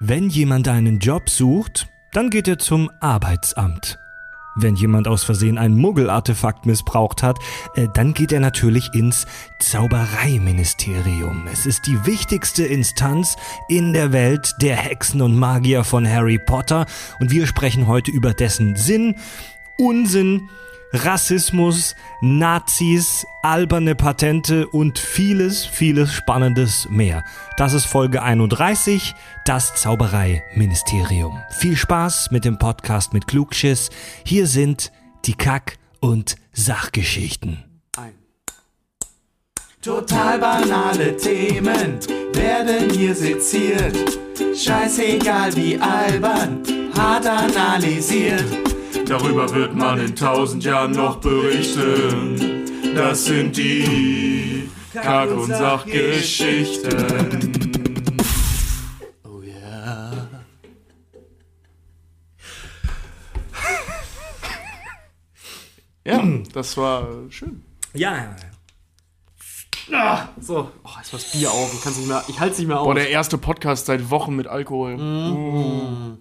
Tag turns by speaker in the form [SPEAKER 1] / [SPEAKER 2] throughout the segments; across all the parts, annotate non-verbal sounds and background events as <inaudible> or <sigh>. [SPEAKER 1] Wenn jemand einen Job sucht, dann geht er zum Arbeitsamt. Wenn jemand aus Versehen ein Muggel-Artefakt missbraucht hat, äh, dann geht er natürlich ins Zaubereiministerium. Es ist die wichtigste Instanz in der Welt der Hexen und Magier von Harry Potter und wir sprechen heute über dessen Sinn, Unsinn, Rassismus, Nazis, alberne Patente und vieles, vieles Spannendes mehr. Das ist Folge 31, das Zaubereiministerium. Viel Spaß mit dem Podcast mit Klugschiss. Hier sind die Kack- und Sachgeschichten.
[SPEAKER 2] Total banale Themen werden hier seziert. Scheißegal wie albern, hart analysiert. Darüber wird man in tausend Jahren noch berichten. Das sind die Kack- und Sachgeschichten.
[SPEAKER 3] Oh
[SPEAKER 2] <laughs>
[SPEAKER 3] Ja, das war schön.
[SPEAKER 1] Ja,
[SPEAKER 4] So, oh, jetzt war das Bier auf. Ich, kann's nicht mehr, ich halte es nicht mehr auf.
[SPEAKER 3] Boah, der erste Podcast seit Wochen mit Alkohol.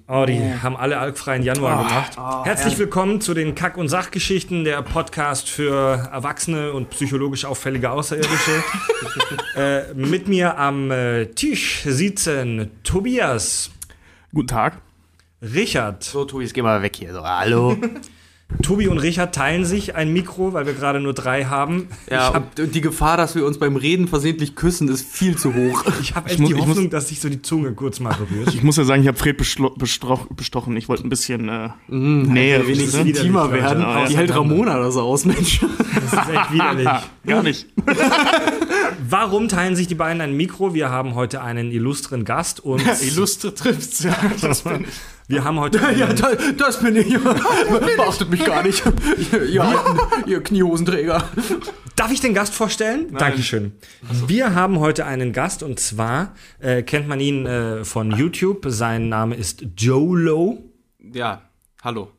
[SPEAKER 1] Oh, die haben alle alkfreien Januar gemacht. Herzlich willkommen zu den Kack- und Sachgeschichten, der Podcast für Erwachsene und psychologisch auffällige <laughs> Außerirdische. äh, mit mir am äh, Tisch sitzen Tobias,
[SPEAKER 3] Guten Tag.
[SPEAKER 1] Richard.
[SPEAKER 4] so, Tobi, jetzt geh mal weg hier. So,
[SPEAKER 5] <laughs>
[SPEAKER 4] hallo.
[SPEAKER 1] Tobi und Richard teilen sich ein Mikro, weil wir gerade nur drei haben.
[SPEAKER 4] ja,
[SPEAKER 1] ich habe
[SPEAKER 4] und, und die Gefahr, dass wir uns beim Reden versehentlich küssen, ist viel zu <laughs> hoch.
[SPEAKER 1] ich hab echt
[SPEAKER 3] muss-
[SPEAKER 1] die
[SPEAKER 3] ich muss-
[SPEAKER 1] Hoffnung, dass sich so die Zunge kurz mal berührt.
[SPEAKER 3] Ich muss ja sagen, ich habe Fred beschlo- bestroch- bestochen. Ich wollte ein bisschen äh,
[SPEAKER 2] Mhm.
[SPEAKER 3] Nähe.
[SPEAKER 4] Wenigstens
[SPEAKER 3] wissen.
[SPEAKER 4] intimer
[SPEAKER 1] widerlich,
[SPEAKER 4] werden.
[SPEAKER 3] Leute.
[SPEAKER 4] Die hält Ramona das aus, Mensch.
[SPEAKER 1] Das ist echt <laughs> widerlich.
[SPEAKER 3] Gar nicht.
[SPEAKER 1] Warum teilen sich die beiden ein Mikro? Wir haben heute einen <laughs> illustren Gast und
[SPEAKER 3] Illustre trifft's, ja. Das bin ich.
[SPEAKER 1] wir haben <laughs> heute einen,
[SPEAKER 4] da, das
[SPEAKER 5] <laughs>
[SPEAKER 4] bin ich. <laughs> Beachtet mich gar nicht. ihr, ihr, alten- ihr Kniehosenträger.
[SPEAKER 1] Darf ich den Gast vorstellen? Dankeschön. Wir haben heute einen Gast und zwar äh, kennt man ihn äh, von YouTube. Sein Name ist Jolo.
[SPEAKER 5] Ja, hallo.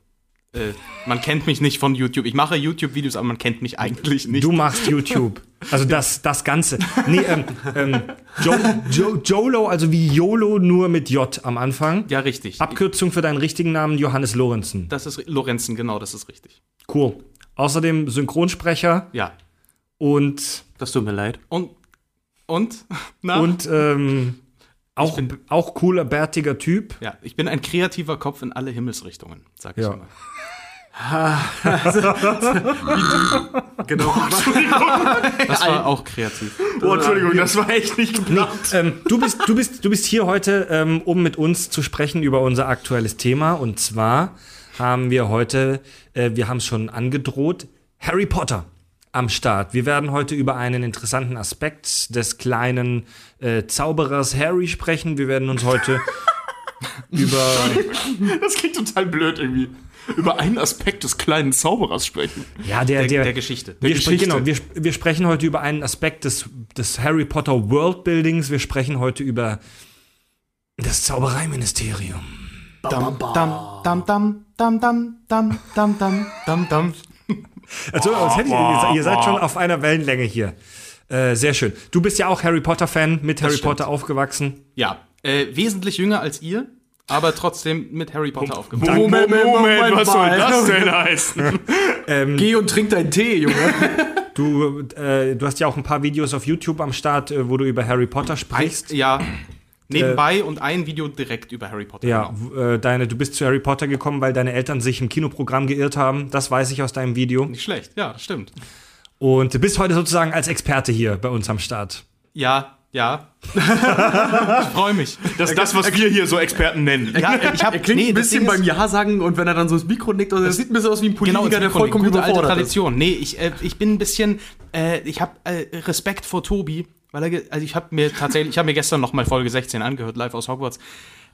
[SPEAKER 5] Äh, man kennt mich nicht von YouTube. Ich mache YouTube-Videos, aber man kennt mich eigentlich nicht.
[SPEAKER 1] Du machst YouTube. Also das, das Ganze. Nee, ähm, ähm, jo, jo, Jolo, also wie YOLO, nur mit J am Anfang.
[SPEAKER 5] Ja, richtig.
[SPEAKER 1] Abkürzung für deinen richtigen Namen, Johannes Lorenzen.
[SPEAKER 5] das ist ri- Lorenzen, genau, das ist richtig.
[SPEAKER 1] Cool. Außerdem Synchronsprecher
[SPEAKER 5] Ja.
[SPEAKER 1] und,
[SPEAKER 4] Das tut mir leid.
[SPEAKER 5] Und? Und? <laughs> Na?
[SPEAKER 1] und ähm, auch, auch cooler, bärtiger Typ.
[SPEAKER 5] Ja, ich bin ein kreativer Kopf in alle Himmelsrichtungen, sag ich
[SPEAKER 1] Ja.
[SPEAKER 5] immer. Ah. <laughs>
[SPEAKER 4] Genau.
[SPEAKER 5] Das war auch kreativ.
[SPEAKER 3] Oh, Entschuldigung, das war echt nicht geplant.
[SPEAKER 1] ähm, du, bist, du, bist, du bist hier heute, ähm, um mit uns zu sprechen über unser aktuelles Thema. Und zwar haben wir heute, äh, wir haben es schon angedroht, Harry Potter am Start. Wir werden heute über einen interessanten Aspekt des kleinen äh, Zauberers Harry sprechen. Wir werden uns heute über.
[SPEAKER 3] Das klingt total blöd irgendwie. Über einen Aspekt des kleinen Zauberers sprechen.
[SPEAKER 1] Ja, der, der,
[SPEAKER 5] der Geschichte.
[SPEAKER 1] Wir, spre
[SPEAKER 3] Geschichte.
[SPEAKER 1] genau, wir, sp- wir sprechen heute über einen Aspekt des, des Harry Potter Worldbuildings. Wir sprechen heute über das Zaubereiministerium.
[SPEAKER 3] Dam, dam, dam, dam, dam, dam, dam, dam, dam, dam, dam.
[SPEAKER 1] Also, als hätte ich, ihr, ihr seid schon auf einer Wellenlänge hier. Äh, sehr schön. Du bist ja auch Harry Potter-Fan, mit Harry
[SPEAKER 5] stimmt.
[SPEAKER 1] Potter aufgewachsen.
[SPEAKER 5] Ja, äh, wesentlich jünger als ihr, aber trotzdem mit Harry Potter aufgewachsen.
[SPEAKER 3] Moment, Moment, Moment, was soll
[SPEAKER 4] mal.
[SPEAKER 3] das denn heißen?
[SPEAKER 4] Geh und trink deinen Tee, Junge.
[SPEAKER 1] Du, äh, du hast ja auch ein paar Videos auf YouTube am Start, äh, wo du über Harry Potter sprichst.
[SPEAKER 5] Ja,
[SPEAKER 4] Äh.
[SPEAKER 5] nebenbei und ein Video direkt über Harry Potter.
[SPEAKER 1] ja,
[SPEAKER 5] genau.
[SPEAKER 1] w- äh, deine, du bist zu Harry Potter gekommen, weil deine Eltern sich im Kinoprogramm geirrt haben. Das weiß ich aus deinem Video.
[SPEAKER 5] Nicht schlecht, ja, das stimmt.
[SPEAKER 1] Und du bist heute sozusagen als Experte hier bei uns am Start.
[SPEAKER 5] Ja,
[SPEAKER 4] <laughs>
[SPEAKER 5] ja. ich freue mich.
[SPEAKER 3] Das ist das, was wir hier so Experten nennen.
[SPEAKER 5] Ja, ich hab,
[SPEAKER 4] Er klingt
[SPEAKER 5] nee,
[SPEAKER 4] ein
[SPEAKER 5] das Ding
[SPEAKER 4] bisschen
[SPEAKER 5] ist-
[SPEAKER 4] beim Ja sagen und wenn er dann so ins Mikro nickt, also das sieht ein bisschen aus wie ein Politiker,
[SPEAKER 5] genau,
[SPEAKER 4] der vollkommen
[SPEAKER 5] gute alte
[SPEAKER 4] überfordert ist.
[SPEAKER 5] Tradition. Nee, ich, äh, ich bin ein bisschen, äh, ich habe äh, Respekt vor Tobi, weil er, ge- also ich habe mir tatsächlich, ich habe mir gestern noch mal Folge 16 angehört, live aus Hogwarts,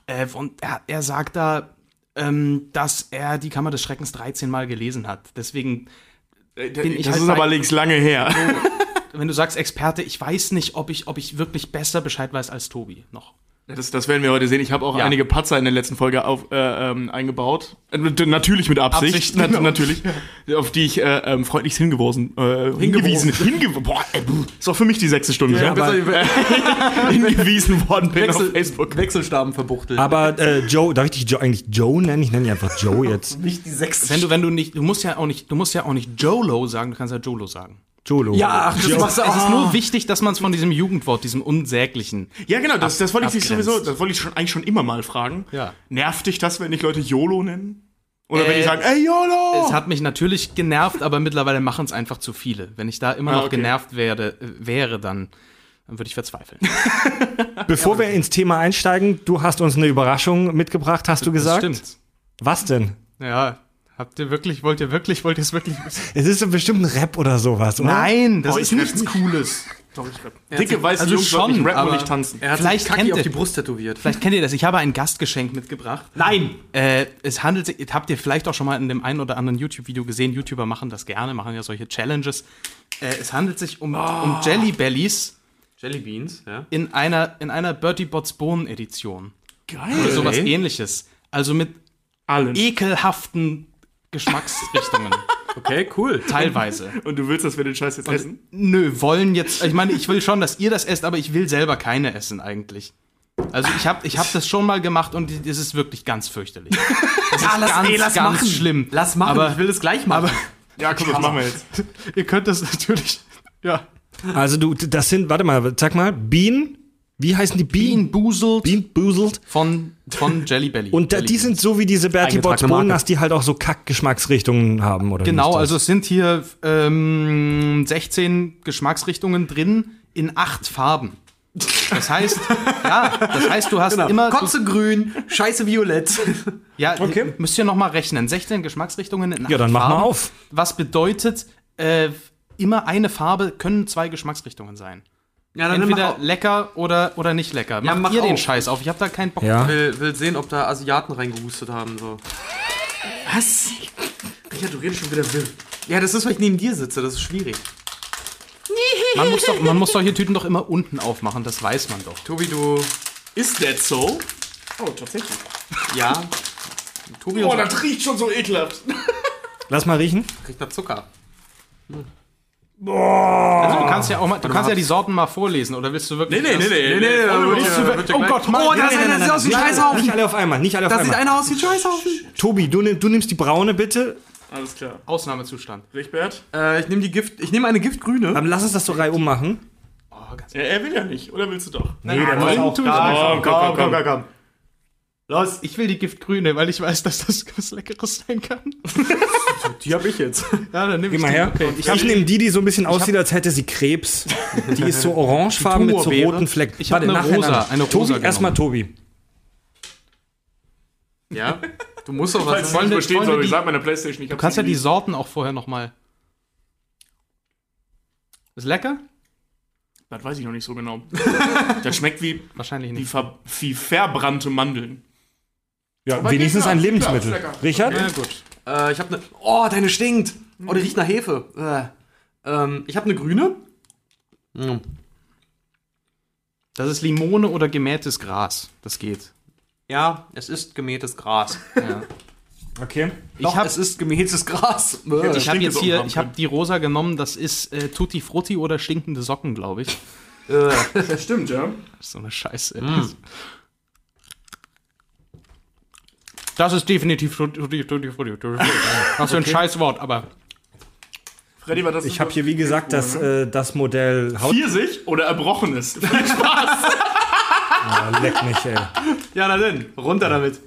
[SPEAKER 5] äh, und er, er sagt da, ähm, dass er die Kammer des Schreckens 13 Mal gelesen hat. Deswegen, bin ich
[SPEAKER 3] das
[SPEAKER 5] halt
[SPEAKER 3] ist
[SPEAKER 5] bei-
[SPEAKER 3] aber links lange her.
[SPEAKER 5] wenn du sagst Experte, ich weiß nicht, ob ich, ob ich wirklich besser Bescheid weiß als Tobi noch.
[SPEAKER 3] Das, das werden wir heute sehen. Ich habe auch einige Patzer in der letzten Folge auf, äh, ähm, eingebaut. Äh, d- natürlich mit Absicht.
[SPEAKER 5] Absicht,
[SPEAKER 3] Na, <laughs>
[SPEAKER 5] genau.
[SPEAKER 3] Natürlich. Auf die ich äh, ähm, freundlichst hingewiesen. Äh, hingewiesen. Hinge Boah, ey, buh. ist auch für mich die sechste Stunde.
[SPEAKER 4] Ja,
[SPEAKER 3] ich hab
[SPEAKER 4] aber-
[SPEAKER 5] <laughs> genau,
[SPEAKER 3] jetzt hingewiesen worden bin auf
[SPEAKER 4] Wechsel,
[SPEAKER 3] Facebook.
[SPEAKER 4] Wechselstaben verbuchtelt.
[SPEAKER 1] Aber äh, Joe, darf ich dich jo eigentlich Joe nennen? Ich nenne dich einfach Joe jetzt.
[SPEAKER 4] nicht die sechste.
[SPEAKER 5] Wenn du, wenn du nicht, du musst ja auch nicht, du musst ja auch nicht Jolo sagen, du kannst ja Jolo sagen.
[SPEAKER 1] <laughs> Jolo.
[SPEAKER 4] Ja, ach, das machst du
[SPEAKER 5] Es ist
[SPEAKER 4] auch.
[SPEAKER 5] nur wichtig, dass man es von diesem Jugendwort, diesem unsäglichen.
[SPEAKER 3] Ja, genau, das, das wollte ich dich
[SPEAKER 5] abgrenzt.
[SPEAKER 3] sowieso, das wollte ich schon, eigentlich schon immer mal fragen.
[SPEAKER 5] Ja.
[SPEAKER 3] Nervt dich das, wenn dich Leute YOLO nennen? Oder wenn
[SPEAKER 5] Äh,
[SPEAKER 3] die sagen, ey YOLO!
[SPEAKER 5] Es hat mich natürlich genervt, aber mittlerweile machen es einfach zu viele. Wenn ich da immer
[SPEAKER 3] Ah,
[SPEAKER 5] noch
[SPEAKER 3] okay.
[SPEAKER 5] genervt werde, äh, wäre, dann, dann würde ich verzweifeln.
[SPEAKER 1] Bevor wir ins Thema einsteigen, du hast uns eine Überraschung mitgebracht, hast du gesagt?
[SPEAKER 5] Das stimmt.
[SPEAKER 1] Was denn?
[SPEAKER 5] Ja. Habt ihr wirklich, wollt ihr wirklich, wollt ihr es wirklich Oh, wissen?
[SPEAKER 1] Es ist doch bestimmt ein Rap oder sowas, oder?
[SPEAKER 5] Nein, das
[SPEAKER 3] Boah,
[SPEAKER 5] ist
[SPEAKER 3] ich rapp
[SPEAKER 5] nichts
[SPEAKER 3] nicht.
[SPEAKER 5] Cooles.
[SPEAKER 3] Doch, ich rapp. Dicke weiße
[SPEAKER 5] also
[SPEAKER 3] Jungs sollten
[SPEAKER 5] schon,
[SPEAKER 3] nicht rappen und
[SPEAKER 5] aber-
[SPEAKER 3] nicht tanzen.
[SPEAKER 4] Er hat
[SPEAKER 5] Vielleicht
[SPEAKER 4] vielleicht
[SPEAKER 5] kennt
[SPEAKER 4] Kaki auf
[SPEAKER 5] ihr-
[SPEAKER 4] die Brust tätowiert.
[SPEAKER 5] Vielleicht kennt ihr das. Ich habe ein Gastgeschenk mitgebracht. Nein! Äh, es handelt sich, habt ihr vielleicht auch schon mal in dem einen oder anderen YouTube-Video gesehen. YouTuber machen das gerne, machen ja solche Challenges. Äh, es handelt sich um, um
[SPEAKER 4] Oh.
[SPEAKER 5] Jelly Bellies
[SPEAKER 4] Jellybeans, ja.
[SPEAKER 5] in einer, in einer Bertie Bots Bohnen-Edition.
[SPEAKER 3] Geil.
[SPEAKER 5] Oder sowas ähnliches. Also mit
[SPEAKER 3] Allen.
[SPEAKER 5] eh- ekelhaften
[SPEAKER 4] <laughs>
[SPEAKER 5] Geschmacksrichtungen.
[SPEAKER 4] Okay, cool.
[SPEAKER 5] teilweise.
[SPEAKER 3] Und du willst, dass wir den Scheiß jetzt essen?
[SPEAKER 5] Nö, wollen jetzt. Ich meine, ich will schon, dass ihr das esst, aber ich will selber keine essen eigentlich. Also ich habe ich hab das schon mal gemacht und es ist wirklich ganz
[SPEAKER 4] <laughs>
[SPEAKER 5] fürchterlich. Das ist
[SPEAKER 4] Ah, lass-
[SPEAKER 5] ganz,
[SPEAKER 4] ey, lass
[SPEAKER 5] ganz
[SPEAKER 4] machen.
[SPEAKER 5] schlimm.
[SPEAKER 4] Lass machen,
[SPEAKER 5] Aber
[SPEAKER 4] ich will das gleich machen.
[SPEAKER 3] Ja, komm, das machen wir jetzt.
[SPEAKER 5] ihr könnt das <laughs> natürlich. Ja.
[SPEAKER 1] Also du, das sind, warte mal, sag mal, Bienen? Wie heißen die Bienen?
[SPEAKER 5] Bean Boozled
[SPEAKER 1] Bean Boozled.
[SPEAKER 5] von,
[SPEAKER 1] <laughs>
[SPEAKER 5] von Jelly Belly.
[SPEAKER 1] Und da,
[SPEAKER 5] Jelly
[SPEAKER 1] die sind so wie diese Bertie Botts
[SPEAKER 4] Eingetragene
[SPEAKER 1] Bohnen,
[SPEAKER 4] Marke.
[SPEAKER 1] dass die halt auch so Kackgeschmacksrichtungen haben, oder? wie ist
[SPEAKER 5] Genau,
[SPEAKER 1] das?
[SPEAKER 5] also es sind hier ähm, 16 Geschmacksrichtungen drin in acht Farben. Das heißt,
[SPEAKER 1] <laughs>
[SPEAKER 5] ja, das heißt, du hast
[SPEAKER 1] Genau.
[SPEAKER 5] immer. du
[SPEAKER 4] Kotze grün, scheiße violett.
[SPEAKER 5] Ja,
[SPEAKER 1] Okay.
[SPEAKER 5] müsst ihr nochmal rechnen. 16 Geschmacksrichtungen in
[SPEAKER 1] Ja, dann
[SPEAKER 5] acht
[SPEAKER 1] mach mal
[SPEAKER 5] Farben.
[SPEAKER 1] auf.
[SPEAKER 5] Was bedeutet, äh, immer eine Farbe können zwei Geschmacksrichtungen sein.
[SPEAKER 4] Ja,
[SPEAKER 5] Entweder lecker oder, oder nicht lecker. Macht
[SPEAKER 4] mach
[SPEAKER 5] ihr den
[SPEAKER 4] auf.
[SPEAKER 5] Scheiß auf. Ich hab da keinen Bock
[SPEAKER 1] Ja.
[SPEAKER 4] will, will sehen, ob da Asiaten reingehustet haben. So.
[SPEAKER 3] Was?
[SPEAKER 4] Richard, du redest schon wieder wild. Ja, das ist, weil ich neben dir sitze, das ist schwierig.
[SPEAKER 5] Man muss, doch, man muss solche Tüten doch immer unten aufmachen, das weiß man doch.
[SPEAKER 4] Tobi, du.
[SPEAKER 3] Is that so? Oh, tatsächlich.
[SPEAKER 4] Ja. Tobi
[SPEAKER 3] Oh,
[SPEAKER 4] und
[SPEAKER 3] das riecht schon so ekelhaft.
[SPEAKER 1] Lass mal riechen.
[SPEAKER 4] kriegt nach Zucker.
[SPEAKER 5] Also du kannst ja auch mal, du kannst ja die Sorten mal vorlesen, oder willst du wirklich.
[SPEAKER 3] Nee, nee, nee, nee,
[SPEAKER 5] Oh Gott, Mann.
[SPEAKER 4] Oh, das, das sieht aus wie ein Scheißhaufen.
[SPEAKER 1] Nicht alle auf einmal, nicht alle auf
[SPEAKER 4] Das sieht
[SPEAKER 1] einmal.
[SPEAKER 4] einer aus wie ein Scheißhaufen.
[SPEAKER 1] Tobi, du, nimm- du nimmst die braune bitte.
[SPEAKER 3] Alles klar.
[SPEAKER 5] Ausnahmezustand.
[SPEAKER 3] Richtbert?
[SPEAKER 4] Äh, ich nehme die Gift. Ich nehme eine Giftgrüne.
[SPEAKER 1] Aber lass uns das so reihum machen.
[SPEAKER 5] Oh, ganz
[SPEAKER 3] Ja, er will ja nicht. Oder willst du doch?
[SPEAKER 1] Nee, der muss auch.
[SPEAKER 3] Oh, komm, komm, komm, komm, komm.
[SPEAKER 5] Los. Ich will die Giftgrüne, weil ich weiß, dass das was Leckeres sein kann.
[SPEAKER 4] Die habe ich jetzt.
[SPEAKER 5] Ja, dann nehme
[SPEAKER 1] Geh
[SPEAKER 5] ich
[SPEAKER 1] mal
[SPEAKER 5] die.
[SPEAKER 1] her.
[SPEAKER 5] Okay.
[SPEAKER 1] Ich, nehme die, die so ein bisschen aussieht, als hätte sie Krebs. Die ist so orangefarben mit so
[SPEAKER 5] Tumorbeere.
[SPEAKER 1] roten Flecken.
[SPEAKER 5] Ich hab eine
[SPEAKER 1] nacheinander.
[SPEAKER 5] rosa, eine rosa
[SPEAKER 1] Tobi,
[SPEAKER 5] genommen.
[SPEAKER 1] erstmal Tobi.
[SPEAKER 4] Ja. Du musst doch
[SPEAKER 3] Falls
[SPEAKER 4] was.
[SPEAKER 3] ich
[SPEAKER 5] Wollen
[SPEAKER 3] nicht
[SPEAKER 5] wir-
[SPEAKER 3] verstehen
[SPEAKER 5] wollen wir
[SPEAKER 3] soll, ich
[SPEAKER 5] die-
[SPEAKER 3] sag meiner Playstation, ich hab
[SPEAKER 5] Du kannst ja die Sorten auch vorher nochmal. Ist lecker?
[SPEAKER 3] Das weiß ich noch nicht so genau. das schmeckt wie,
[SPEAKER 5] Wahrscheinlich
[SPEAKER 3] wie,
[SPEAKER 5] nicht.
[SPEAKER 3] ver, wie verbrannte Mandeln.
[SPEAKER 1] Ja,
[SPEAKER 3] Aber
[SPEAKER 1] wenigstens
[SPEAKER 3] geht klar,
[SPEAKER 1] ein
[SPEAKER 3] klar,
[SPEAKER 1] Lebensmittel.
[SPEAKER 3] ist lecker.
[SPEAKER 1] Richard?
[SPEAKER 5] Ja, gut.
[SPEAKER 4] Äh, ich habe eine. Oh, deine stinkt. Oh, die riecht nach Hefe. Äh, ähm, ich habe eine grüne.
[SPEAKER 5] Das ist Limone oder gemähtes Gras. Das geht.
[SPEAKER 4] Ja, es ist gemähtes Gras.
[SPEAKER 1] Okay.
[SPEAKER 4] Doch,
[SPEAKER 5] ich habe
[SPEAKER 4] es ist gemähtes Gras. Bäh.
[SPEAKER 5] ich hab
[SPEAKER 3] Stinke
[SPEAKER 5] jetzt
[SPEAKER 3] Socken
[SPEAKER 5] hier,
[SPEAKER 3] haben
[SPEAKER 5] ich habe die rosa genommen. Das ist äh, Tutti Frutti oder stinkende Socken, glaube ich.
[SPEAKER 4] Äh,
[SPEAKER 3] Das stimmt, ja.
[SPEAKER 5] So eine Scheiße. Das ist definitiv Tutti Tutti Tutti Frutti.
[SPEAKER 4] <laughs>
[SPEAKER 5] Tutti Frutti. Was für ein Scheißwort, aber
[SPEAKER 3] Freddy, war das
[SPEAKER 1] Ich habe hier, wie gesagt, das, äh, das Modell Haut.
[SPEAKER 3] Pfirsich oder Erbrochenes?
[SPEAKER 1] Ah, leck mich, ey.
[SPEAKER 4] ja, na denn. Runter damit.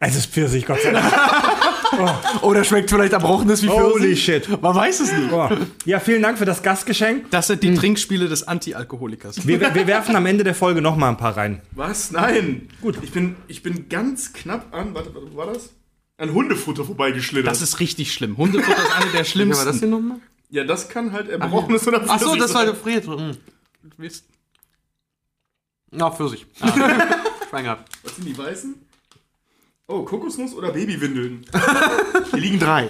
[SPEAKER 1] Es ist Pfirsich, Gott sei Dank.
[SPEAKER 4] Oder Oh, schmeckt vielleicht erbrochenes wie
[SPEAKER 1] Holy shit.
[SPEAKER 4] Man weiß es nicht.
[SPEAKER 1] Boah. Oh. Ja, vielen Dank für das Gastgeschenk.
[SPEAKER 5] das
[SPEAKER 4] Mm.
[SPEAKER 5] sind die Trinkspiele des Antialkoholikers.
[SPEAKER 1] Wir, wir werfen am Ende der Folge nochmal ein paar rein.
[SPEAKER 3] Was? Nein. Gut. Ich bin, ich bin ganz knapp an, warte, warte, war das? An Hundefutter vorbeigeschlittert.
[SPEAKER 5] Das ist richtig schlimm. Hundefutter ist
[SPEAKER 4] <laughs>
[SPEAKER 5] eine der schlimmsten.
[SPEAKER 4] hier nochmal?
[SPEAKER 3] ja, das kann halt Erbrochenes oder Pfirsich
[SPEAKER 4] Achso, das war
[SPEAKER 3] sein.
[SPEAKER 4] gefriert. Mhm. Na, Pfirsich. <laughs> Schwein
[SPEAKER 3] Was sind die weißen? Oh, Kokosnuss oder Babywindeln? Hier liegen drei.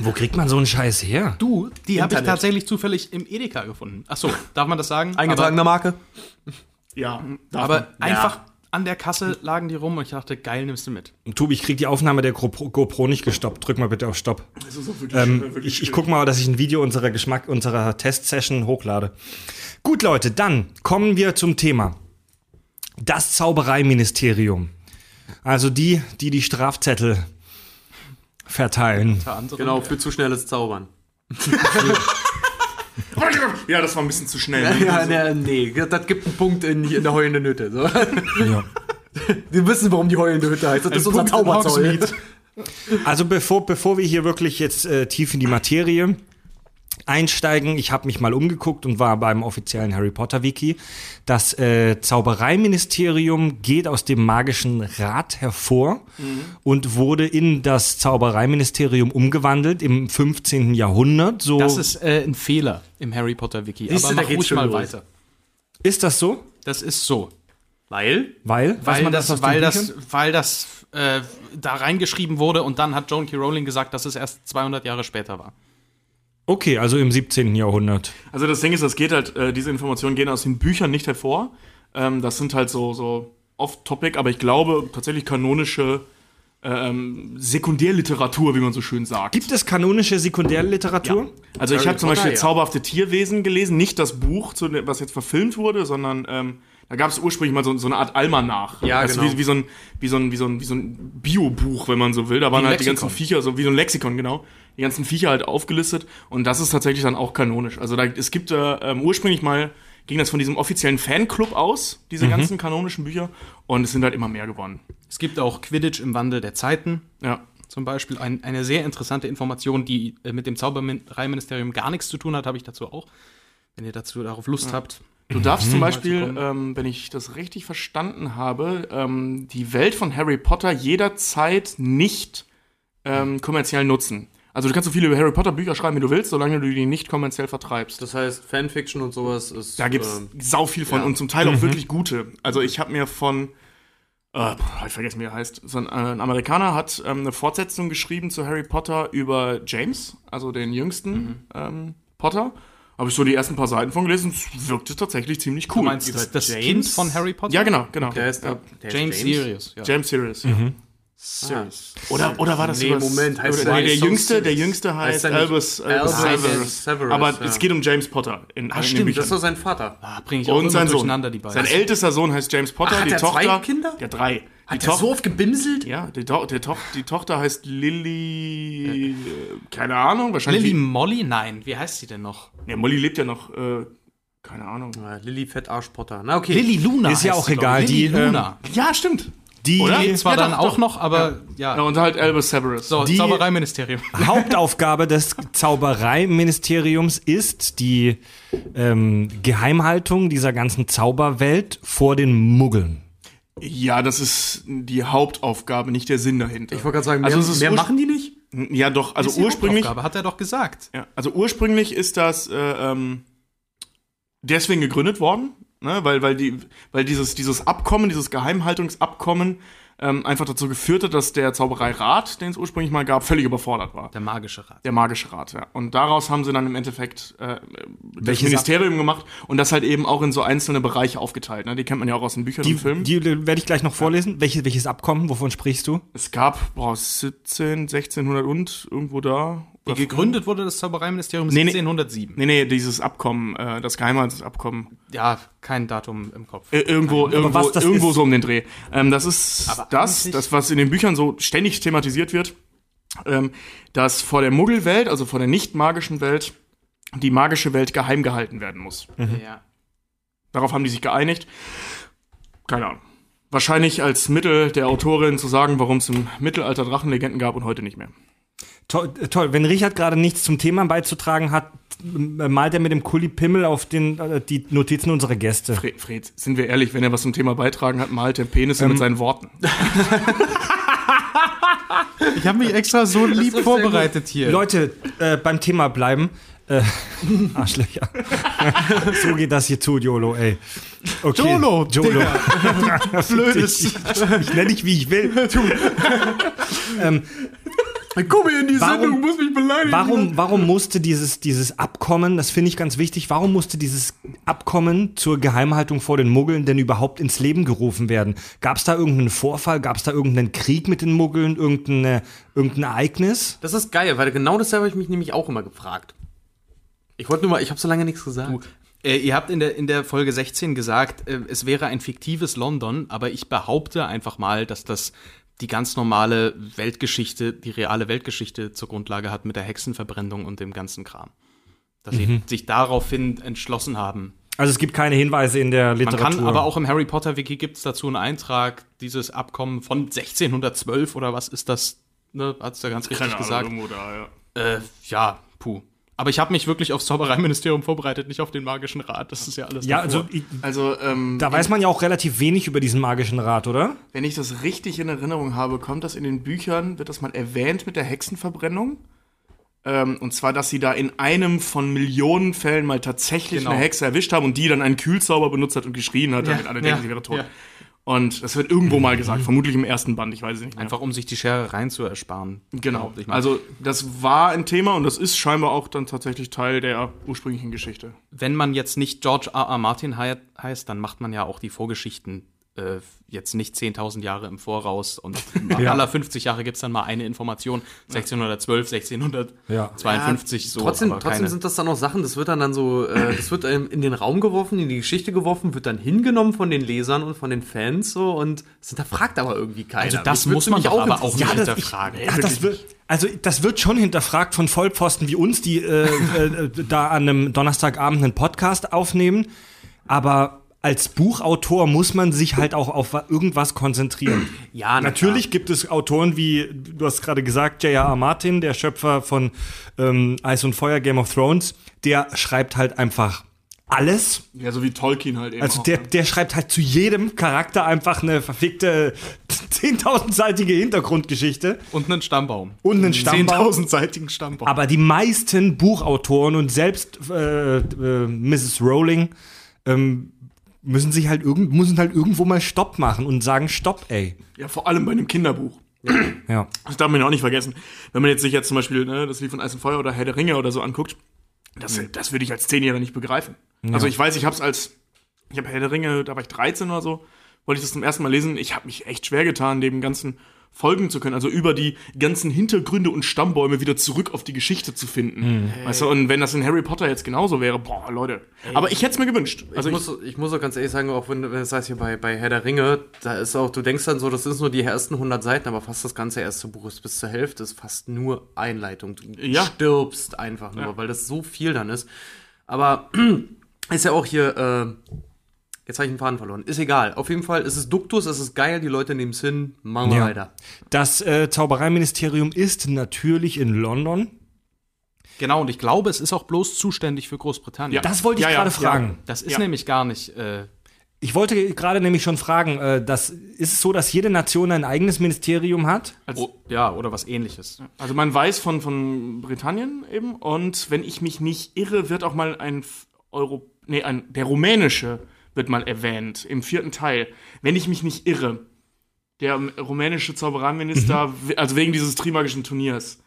[SPEAKER 1] Wo kriegt man so einen Scheiß her?
[SPEAKER 5] Du, die habe ich
[SPEAKER 4] Internet.
[SPEAKER 5] tatsächlich zufällig im Edeka gefunden. Ach so, darf man das
[SPEAKER 4] <laughs>
[SPEAKER 5] sagen?
[SPEAKER 4] Eingetragener Marke.
[SPEAKER 3] Ja, darf
[SPEAKER 5] Aber,
[SPEAKER 3] man.
[SPEAKER 5] aber einfach an der Kasse lagen die rum und ich dachte, geil, nimmst du mit.
[SPEAKER 1] Tobi, ich krieg die Aufnahme der GoPro GoPro nicht gestoppt. Drück mal bitte auf Stopp.
[SPEAKER 3] Das ist auch wirklich,
[SPEAKER 1] Ähm,
[SPEAKER 3] äh, wirklich
[SPEAKER 1] ich, ich
[SPEAKER 3] schön.
[SPEAKER 1] guck mal, dass ich ein Video unserer Geschmack, unserer Testsession hochlade. Gut, Leute, dann kommen wir zum Thema. Das Zaubereiministerium. Also die, die die Strafzettel verteilen.
[SPEAKER 5] Unter anderem.
[SPEAKER 4] Genau, für zu schnelles Zaubern.
[SPEAKER 3] Ja, das war ein bisschen zu schnell. ne?
[SPEAKER 4] Ja,
[SPEAKER 3] Also,
[SPEAKER 4] ne, nee, das gibt einen Punkt in, in der heulenden Hütte. So.
[SPEAKER 1] Ja.
[SPEAKER 4] <laughs> Wir wissen, warum die heulende Hütte heißt. Das ist unser
[SPEAKER 5] Punkt in
[SPEAKER 4] Zauberzeug.
[SPEAKER 1] Also bevor, bevor wir hier wirklich jetzt äh, tief in die Materie einsteigen, ich habe mich mal umgeguckt und war beim offiziellen Harry Potter Wiki. Das äh, Zaubereiministerium geht aus dem magischen Rat hervor
[SPEAKER 5] Mhm.
[SPEAKER 1] und wurde in das Zaubereiministerium umgewandelt im 15. Jahrhundert. So
[SPEAKER 5] Das ist äh, ein Fehler im Harry Potter Wiki.
[SPEAKER 4] Siehste,
[SPEAKER 5] Aber
[SPEAKER 4] da
[SPEAKER 5] mach
[SPEAKER 4] geht's
[SPEAKER 5] ruhig
[SPEAKER 4] schon
[SPEAKER 5] mal
[SPEAKER 4] los.
[SPEAKER 5] weiter.
[SPEAKER 1] ist das so?
[SPEAKER 5] Das ist so.
[SPEAKER 4] Weil?
[SPEAKER 1] Weil?
[SPEAKER 5] Weil
[SPEAKER 1] aus
[SPEAKER 5] das,
[SPEAKER 1] den
[SPEAKER 5] weil
[SPEAKER 1] Büchern?
[SPEAKER 5] das, weil das äh, da reingeschrieben wurde und dann hat Joan K. Rowling gesagt, dass es erst 200 Jahre später war.
[SPEAKER 1] Okay, also im 17. Jahrhundert.
[SPEAKER 3] also das Ding ist, das geht halt, äh, diese Informationen gehen aus den Büchern nicht hervor. Ähm, das sind halt so, so off-topic, aber ich glaube tatsächlich kanonische ähm, Sekundärliteratur, wie man so schön sagt.
[SPEAKER 1] Gibt es kanonische Sekundärliteratur?
[SPEAKER 3] Also ich
[SPEAKER 4] Harry
[SPEAKER 3] habe zum
[SPEAKER 4] Potter,
[SPEAKER 3] Beispiel
[SPEAKER 4] ja.
[SPEAKER 3] Zauberhafte Tierwesen gelesen, nicht das Buch, zu dem- was jetzt verfilmt wurde, sondern ähm, da gab es ursprünglich mal so, so eine Art Almanach.
[SPEAKER 4] Ja,
[SPEAKER 3] also
[SPEAKER 4] genau.
[SPEAKER 3] wie, wie so ein, wie so ein, wie so ein, wie so ein Biobuch, wenn man so will. Da waren
[SPEAKER 5] ein
[SPEAKER 3] halt die
[SPEAKER 5] Lexikon.
[SPEAKER 3] ganzen Viecher, so wie so ein Lexikon, genau. Die ganzen Viecher halt aufgelistet und das ist tatsächlich dann auch kanonisch. Also da, es gibt äh, ähm, ursprünglich mal, ging das von diesem offiziellen Fanclub aus, diese
[SPEAKER 4] Mhm.
[SPEAKER 3] ganzen kanonischen Bücher und es sind halt immer mehr geworden.
[SPEAKER 5] Es gibt auch Quidditch im Wandel der Zeiten.
[SPEAKER 3] Ja.
[SPEAKER 5] Zum Beispiel ein, eine sehr interessante Information, die äh, mit dem Zaubereiministerium gar nichts zu tun hat, habe ich dazu auch. Wenn ihr dazu darauf Lust habt.
[SPEAKER 3] Du darfst zum Beispiel,
[SPEAKER 5] Sekunden.
[SPEAKER 3] ähm, wenn ich das richtig verstanden habe, ähm, die Welt von Harry Potter jederzeit nicht ähm, kommerziell nutzen. Also du kannst so viele Harry Potter Bücher schreiben, wie du willst, solange du die nicht kommerziell vertreibst.
[SPEAKER 4] Das heißt, Fanfiction und sowas ist.
[SPEAKER 3] da gibt's
[SPEAKER 4] ähm,
[SPEAKER 3] sau viel von
[SPEAKER 4] ja. Mhm.
[SPEAKER 3] und zum Teil auch wirklich gute. Also ich habe mir von äh, puh, ich vergessen, wie er heißt. So ein, äh, ein Amerikaner hat ähm, eine Fortsetzung geschrieben zu Harry Potter über James, also den jüngsten
[SPEAKER 4] Mhm.
[SPEAKER 3] ähm, Potter. Habe ich so die ersten paar Seiten von gelesen. Es wirkte tatsächlich ziemlich cool.
[SPEAKER 5] Du meinst das, das
[SPEAKER 4] James?
[SPEAKER 5] Kind von Harry Potter?
[SPEAKER 3] Ja, genau, genau.
[SPEAKER 4] der heißt, der
[SPEAKER 5] James, Sirius. Ja.
[SPEAKER 3] James Sirius. ja.
[SPEAKER 6] Ah.
[SPEAKER 4] Sirius.
[SPEAKER 3] Oder, oder war das
[SPEAKER 4] Nee,
[SPEAKER 3] übers-
[SPEAKER 4] Moment, heißt
[SPEAKER 3] oder,
[SPEAKER 4] er-
[SPEAKER 3] nee, der
[SPEAKER 4] heißt er
[SPEAKER 3] jüngste, der
[SPEAKER 4] Sirius?
[SPEAKER 3] jüngste heißt
[SPEAKER 4] Heißt er nicht
[SPEAKER 3] Albus, Albus
[SPEAKER 4] Albus
[SPEAKER 3] Severus.
[SPEAKER 4] Severus, Severus,
[SPEAKER 3] Aber
[SPEAKER 4] ja.
[SPEAKER 3] es geht um James Potter in, in den
[SPEAKER 5] stimmt,
[SPEAKER 3] Büchern.
[SPEAKER 4] Das war sein Vater.
[SPEAKER 5] Ah, bring ich auch
[SPEAKER 3] und
[SPEAKER 5] immer
[SPEAKER 3] sein Sohn.
[SPEAKER 5] durcheinander die beiden.
[SPEAKER 3] Sein ältester Sohn heißt James Potter,
[SPEAKER 4] Ach, hat
[SPEAKER 3] die
[SPEAKER 4] er
[SPEAKER 3] Tochter.
[SPEAKER 4] zwei Kinder?
[SPEAKER 3] Der drei. Die,
[SPEAKER 4] der
[SPEAKER 3] Toch-
[SPEAKER 4] so oft gebimselt?
[SPEAKER 3] ja, die, To- der Toch- die Tochter heißt Lilly. äh, Keine Ahnung, wahrscheinlich.
[SPEAKER 5] Lily Molly? Nein, wie heißt sie denn noch?
[SPEAKER 3] Ja, Molly lebt ja noch. Äh, keine Ahnung.
[SPEAKER 4] Ah, Lilly Fettarsch Potter. Na, okay.
[SPEAKER 5] Lily Luna.
[SPEAKER 1] Ist ja
[SPEAKER 5] heißt
[SPEAKER 1] auch
[SPEAKER 5] sie, glaub
[SPEAKER 1] egal,
[SPEAKER 5] ich. Lily
[SPEAKER 1] die, ähm,
[SPEAKER 5] Luna.
[SPEAKER 3] Ja, stimmt.
[SPEAKER 1] Die
[SPEAKER 3] Oder?
[SPEAKER 5] Geht zwar
[SPEAKER 3] ja,
[SPEAKER 5] dann
[SPEAKER 3] doch,
[SPEAKER 5] auch
[SPEAKER 3] doch.
[SPEAKER 5] noch, aber ja.
[SPEAKER 3] Ja, und halt Albus Severus.
[SPEAKER 5] So,
[SPEAKER 1] die-
[SPEAKER 5] Zaubereiministerium.
[SPEAKER 1] Hauptaufgabe des Zaubereiministeriums ist die ähm, Geheimhaltung dieser ganzen Zauberwelt vor den Muggeln.
[SPEAKER 3] Ja, das ist die Hauptaufgabe, nicht der Sinn dahinter.
[SPEAKER 4] Ich wollte gerade sagen, mehr,
[SPEAKER 3] also es ist
[SPEAKER 4] mehr
[SPEAKER 3] urspr-
[SPEAKER 4] machen die nicht?
[SPEAKER 3] Ja, doch. Also
[SPEAKER 5] Ist die
[SPEAKER 3] ursprünglich,
[SPEAKER 5] Hauptaufgabe, hat er doch gesagt.
[SPEAKER 3] Ja, also ursprünglich ist das äh, ähm, deswegen gegründet worden, ne? weil, weil, die, weil dieses, dieses Abkommen, dieses Geheimhaltungsabkommen ähm, einfach dazu geführt hat, dass der Zaubereirat, den es ursprünglich mal gab, völlig überfordert war.
[SPEAKER 5] Der magische Rat.
[SPEAKER 3] Der Magische Rat, ja. Und daraus haben sie dann im Endeffekt äh, das
[SPEAKER 1] Welches
[SPEAKER 3] Ministerium gemacht und das halt eben auch in so einzelne Bereiche aufgeteilt. Ne? Die kennt man ja auch aus den Büchern
[SPEAKER 1] Die,
[SPEAKER 3] und Filmen.
[SPEAKER 1] die werde ich gleich noch vorlesen. Welches, welches Abkommen, wovon sprichst du?
[SPEAKER 3] es gab boah, 17, 1600 und irgendwo da.
[SPEAKER 5] Wie gegründet wurde das Zaubereiministerium
[SPEAKER 3] Nee, nee.
[SPEAKER 5] 1707.
[SPEAKER 3] Nee, nee, dieses Abkommen, äh, das Geheimhaltungsabkommen.
[SPEAKER 5] Ja, kein Datum im Kopf.
[SPEAKER 3] Äh, irgendwo, irgendwo,
[SPEAKER 1] was das
[SPEAKER 3] irgendwo
[SPEAKER 1] ist-
[SPEAKER 3] so um den Dreh. Ähm, das ist
[SPEAKER 5] Aber
[SPEAKER 3] das,
[SPEAKER 5] eigentlich-
[SPEAKER 3] das, was in den Büchern so ständig thematisiert wird, ähm, dass vor der Muggelwelt, also vor der nicht magischen Welt, die magische Welt geheim gehalten werden muss.
[SPEAKER 5] Ja.
[SPEAKER 3] Darauf haben die sich geeinigt. Keine Ahnung. Wahrscheinlich als Mittel der Autorin zu sagen, warum es im Mittelalter Drachenlegenden gab und heute nicht mehr.
[SPEAKER 1] To äh, toll, wenn Richard gerade nichts zum Thema beizutragen hat, m- äh, malt er mit dem Kuli Pimmel auf den, äh, die Notizen unserer Gäste.
[SPEAKER 3] Fred, Fred, sind wir ehrlich, wenn er was zum Thema beitragen hat, malt er Penisse mit seinen Worten.
[SPEAKER 5] Ich habe mich extra so <laughs> lieb
[SPEAKER 4] sehr
[SPEAKER 5] vorbereitet hier.
[SPEAKER 1] Leute, äh, beim Thema bleiben.
[SPEAKER 5] <laughs>
[SPEAKER 1] Äh, Arschlöcher. <laughs> so geht das hier zu, YOLO, ey. Okay.
[SPEAKER 5] YOLO,
[SPEAKER 1] YOLO. <laughs>
[SPEAKER 5] Blödes. <laughs>
[SPEAKER 1] Ich nenne dich, wie ich will. ähm,
[SPEAKER 4] Ich komme in die
[SPEAKER 1] Warum-
[SPEAKER 4] Sendung, muss mich beleidigen.
[SPEAKER 1] Warum, warum musste dieses, dieses Abkommen, das finde ich ganz wichtig, warum musste dieses Abkommen zur Geheimhaltung vor den Muggeln denn überhaupt ins Leben gerufen werden? Gab es da irgendeinen Vorfall? Gab es da irgendeinen Krieg mit den Muggeln? Irgendeine, irgendein Ereignis?
[SPEAKER 6] Das ist geil, weil genau das habe ich mich nämlich auch immer gefragt. Ich wollte nur mal, ich habe so lange nichts gesagt.
[SPEAKER 5] Äh, ihr habt in der, in der Folge 16 gesagt, äh, es wäre ein fiktives London, aber ich behaupte einfach mal, dass das die ganz normale Weltgeschichte, die reale Weltgeschichte zur Grundlage hat mit der Hexenverbrennung und dem ganzen Kram. Dass sie sich daraufhin entschlossen haben.
[SPEAKER 1] Also es gibt keine Hinweise in der
[SPEAKER 5] Man
[SPEAKER 1] Literatur.
[SPEAKER 5] kann aber auch im Harry Potter Wiki gibt es dazu einen Eintrag, dieses Abkommen von 1612 oder was ist das? Ne, hat es ja ganz richtig gesagt.
[SPEAKER 3] Ahnung, oder, ja.
[SPEAKER 5] Äh, ja, puh. Aber ich habe mich wirklich aufs Zaubereiministerium vorbereitet, nicht auf den magischen Rat. Das ist ja alles.
[SPEAKER 1] ja,
[SPEAKER 5] davor.
[SPEAKER 1] also ich,
[SPEAKER 3] Also, ähm,
[SPEAKER 1] da weiß man ja auch relativ wenig über diesen magischen Rat, oder?
[SPEAKER 3] wenn ich das richtig in Erinnerung habe, kommt das in den Büchern, wird das mal erwähnt mit der Hexenverbrennung. Ähm, und zwar, dass sie da in einem von Millionen Fällen mal tatsächlich
[SPEAKER 5] Genau.
[SPEAKER 3] eine Hexe erwischt haben und die dann einen Kühlzauber benutzt hat und geschrien hat, damit alle denken, sie wäre tot.
[SPEAKER 5] ja. Mhm.
[SPEAKER 3] Und das wird irgendwo mal gesagt, vermutlich im ersten Band, ich weiß es nicht mehr.
[SPEAKER 5] Einfach um sich die Schere rein zu ersparen.
[SPEAKER 3] Genau.
[SPEAKER 5] Ich mein, also,
[SPEAKER 3] Also das war ein Thema und das ist scheinbar auch dann tatsächlich Teil der ursprünglichen Geschichte.
[SPEAKER 5] wenn man jetzt nicht George R. R. Martin hei- heißt, dann macht man ja auch die Vorgeschichten äh, jetzt nicht 10.000 Jahre im Voraus und aller 50 Jahre gibt es dann mal eine Information. 1612, 1652, so.
[SPEAKER 6] trotzdem
[SPEAKER 5] aber
[SPEAKER 6] trotzdem
[SPEAKER 5] keine-
[SPEAKER 6] sind das dann auch Sachen, das wird dann, dann so, äh, das wird ähm, in den Raum geworfen, in die Geschichte geworfen, wird dann hingenommen von den Lesern und von den Fans so und es hinterfragt aber irgendwie keiner.
[SPEAKER 5] also das
[SPEAKER 6] Mich
[SPEAKER 5] muss
[SPEAKER 6] würd's
[SPEAKER 5] man
[SPEAKER 6] nämlich
[SPEAKER 5] doch aber auch
[SPEAKER 6] interessieren.
[SPEAKER 5] nicht
[SPEAKER 1] Ja, das-
[SPEAKER 5] hinterfragen.
[SPEAKER 1] Ach, das wird, also das wird schon hinterfragt von Vollpfosten wie uns, die äh, äh, da an einem Donnerstagabend einen Podcast aufnehmen. Aber als Buchautor muss man sich halt auch auf wa- irgendwas konzentrieren.
[SPEAKER 6] Ja, na
[SPEAKER 1] Natürlich gibt es Autoren wie, du hast gerade gesagt, J.R.R. Martin, der Schöpfer von ähm, Eis und Feuer, Game of Thrones, der schreibt halt einfach alles.
[SPEAKER 3] Ja, so wie Tolkien halt eben.
[SPEAKER 1] Also
[SPEAKER 3] auch,
[SPEAKER 1] der,
[SPEAKER 3] ne?
[SPEAKER 1] der schreibt halt zu jedem Charakter einfach eine verfickte <laughs> 10.000-seitige Hintergrundgeschichte
[SPEAKER 5] Und einen Stammbaum.
[SPEAKER 1] und
[SPEAKER 3] ne?
[SPEAKER 1] einen Stammbaum.
[SPEAKER 5] 10.000-seitigen Stammbaum.
[SPEAKER 1] Aber die meisten Buchautoren und selbst äh, äh, Mrs. Rowling ähm, müssen sich halt irgend, müssen halt irgendwo mal Stopp machen und sagen Stopp, ey.
[SPEAKER 3] ja, vor allem bei einem Kinderbuch.
[SPEAKER 1] Ja.
[SPEAKER 3] Das darf man ja auch nicht vergessen. Wenn man jetzt sich jetzt zum Beispiel ne, das Lied von Eis und Feuer oder Herr der Ringe oder so anguckt, das, das würde ich als Zehnjähriger nicht begreifen. Also ich weiß, ich habe es als, ich habe Herr der Ringe, da war ich 13 oder so, wollte ich das zum ersten Mal lesen. Ich habe mich echt schwer getan, dem Ganzen folgen zu können. Also über die ganzen Hintergründe und Stammbäume wieder zurück auf die Geschichte zu finden.
[SPEAKER 1] Mhm.
[SPEAKER 3] Weißt du, und wenn das in Harry Potter jetzt genauso wäre, boah, Leute. Aber ich hätte es mir gewünscht. Also
[SPEAKER 6] ich,
[SPEAKER 3] ich,
[SPEAKER 6] muss, ich muss auch ganz ehrlich sagen, auch wenn, wenn du sagst hier bei, bei Herr der Ringe, da ist auch, du denkst dann so, das ist nur die ersten 100 Seiten, aber fast das ganze erste Buch ist bis zur Hälfte, ist fast nur Einleitung. Du
[SPEAKER 3] Ja.
[SPEAKER 6] stirbst einfach nur, weil das so viel dann ist. Aber <clears throat> ist ja auch hier, äh, jetzt habe ich den Faden verloren. Ist egal. Auf jeden Fall ist es Duktus, es ist geil, die Leute nehmen es hin, machen wir
[SPEAKER 1] Ja.
[SPEAKER 6] weiter.
[SPEAKER 1] Das äh, Zaubereiministerium ist natürlich in London.
[SPEAKER 5] Genau, und ich glaube, es ist auch bloß zuständig für Großbritannien.
[SPEAKER 3] Ja.
[SPEAKER 1] Das wollte ich
[SPEAKER 3] Ja, ja,
[SPEAKER 1] gerade
[SPEAKER 3] ja.
[SPEAKER 1] fragen.
[SPEAKER 5] Das ist
[SPEAKER 3] Ja.
[SPEAKER 5] nämlich gar nicht. Äh,
[SPEAKER 1] Ich wollte gerade nämlich schon fragen, äh, das, ist es so, dass jede Nation ein eigenes Ministerium hat?
[SPEAKER 5] oh, ja, oder was ähnliches.
[SPEAKER 3] Also man weiß von, von Britannien eben und wenn ich mich nicht irre, wird auch mal ein F- Euro, nee, ein, der rumänische wird mal erwähnt im vierten Teil. Wenn ich mich nicht irre, der ähm, rumänische Zaubereiminister,
[SPEAKER 5] Mhm.
[SPEAKER 3] we- also wegen dieses trimagischen Turniers,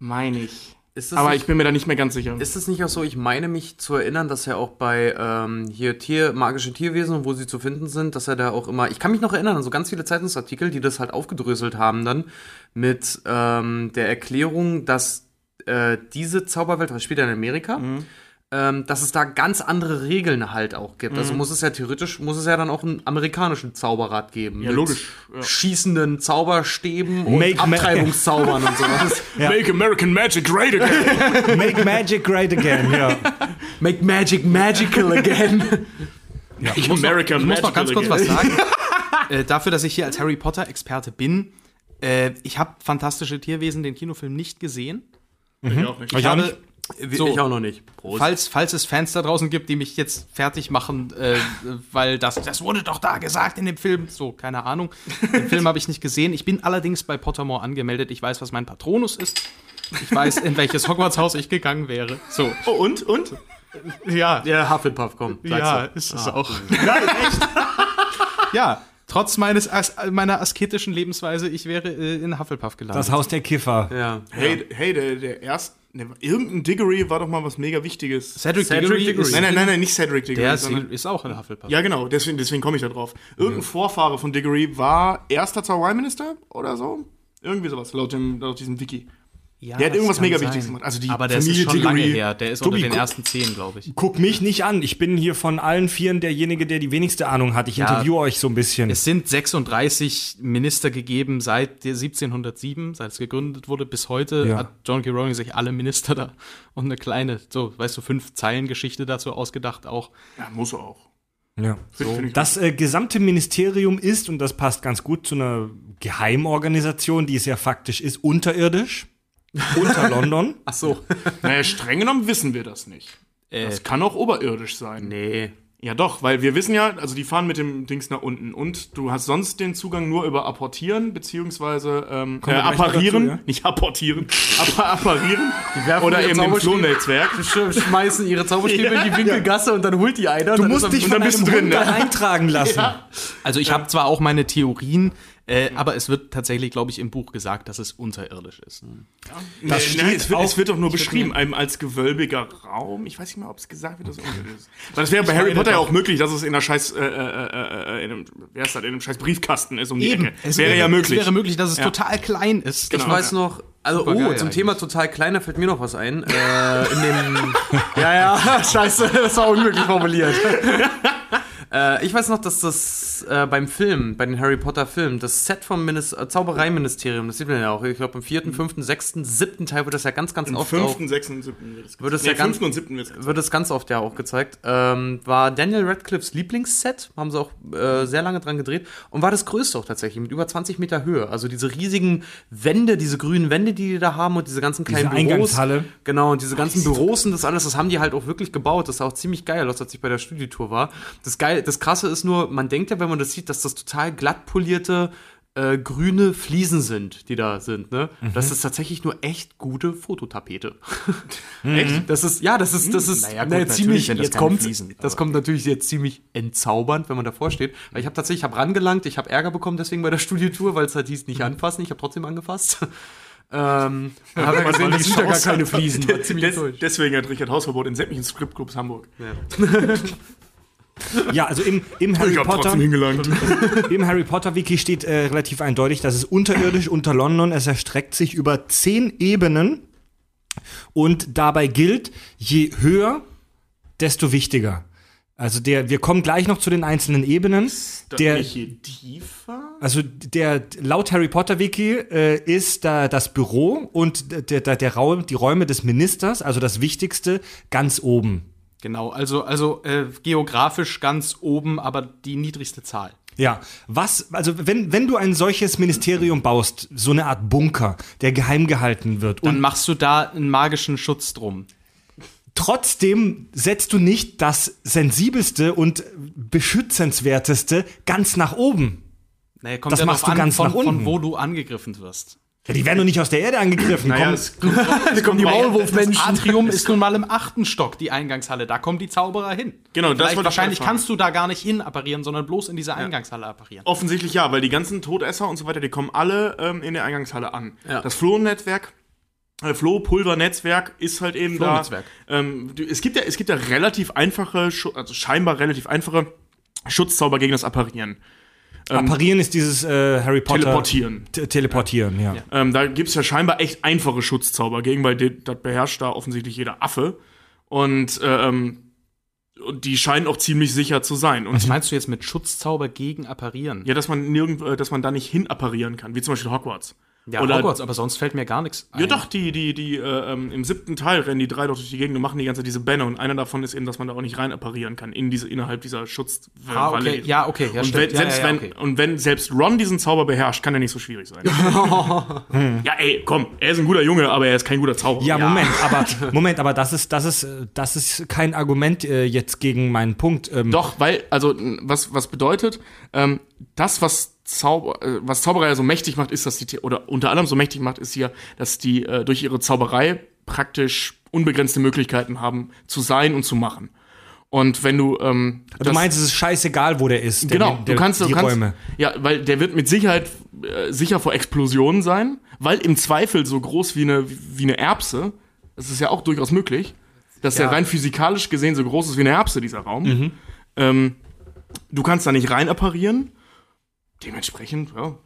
[SPEAKER 3] meine ich.
[SPEAKER 6] Ist das
[SPEAKER 3] Aber
[SPEAKER 6] nicht-
[SPEAKER 3] ich bin mir da nicht mehr ganz sicher.
[SPEAKER 6] Ist es nicht auch so, ich meine mich zu erinnern, dass er auch bei ähm, hier Tier, magische Tierwesen und wo sie zu finden sind, dass er da auch immer, ich kann mich noch erinnern an so ganz viele Zeitungsartikel, die das halt aufgedröselt haben dann mit ähm, der Erklärung, dass äh, diese Zauberwelt, was spielt ja in Amerika, ähm, dass es da ganz andere Regeln halt auch gibt. Also muss es ja theoretisch, muss es ja dann auch einen amerikanischen Zauberrat geben. Ja,
[SPEAKER 3] logisch, ja.
[SPEAKER 6] Schießenden Zauberstäben und
[SPEAKER 1] Make-
[SPEAKER 6] Abtreibungszaubern und sowas.
[SPEAKER 3] Make American Magic great again!
[SPEAKER 1] Make Magic Great <laughs> Again, ja.
[SPEAKER 6] <laughs> Make magic magical <laughs> again.
[SPEAKER 3] Ich America
[SPEAKER 5] Ich muss noch
[SPEAKER 3] magical
[SPEAKER 5] ganz
[SPEAKER 3] again.
[SPEAKER 5] kurz was sagen. <laughs> äh, dafür, dass ich hier als Harry Potter-Experte bin, äh, ich habe Fantastische Tierwesen, den Kinofilm, nicht gesehen.
[SPEAKER 3] Ich auch nicht.
[SPEAKER 5] Mhm. Ich habe, So.
[SPEAKER 6] Ich auch noch nicht. Prost.
[SPEAKER 5] falls, falls es Fans da draußen gibt, die mich jetzt fertig machen, äh, weil das, das wurde doch da gesagt in dem Film. So, keine Ahnung. Den Film habe ich nicht gesehen. Ich bin allerdings bei Pottermore angemeldet. Ich weiß, was mein Patronus ist. Ich weiß, in welches Hogwarts-Haus ich gegangen wäre. So,
[SPEAKER 3] Oh, und? Und?
[SPEAKER 5] ja,
[SPEAKER 6] Ja, Hufflepuff, komm.
[SPEAKER 5] Ah. <laughs> ja,
[SPEAKER 6] sag's
[SPEAKER 5] ist es auch. Ja, echt? ja, Trotz meines As meiner asketischen Lebensweise, ich wäre äh, in Hufflepuff gelandet.
[SPEAKER 1] Das Haus der Kiffer.
[SPEAKER 6] Ja.
[SPEAKER 3] Hey, hey der, der erste. Ne, irgendein Diggory war doch mal was mega Wichtiges.
[SPEAKER 5] Cedric,
[SPEAKER 6] Cedric
[SPEAKER 5] Diggory,
[SPEAKER 6] Diggory.
[SPEAKER 5] Ist,
[SPEAKER 3] Nein, nein, nein, nein, nicht Cedric Diggory.
[SPEAKER 5] der ist,
[SPEAKER 3] sondern-
[SPEAKER 5] ist auch in Hufflepuff.
[SPEAKER 3] Ja, genau, deswegen, deswegen komme ich da drauf. Irgendein Vorfahre von Diggory war erster Zaubereiminister oder so. Irgendwie sowas, laut, dem, laut diesem Wiki.
[SPEAKER 5] Ja,
[SPEAKER 3] Der hat
[SPEAKER 5] das
[SPEAKER 3] irgendwas
[SPEAKER 5] kann
[SPEAKER 3] mega Wichtiges gemacht. Also die
[SPEAKER 5] Aber der ist
[SPEAKER 3] Familie
[SPEAKER 5] schon lange
[SPEAKER 3] Diggory-
[SPEAKER 5] her. Der ist
[SPEAKER 1] Tobi,
[SPEAKER 5] unter den
[SPEAKER 1] guck-
[SPEAKER 5] ersten zehn, glaube ich.
[SPEAKER 1] Guck mich nicht an. Ich bin hier von allen Vieren derjenige, der die wenigste Ahnung hat. Ich
[SPEAKER 5] Ja.
[SPEAKER 1] interview euch so ein bisschen.
[SPEAKER 5] Es sind 36 Minister gegeben seit der 1707, seit es gegründet wurde. Bis heute
[SPEAKER 1] Ja.
[SPEAKER 5] hat John K. Rowling sich alle Minister da und eine kleine, so, weißt du, fünf Zeilen Geschichte dazu ausgedacht auch.
[SPEAKER 3] Ja, muss er auch.
[SPEAKER 1] ja.
[SPEAKER 3] Find- find ich-
[SPEAKER 1] Das äh, gesamte Ministerium ist, und das passt ganz gut zu einer Geheimorganisation, die es ja faktisch ist, unterirdisch.
[SPEAKER 3] <laughs>
[SPEAKER 1] Unter London.
[SPEAKER 6] Ach so.
[SPEAKER 3] naja, streng genommen wissen wir das nicht.
[SPEAKER 5] Äh,
[SPEAKER 3] Das kann auch oberirdisch sein.
[SPEAKER 6] Nee.
[SPEAKER 3] Ja, doch, weil wir wissen ja, also die fahren mit dem Dings nach unten und du hast sonst den Zugang nur über Apportieren, beziehungsweise ähm, äh,
[SPEAKER 1] wir gleich noch
[SPEAKER 3] Apparieren,
[SPEAKER 1] dazu, ja?
[SPEAKER 3] nicht Apportieren, <laughs> aber Apparieren
[SPEAKER 6] werfen
[SPEAKER 3] oder
[SPEAKER 6] ihr
[SPEAKER 3] eben dem
[SPEAKER 6] Zauberstäbe-
[SPEAKER 3] Flohnetzwerk.
[SPEAKER 6] Sch schmeißen ihre Zauberstäbe in die Winkelgasse und dann holt die einer.
[SPEAKER 1] Du musst dich
[SPEAKER 3] Also
[SPEAKER 1] von
[SPEAKER 3] und dann
[SPEAKER 1] einem
[SPEAKER 3] bist du drin,
[SPEAKER 1] Hund
[SPEAKER 3] ne?
[SPEAKER 1] da eintragen lassen.
[SPEAKER 5] <laughs> also ich habe zwar auch meine Theorien, äh, aber es wird tatsächlich, glaube ich, im Buch gesagt, dass es unterirdisch ist.
[SPEAKER 3] Das
[SPEAKER 1] steht
[SPEAKER 3] es, wird,
[SPEAKER 1] auch-
[SPEAKER 3] es wird doch nur beschrieben, einem als gewölbiger Raum. Ich weiß nicht mal, ob es gesagt wird, dass es unten ist. Weil das wäre bei Harry
[SPEAKER 5] meine
[SPEAKER 3] Potter ja
[SPEAKER 5] doch.
[SPEAKER 3] auch möglich, dass es in einer scheiß, äh, äh, äh, äh, in einem, wer ist das, in einem scheiß Briefkasten ist um die Ecke. wäre ja möglich.
[SPEAKER 5] Es wäre möglich, dass es total klein ist.
[SPEAKER 3] Genau.
[SPEAKER 6] Ich weiß noch, also oh,
[SPEAKER 5] Supergeil
[SPEAKER 6] zum
[SPEAKER 5] eigentlich.
[SPEAKER 6] Thema total kleiner fällt mir noch was ein. Äh, in dem, <laughs> ja, ja, <laughs> scheiße, das war unmöglich formuliert. <laughs> äh, ich weiß noch, dass das äh, beim Film, bei den Harry Potter Filmen, das Set vom Minis äh, Zaubereiministerium, das sieht man ja auch, ich glaube im vierten, fünften, sechsten, siebten Teil wird das ja ganz, ganz
[SPEAKER 3] Am
[SPEAKER 6] oft auch,
[SPEAKER 3] fünften, sechsten, siebten wird es
[SPEAKER 6] Wird es
[SPEAKER 3] nee,
[SPEAKER 6] ja ganz-
[SPEAKER 3] fünften und siebten
[SPEAKER 6] <laughs>
[SPEAKER 3] wird es
[SPEAKER 6] wird das ganz oft ja auch gezeigt, ähm, war Daniel Radcliffes Lieblingsset, haben sie auch äh, sehr lange dran gedreht und war das größte auch tatsächlich, mit über 20 Meter Höhe. Also diese riesigen Wände, diese grünen Wände, die die da haben und diese ganzen kleinen Büros.
[SPEAKER 1] Eingangshalle.
[SPEAKER 6] Genau, und diese ganzen Büros und das alles, das haben die halt auch wirklich gebaut. Das sah auch ziemlich geil aus, als ich bei der Studiotour war. Das, geil, das Krasse ist nur, man denkt ja, wenn man das sieht, dass das total glatt polierte äh, grüne Fliesen sind, die da sind, ne?
[SPEAKER 5] Mhm.
[SPEAKER 6] Das ist tatsächlich nur echt gute Fototapete.
[SPEAKER 5] <laughs>
[SPEAKER 6] Echt? Das ist, ja, das ist, das ist
[SPEAKER 5] Mhm. Naja, gut,
[SPEAKER 6] naja,
[SPEAKER 5] natürlich
[SPEAKER 6] ziemlich,
[SPEAKER 5] sind das
[SPEAKER 6] jetzt
[SPEAKER 5] keine
[SPEAKER 6] kommt,
[SPEAKER 5] Fliesen,
[SPEAKER 6] das kommt natürlich jetzt ziemlich entzaubernd, wenn man davor steht. Weil ich habe tatsächlich, ich habe rangelangt, ich habe Ärger bekommen deswegen bei der Studiotour, weil es halt hieß,
[SPEAKER 5] Mhm.
[SPEAKER 6] nicht anfassen, ich habe trotzdem angefasst. <laughs> ähm, dann habe ich gesehen, das sind ja gar keine Fliesen.
[SPEAKER 3] <laughs>
[SPEAKER 6] <laughs> War ziemlich
[SPEAKER 3] Des,
[SPEAKER 6] enttäuscht.
[SPEAKER 3] deswegen hat Richard Hausverbot in sämtlichen Scriptclubs Hamburg.
[SPEAKER 1] Ja, also im, im Harry
[SPEAKER 3] hab
[SPEAKER 1] Potter.
[SPEAKER 3] hingelangt.
[SPEAKER 1] Im Harry Potter Wiki steht äh, relativ eindeutig, dass es unterirdisch unter London, es erstreckt sich über zehn Ebenen und dabei gilt, je höher, desto wichtiger. Also der, wir kommen gleich noch zu den einzelnen Ebenen. Der,
[SPEAKER 3] nicht hier tiefer?
[SPEAKER 1] also der laut Harry Potter Wiki äh, ist da das Büro und der, der, der Raum, die Räume des Ministers, also das Wichtigste, ganz oben.
[SPEAKER 5] Genau, also, also äh, geografisch ganz oben, aber die niedrigste Zahl.
[SPEAKER 1] Ja, was, also wenn, wenn du ein solches Ministerium baust, so eine Art Bunker, der geheim gehalten wird
[SPEAKER 5] Dann
[SPEAKER 1] und
[SPEAKER 5] machst du da einen magischen Schutz drum.
[SPEAKER 1] trotzdem setzt du nicht das sensibelste und beschützenswerteste ganz nach oben.
[SPEAKER 5] Naja, kommt
[SPEAKER 1] Das
[SPEAKER 5] ja
[SPEAKER 1] machst
[SPEAKER 5] drauf
[SPEAKER 1] du ganz
[SPEAKER 5] von,
[SPEAKER 1] nach
[SPEAKER 5] von
[SPEAKER 1] unten.
[SPEAKER 5] wo du angegriffen wirst.
[SPEAKER 1] Ja, die werden doch nicht aus der Erde angegriffen.
[SPEAKER 3] <clears throat> Naja,
[SPEAKER 1] Komm,
[SPEAKER 3] es kommt, es <laughs> kommt
[SPEAKER 6] die
[SPEAKER 3] drauf-
[SPEAKER 5] Das
[SPEAKER 1] <laughs>
[SPEAKER 5] Atrium ist nun mal im achten Stock, die Eingangshalle. Da kommen die Zauberer hin.
[SPEAKER 3] Genau, das
[SPEAKER 5] Vielleicht,
[SPEAKER 3] wollte ich
[SPEAKER 5] Wahrscheinlich
[SPEAKER 3] gerade fragen.
[SPEAKER 5] kannst du da gar nicht hin apparieren, sondern bloß in dieser Eingangshalle apparieren.
[SPEAKER 3] Offensichtlich ja, weil die ganzen Todesser und so weiter, die kommen alle ähm, in der Eingangshalle an.
[SPEAKER 6] Ja.
[SPEAKER 3] Das Flohnetzwerk, äh, Flohpulvernetzwerk ist halt eben da.
[SPEAKER 6] Flohnetzwerk.
[SPEAKER 3] Ähm, du- es, gibt ja, es gibt ja relativ einfache, Schu- also scheinbar relativ einfache Schutzzauber gegen das Apparieren.
[SPEAKER 1] apparieren ist dieses äh, Harry Potter.
[SPEAKER 3] ähm, Teleportieren.
[SPEAKER 1] T teleportieren, ja.
[SPEAKER 3] Ähm, da gibt es ja scheinbar echt einfache Schutzzauber gegen, weil die- das beherrscht da offensichtlich jeder Affe. Und, äh, ähm, und die scheinen auch ziemlich sicher zu sein.
[SPEAKER 6] Also
[SPEAKER 3] Und
[SPEAKER 5] Was meinst du jetzt mit Schutzzauber gegen apparieren?
[SPEAKER 3] ja, dass man nirgend, äh, dass man da nicht hin apparieren kann, wie zum Beispiel Hogwarts.
[SPEAKER 5] Ja,
[SPEAKER 3] Oder-
[SPEAKER 5] Hogwarts, aber sonst fällt mir gar nichts ein.
[SPEAKER 3] Ja, doch, die, die, die, äh, ähm, im siebten Teil rennen die drei doch durch die Gegend und machen die ganze Zeit diese Bänne und einer davon ist eben, dass man da auch nicht rein apparieren kann, in diese, innerhalb dieser Schutz. äh,
[SPEAKER 5] Ah, okay. Ja, okay, ja,
[SPEAKER 3] und
[SPEAKER 5] stimmt.
[SPEAKER 3] wenn,
[SPEAKER 5] Ja,
[SPEAKER 3] selbst
[SPEAKER 5] ja, ja,
[SPEAKER 3] wenn,
[SPEAKER 5] okay.
[SPEAKER 3] und wenn selbst Ron diesen Zauber beherrscht, kann er nicht so schwierig
[SPEAKER 5] <laughs>
[SPEAKER 3] sein. ja, ey, komm, er ist ein guter Junge, aber er ist kein guter Zauberer.
[SPEAKER 1] Ja, Moment,
[SPEAKER 3] <laughs>
[SPEAKER 1] aber Moment, aber das ist, das ist, äh, das ist kein Argument äh, jetzt gegen meinen Punkt. Ähm,
[SPEAKER 3] Doch, weil, also, n- was, was bedeutet, ähm, das, was, Zauber, äh, was Zauberer ja so mächtig macht, ist, dass die, The- oder unter anderem so mächtig macht, ist hier, dass die äh, durch ihre Zauberei praktisch unbegrenzte Möglichkeiten haben, zu sein und zu machen. Und wenn du. Ähm,
[SPEAKER 1] Du
[SPEAKER 3] das-
[SPEAKER 1] meinst, es ist scheißegal, wo der ist. Der,
[SPEAKER 3] genau,
[SPEAKER 1] der,
[SPEAKER 3] du kannst, du
[SPEAKER 1] die
[SPEAKER 3] kannst
[SPEAKER 1] Räume.
[SPEAKER 3] Ja, weil der wird mit Sicherheit äh, sicher vor Explosionen sein, weil im Zweifel so groß wie eine, wie eine Erbse, das ist ja auch durchaus möglich, dass der rein physikalisch gesehen so groß ist wie eine Erbse, dieser Raum.
[SPEAKER 1] Mhm.
[SPEAKER 3] Ähm, du kannst da nicht rein apparieren. Dementsprechend, ja.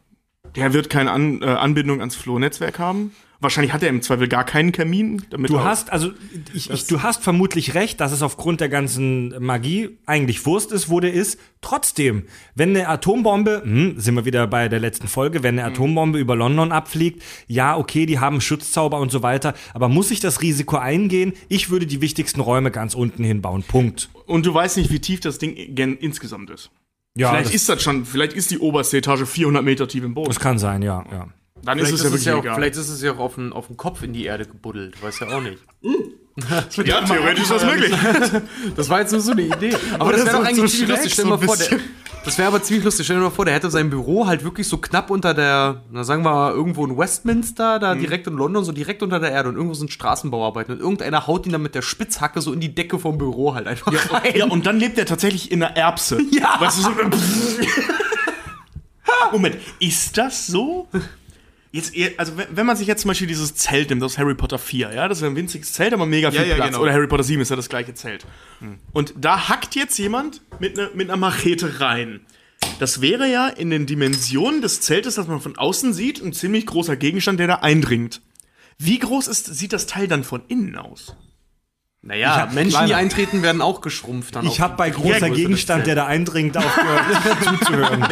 [SPEAKER 3] Der wird keine An äh, Anbindung ans Floh-Netzwerk haben. Wahrscheinlich hat er im Zweifel gar keinen Kamin. Damit
[SPEAKER 1] Du
[SPEAKER 3] er-
[SPEAKER 1] hast, also ich, ich, du hast vermutlich recht, dass es aufgrund der ganzen Magie eigentlich Wurst ist, wo der ist. Trotzdem, wenn eine Atombombe, hm, sind wir wieder bei der letzten Folge, wenn eine Atombombe über London abfliegt, ja, okay, die haben Schutzzauber und so weiter, aber muss ich das Risiko eingehen? Ich würde die wichtigsten Räume ganz unten hinbauen. Punkt.
[SPEAKER 3] Und du weißt nicht, wie tief das Ding gen- insgesamt ist.
[SPEAKER 1] Ja,
[SPEAKER 3] vielleicht
[SPEAKER 1] das,
[SPEAKER 3] ist das schon, vielleicht ist die oberste Etage 400 Meter tief im Boden.
[SPEAKER 1] das kann sein, ja, ja.
[SPEAKER 3] Dann
[SPEAKER 6] Vielleicht ist, es ja auch,
[SPEAKER 3] egal.
[SPEAKER 6] vielleicht ist es ja auch auf den, auf den Kopf in die Erde gebuddelt. Weiß ja auch nicht.
[SPEAKER 3] Ja, theoretisch ist das möglich.
[SPEAKER 6] Das war jetzt nur so eine Idee. <laughs> Aber das wäre doch eigentlich ziemlich lustig. Stell dir mal vor, der, das wäre aber ziemlich lustig. Stell dir mal vor, der hätte sein Büro halt wirklich so knapp unter der, na sagen wir mal, irgendwo in Westminster, da direkt in London, so direkt unter der Erde und irgendwo sind Straßenbauarbeiten und irgendeiner haut ihn dann mit der Spitzhacke so in die Decke vom Büro halt einfach rein.
[SPEAKER 3] <laughs> Ja, und dann lebt er tatsächlich in einer Erbse.
[SPEAKER 6] Ja.
[SPEAKER 3] Weißt du, so, Moment, ist das so? Jetzt, eher- also wenn wenn man sich jetzt zum Beispiel dieses Zelt nimmt aus Harry Potter 4, ja, das ist ein winziges Zelt, aber mega viel
[SPEAKER 5] ja,
[SPEAKER 3] Platz.
[SPEAKER 5] genau.
[SPEAKER 3] Oder Harry Potter 7 ist ja das gleiche Zelt. Und da hackt jetzt jemand mit, ne, mit einer Machete rein. Das wäre ja in den Dimensionen des Zeltes, das man von außen sieht, ein ziemlich großer Gegenstand, der da eindringt. Wie groß ist, sieht das Teil dann von innen aus?
[SPEAKER 6] Naja,
[SPEAKER 1] hab-
[SPEAKER 6] Menschen, die
[SPEAKER 1] kleiner.
[SPEAKER 6] eintreten, werden auch geschrumpft. Dann
[SPEAKER 1] Ich habe bei großer
[SPEAKER 3] Größe
[SPEAKER 1] Gegenstand, der da eindringt, <laughs> aufgehört zuzuhören.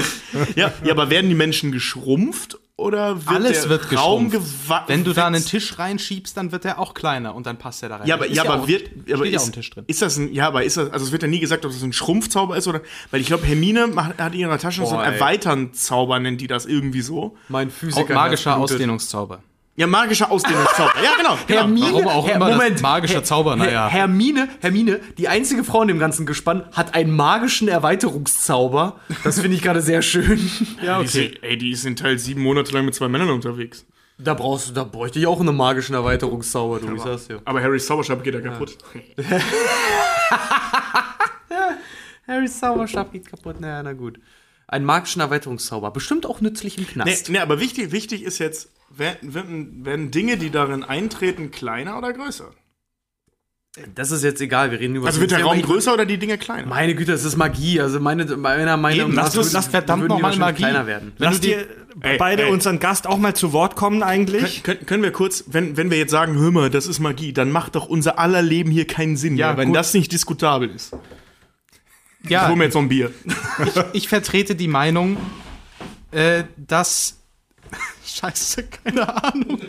[SPEAKER 3] Ja, ja, aber werden die Menschen geschrumpft oder wird
[SPEAKER 5] Alles
[SPEAKER 3] der
[SPEAKER 5] wird
[SPEAKER 3] Raum
[SPEAKER 5] geschrumpft.
[SPEAKER 3] gewa-
[SPEAKER 5] Wenn du da einen
[SPEAKER 3] wird-
[SPEAKER 5] Tisch reinschiebst, dann wird der auch kleiner und dann passt der da rein.
[SPEAKER 3] ja, aber,
[SPEAKER 5] Ist
[SPEAKER 3] ja, aber
[SPEAKER 5] auch-
[SPEAKER 3] wird, aber
[SPEAKER 5] steht
[SPEAKER 3] ist,
[SPEAKER 5] ja auf dem Tisch drin.
[SPEAKER 3] ist das ein, ja, aber ist das, also es wird ja nie gesagt, ob das ein Schrumpfzauber ist oder, weil ich glaube, Hermine macht, hat in ihrer Tasche so
[SPEAKER 6] Boah,
[SPEAKER 3] einen
[SPEAKER 6] ey.
[SPEAKER 3] Erweitern-Zauber, nennt die das irgendwie so.
[SPEAKER 6] mein Physiker.
[SPEAKER 5] magischer
[SPEAKER 6] Herz blutet.
[SPEAKER 5] Ausdehnungszauber.
[SPEAKER 3] Ja, magischer Ausdehnungszauber. ja, genau, genau.
[SPEAKER 6] Hermine,
[SPEAKER 5] Warum auch immer das magischer
[SPEAKER 6] Her-
[SPEAKER 5] Zauber, naja.
[SPEAKER 6] Her Hermine, Hermine, die einzige Frau in dem ganzen Gespann, hat einen magischen Erweiterungszauber. Das finde ich gerade sehr
[SPEAKER 5] <laughs>
[SPEAKER 6] schön.
[SPEAKER 3] Ja, okay. Ey, die ist in Teil sieben Monate lang mit zwei Männern unterwegs.
[SPEAKER 6] Da brauchst du, da bräuchte ich auch einen magischen Erweiterungszauber, du, ich sag's dir.
[SPEAKER 3] Aber Harrys Zauberstab geht ja kaputt.
[SPEAKER 6] Harrys Zauberstab geht kaputt, naja, na gut. Einen magischen Erweiterungszauber, bestimmt auch nützlich im
[SPEAKER 3] Nee,
[SPEAKER 6] Knast.
[SPEAKER 3] nee, aber wichtig, wichtig ist jetzt, werden- werden, werden Dinge, die darin eintreten, kleiner oder größer?
[SPEAKER 6] Das ist jetzt egal, wir reden über
[SPEAKER 3] Also wird der Raum größer oder die Dinge kleiner?
[SPEAKER 6] Meine Güte, das ist Magie. Also meine, meiner Meinung
[SPEAKER 5] Ähm,
[SPEAKER 1] Eben, lass
[SPEAKER 6] also würden-
[SPEAKER 1] uns- lass
[SPEAKER 5] verdammt
[SPEAKER 6] würden die
[SPEAKER 5] noch mal
[SPEAKER 6] wahrscheinlich
[SPEAKER 5] Magie.
[SPEAKER 6] kleiner werden.
[SPEAKER 5] Wenn
[SPEAKER 1] Lasst
[SPEAKER 5] du die-
[SPEAKER 1] ihr
[SPEAKER 3] Ey,
[SPEAKER 1] beide
[SPEAKER 3] ey.
[SPEAKER 1] unseren Gast auch mal zu Wort kommen eigentlich?
[SPEAKER 3] Können, können wir kurz, wenn, wenn wir jetzt sagen, hör mal, das ist Magie, dann macht doch unser aller Leben hier keinen Sinn
[SPEAKER 5] Ja,
[SPEAKER 3] mehr, wenn
[SPEAKER 5] gut.
[SPEAKER 3] das nicht diskutabel ist. Ich <laughs>
[SPEAKER 5] Ja,
[SPEAKER 3] hol mir jetzt noch ein Bier.
[SPEAKER 5] ich vertrete die Meinung, äh, dass. <laughs> Scheiße, keine Ahnung.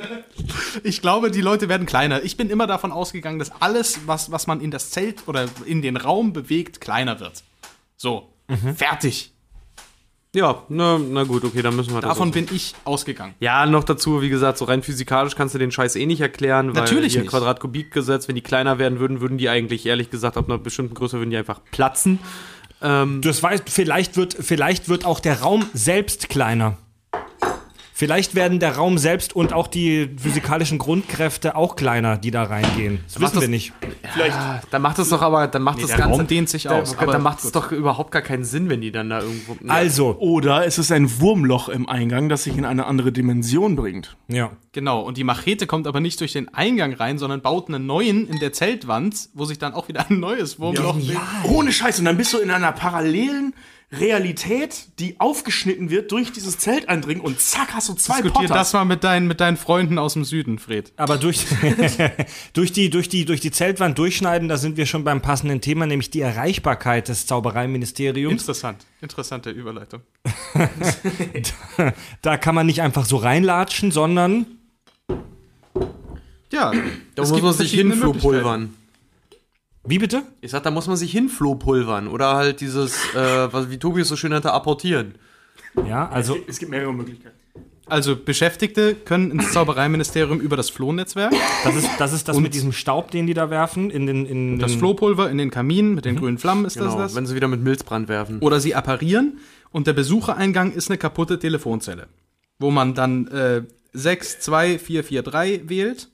[SPEAKER 5] Ich glaube, die Leute werden kleiner. Ich bin immer davon ausgegangen, dass alles, was, was man in das Zelt oder in den Raum bewegt, kleiner wird. So,
[SPEAKER 3] Mhm.
[SPEAKER 5] fertig.
[SPEAKER 6] Ja, na, na gut, okay, dann müssen wir das
[SPEAKER 3] Also-
[SPEAKER 5] Davon bin ich ausgegangen.
[SPEAKER 6] Ja, noch dazu, wie gesagt, so rein physikalisch kannst du den Scheiß eh nicht erklären, weil
[SPEAKER 5] Natürlich
[SPEAKER 6] hier
[SPEAKER 5] nicht.
[SPEAKER 6] Quadrat-Kubik-Gesetz, wenn die kleiner werden würden, würden die eigentlich, ehrlich gesagt, ab einer bestimmten Größe würden die einfach platzen. Ähm,
[SPEAKER 1] Das weißt, vielleicht wird, vielleicht wird auch der Raum selbst kleiner. Vielleicht werden der Raum selbst und auch die physikalischen Grundkräfte auch kleiner, die da reingehen. Das wissen
[SPEAKER 6] das-
[SPEAKER 1] wir nicht.
[SPEAKER 6] ah, dann macht es doch aber, dann macht das
[SPEAKER 5] der
[SPEAKER 6] Ganze.
[SPEAKER 5] Raum dehnt sich
[SPEAKER 6] dann,
[SPEAKER 5] aus, aber
[SPEAKER 6] dann macht es doch überhaupt gar keinen Sinn, wenn die dann da irgendwo.
[SPEAKER 1] Also,
[SPEAKER 3] Oder es ist ein Wurmloch im Eingang, das sich in eine andere Dimension bringt.
[SPEAKER 1] ja.
[SPEAKER 5] Genau, und die Machete kommt aber nicht durch den Eingang rein, sondern baut einen neuen in der Zeltwand, wo sich dann auch wieder ein neues Wurmloch
[SPEAKER 3] Ohne Scheiß. Und dann bist du in einer parallelen Realität, die aufgeschnitten wird durch dieses Zelt eindringen und zack, hast du zwei
[SPEAKER 5] Diskutier
[SPEAKER 3] Potter.
[SPEAKER 5] das mal mit deinen, mit deinen Freunden aus dem Süden, Fred.
[SPEAKER 1] Aber durch, <laughs> durch, die, durch, die, durch die Zeltwand durchschneiden, da sind wir schon beim passenden Thema, nämlich die Erreichbarkeit des Zaubereiministeriums.
[SPEAKER 5] Interessant. Interessante Überleitung.
[SPEAKER 1] Da kann man nicht einfach so reinlatschen, sondern
[SPEAKER 5] Ja,
[SPEAKER 6] da muss man sich hinflohpulvern.
[SPEAKER 1] wie bitte?
[SPEAKER 6] Ich sag, da muss man sich hinflohpulvern oder halt dieses, äh, was, wie Tobias so schön hatte, apportieren.
[SPEAKER 1] Ja, also
[SPEAKER 3] Es gibt mehrere Möglichkeiten.
[SPEAKER 5] Also Beschäftigte können ins Zaubereiministerium über das Flohnetzwerk,
[SPEAKER 1] das ist das, ist das mit diesem Staub, den die da werfen, in den in
[SPEAKER 5] das
[SPEAKER 1] den,
[SPEAKER 5] Flohpulver in den Kamin mit den grünen Flammen ist
[SPEAKER 6] Genau,
[SPEAKER 5] das das.
[SPEAKER 6] wenn sie wieder mit Milzbrand werfen.
[SPEAKER 5] Oder sie apparieren und der Besuchereingang ist eine kaputte Telefonzelle, wo man dann äh, 62443 wählt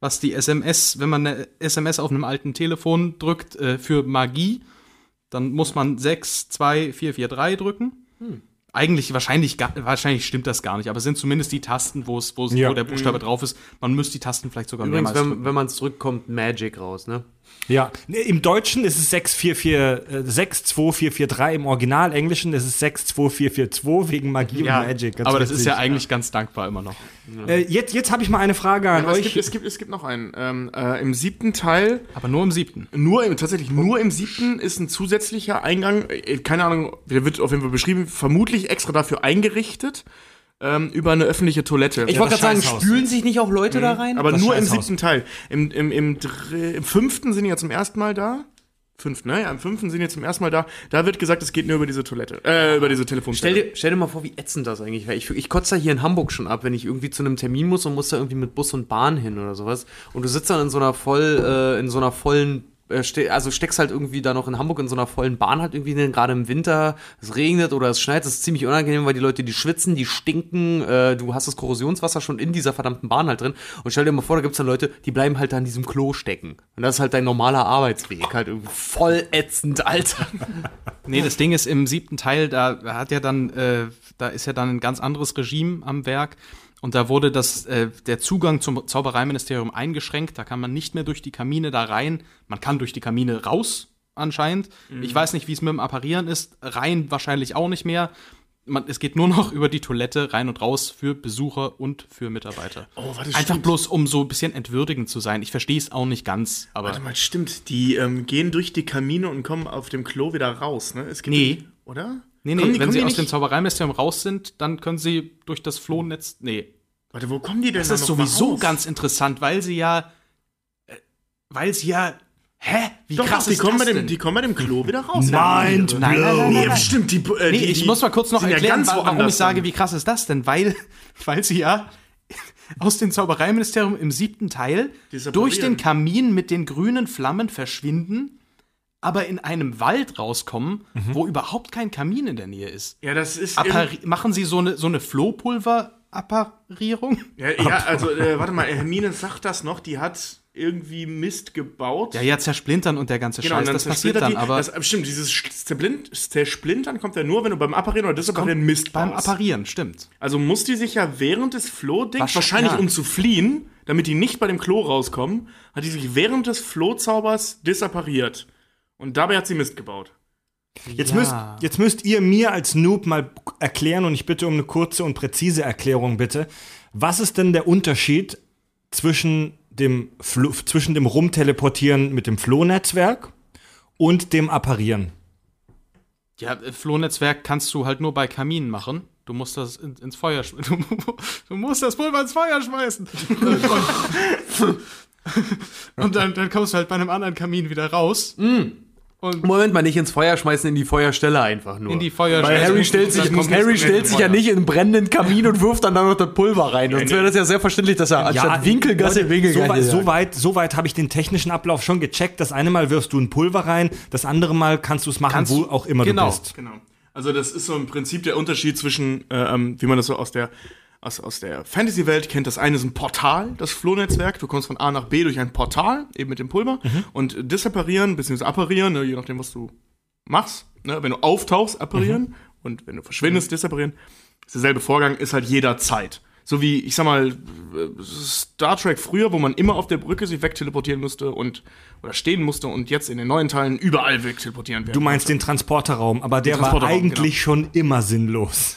[SPEAKER 5] was die SMS, wenn man eine SMS auf einem alten Telefon drückt äh, für Magie, dann muss man 62443 drücken. Eigentlich wahrscheinlich, gar- wahrscheinlich stimmt das gar nicht, aber es sind zumindest die Tasten, wo es, wo es,
[SPEAKER 1] Ja.
[SPEAKER 5] wo der Buchstabe drauf ist. Man müsste die Tasten vielleicht sogar
[SPEAKER 6] Übrigens,
[SPEAKER 5] mehrmals
[SPEAKER 6] wenn, wenn man es zurückkommt, Magic raus, ne?
[SPEAKER 1] Ja, nee, im Deutschen ist es 644, äh, 62443, im Original Englischen ist es 62442 wegen Magie
[SPEAKER 6] Ja,
[SPEAKER 1] und Magic. Ganz
[SPEAKER 5] Aber das ist
[SPEAKER 1] witzig.
[SPEAKER 5] ja eigentlich ganz dankbar immer noch.
[SPEAKER 1] Äh, jetzt jetzt habe ich mal eine Frage an
[SPEAKER 3] Aber es,
[SPEAKER 1] euch.
[SPEAKER 3] gibt, es, gibt, es gibt noch einen. Ähm, äh, Im siebten Teil
[SPEAKER 5] Aber nur im siebten.
[SPEAKER 3] Nur im, tatsächlich nur im siebten ist ein zusätzlicher Eingang, äh, keine Ahnung, der wird auf jeden Fall beschrieben, vermutlich extra dafür eingerichtet, ähm, über eine öffentliche Toilette.
[SPEAKER 1] Ich wollte gerade sagen,
[SPEAKER 6] Spülen sich nicht auch Leute da rein?
[SPEAKER 3] Aber
[SPEAKER 1] das
[SPEAKER 3] nur im
[SPEAKER 1] Scheißhaus.
[SPEAKER 3] siebten Teil. Im, im, im, dr- Im fünften sind die ja zum ersten Mal da. Fünften, ne? Ja, im fünften sind die zum ersten Mal da. Da wird gesagt, es geht nur über diese Toilette, äh, über diese
[SPEAKER 6] Stell
[SPEAKER 3] Telefonstelle.
[SPEAKER 6] dir, stell dir mal vor, wie ätzend das eigentlich wäre. Ich, ich kotze da hier in Hamburg schon ab, wenn ich irgendwie zu einem Termin muss und muss da irgendwie mit Bus und Bahn hin oder sowas. Und du sitzt dann in so einer voll, äh, in so einer vollen, äh, ste also steckst halt irgendwie da noch in Hamburg in so einer vollen Bahn halt irgendwie, drin, gerade im Winter, es regnet oder es schneit, es ist ziemlich unangenehm, weil die Leute, die schwitzen, die stinken, äh, du hast das Korrosionswasser schon in dieser verdammten Bahn halt drin. Und stell dir mal vor, da gibt's dann Leute, die bleiben halt da in diesem Klo stecken. Und das ist halt dein normaler Arbeitsweg, halt irgendwie voll ätzend,
[SPEAKER 5] <laughs>
[SPEAKER 6] Alter.
[SPEAKER 5] Nee, das Ding ist im siebten Teil, da hat ja dann, äh, da ist ja dann ein ganz anderes Regime am Werk. Und da wurde das, äh, der Zugang zum Zaubereiministerium eingeschränkt. Da kann man nicht mehr durch die Kamine da rein. Man kann durch die Kamine raus, anscheinend.
[SPEAKER 3] Mhm.
[SPEAKER 5] Ich weiß nicht, wie es mit dem Apparieren ist. Rein wahrscheinlich auch nicht mehr. Man, es geht nur noch über die Toilette rein und raus für Besucher und für Mitarbeiter.
[SPEAKER 3] Oh, warte,
[SPEAKER 5] Einfach
[SPEAKER 3] stimmt.
[SPEAKER 5] bloß, um so ein bisschen entwürdigend zu sein. Ich verstehe es auch nicht ganz, aber.
[SPEAKER 3] Warte mal, stimmt. Die ähm, gehen durch die Kamine und kommen auf dem Klo wieder raus, ne? Es gibt
[SPEAKER 5] Nee.
[SPEAKER 3] Oder?
[SPEAKER 5] Nee, nee,
[SPEAKER 3] Kommen die-
[SPEAKER 5] wenn
[SPEAKER 3] kommen
[SPEAKER 5] sie
[SPEAKER 3] die
[SPEAKER 5] aus
[SPEAKER 3] nicht-
[SPEAKER 5] dem Zaubereiministerium raus sind, dann können sie durch das Flohnetz. Nee.
[SPEAKER 3] Warte, wo kommen die denn
[SPEAKER 5] Das
[SPEAKER 3] dann
[SPEAKER 5] ist
[SPEAKER 3] noch mal
[SPEAKER 5] sowieso
[SPEAKER 3] raus?
[SPEAKER 5] ganz interessant, weil sie ja. äh, Weil sie ja. Hä? Wie
[SPEAKER 3] Doch,
[SPEAKER 5] krass
[SPEAKER 3] doch, die,
[SPEAKER 5] ist
[SPEAKER 3] kommen
[SPEAKER 5] das
[SPEAKER 3] bei dem,
[SPEAKER 5] denn?
[SPEAKER 3] die kommen bei dem Klo wieder raus.
[SPEAKER 1] Mind
[SPEAKER 3] Ja.
[SPEAKER 5] Nein, nein, nein,
[SPEAKER 3] Nee,
[SPEAKER 5] nein,
[SPEAKER 3] aber
[SPEAKER 5] nein.
[SPEAKER 3] stimmt, die, äh,
[SPEAKER 5] Nee,
[SPEAKER 3] die,
[SPEAKER 5] ich
[SPEAKER 3] die
[SPEAKER 5] muss mal kurz noch
[SPEAKER 3] sind ja
[SPEAKER 5] erklären,
[SPEAKER 3] ganz
[SPEAKER 5] wa- warum ich
[SPEAKER 3] woanders
[SPEAKER 5] sage,
[SPEAKER 3] dann.
[SPEAKER 5] wie krass ist das denn? Weil, <laughs> weil sie ja <laughs> aus dem Zaubereiministerium im siebten Teil
[SPEAKER 3] Disapparieren.
[SPEAKER 5] durch den Kamin mit den grünen Flammen verschwinden, aber in einem Wald rauskommen, wo überhaupt kein Kamin in der Nähe ist.
[SPEAKER 3] Ja, das ist.
[SPEAKER 5] Appari machen sie so eine, so eine Flohpulver-Apparierung?
[SPEAKER 3] Ja, ja also, äh, warte mal, Hermine sagt das noch, die hat irgendwie Mist gebaut. Genau,
[SPEAKER 5] Ja, ja, zersplintern Genau, und der ganze Scheiß, das passiert
[SPEAKER 3] zersplittert
[SPEAKER 5] dann,
[SPEAKER 3] die,
[SPEAKER 5] aber
[SPEAKER 3] Das, äh, stimmt, dieses Sch- Zerblin- Zersplintern kommt ja nur, wenn du beim Apparieren oder Disapparieren Mist
[SPEAKER 5] beim
[SPEAKER 3] baust.
[SPEAKER 5] Apparieren, stimmt.
[SPEAKER 3] Also muss die sich ja während des Flohdings,
[SPEAKER 5] Wahrscheinlich-
[SPEAKER 3] wahrscheinlich
[SPEAKER 5] ja.
[SPEAKER 3] um zu fliehen, damit die nicht bei dem Klo rauskommen, hat die sich während des Flohzaubers disappariert. Und dabei hat sie Mist gebaut.
[SPEAKER 1] Jetzt,
[SPEAKER 5] Ja.
[SPEAKER 1] müsst, jetzt müsst ihr mir als Noob mal erklären und ich bitte um eine kurze und präzise Erklärung bitte. Was ist denn der Unterschied zwischen dem, Flo- zwischen dem Rumteleportieren mit dem Flohnetzwerk und dem Apparieren?
[SPEAKER 5] Ja, äh, Flohnetzwerk kannst du halt nur bei Kaminen machen. Du musst das in, ins Feuer sch- <laughs> du, mu- du musst das Pulver ins Feuer schmeißen. und dann, dann kommst du halt bei einem anderen Kamin wieder raus.
[SPEAKER 6] Moment mal, nicht ins Feuer schmeißen, in die Feuerstelle einfach nur.
[SPEAKER 5] In die Feuer
[SPEAKER 6] Weil Harry stellt sich, Harry stellt sich ja nicht in einen brennenden Kamin und wirft dann da noch das Pulver rein. Sonst wäre das ja sehr verständlich, dass er anstatt Winkelgasse
[SPEAKER 1] so,
[SPEAKER 6] Winkelgasse
[SPEAKER 1] weit,
[SPEAKER 6] sagt.
[SPEAKER 1] so weit, so weit habe ich den technischen Ablauf schon gecheckt. Das eine Mal wirfst du ein Pulver rein, das andere Mal kannst du es machen,
[SPEAKER 5] Kannst
[SPEAKER 1] wo
[SPEAKER 5] du-
[SPEAKER 1] auch immer
[SPEAKER 5] genau.
[SPEAKER 1] du bist.
[SPEAKER 3] Genau. Also das ist so im Prinzip der Unterschied zwischen, äh, ähm, wie man das so aus der aus, aus der Fantasy-Welt kennt. Das eine ist ein Portal, das Flohnetzwerk. Du kommst von A nach B durch ein Portal, eben mit dem Pulver.
[SPEAKER 1] Mhm.
[SPEAKER 3] Und äh, disapparieren, beziehungsweise apparieren, ne, je nachdem, was du machst. Ne? Wenn du auftauchst, apparieren.
[SPEAKER 1] Mhm.
[SPEAKER 3] Und wenn du verschwindest, disapparieren. Ist derselbe Vorgang, ist halt jederzeit. So wie, ich sag mal, äh, Star Trek früher, wo man immer auf der Brücke sich wegteleportieren musste und oder stehen musste und jetzt in den neuen Teilen überall wegteleportieren werden.
[SPEAKER 1] Du meinst den Transporterraum, aber der war
[SPEAKER 3] Transporterraum,
[SPEAKER 1] eigentlich
[SPEAKER 5] genau.
[SPEAKER 1] schon immer sinnlos.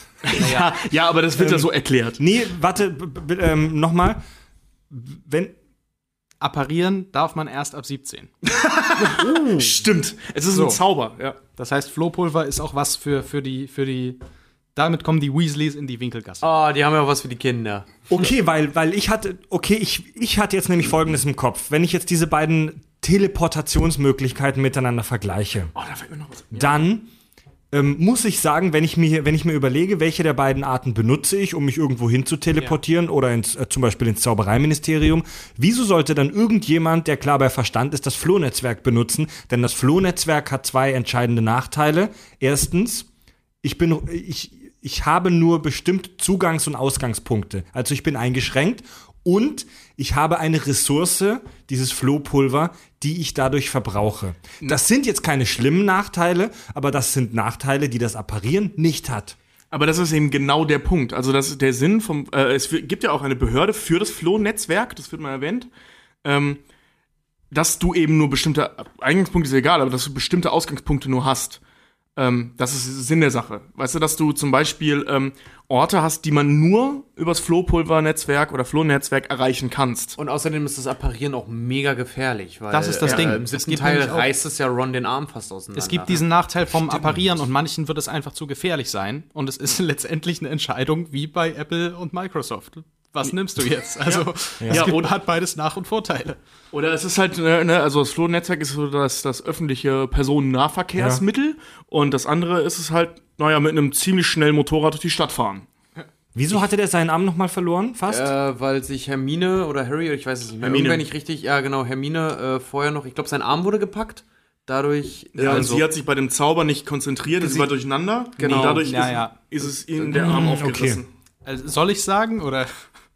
[SPEAKER 3] Ja, ja, aber das wird ja so erklärt.
[SPEAKER 1] Nee, warte, b- b- ähm, nochmal. Wenn,
[SPEAKER 5] Apparieren darf man erst ab 17.
[SPEAKER 3] Stimmt. Es ist
[SPEAKER 5] So.
[SPEAKER 3] ein Zauber, ja.
[SPEAKER 5] Das heißt, Flohpulver ist auch was für, für die, für die. Damit kommen die Weasleys in die Winkelgasse.
[SPEAKER 6] Ah, die haben ja was für die Kinder.
[SPEAKER 1] Okay, weil, weil ich hatte, okay, ich, ich hatte jetzt nämlich Folgendes im Kopf. Wenn ich jetzt diese beiden Teleportationsmöglichkeiten miteinander vergleiche,
[SPEAKER 3] Oh, da fällt mir noch was.
[SPEAKER 1] dann ähm, muss ich sagen, wenn ich, mir, wenn ich mir überlege, welche der beiden Arten benutze ich, um mich irgendwo hin zu teleportieren oder ins, äh, zum Beispiel ins Zaubereiministerium, wieso sollte dann irgendjemand, der klar bei Verstand ist, das Flohnetzwerk benutzen? Denn das Flohnetzwerk hat zwei entscheidende Nachteile. Erstens, ich bin, ich, ich habe nur bestimmte Zugangs- und Ausgangspunkte. Also ich bin eingeschränkt. und ich habe eine Ressource, dieses Flohpulver, die ich dadurch verbrauche. Das sind jetzt keine schlimmen Nachteile, aber das sind Nachteile, die das Apparieren nicht hat.
[SPEAKER 3] Aber das ist eben genau der Punkt. Also das ist der Sinn vom. Äh, es gibt ja auch eine Behörde für das Flohnetzwerk, das wird mal erwähnt, ähm, dass du eben nur bestimmte Eingangspunkte ist egal, aber dass du bestimmte Ausgangspunkte nur hast. Ähm, das ist Sinn der Sache. Weißt du, dass du zum Beispiel ähm, Orte hast, die man nur übers Flohpulvernetzwerk oder Flohnetzwerk erreichen kannst.
[SPEAKER 6] Und außerdem ist das Apparieren auch mega gefährlich, weil äh,
[SPEAKER 5] Das ist das Ding.
[SPEAKER 6] im
[SPEAKER 5] Es
[SPEAKER 6] siebten
[SPEAKER 5] gibt
[SPEAKER 6] Teil
[SPEAKER 5] nämlich auch-
[SPEAKER 6] reißt es ja Ron den Arm fast auseinander.
[SPEAKER 5] Es gibt diesen Nachteil vom Apparieren und manchen wird es einfach zu gefährlich sein. Und es ist <laughs> letztendlich eine Entscheidung wie bei Apple und Microsoft. Was nimmst du jetzt? Also, es
[SPEAKER 3] Ja,
[SPEAKER 5] gibt, hat beides Nach- und Vorteile.
[SPEAKER 3] Oder es ist halt, ne, ne, also das Flohnetzwerk ist so das, das öffentliche Personennahverkehrsmittel und das andere ist es halt, naja, mit einem ziemlich schnellen Motorrad durch die Stadt fahren.
[SPEAKER 1] Wieso hatte der seinen Arm nochmal verloren? Fast?
[SPEAKER 6] Äh, weil sich Hermine oder Harry, ich weiß es nicht mehr,
[SPEAKER 3] Hermine.
[SPEAKER 6] irgendwer nicht richtig, ja genau, Hermine äh, vorher noch, ich glaube, sein Arm wurde gepackt. Dadurch.
[SPEAKER 3] Ja, und
[SPEAKER 6] also-
[SPEAKER 3] sie hat sich bei dem Zauber nicht konzentriert, sie war durcheinander. Genau. Mhm. Und dadurch
[SPEAKER 5] Ja,
[SPEAKER 3] ist,
[SPEAKER 5] ja.
[SPEAKER 3] ist es ihnen der Arm aufgerissen.
[SPEAKER 5] Also, soll ich sagen oder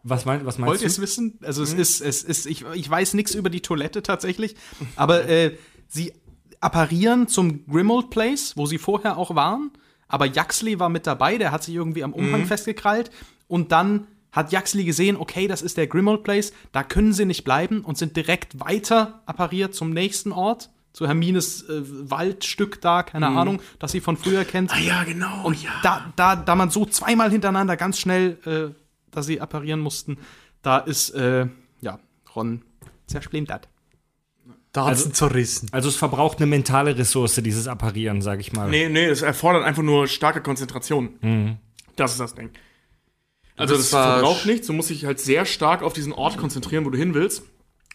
[SPEAKER 1] was, mein, was meinst
[SPEAKER 5] wollt
[SPEAKER 1] du? Mhm.
[SPEAKER 5] ihr es wissen? Also, es ist, es ist, ich, ich weiß nichts über die Toilette tatsächlich, aber äh, sie apparieren zum Grimold Place, wo sie vorher auch waren. Aber Jaxley war mit dabei, der hat sich irgendwie am
[SPEAKER 1] Mhm.
[SPEAKER 5] Umhang festgekrallt. Und dann hat Jaxley gesehen, okay, das ist der Grimold Place, da können sie nicht bleiben und sind direkt weiter appariert zum nächsten Ort, zu Hermines äh, Waldstück da, keine
[SPEAKER 1] Mhm.
[SPEAKER 5] Ahnung, das sie von früher kennt.
[SPEAKER 3] Ja, genau. Und ja.
[SPEAKER 5] da, da, da man so zweimal hintereinander ganz schnell, äh, da sie apparieren mussten, da ist, äh, ja, Ron zersplendet.
[SPEAKER 6] Da hat's ihn zerrissen.
[SPEAKER 1] Also es verbraucht eine mentale Ressource, dieses Apparieren, sag ich mal.
[SPEAKER 3] Nee, nee, es erfordert einfach nur starke Konzentration. Das ist das Ding. Also
[SPEAKER 6] bist
[SPEAKER 3] das
[SPEAKER 6] zwar
[SPEAKER 3] verbraucht
[SPEAKER 6] sch-
[SPEAKER 3] nichts, du musst dich halt sehr stark auf diesen Ort konzentrieren, wo du hin willst.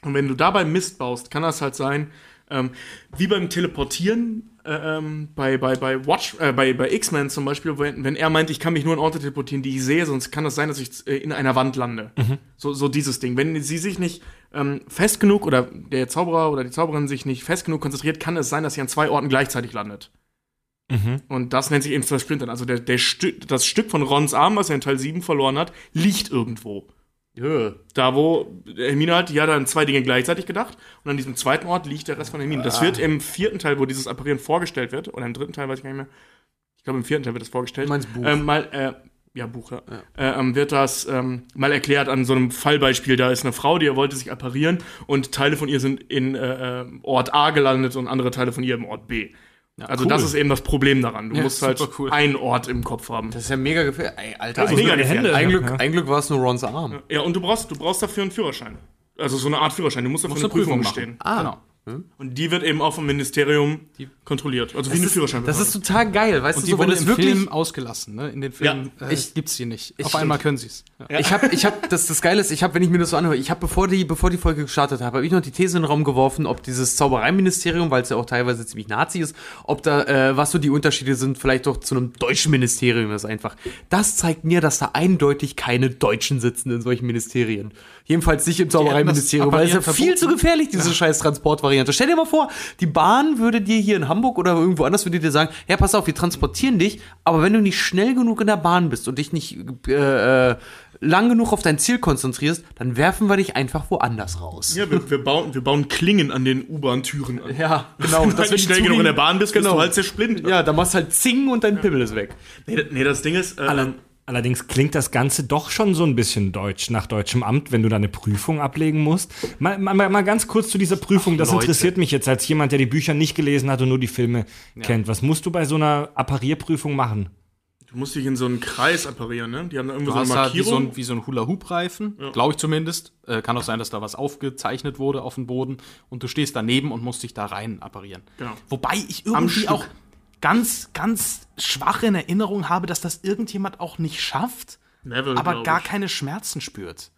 [SPEAKER 3] Und wenn du dabei Mist baust, kann das halt sein, ähm, wie beim Teleportieren äh, ähm, bei, bei, bei, Watch, äh, bei, bei X-Men zum Beispiel, wenn, wenn er meint, ich kann mich nur an Orte teleportieren, die ich sehe, sonst kann das sein, dass ich äh, in einer Wand lande. So, so dieses Ding. Wenn sie sich nicht ähm, fest genug oder der Zauberer oder die Zauberin sich nicht fest genug konzentriert, kann es sein, dass sie an zwei Orten gleichzeitig landet. Und das nennt sich eben Zersplintern. Also der, der Stü das Stück von Rons Arm, was er in Teil 7 verloren hat, liegt irgendwo. Da, wo Hermine hat, die hat an zwei Dinge gleichzeitig gedacht. Und an diesem zweiten Ort liegt der Rest von Hermine.
[SPEAKER 6] Ah.
[SPEAKER 3] Das wird im vierten Teil, wo dieses Apparieren vorgestellt wird, oder im dritten Teil, weiß ich gar nicht mehr. Ich glaube, im vierten Teil wird das vorgestellt.
[SPEAKER 6] Du meinst Buch.
[SPEAKER 3] Ähm, mal, äh, ja, Buch, ja. Äh, ähm, wird das ähm, mal erklärt an so einem Fallbeispiel. Da ist eine Frau, die wollte sich apparieren und Teile von ihr sind in äh, äh, Ort A gelandet und andere Teile von ihr im Ort B. also das ist eben das Problem daran. Du musst halt
[SPEAKER 5] supercool.
[SPEAKER 3] einen Ort im Kopf haben.
[SPEAKER 6] Das ist ja mega gefährlich. Ey, Alter,
[SPEAKER 3] Das ist mega gefährlich.
[SPEAKER 6] ein, Glück,
[SPEAKER 1] Ja.
[SPEAKER 6] ein Glück war es nur Rons Arm.
[SPEAKER 3] Ja, und du brauchst, du brauchst dafür einen Führerschein. Also so eine Art Führerschein. Du musst dafür eine
[SPEAKER 5] eine Prüfung
[SPEAKER 3] Prüfung
[SPEAKER 5] machen.
[SPEAKER 3] bestehen.
[SPEAKER 6] Ah.
[SPEAKER 5] Genau.
[SPEAKER 3] Und die wird eben auch vom Ministerium kontrolliert. Also wie eine Führerschein.
[SPEAKER 6] Das ist total geil, weißt
[SPEAKER 5] Und
[SPEAKER 6] du,
[SPEAKER 5] die
[SPEAKER 6] so, wenn
[SPEAKER 5] wurde
[SPEAKER 6] es
[SPEAKER 5] im
[SPEAKER 6] wirklich.
[SPEAKER 5] Film ausgelassen, ne? In den Filmen äh,
[SPEAKER 6] ich-
[SPEAKER 5] gibt's sie nicht.
[SPEAKER 6] ich-
[SPEAKER 5] Auf einmal können sie's. Ja.
[SPEAKER 6] Ich habe, ich hab, das, das Geile ist, ich habe, wenn ich mir das so anhöre, ich habe, bevor die, bevor die Folge gestartet habe, habe ich noch die These in den Raum geworfen, ob dieses Zaubereiministerium, weil es ja auch teilweise ziemlich Nazi ist, ob da, äh, was so die Unterschiede sind, vielleicht doch zu einem deutschen Ministerium ist einfach. Das zeigt mir, dass da eindeutig keine Deutschen sitzen in solchen Ministerien. Jedenfalls nicht im Zaubereiministerium, weil es ja
[SPEAKER 5] Apparieren
[SPEAKER 6] viel zu gefährlich, diese scheiß Transportvariante. Stell dir mal vor, die Bahn würde dir hier in Hamburg oder irgendwo anders würde dir sagen, ja, pass auf, wir transportieren dich, aber wenn du nicht schnell genug in der Bahn bist und dich nicht äh, äh, lang genug auf dein Ziel konzentrierst, dann werfen wir dich einfach woanders raus.
[SPEAKER 3] ja, wir, wir, bauen, wir bauen Klingen an den U-Bahn-Türen an.
[SPEAKER 6] Ja, genau.
[SPEAKER 3] Wenn du schnell genug in der Bahn bist, bist
[SPEAKER 6] genau.
[SPEAKER 3] du halt zersplint.
[SPEAKER 6] Ja, dann machst du halt Zing und dein Pimmel ist weg.
[SPEAKER 3] Nee, d- nee, das Ding ist, äh,
[SPEAKER 1] Allerdings klingt das Ganze doch schon so ein bisschen deutsch, nach deutschem Amt, wenn du da eine Prüfung ablegen musst. Mal, mal, mal ganz kurz zu dieser Prüfung, das interessiert mich jetzt als jemand, der die Bücher nicht gelesen hat und nur die Filme kennt. Was musst du bei so einer Apparierprüfung machen?
[SPEAKER 3] du musst dich in so einen Kreis apparieren, ne? Die haben da irgendwo
[SPEAKER 5] Du
[SPEAKER 3] so eine
[SPEAKER 5] hast da wie so
[SPEAKER 3] Markierung.
[SPEAKER 5] ein, wie so ein Hula-Hoop-Reifen, glaube ich zumindest. Äh, kann auch sein, dass da was aufgezeichnet wurde auf dem Boden und du stehst daneben und musst dich da rein apparieren.
[SPEAKER 3] Genau.
[SPEAKER 5] Wobei ich
[SPEAKER 3] Am
[SPEAKER 5] irgendwie
[SPEAKER 3] Stück.
[SPEAKER 5] auch ganz, ganz schwach in Erinnerung habe, dass das irgendjemand auch nicht schafft,
[SPEAKER 3] Neville,
[SPEAKER 5] aber
[SPEAKER 3] glaub
[SPEAKER 5] gar
[SPEAKER 3] ich.
[SPEAKER 5] keine Schmerzen spürt.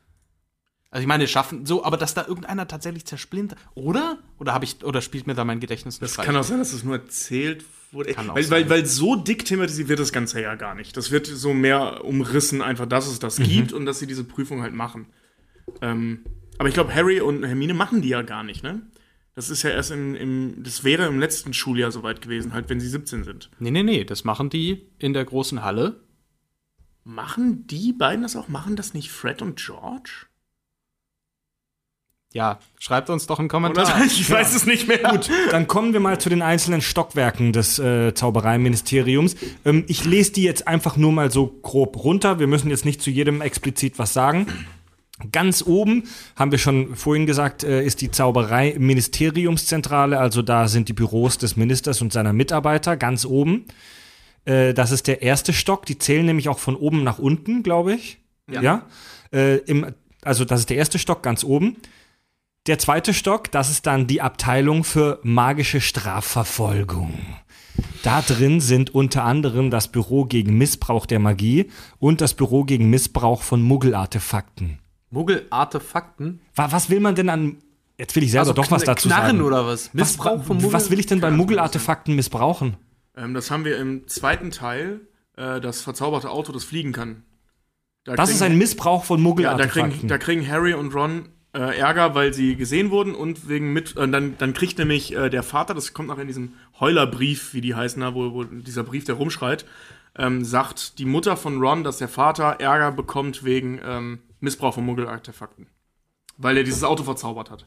[SPEAKER 5] Also ich meine, schaffen so, aber dass da irgendeiner tatsächlich zersplintert, oder? Oder habe ich oder spielt mir da mein Gedächtnis
[SPEAKER 3] Das kann auch sein, dass es nur erzählt wurde.
[SPEAKER 5] Kann auch
[SPEAKER 3] weil, weil,
[SPEAKER 5] sein.
[SPEAKER 3] weil so dick thematisiert wird das Ganze ja gar nicht. Das wird so mehr umrissen, einfach, dass es das gibt und dass sie diese Prüfung halt machen. Ähm, aber ich glaube, Harry und Hermine machen die ja gar nicht, ne? Das ist ja erst im, im, das wäre im letzten Schuljahr soweit gewesen, halt, wenn sie 17 sind.
[SPEAKER 5] Nee, nee, nee, das machen die in der großen Halle.
[SPEAKER 3] Machen die beiden das auch? Machen das nicht Fred und George?
[SPEAKER 5] Ja, schreibt uns doch einen
[SPEAKER 3] Oder?
[SPEAKER 5] <laughs> Kommentar.
[SPEAKER 3] Ich weiß es nicht mehr. Gut.
[SPEAKER 1] Dann kommen wir mal zu den einzelnen Stockwerken des äh, Zaubereiministeriums. Ähm, ich lese die jetzt einfach nur mal so grob runter. Wir müssen jetzt nicht zu jedem explizit was sagen. Ganz oben, haben wir schon vorhin gesagt, äh, ist die Zauberei-Ministeriumszentrale. Also da sind die Büros des Ministers und seiner Mitarbeiter ganz oben. Äh, das ist der erste Stock. Die zählen nämlich auch von oben nach unten, glaube ich. Ja. Äh, im, also das ist der erste Stock ganz oben. Der zweite Stock, das ist dann die Abteilung für magische Strafverfolgung. Da drin sind unter anderem das Büro gegen Missbrauch der Magie und das Büro gegen Missbrauch von Muggelartefakten.
[SPEAKER 6] Muggel-Artefakten?
[SPEAKER 1] Wa- Was will man denn an. Jetzt will ich selber Also doch was
[SPEAKER 6] Also Kn-
[SPEAKER 1] dazu
[SPEAKER 6] Knarren
[SPEAKER 1] sagen.
[SPEAKER 6] oder was?
[SPEAKER 1] was, was will ich denn bei Muggelartefakten missbrauchen?
[SPEAKER 3] Ähm, das haben wir im zweiten Teil, äh, das verzauberte Auto, das fliegen kann. Da
[SPEAKER 1] Das
[SPEAKER 3] kriegen-
[SPEAKER 1] ist ein Missbrauch von
[SPEAKER 3] ja, da,
[SPEAKER 1] Muggelartefakten.
[SPEAKER 3] kriegen, da kriegen Harry und Ron äh, Ärger, weil sie gesehen wurden und wegen mit. Äh, dann, dann kriegt nämlich äh, der Vater, das kommt nachher in diesem Heulerbrief, wie die heißen, da, wo, wo dieser Brief, der rumschreit, ähm, sagt die Mutter von Ron, dass der Vater Ärger bekommt wegen ähm, Missbrauch von Muggelartefakten. Weil er dieses Auto verzaubert hat.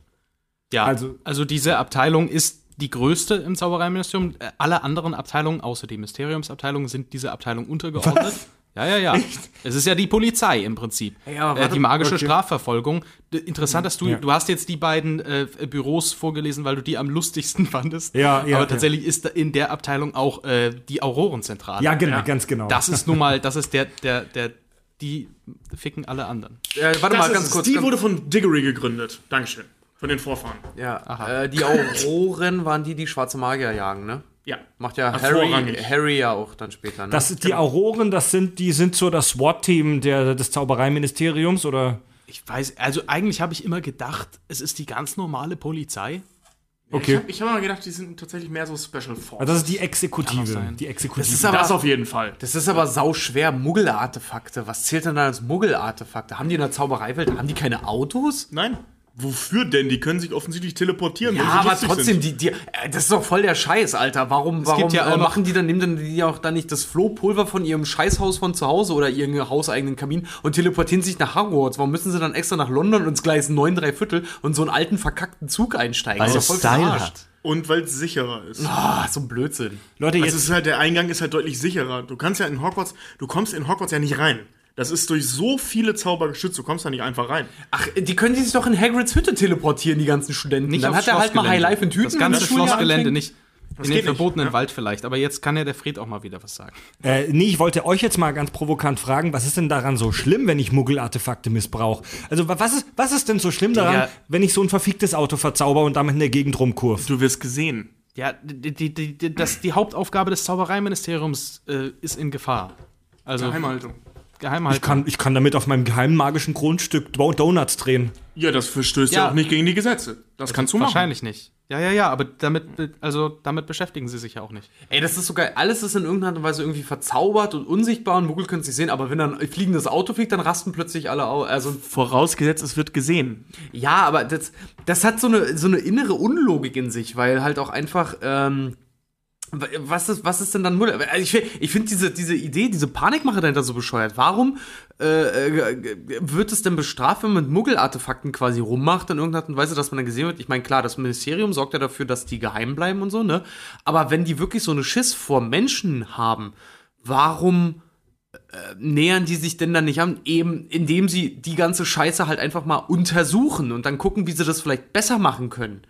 [SPEAKER 5] Ja,
[SPEAKER 1] Also-
[SPEAKER 5] also, also diese Abteilung ist die größte im Zaubereiministerium. Äh, Alle anderen Abteilungen, außer die Mysteriumsabteilung, sind dieser Abteilung untergeordnet. Ja, ja, ja. Es ist ja die Polizei im Prinzip.
[SPEAKER 6] aber
[SPEAKER 5] äh,
[SPEAKER 6] warte-
[SPEAKER 5] die magische
[SPEAKER 6] okay.
[SPEAKER 5] Strafverfolgung. D- Interessant, dass du, du hast jetzt die beiden äh, Büros vorgelesen, weil du die am lustigsten <laughs> fandest.
[SPEAKER 1] Ja, ja,
[SPEAKER 5] Aber
[SPEAKER 1] ja.
[SPEAKER 5] tatsächlich ist da in der Abteilung auch äh, die Aurorenzentrale.
[SPEAKER 1] ja, genau, ganz genau.
[SPEAKER 5] Das ist
[SPEAKER 1] <laughs>
[SPEAKER 5] nun mal, das ist der, der, der, die ficken alle anderen.
[SPEAKER 6] Äh, warte mal ganz
[SPEAKER 3] es.
[SPEAKER 6] kurz.
[SPEAKER 3] die
[SPEAKER 6] ganz,
[SPEAKER 3] wurde von Diggory gegründet. Dankeschön. Von den Vorfahren.
[SPEAKER 6] ja, äh, die Auroren waren die, die schwarze Magier jagen, ne?
[SPEAKER 3] Ja.
[SPEAKER 6] Macht ja Harry,
[SPEAKER 3] Hervorragend.
[SPEAKER 6] Harry ja auch dann später, ne?
[SPEAKER 1] Das, die Auroren, das sind, die sind so das SWAT-Team der- des Zaubereiministeriums oder.
[SPEAKER 5] Ich weiß, also eigentlich habe ich immer gedacht, es ist die ganz normale Polizei.
[SPEAKER 3] Ich
[SPEAKER 1] Okay.
[SPEAKER 3] habe ich hab mal gedacht, die sind tatsächlich mehr so Special Forces.
[SPEAKER 1] Also das ist die Exekutive. Die Exekutive.
[SPEAKER 6] Das ist aber,
[SPEAKER 3] das auf jeden Fall.
[SPEAKER 6] das ist aber sauschwer. Muggel-Artefakte. Was zählt denn da als Muggel-Artefakte? Haben die in der Zaubereiwelt, haben die keine Autos?
[SPEAKER 3] Nein. Wofür denn? Die können sich offensichtlich teleportieren.
[SPEAKER 6] Ja,
[SPEAKER 3] wenn sie
[SPEAKER 6] aber
[SPEAKER 3] lustig
[SPEAKER 6] trotzdem,
[SPEAKER 3] sind.
[SPEAKER 6] die, die, äh, das ist doch voll der Scheiß, Alter. Warum, warum
[SPEAKER 5] gibt ja auch
[SPEAKER 6] äh,
[SPEAKER 5] noch-
[SPEAKER 6] machen die dann, nehmen dann die auch dann nicht das Flohpulver von ihrem Scheißhaus von zu Hause oder ihren hauseigenen Kamin und teleportieren sich nach Hogwarts? Warum müssen sie dann extra nach London ins Gleis 9 3 Viertel und so einen alten verkackten Zug einsteigen?
[SPEAKER 5] Weil
[SPEAKER 6] Das ist
[SPEAKER 5] es
[SPEAKER 6] doch voll
[SPEAKER 5] Also Style
[SPEAKER 6] verarscht.
[SPEAKER 5] hat.
[SPEAKER 3] Und weil es sicherer ist.
[SPEAKER 6] Ah, so ein Blödsinn.
[SPEAKER 1] Leute,
[SPEAKER 3] Also es ist halt, der Eingang ist halt deutlich sicherer. Du kannst ja in Hogwarts, du kommst in Hogwarts ja nicht rein. Das ist durch so viele Zauber geschützt, du kommst da nicht einfach rein.
[SPEAKER 6] Ach, die können sich doch in Hagrids Hütte teleportieren, die ganzen Studenten.
[SPEAKER 5] Nicht
[SPEAKER 6] dann
[SPEAKER 5] aufs
[SPEAKER 6] hat er halt mal High
[SPEAKER 5] Schlossgelände.
[SPEAKER 6] Life in Tüten.
[SPEAKER 5] Das
[SPEAKER 6] wenn
[SPEAKER 5] ganze
[SPEAKER 6] Schuljahr
[SPEAKER 5] Schlossgelände
[SPEAKER 6] anfängt.
[SPEAKER 5] nicht. In
[SPEAKER 3] geht
[SPEAKER 5] den
[SPEAKER 3] nicht,
[SPEAKER 5] verbotenen
[SPEAKER 3] ja.
[SPEAKER 5] Wald vielleicht, aber jetzt kann ja der Fred auch mal wieder was sagen.
[SPEAKER 1] Äh, nee, ich wollte euch jetzt mal ganz provokant fragen, was ist denn daran so schlimm, wenn ich Muggelartefakte missbrauche? Also wa- was ist, was ist denn so schlimm daran,
[SPEAKER 5] Ja.
[SPEAKER 1] wenn ich so ein verficktes Auto verzauber und damit in der Gegend rumkurve?
[SPEAKER 3] Du wirst gesehen.
[SPEAKER 5] Ja, die, die, die, die- das, die Hauptaufgabe des Zaubereiministeriums äh, ist in Gefahr. Also
[SPEAKER 3] Geheimhaltung.
[SPEAKER 1] Ich
[SPEAKER 5] Geheimhaltung.
[SPEAKER 1] kann, ich kann damit auf meinem geheimen magischen Grundstück Do- Donuts drehen.
[SPEAKER 3] Ja, das verstößt ja,
[SPEAKER 5] Ja.
[SPEAKER 3] auch nicht gegen die Gesetze. Das kannst du machen.
[SPEAKER 5] Wahrscheinlich nicht. Ja, ja, ja, aber damit, be- also, damit beschäftigen sie sich ja auch nicht.
[SPEAKER 6] Ey, das ist so geil. Alles ist in irgendeiner Art und Weise irgendwie verzaubert und unsichtbar und Muggel können es nicht sehen, aber wenn dann ein fliegendes Auto fliegt, dann rasten plötzlich alle aus. Also,
[SPEAKER 3] Vorausgesetzt, es wird gesehen.
[SPEAKER 6] ja, aber das, das hat so eine, so eine innere Unlogik in sich, weil halt auch einfach. Ähm, wa- was ist, was ist denn dann Muggel? Also ich fi- ich finde diese, diese Idee, diese Panikmache dahinter so bescheuert. Warum äh, äh, g- g- wird es denn bestraft, wenn man mit Muggel-Artefakten quasi rummacht in irgendeiner Art und Weise, dass man dann gesehen wird? Ich meine, klar, das Ministerium sorgt ja dafür, dass die geheim bleiben und so, ne? Aber wenn die wirklich so eine Schiss vor Menschen haben, warum äh, nähern die sich denn dann nicht an, eben indem sie die ganze Scheiße halt einfach mal untersuchen und dann gucken, wie sie das vielleicht besser machen können.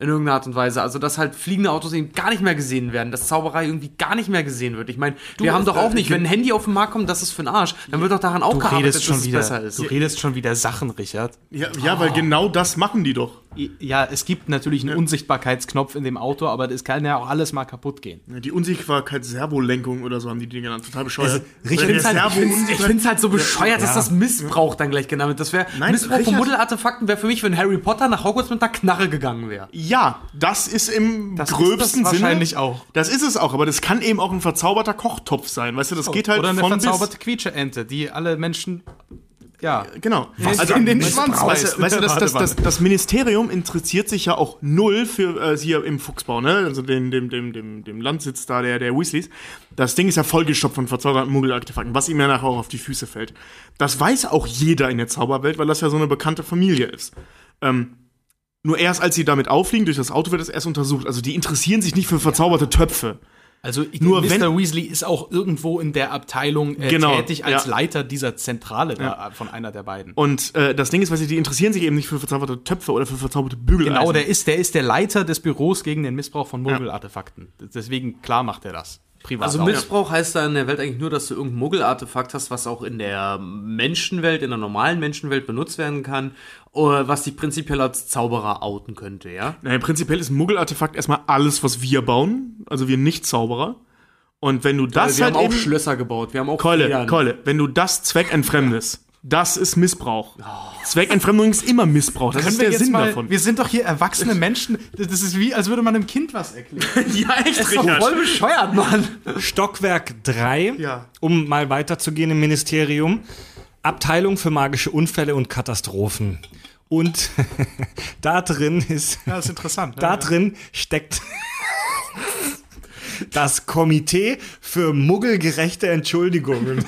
[SPEAKER 6] In irgendeiner Art und Weise. Also, dass halt fliegende Autos eben gar nicht mehr gesehen werden, dass Zauberei irgendwie gar nicht mehr gesehen wird. Ich meine, wir haben doch auch nicht, wenn ein Handy auf den Markt kommt, das ist für den Arsch. Dann wird doch daran auch gearbeitet, dass es besser ist.
[SPEAKER 5] du redest schon wieder Sachen, Richard.
[SPEAKER 3] Ja, ja
[SPEAKER 6] Ah.
[SPEAKER 3] weil genau das machen die doch.
[SPEAKER 5] Ja, es gibt natürlich einen Unsichtbarkeitsknopf in dem Auto, aber es kann ja auch alles mal kaputt gehen.
[SPEAKER 3] Die Unsichtbarkeits-Servolenkung oder so haben die die genannt. Total bescheuert.
[SPEAKER 1] Also, Richard,
[SPEAKER 3] Weil
[SPEAKER 6] Ich
[SPEAKER 3] der
[SPEAKER 6] find's halt- ich
[SPEAKER 3] Servo-
[SPEAKER 6] find's- ich finde es halt so bescheuert,
[SPEAKER 1] Ja.
[SPEAKER 6] dass das Missbrauch dann gleich genannt wird. Das wäre
[SPEAKER 3] Nein,
[SPEAKER 6] Missbrauch von
[SPEAKER 3] Richard-
[SPEAKER 6] Muddelartefakten wäre für mich, wenn Harry Potter nach Hogwarts mit einer Knarre gegangen wäre.
[SPEAKER 3] Ja, das ist im
[SPEAKER 5] Das ist
[SPEAKER 3] gröbsten
[SPEAKER 5] das
[SPEAKER 3] Sinne.
[SPEAKER 5] wahrscheinlich auch.
[SPEAKER 3] Das ist es auch, aber das kann eben auch ein verzauberter Kochtopf sein. Weißt du, das geht halt
[SPEAKER 5] Oh, Oder eine
[SPEAKER 3] von
[SPEAKER 5] verzauberte Quietscheente, die alle Menschen. Ja.
[SPEAKER 3] bis. Genau.
[SPEAKER 5] in den Schwanz
[SPEAKER 3] weißt,
[SPEAKER 5] beißt.
[SPEAKER 3] du- weißt du, das, das, das,
[SPEAKER 5] Badewanne.
[SPEAKER 3] das Ministerium interessiert sich ja auch null für äh, hier im Fuchsbau, ne? Also dem, dem, dem, dem, dem Landsitz da der, der Weasleys. Das Ding ist ja vollgestopft von verzauberten Muggelartefakten, was ihm ja nachher auch auf die Füße fällt. Das weiß auch jeder in der Zauberwelt, weil das ja so eine bekannte Familie ist. Ähm, Nur erst als sie damit auffliegen, durch das Auto wird es erst untersucht. Also die interessieren sich nicht für verzauberte Töpfe.
[SPEAKER 5] Also ich,
[SPEAKER 3] Nur
[SPEAKER 5] Mr.
[SPEAKER 3] wenn-
[SPEAKER 5] Weasley ist auch irgendwo in der Abteilung äh,
[SPEAKER 3] Genau,
[SPEAKER 5] tätig als
[SPEAKER 3] ja.
[SPEAKER 5] Leiter dieser Zentrale da, äh, von einer der beiden.
[SPEAKER 3] Und äh, das Ding ist, weil sie die interessieren sich eben nicht für verzauberte Töpfe oder für verzauberte Bügel.
[SPEAKER 5] Genau, der ist, der ist der Leiter des Büros gegen den Missbrauch von Muggelartefakten. Deswegen, klar macht er das. Privat
[SPEAKER 6] Also
[SPEAKER 5] auch.
[SPEAKER 6] Missbrauch heißt da in der Welt eigentlich nur, dass du irgendein Muggel-Artefakt hast, was auch in der Menschenwelt, in der normalen Menschenwelt benutzt werden kann, oder was dich prinzipiell als Zauberer outen könnte, ja?
[SPEAKER 3] Naja, prinzipiell ist ein Muggel-Artefakt erstmal alles, was wir bauen. Also wir Nicht-Zauberer. Und wenn du das
[SPEAKER 6] wir
[SPEAKER 3] halt
[SPEAKER 6] haben auch
[SPEAKER 3] eben...
[SPEAKER 6] Schlösser gebaut, wir haben auch
[SPEAKER 3] Keule,
[SPEAKER 6] Federn.
[SPEAKER 3] Keule, wenn du das zweckentfremdest, das ist Missbrauch. Zweckentfremdung ist immer Missbrauch. Das
[SPEAKER 5] Können
[SPEAKER 3] ist
[SPEAKER 5] wir
[SPEAKER 3] der
[SPEAKER 5] jetzt
[SPEAKER 3] Sinn
[SPEAKER 5] mal,
[SPEAKER 3] davon.
[SPEAKER 5] Wir sind doch hier erwachsene Menschen. Das ist wie, als würde man einem Kind was erklären.
[SPEAKER 6] <laughs> Ja, echt, Richard. Voll bescheuert, Mann.
[SPEAKER 1] Stockwerk 3,
[SPEAKER 3] Ja.
[SPEAKER 1] um mal weiterzugehen im Ministerium. Abteilung für magische Unfälle und Katastrophen. Und <laughs> da drin ist,
[SPEAKER 5] Das ist interessant.
[SPEAKER 1] da drin steckt das Komitee für muggelgerechte Entschuldigungen.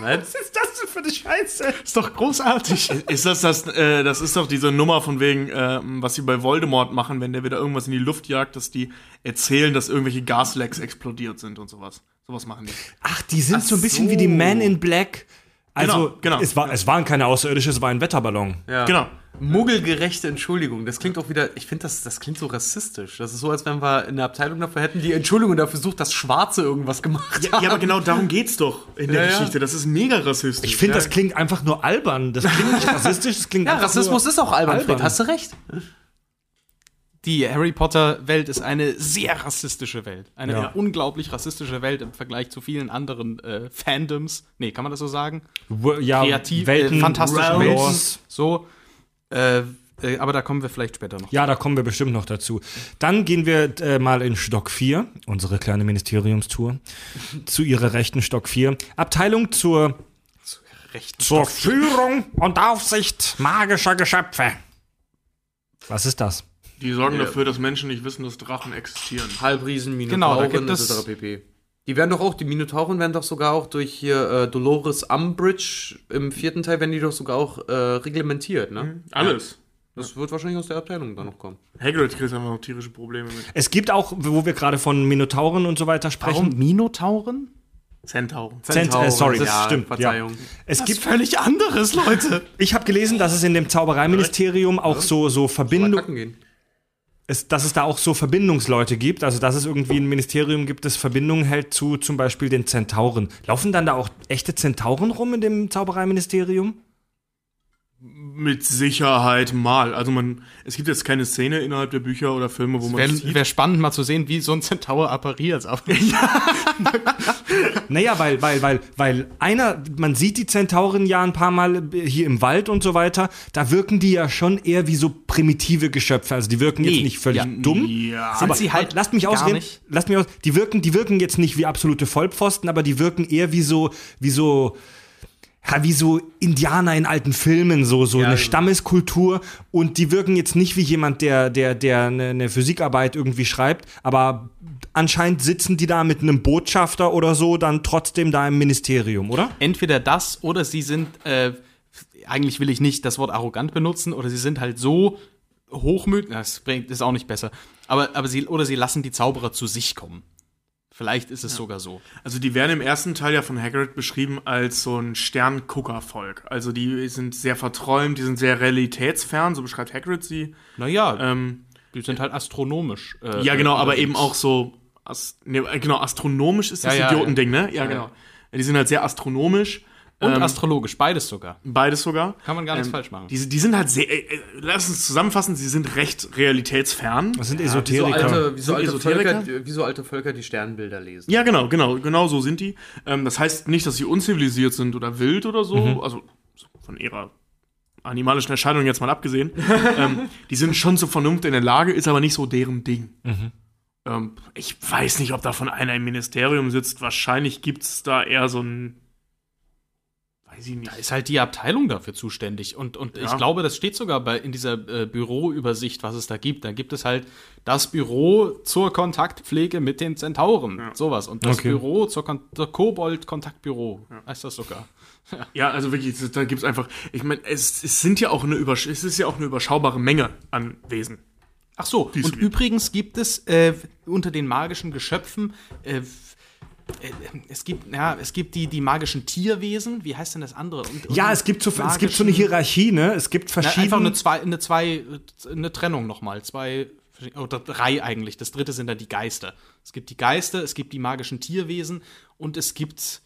[SPEAKER 6] Was?
[SPEAKER 1] ist das denn für eine Scheiße?
[SPEAKER 5] ist doch großartig.
[SPEAKER 3] Ist das das, äh, das ist doch diese Nummer von wegen, ähm, was sie bei Voldemort machen, wenn der wieder irgendwas in die Luft jagt, dass die erzählen, dass irgendwelche Gaslecks explodiert sind und sowas. Sowas machen die.
[SPEAKER 1] Ach, die sind so ein bisschen
[SPEAKER 6] so.
[SPEAKER 1] wie die Men in Black. Also,
[SPEAKER 3] Genau, genau.
[SPEAKER 1] Es, war, es waren keine Außerirdische, es war ein Wetterballon.
[SPEAKER 6] Ja.
[SPEAKER 3] Genau.
[SPEAKER 6] Muggelgerechte Entschuldigung. Das klingt auch wieder, ich finde, das, das klingt so rassistisch. Das ist so, als wenn wir in der Abteilung dafür hätten, die Entschuldigung dafür sucht, dass Schwarze irgendwas gemacht
[SPEAKER 3] Ja,
[SPEAKER 6] haben.
[SPEAKER 3] ja, aber genau darum geht's doch in der
[SPEAKER 6] Ja, ja.
[SPEAKER 3] Geschichte. Das ist mega rassistisch.
[SPEAKER 1] Ich finde, das klingt einfach nur albern. Das klingt <laughs> nicht rassistisch, das klingt
[SPEAKER 6] Ja,
[SPEAKER 1] einfach
[SPEAKER 6] Rassismus
[SPEAKER 1] nur
[SPEAKER 6] ist auch albern,
[SPEAKER 1] albern.
[SPEAKER 6] Fred, hast du recht.
[SPEAKER 5] Die Harry Potter-Welt ist eine sehr rassistische Welt. Eine unglaublich rassistische Welt im Vergleich zu vielen anderen äh, Fandoms. Nee, kann man das so sagen?
[SPEAKER 1] Wo- ja,
[SPEAKER 5] Kreativ,
[SPEAKER 1] Welten,
[SPEAKER 5] äh, fantastische
[SPEAKER 1] Realms.
[SPEAKER 5] Welten. So. Äh, äh, aber da kommen wir vielleicht später noch.
[SPEAKER 1] Ja, da kommen wir bestimmt noch dazu. Dann gehen wir äh, mal in Stock 4, unsere kleine Ministeriumstour. zu ihrer rechten Stock 4. Abteilung zur, zur Führung und Aufsicht magischer Geschöpfe. Was ist das?
[SPEAKER 3] Die sorgen dafür, dass Menschen nicht wissen, dass Drachen existieren.
[SPEAKER 6] Halbriesen,
[SPEAKER 5] Genau, da
[SPEAKER 6] Minotauren,
[SPEAKER 5] gibt es-
[SPEAKER 6] etc. pp. Die werden doch auch, die Minotauren werden doch sogar auch durch hier äh, Dolores Umbridge im vierten Teil, werden die doch sogar auch äh, reglementiert, ne?
[SPEAKER 3] Alles.
[SPEAKER 6] Das wird wahrscheinlich aus der Abteilung dann noch kommen.
[SPEAKER 3] Hagrid kriegt einfach noch tierische Probleme mit.
[SPEAKER 1] Es gibt auch, wo wir gerade von Minotauren und so weiter
[SPEAKER 5] Warum
[SPEAKER 1] sprechen.
[SPEAKER 5] Minotauren?
[SPEAKER 3] Zentauren.
[SPEAKER 1] Zent- äh, sorry,
[SPEAKER 6] Zentauren,
[SPEAKER 1] das
[SPEAKER 6] ja,
[SPEAKER 1] stimmt. Ja.
[SPEAKER 6] Verzeihung.
[SPEAKER 1] Es gibt,
[SPEAKER 5] völlig
[SPEAKER 1] <laughs>
[SPEAKER 5] anderes, Leute.
[SPEAKER 1] ich habe gelesen, dass es in dem Zaubereiministerium auch so, so
[SPEAKER 6] Mal
[SPEAKER 1] Verbindungen,
[SPEAKER 6] kacken gehen.
[SPEAKER 1] es, dass es da auch so Verbindungsleute gibt, also dass es irgendwie ein Ministerium gibt, das Verbindungen hält zu zum Beispiel den Zentauren. Laufen dann da auch echte Zentauren rum in dem Zaubereiministerium?
[SPEAKER 3] Mit Sicherheit mal. Also man, es gibt jetzt keine Szene innerhalb der Bücher oder Filme, wo man das
[SPEAKER 5] Wäre
[SPEAKER 3] sieht.
[SPEAKER 5] wär spannend mal zu sehen, wie so ein Centaur appariert. <laughs> Aber
[SPEAKER 1] Naja, weil, weil, weil, weil einer, man sieht die Zentauren ja ein paar Mal hier im Wald und so weiter, da wirken die ja schon eher wie so primitive Geschöpfe. Also die wirken jetzt nicht völlig
[SPEAKER 5] Ja.
[SPEAKER 1] dumm.
[SPEAKER 3] Ja.
[SPEAKER 1] Aber
[SPEAKER 5] sie halt
[SPEAKER 1] lasst mich
[SPEAKER 5] gar
[SPEAKER 1] ausreden.
[SPEAKER 5] nicht.
[SPEAKER 1] Lasst mich aus. Die wirken, die wirken jetzt nicht wie absolute Vollpfosten, aber die wirken eher wie so, wie so, ja, wie so Indianer in alten Filmen, so, so eine Stammeskultur. Und die wirken jetzt nicht wie jemand, der, der, der eine, eine Physikarbeit irgendwie schreibt, aber anscheinend sitzen die da mit einem Botschafter oder so dann trotzdem da im Ministerium, oder?
[SPEAKER 5] entweder das oder sie sind, äh, eigentlich will ich nicht das Wort arrogant benutzen, oder sie sind halt so hochmütig, das bringt, ist auch nicht besser, aber, aber sie, oder sie lassen die Zauberer zu sich kommen. Vielleicht ist es sogar so.
[SPEAKER 3] Also die werden im ersten Teil ja von Hagrid beschrieben als so ein Sternguckervolk. Also die sind sehr verträumt, die sind sehr realitätsfern, so beschreibt Hagrid sie.
[SPEAKER 5] Naja,
[SPEAKER 3] Ähm,
[SPEAKER 5] die sind halt astronomisch. äh,
[SPEAKER 3] ja, genau, aber
[SPEAKER 5] unterwegs.
[SPEAKER 3] eben auch so, as, nee, äh, genau, astronomisch ist das
[SPEAKER 5] Ja, ja,
[SPEAKER 3] Idiotending, ne? Ja, genau. Die sind halt sehr astronomisch,
[SPEAKER 5] Und astrologisch, beides sogar.
[SPEAKER 3] beides sogar.
[SPEAKER 5] Kann man gar nichts falsch machen.
[SPEAKER 3] ähm, Die, die sind halt sehr, äh, äh, lass uns zusammenfassen, sie sind recht realitätsfern.
[SPEAKER 1] Das sind
[SPEAKER 6] Wie so
[SPEAKER 1] Esoteriker.
[SPEAKER 6] alte, wie so alte
[SPEAKER 3] Esoteriker?
[SPEAKER 6] Völker, wie so alte Völker, die Sternbilder lesen.
[SPEAKER 3] Ja, genau, genau, genau so sind die. Ähm, das heißt nicht, dass sie unzivilisiert sind oder wild oder so, also so von ihrer animalischen Erscheinung jetzt mal abgesehen. ähm, die sind schon zur Vernunft in der Lage, ist aber nicht so deren Ding. Ähm, ich weiß nicht, ob davon einer im Ministerium sitzt. Wahrscheinlich gibt es da eher so ein, Weiß ich nicht.
[SPEAKER 5] Da ist halt die Abteilung dafür zuständig. Und, und ich glaube, das steht sogar bei, in dieser äh, Büroübersicht, was es da gibt. Da gibt es halt das Büro zur Kontaktpflege mit den Zentauren. Sowas. Und das
[SPEAKER 1] Okay.
[SPEAKER 5] Büro zur, Kon zur Kobold-Kontaktbüro. Heißt das sogar.
[SPEAKER 3] Ja, also wirklich, das- da gibt's einfach. Ich meine, es, es sind ja auch eine Übersch es ist ja auch eine überschaubare Menge an Wesen.
[SPEAKER 5] Ach so,
[SPEAKER 3] Die ist
[SPEAKER 5] und
[SPEAKER 3] lieb.
[SPEAKER 5] übrigens gibt es äh, unter den magischen Geschöpfen, äh, f- äh, es gibt, ja, es gibt die, die magischen Tierwesen, wie heißt denn das andere? Und, und
[SPEAKER 1] Ja, es gibt so, es gibt so eine
[SPEAKER 5] magischen-
[SPEAKER 1] Hierarchie, ne? Es gibt
[SPEAKER 5] Na, einfach
[SPEAKER 1] verschiedene.
[SPEAKER 5] eine zwei, eine zwei, eine Trennung nochmal, zwei verschied- oder drei eigentlich. Das dritte sind dann die Geister. Es gibt die Geister, es gibt die magischen Tierwesen und es gibt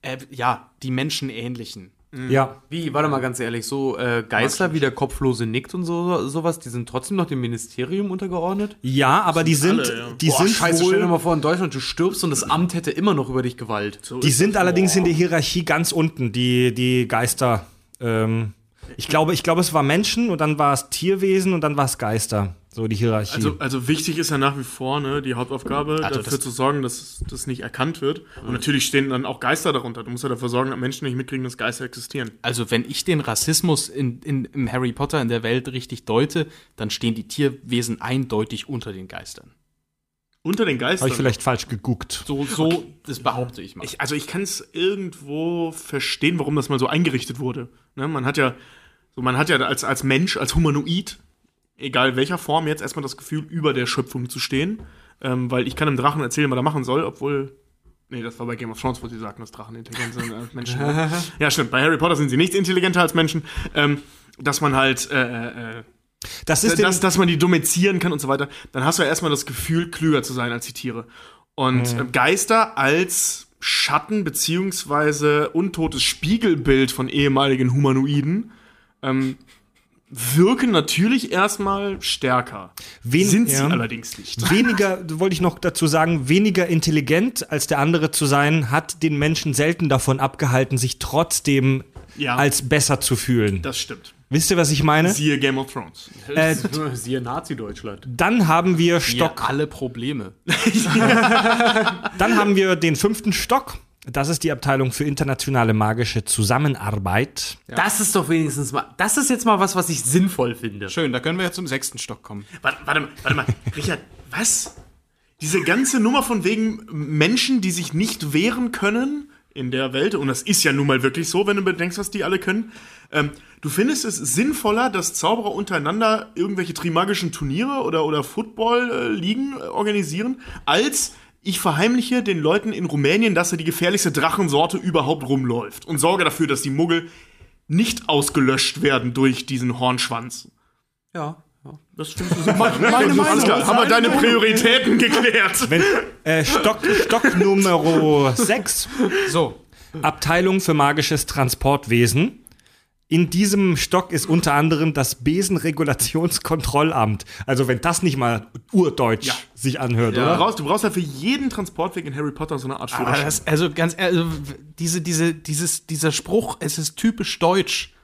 [SPEAKER 5] äh, ja die menschenähnlichen.
[SPEAKER 1] ja.
[SPEAKER 6] Wie, warte mal ganz ehrlich, so äh, Geißler wie der Kopflose nickt und so, sowas, die sind trotzdem noch dem Ministerium untergeordnet?
[SPEAKER 1] ja, aber die sind, die sind
[SPEAKER 6] stell dir
[SPEAKER 1] wohl,
[SPEAKER 6] mal vor, in Deutschland, du stirbst und das Amt hätte immer noch über dich Gewalt.
[SPEAKER 1] die sind allerdings in der Hierarchie ganz unten, die, die Geister. Ähm, ich glaube, ich glaube, es war Menschen und dann war es Tierwesen und dann war es Geister. So die Hierarchie.
[SPEAKER 3] Also, also wichtig ist ja nach wie vor ne, die Hauptaufgabe,
[SPEAKER 1] Also
[SPEAKER 3] dafür
[SPEAKER 5] das-
[SPEAKER 3] zu sorgen, dass das nicht erkannt wird.
[SPEAKER 1] Mhm.
[SPEAKER 3] Und natürlich stehen dann auch Geister darunter. Du musst ja dafür sorgen, dass Menschen nicht mitkriegen, dass Geister existieren.
[SPEAKER 5] Also wenn ich den Rassismus in, in, im Harry Potter in der Welt richtig deute, dann stehen die Tierwesen eindeutig unter den Geistern.
[SPEAKER 3] Unter den
[SPEAKER 1] Habe
[SPEAKER 3] Geistern.
[SPEAKER 1] ich vielleicht falsch geguckt.
[SPEAKER 5] So, so, das behaupte ich mal.
[SPEAKER 3] Ich, also ich kann es irgendwo verstehen, warum das mal so eingerichtet wurde. Ne, man hat ja, so man hat ja als, als Mensch, als Humanoid, egal welcher Form, jetzt erstmal das Gefühl, über der Schöpfung zu stehen. Ähm, weil ich kann einem Drachen erzählen, was er machen soll, obwohl. Nee, das war bei Game of Thrones, wo sie sagten, dass Drachen intelligenter sind als Menschen. ne? ja, stimmt. Bei Harry Potter sind sie nicht intelligenter als Menschen. Ähm, dass man halt, äh, äh, äh,
[SPEAKER 1] Das ist
[SPEAKER 3] dass,
[SPEAKER 1] das,
[SPEAKER 3] dass man die domizieren kann und so weiter. Dann hast du ja erstmal das Gefühl, klüger zu sein als die Tiere. Und ähm, Geister als Schatten beziehungsweise untotes Spiegelbild von ehemaligen Humanoiden ähm, wirken natürlich erstmal stärker.
[SPEAKER 1] wen,
[SPEAKER 3] Sind sie
[SPEAKER 1] ja.
[SPEAKER 3] allerdings nicht.
[SPEAKER 1] weniger, wollte ich noch dazu sagen, weniger intelligent als der andere zu sein, hat den Menschen selten davon abgehalten, sich trotzdem
[SPEAKER 3] Ja.
[SPEAKER 1] als besser zu fühlen.
[SPEAKER 3] Das stimmt.
[SPEAKER 1] Wisst ihr, was ich meine?
[SPEAKER 3] Siehe Game of Thrones.
[SPEAKER 1] Äh,
[SPEAKER 6] <laughs> Siehe Nazi-Deutschland.
[SPEAKER 1] dann haben wir
[SPEAKER 5] Ihr
[SPEAKER 1] Stock,
[SPEAKER 5] alle Probleme.
[SPEAKER 1] dann haben wir den fünften Stock. Das ist die Abteilung für internationale magische Zusammenarbeit.
[SPEAKER 6] Das ist doch wenigstens mal, das ist jetzt mal was, was ich sinnvoll finde.
[SPEAKER 5] Schön, da können wir ja zum sechsten Stock kommen.
[SPEAKER 3] Warte, warte mal, warte mal. Richard, was? Diese ganze Nummer von wegen Menschen, die sich nicht wehren können in der Welt, und das ist ja nun mal wirklich so, wenn du bedenkst, was die alle können. Ähm, du findest es sinnvoller, dass Zauberer untereinander irgendwelche trimagischen Turniere oder, oder Football-Ligen äh, organisieren, als ich verheimliche den Leuten in Rumänien, dass er die gefährlichste Drachensorte überhaupt rumläuft und sorge dafür, dass die Muggel nicht ausgelöscht werden durch diesen Hornschwanz.
[SPEAKER 6] Ja. ja.
[SPEAKER 3] Das stimmt. Meine Meinung.
[SPEAKER 6] klar,
[SPEAKER 3] Haben wir deine Prioritäten geklärt?
[SPEAKER 1] Wenn, äh, Stock, Stock Nummer 6,
[SPEAKER 5] So,
[SPEAKER 1] Abteilung für magisches Transportwesen. In diesem Stock ist unter anderem das Besenregulationskontrollamt. Also wenn das nicht mal urdeutsch sich anhört,
[SPEAKER 3] Du
[SPEAKER 1] oder?
[SPEAKER 3] brauchst, du brauchst ja für jeden Transportweg in Harry Potter so eine
[SPEAKER 1] Ah,
[SPEAKER 3] Art
[SPEAKER 5] aber
[SPEAKER 3] Führerschein.
[SPEAKER 5] das, also ganz ehrlich, also w- diese, diese, dieses, dieser Spruch, es ist typisch deutsch,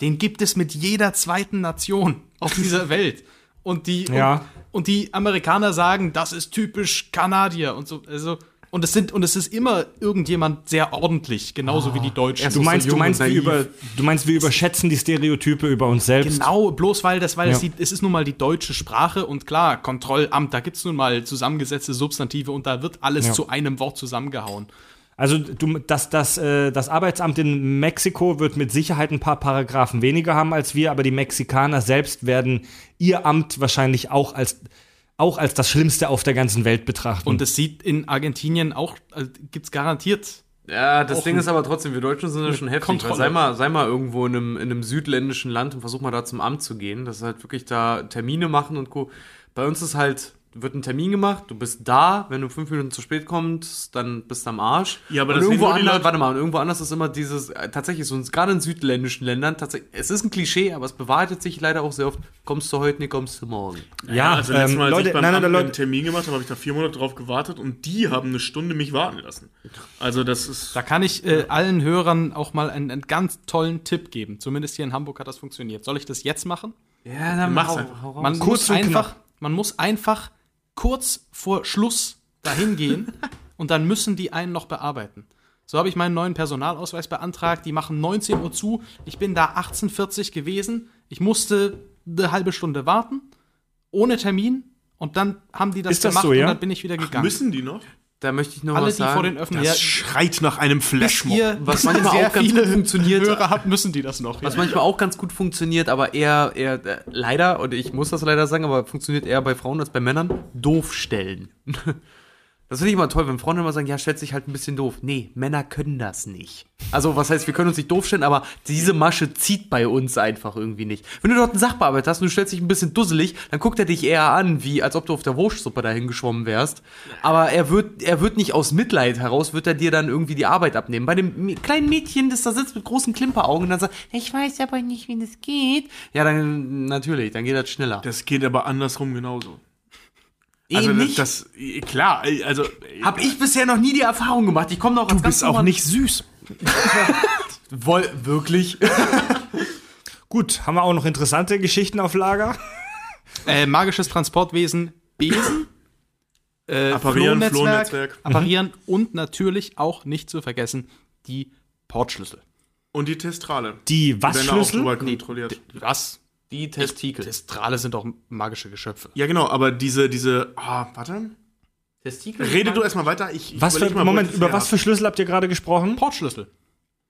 [SPEAKER 5] den gibt es mit jeder zweiten Nation <laughs> auf dieser Welt. Und die,
[SPEAKER 1] Ja.
[SPEAKER 5] und, und die Amerikaner sagen, das ist typisch Kanadier und so. Also, und es sind, und es ist immer irgendjemand sehr ordentlich, genauso
[SPEAKER 1] Ah.
[SPEAKER 5] wie die Deutschen.
[SPEAKER 1] Du meinst, du,
[SPEAKER 6] jung
[SPEAKER 1] meinst,
[SPEAKER 6] und
[SPEAKER 1] wir
[SPEAKER 6] naiv.
[SPEAKER 1] über, du meinst, wir überschätzen die Stereotype über uns selbst.
[SPEAKER 5] Genau, bloß weil das, weil
[SPEAKER 1] Ja.
[SPEAKER 5] es, die, es ist nun mal die deutsche Sprache und klar, Kontrollamt, da gibt es nun mal zusammengesetzte Substantive und da wird alles
[SPEAKER 1] Ja.
[SPEAKER 5] zu einem Wort zusammengehauen.
[SPEAKER 1] Also du, das, das, äh, das Arbeitsamt in Mexiko wird mit Sicherheit ein paar Paragraphen weniger haben als wir, aber die Mexikaner selbst werden ihr Amt wahrscheinlich auch als, auch als das Schlimmste auf der ganzen Welt betrachten.
[SPEAKER 5] Und es sieht in Argentinien auch, also gibt's garantiert.
[SPEAKER 6] Ja, das Ding ist aber trotzdem, wir Deutschen sind ja schon heftig.
[SPEAKER 5] Kontrolle.
[SPEAKER 6] Weil sei, mal, sei mal irgendwo in einem, in einem südländischen Land und versuch mal da zum Amt zu gehen. Das ist halt wirklich da Termine machen und Co. Bei uns ist halt, wird ein Termin gemacht, du bist da, wenn du fünf Minuten zu spät kommst, dann bist du am Arsch.
[SPEAKER 3] Ja, aber
[SPEAKER 6] und
[SPEAKER 3] das
[SPEAKER 6] irgendwo
[SPEAKER 3] sehen nur die
[SPEAKER 6] anders,
[SPEAKER 3] Leute-
[SPEAKER 6] warte mal, und irgendwo anders ist immer dieses, äh, tatsächlich so, gerade in südländischen Ländern, tatsächlich, es ist ein Klischee, aber es bewahrheitet sich leider auch sehr oft, kommst du heute, nee, kommst du morgen.
[SPEAKER 1] ja,
[SPEAKER 3] also letztes
[SPEAKER 1] ähm,
[SPEAKER 3] Mal, als
[SPEAKER 1] Leute,
[SPEAKER 3] ich beim
[SPEAKER 1] nein,
[SPEAKER 3] Amt
[SPEAKER 1] nein,
[SPEAKER 3] einen
[SPEAKER 1] Leute,
[SPEAKER 3] Termin gemacht habe, habe ich da vier Monate drauf gewartet und die haben eine Stunde mich warten lassen. Also das ist...
[SPEAKER 5] Da kann ich äh, allen Hörern auch mal einen, einen ganz tollen Tipp geben. Zumindest hier in Hamburg hat das funktioniert. Soll ich das jetzt machen?
[SPEAKER 6] Ja, dann
[SPEAKER 3] Mach's
[SPEAKER 6] hau-
[SPEAKER 3] einfach.
[SPEAKER 6] hau raus.
[SPEAKER 5] Man
[SPEAKER 1] Oh, Kurz
[SPEAKER 5] muss
[SPEAKER 1] und
[SPEAKER 5] einfach, man muss einfach
[SPEAKER 1] <laughs>
[SPEAKER 5] kurz vor Schluss dahin gehen und dann müssen die einen noch bearbeiten. So habe ich meinen neuen Personalausweis beantragt. Die machen 19 Uhr zu. Ich bin da 18.40 gewesen. Ich musste eine halbe Stunde warten, ohne Termin. Und dann haben die das,
[SPEAKER 1] Ist das
[SPEAKER 5] gemacht
[SPEAKER 1] so, ja?
[SPEAKER 5] und dann bin ich wieder gegangen.
[SPEAKER 3] Müssen die noch?
[SPEAKER 6] Da möchte ich noch
[SPEAKER 5] Alle,
[SPEAKER 6] was
[SPEAKER 5] die
[SPEAKER 6] sagen.
[SPEAKER 5] vor den öffentlichen
[SPEAKER 3] Das schreit nach einem Flashmob.
[SPEAKER 5] ihr,
[SPEAKER 6] was
[SPEAKER 5] wenn ihr
[SPEAKER 6] manchmal
[SPEAKER 5] sehr
[SPEAKER 6] auch ganz
[SPEAKER 5] viele
[SPEAKER 6] gut funktioniert.
[SPEAKER 5] Hörer habt, müssen die das noch.
[SPEAKER 6] Was manchmal auch ganz gut funktioniert, aber eher, eher äh, leider, und ich muss das leider sagen, aber funktioniert eher bei Frauen als bei Männern, doof stellen. Das finde ich immer toll, wenn Frauen immer sagen, ja, stellt sich halt ein bisschen doof. Nee, Männer können das nicht. Also, was heißt, wir können uns nicht doof stellen, aber diese Masche zieht bei uns einfach irgendwie nicht. Wenn du dort einen Sachbearbeiter hast und du stellst dich ein bisschen dusselig, dann guckt er dich eher an, wie als ob du auf der Wurstsuppe dahin geschwommen wärst. Aber er wird, er wird nicht aus Mitleid heraus, wird er dir dann irgendwie die Arbeit abnehmen. Bei dem M- kleinen Mädchen, das da sitzt mit großen Klimperaugen und dann sagt, ich weiß aber nicht, wie das geht. Ja, dann natürlich, dann geht das schneller.
[SPEAKER 3] Das geht aber andersrum genauso.
[SPEAKER 6] Eh
[SPEAKER 3] also
[SPEAKER 6] nicht.
[SPEAKER 3] das, das klar, also
[SPEAKER 6] Hab ich bisher noch nie die Erfahrung gemacht. Ich komme noch
[SPEAKER 3] du bist auch nicht süß.
[SPEAKER 6] Woll, wirklich?
[SPEAKER 1] Gut, haben wir auch noch interessante Geschichten auf Lager?
[SPEAKER 5] Äh, magisches Transportwesen, Besen, äh,
[SPEAKER 3] Apparieren,
[SPEAKER 5] Flohnetzwerk,
[SPEAKER 3] Flohnetzwerk.
[SPEAKER 5] <laughs> Apparieren und natürlich auch nicht zu vergessen die Portschlüssel.
[SPEAKER 3] Und die Testrale.
[SPEAKER 1] Die
[SPEAKER 3] werden auch
[SPEAKER 1] Waschschlüssel?
[SPEAKER 3] drüber kontrolliert.
[SPEAKER 5] Was?
[SPEAKER 6] Die Testikel.
[SPEAKER 5] Testrale sind doch magische Geschöpfe.
[SPEAKER 3] Ja, genau, aber diese, diese, ah, warte.
[SPEAKER 6] Testikel?
[SPEAKER 3] Rede du erstmal weiter. Ich
[SPEAKER 1] Was für,
[SPEAKER 3] überleg mal, wo
[SPEAKER 1] Moment,
[SPEAKER 3] ich das
[SPEAKER 1] über
[SPEAKER 3] her
[SPEAKER 1] was für Schlüssel habt ihr gerade gesprochen?
[SPEAKER 5] Portschlüssel.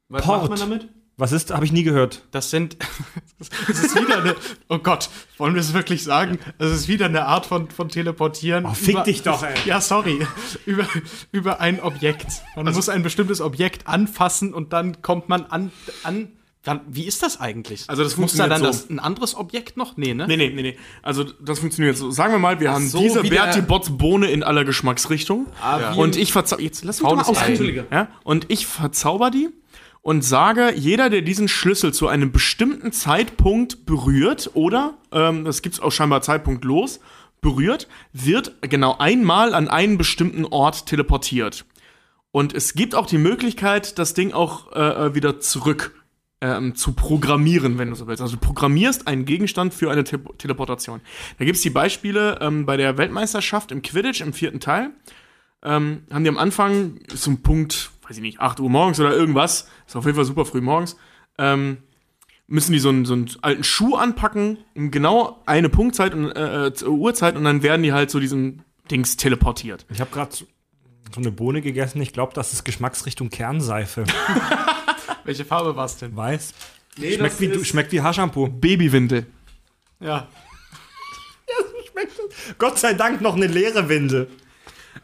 [SPEAKER 6] Was
[SPEAKER 1] Port.
[SPEAKER 6] macht man damit?
[SPEAKER 1] Was ist, habe ich nie gehört.
[SPEAKER 5] Das sind. <laughs> Das ist wieder eine. Oh Gott, wollen wir es wirklich sagen? Das ist wieder eine Art von, von Teleportieren.
[SPEAKER 1] Oh, fick dich doch, ey.
[SPEAKER 5] Ja, sorry. Über, über ein Objekt. Man muss ein bestimmtes Objekt anfassen und dann kommt man an. an dann, wie ist das eigentlich?
[SPEAKER 3] Also das
[SPEAKER 5] muss da dann
[SPEAKER 3] funktioniert so.
[SPEAKER 5] das, ein anderes Objekt noch? Nee, ne?
[SPEAKER 3] Nee, nee, nee, nee. Also das funktioniert so. Sagen wir mal, wir haben
[SPEAKER 6] so,
[SPEAKER 3] diese
[SPEAKER 6] wie der- Ah,
[SPEAKER 3] Berti Botts Bohne in aller Geschmacksrichtung.
[SPEAKER 6] wie-
[SPEAKER 3] und ich verzauber. Jetzt lass mich doch mal
[SPEAKER 6] Faules Ei.
[SPEAKER 3] ausreden. Ja? Und ich verzauber die und sage, jeder, der diesen Schlüssel zu einem bestimmten Zeitpunkt berührt, oder ähm, das gibt's auch scheinbar zeitpunktlos, berührt, wird genau einmal an einen bestimmten Ort teleportiert. Und es gibt auch die Möglichkeit, das Ding auch äh, äh, wieder zurück ähm, zu programmieren, wenn du so willst. Also du programmierst einen Gegenstand für eine Te Teleportation. Da gibt es die Beispiele ähm, bei der Weltmeisterschaft im Quidditch im vierten Teil. Ähm, haben die am Anfang so einen Punkt, weiß ich nicht, 8 Uhr morgens oder irgendwas, ist auf jeden Fall super früh morgens, ähm, müssen die so einen, so einen alten Schuh anpacken, um genau eine Punktzeit und äh, äh, Uhrzeit und dann werden die halt zu diesem Dings teleportiert.
[SPEAKER 1] Ich habe gerade so eine Bohne gegessen. Ich glaube, das ist Geschmacksrichtung Kernseife. <laughs>
[SPEAKER 5] Welche Farbe war es denn?
[SPEAKER 1] Weiß. schmeckt, wie, du- schmeckt wie Haarshampoo.
[SPEAKER 3] Babywindel.
[SPEAKER 5] Ja.
[SPEAKER 1] Gott sei Dank noch eine leere Windel.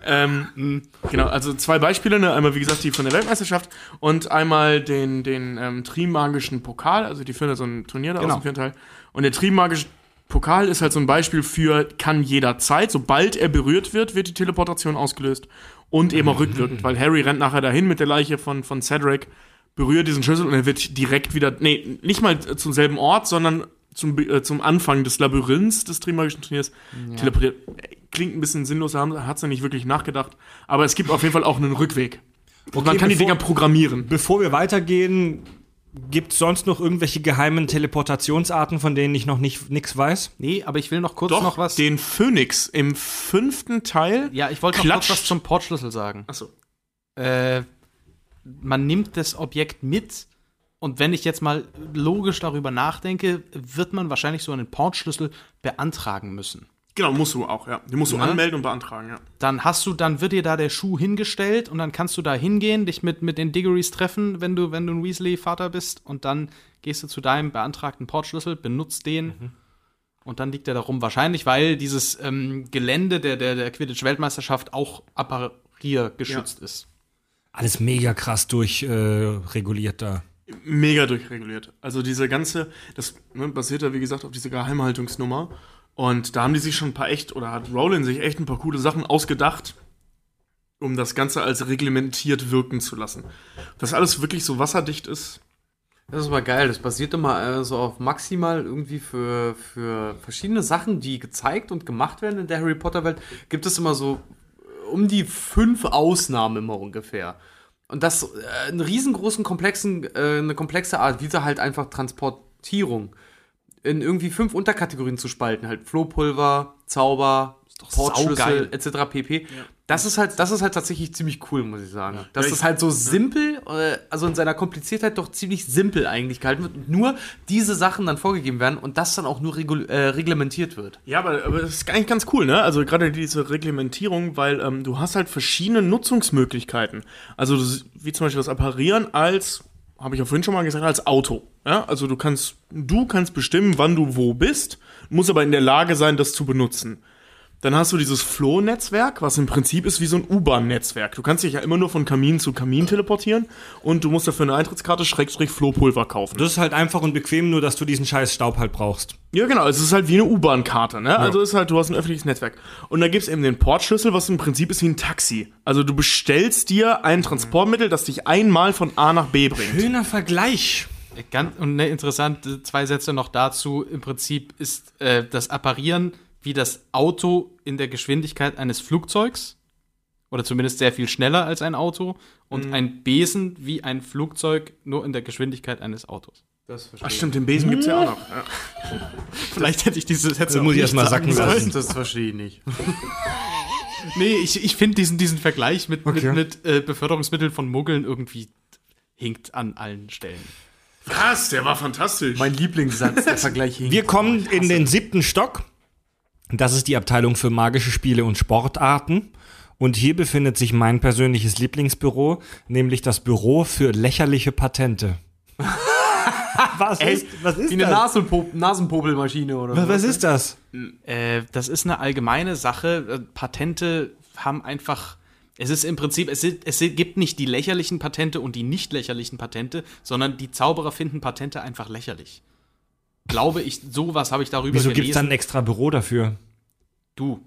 [SPEAKER 3] Ähm, genau, also zwei Beispiele, ne? einmal wie gesagt die von der Weltmeisterschaft und einmal den, den ähm, Trimagischen Pokal, also die führen da so ein Turnier da aus dem vierten Teil. Und der Trimagische Pokal ist halt so ein Beispiel für kann jederzeit, sobald er berührt wird, wird die Teleportation ausgelöst und eben auch rückwirkend, weil Harry rennt nachher dahin mit der Leiche von, von Cedric, berührt diesen Schlüssel und er wird direkt wieder, nee, nicht mal äh, zum selben Ort, sondern zum, Be- äh, zum Anfang des Labyrinths des Trimagischen Turniers teleportiert. Äh, Klingt ein bisschen sinnlos, da hat es ja nicht wirklich nachgedacht, aber es gibt auf jeden Fall auch einen Rückweg. Und man kann die
[SPEAKER 1] bevor-
[SPEAKER 3] Dinger programmieren.
[SPEAKER 1] Bevor wir weitergehen, gibt es sonst noch irgendwelche geheimen Teleportationsarten, von denen ich noch nichts weiß?
[SPEAKER 5] Nee, aber ich will noch kurz
[SPEAKER 3] Doch,
[SPEAKER 5] noch was.
[SPEAKER 3] den Phönix im fünften Teil.
[SPEAKER 5] ja, ich wollte noch kurz
[SPEAKER 3] Klatscht.
[SPEAKER 5] was zum Portschlüssel sagen.
[SPEAKER 3] Achso.
[SPEAKER 5] äh, man nimmt das Objekt mit und wenn ich jetzt mal logisch darüber nachdenke, wird man wahrscheinlich so einen Portschlüssel beantragen müssen.
[SPEAKER 3] Genau, musst du auch, ja. Den musst du
[SPEAKER 5] Ne?
[SPEAKER 3] anmelden und beantragen, ja.
[SPEAKER 5] Dann hast du, dann wird dir da der Schuh hingestellt und dann kannst du da hingehen, dich mit, mit den Diggories treffen, wenn du, wenn du ein Weasley-Vater bist und dann gehst du zu deinem beantragten Portschlüssel, benutzt den und dann liegt er da rum. Wahrscheinlich, weil dieses ähm, Gelände der, der, der Quidditch-Weltmeisterschaft auch appariergeschützt ist.
[SPEAKER 1] Alles mega krass durchreguliert da.
[SPEAKER 3] mega durchreguliert. Also diese ganze, das ne, basiert ja wie gesagt auf dieser Geheimhaltungsnummer. Und da haben die sich schon ein paar echt, oder hat Rowling sich echt ein paar coole Sachen ausgedacht, um das Ganze als reglementiert wirken zu lassen. Dass alles wirklich so wasserdicht ist.
[SPEAKER 6] Das ist mal geil. Das basiert immer äh, so auf maximal irgendwie für, für verschiedene Sachen, die gezeigt und gemacht werden in der Harry Potter Welt. Gibt es immer so äh, um die fünf Ausnahmen immer ungefähr. Und das äh, einen riesengroßen komplexen, äh, eine komplexe Art, wie sie halt einfach Transportierung in irgendwie fünf Unterkategorien zu spalten, halt Flohpulver, Zauber,
[SPEAKER 5] saugeil.
[SPEAKER 6] Portschlüssel etc. pp. Das ist halt, das ist halt tatsächlich ziemlich cool, muss ich sagen. Dass das halt so simpel, äh, also in seiner Kompliziertheit doch ziemlich simpel eigentlich gehalten wird und nur diese Sachen dann vorgegeben werden und das dann auch nur regul- äh, reglementiert wird.
[SPEAKER 3] Ja, aber, aber das ist eigentlich ganz cool, ne? Also gerade diese Reglementierung, weil ähm, du hast halt verschiedene Nutzungsmöglichkeiten. Also du s- wie zum Beispiel das Apparieren als, habe ich ja vorhin schon mal gesagt, als Auto. Ja? Also du kannst, du kannst bestimmen, wann du wo bist, musst aber in der Lage sein, das zu benutzen. Dann hast du dieses Flow-Netzwerk, was im Prinzip ist wie so ein U-Bahn-Netzwerk. Du kannst dich ja immer nur von Kamin zu Kamin teleportieren und du musst dafür eine Eintrittskarte Schrägstrich Flohpulver kaufen.
[SPEAKER 1] Das ist halt einfach und bequem, nur dass du diesen scheiß Staub halt brauchst.
[SPEAKER 3] Ja, genau, es ist halt wie eine U-Bahn-Karte, ne? Also ist halt, du hast ein öffentliches Netzwerk. Und da gibt's eben den Portschlüssel, was im Prinzip ist wie ein Taxi. Also du bestellst dir ein Transportmittel, das dich einmal von A nach B bringt.
[SPEAKER 1] Schöner Vergleich.
[SPEAKER 5] Ganz, und ne, interessant, äh, zwei Sätze noch dazu. Im Prinzip ist äh, das Apparieren wie das Auto in der Geschwindigkeit eines Flugzeugs. Oder zumindest sehr viel schneller als ein Auto. Und ein Besen wie ein Flugzeug, nur in der Geschwindigkeit eines Autos.
[SPEAKER 3] Ach stimmt, den Besen gibt's ja auch noch.
[SPEAKER 5] Vielleicht hätte ich diese Sätze
[SPEAKER 1] Das muss ich
[SPEAKER 5] nicht
[SPEAKER 1] erst mal
[SPEAKER 5] sagen
[SPEAKER 1] sacken
[SPEAKER 5] sollen.
[SPEAKER 1] lassen.
[SPEAKER 6] Das verstehe ich nicht.
[SPEAKER 5] Nee, ich, ich finde diesen, diesen Vergleich mit, mit, mit äh, Beförderungsmitteln von Muggeln irgendwie hinkt an allen Stellen.
[SPEAKER 3] Krass, der war fantastisch.
[SPEAKER 6] Mein Lieblingssatz, der Vergleich hing.
[SPEAKER 1] Wir kommen in den siebten Stock. Das ist die Abteilung für magische Spiele und Sportarten. Und hier befindet sich mein persönliches Lieblingsbüro, nämlich das Büro für lächerliche Patente. <laughs> was, ist, was ist
[SPEAKER 6] Wie eine Nasenpo Nasenpopelmaschine oder so.
[SPEAKER 1] Was ist das?
[SPEAKER 5] Äh, das ist eine allgemeine Sache. Äh, Patente haben einfach. Es ist im Prinzip, es, sind- es sind- gibt nicht die lächerlichen Patente und die nicht lächerlichen Patente, sondern die Zauberer finden Patente einfach lächerlich. Glaube ich, sowas habe ich darüber
[SPEAKER 1] Wieso gibt es dann
[SPEAKER 5] gelesen.
[SPEAKER 1] ein extra Büro dafür?
[SPEAKER 5] du.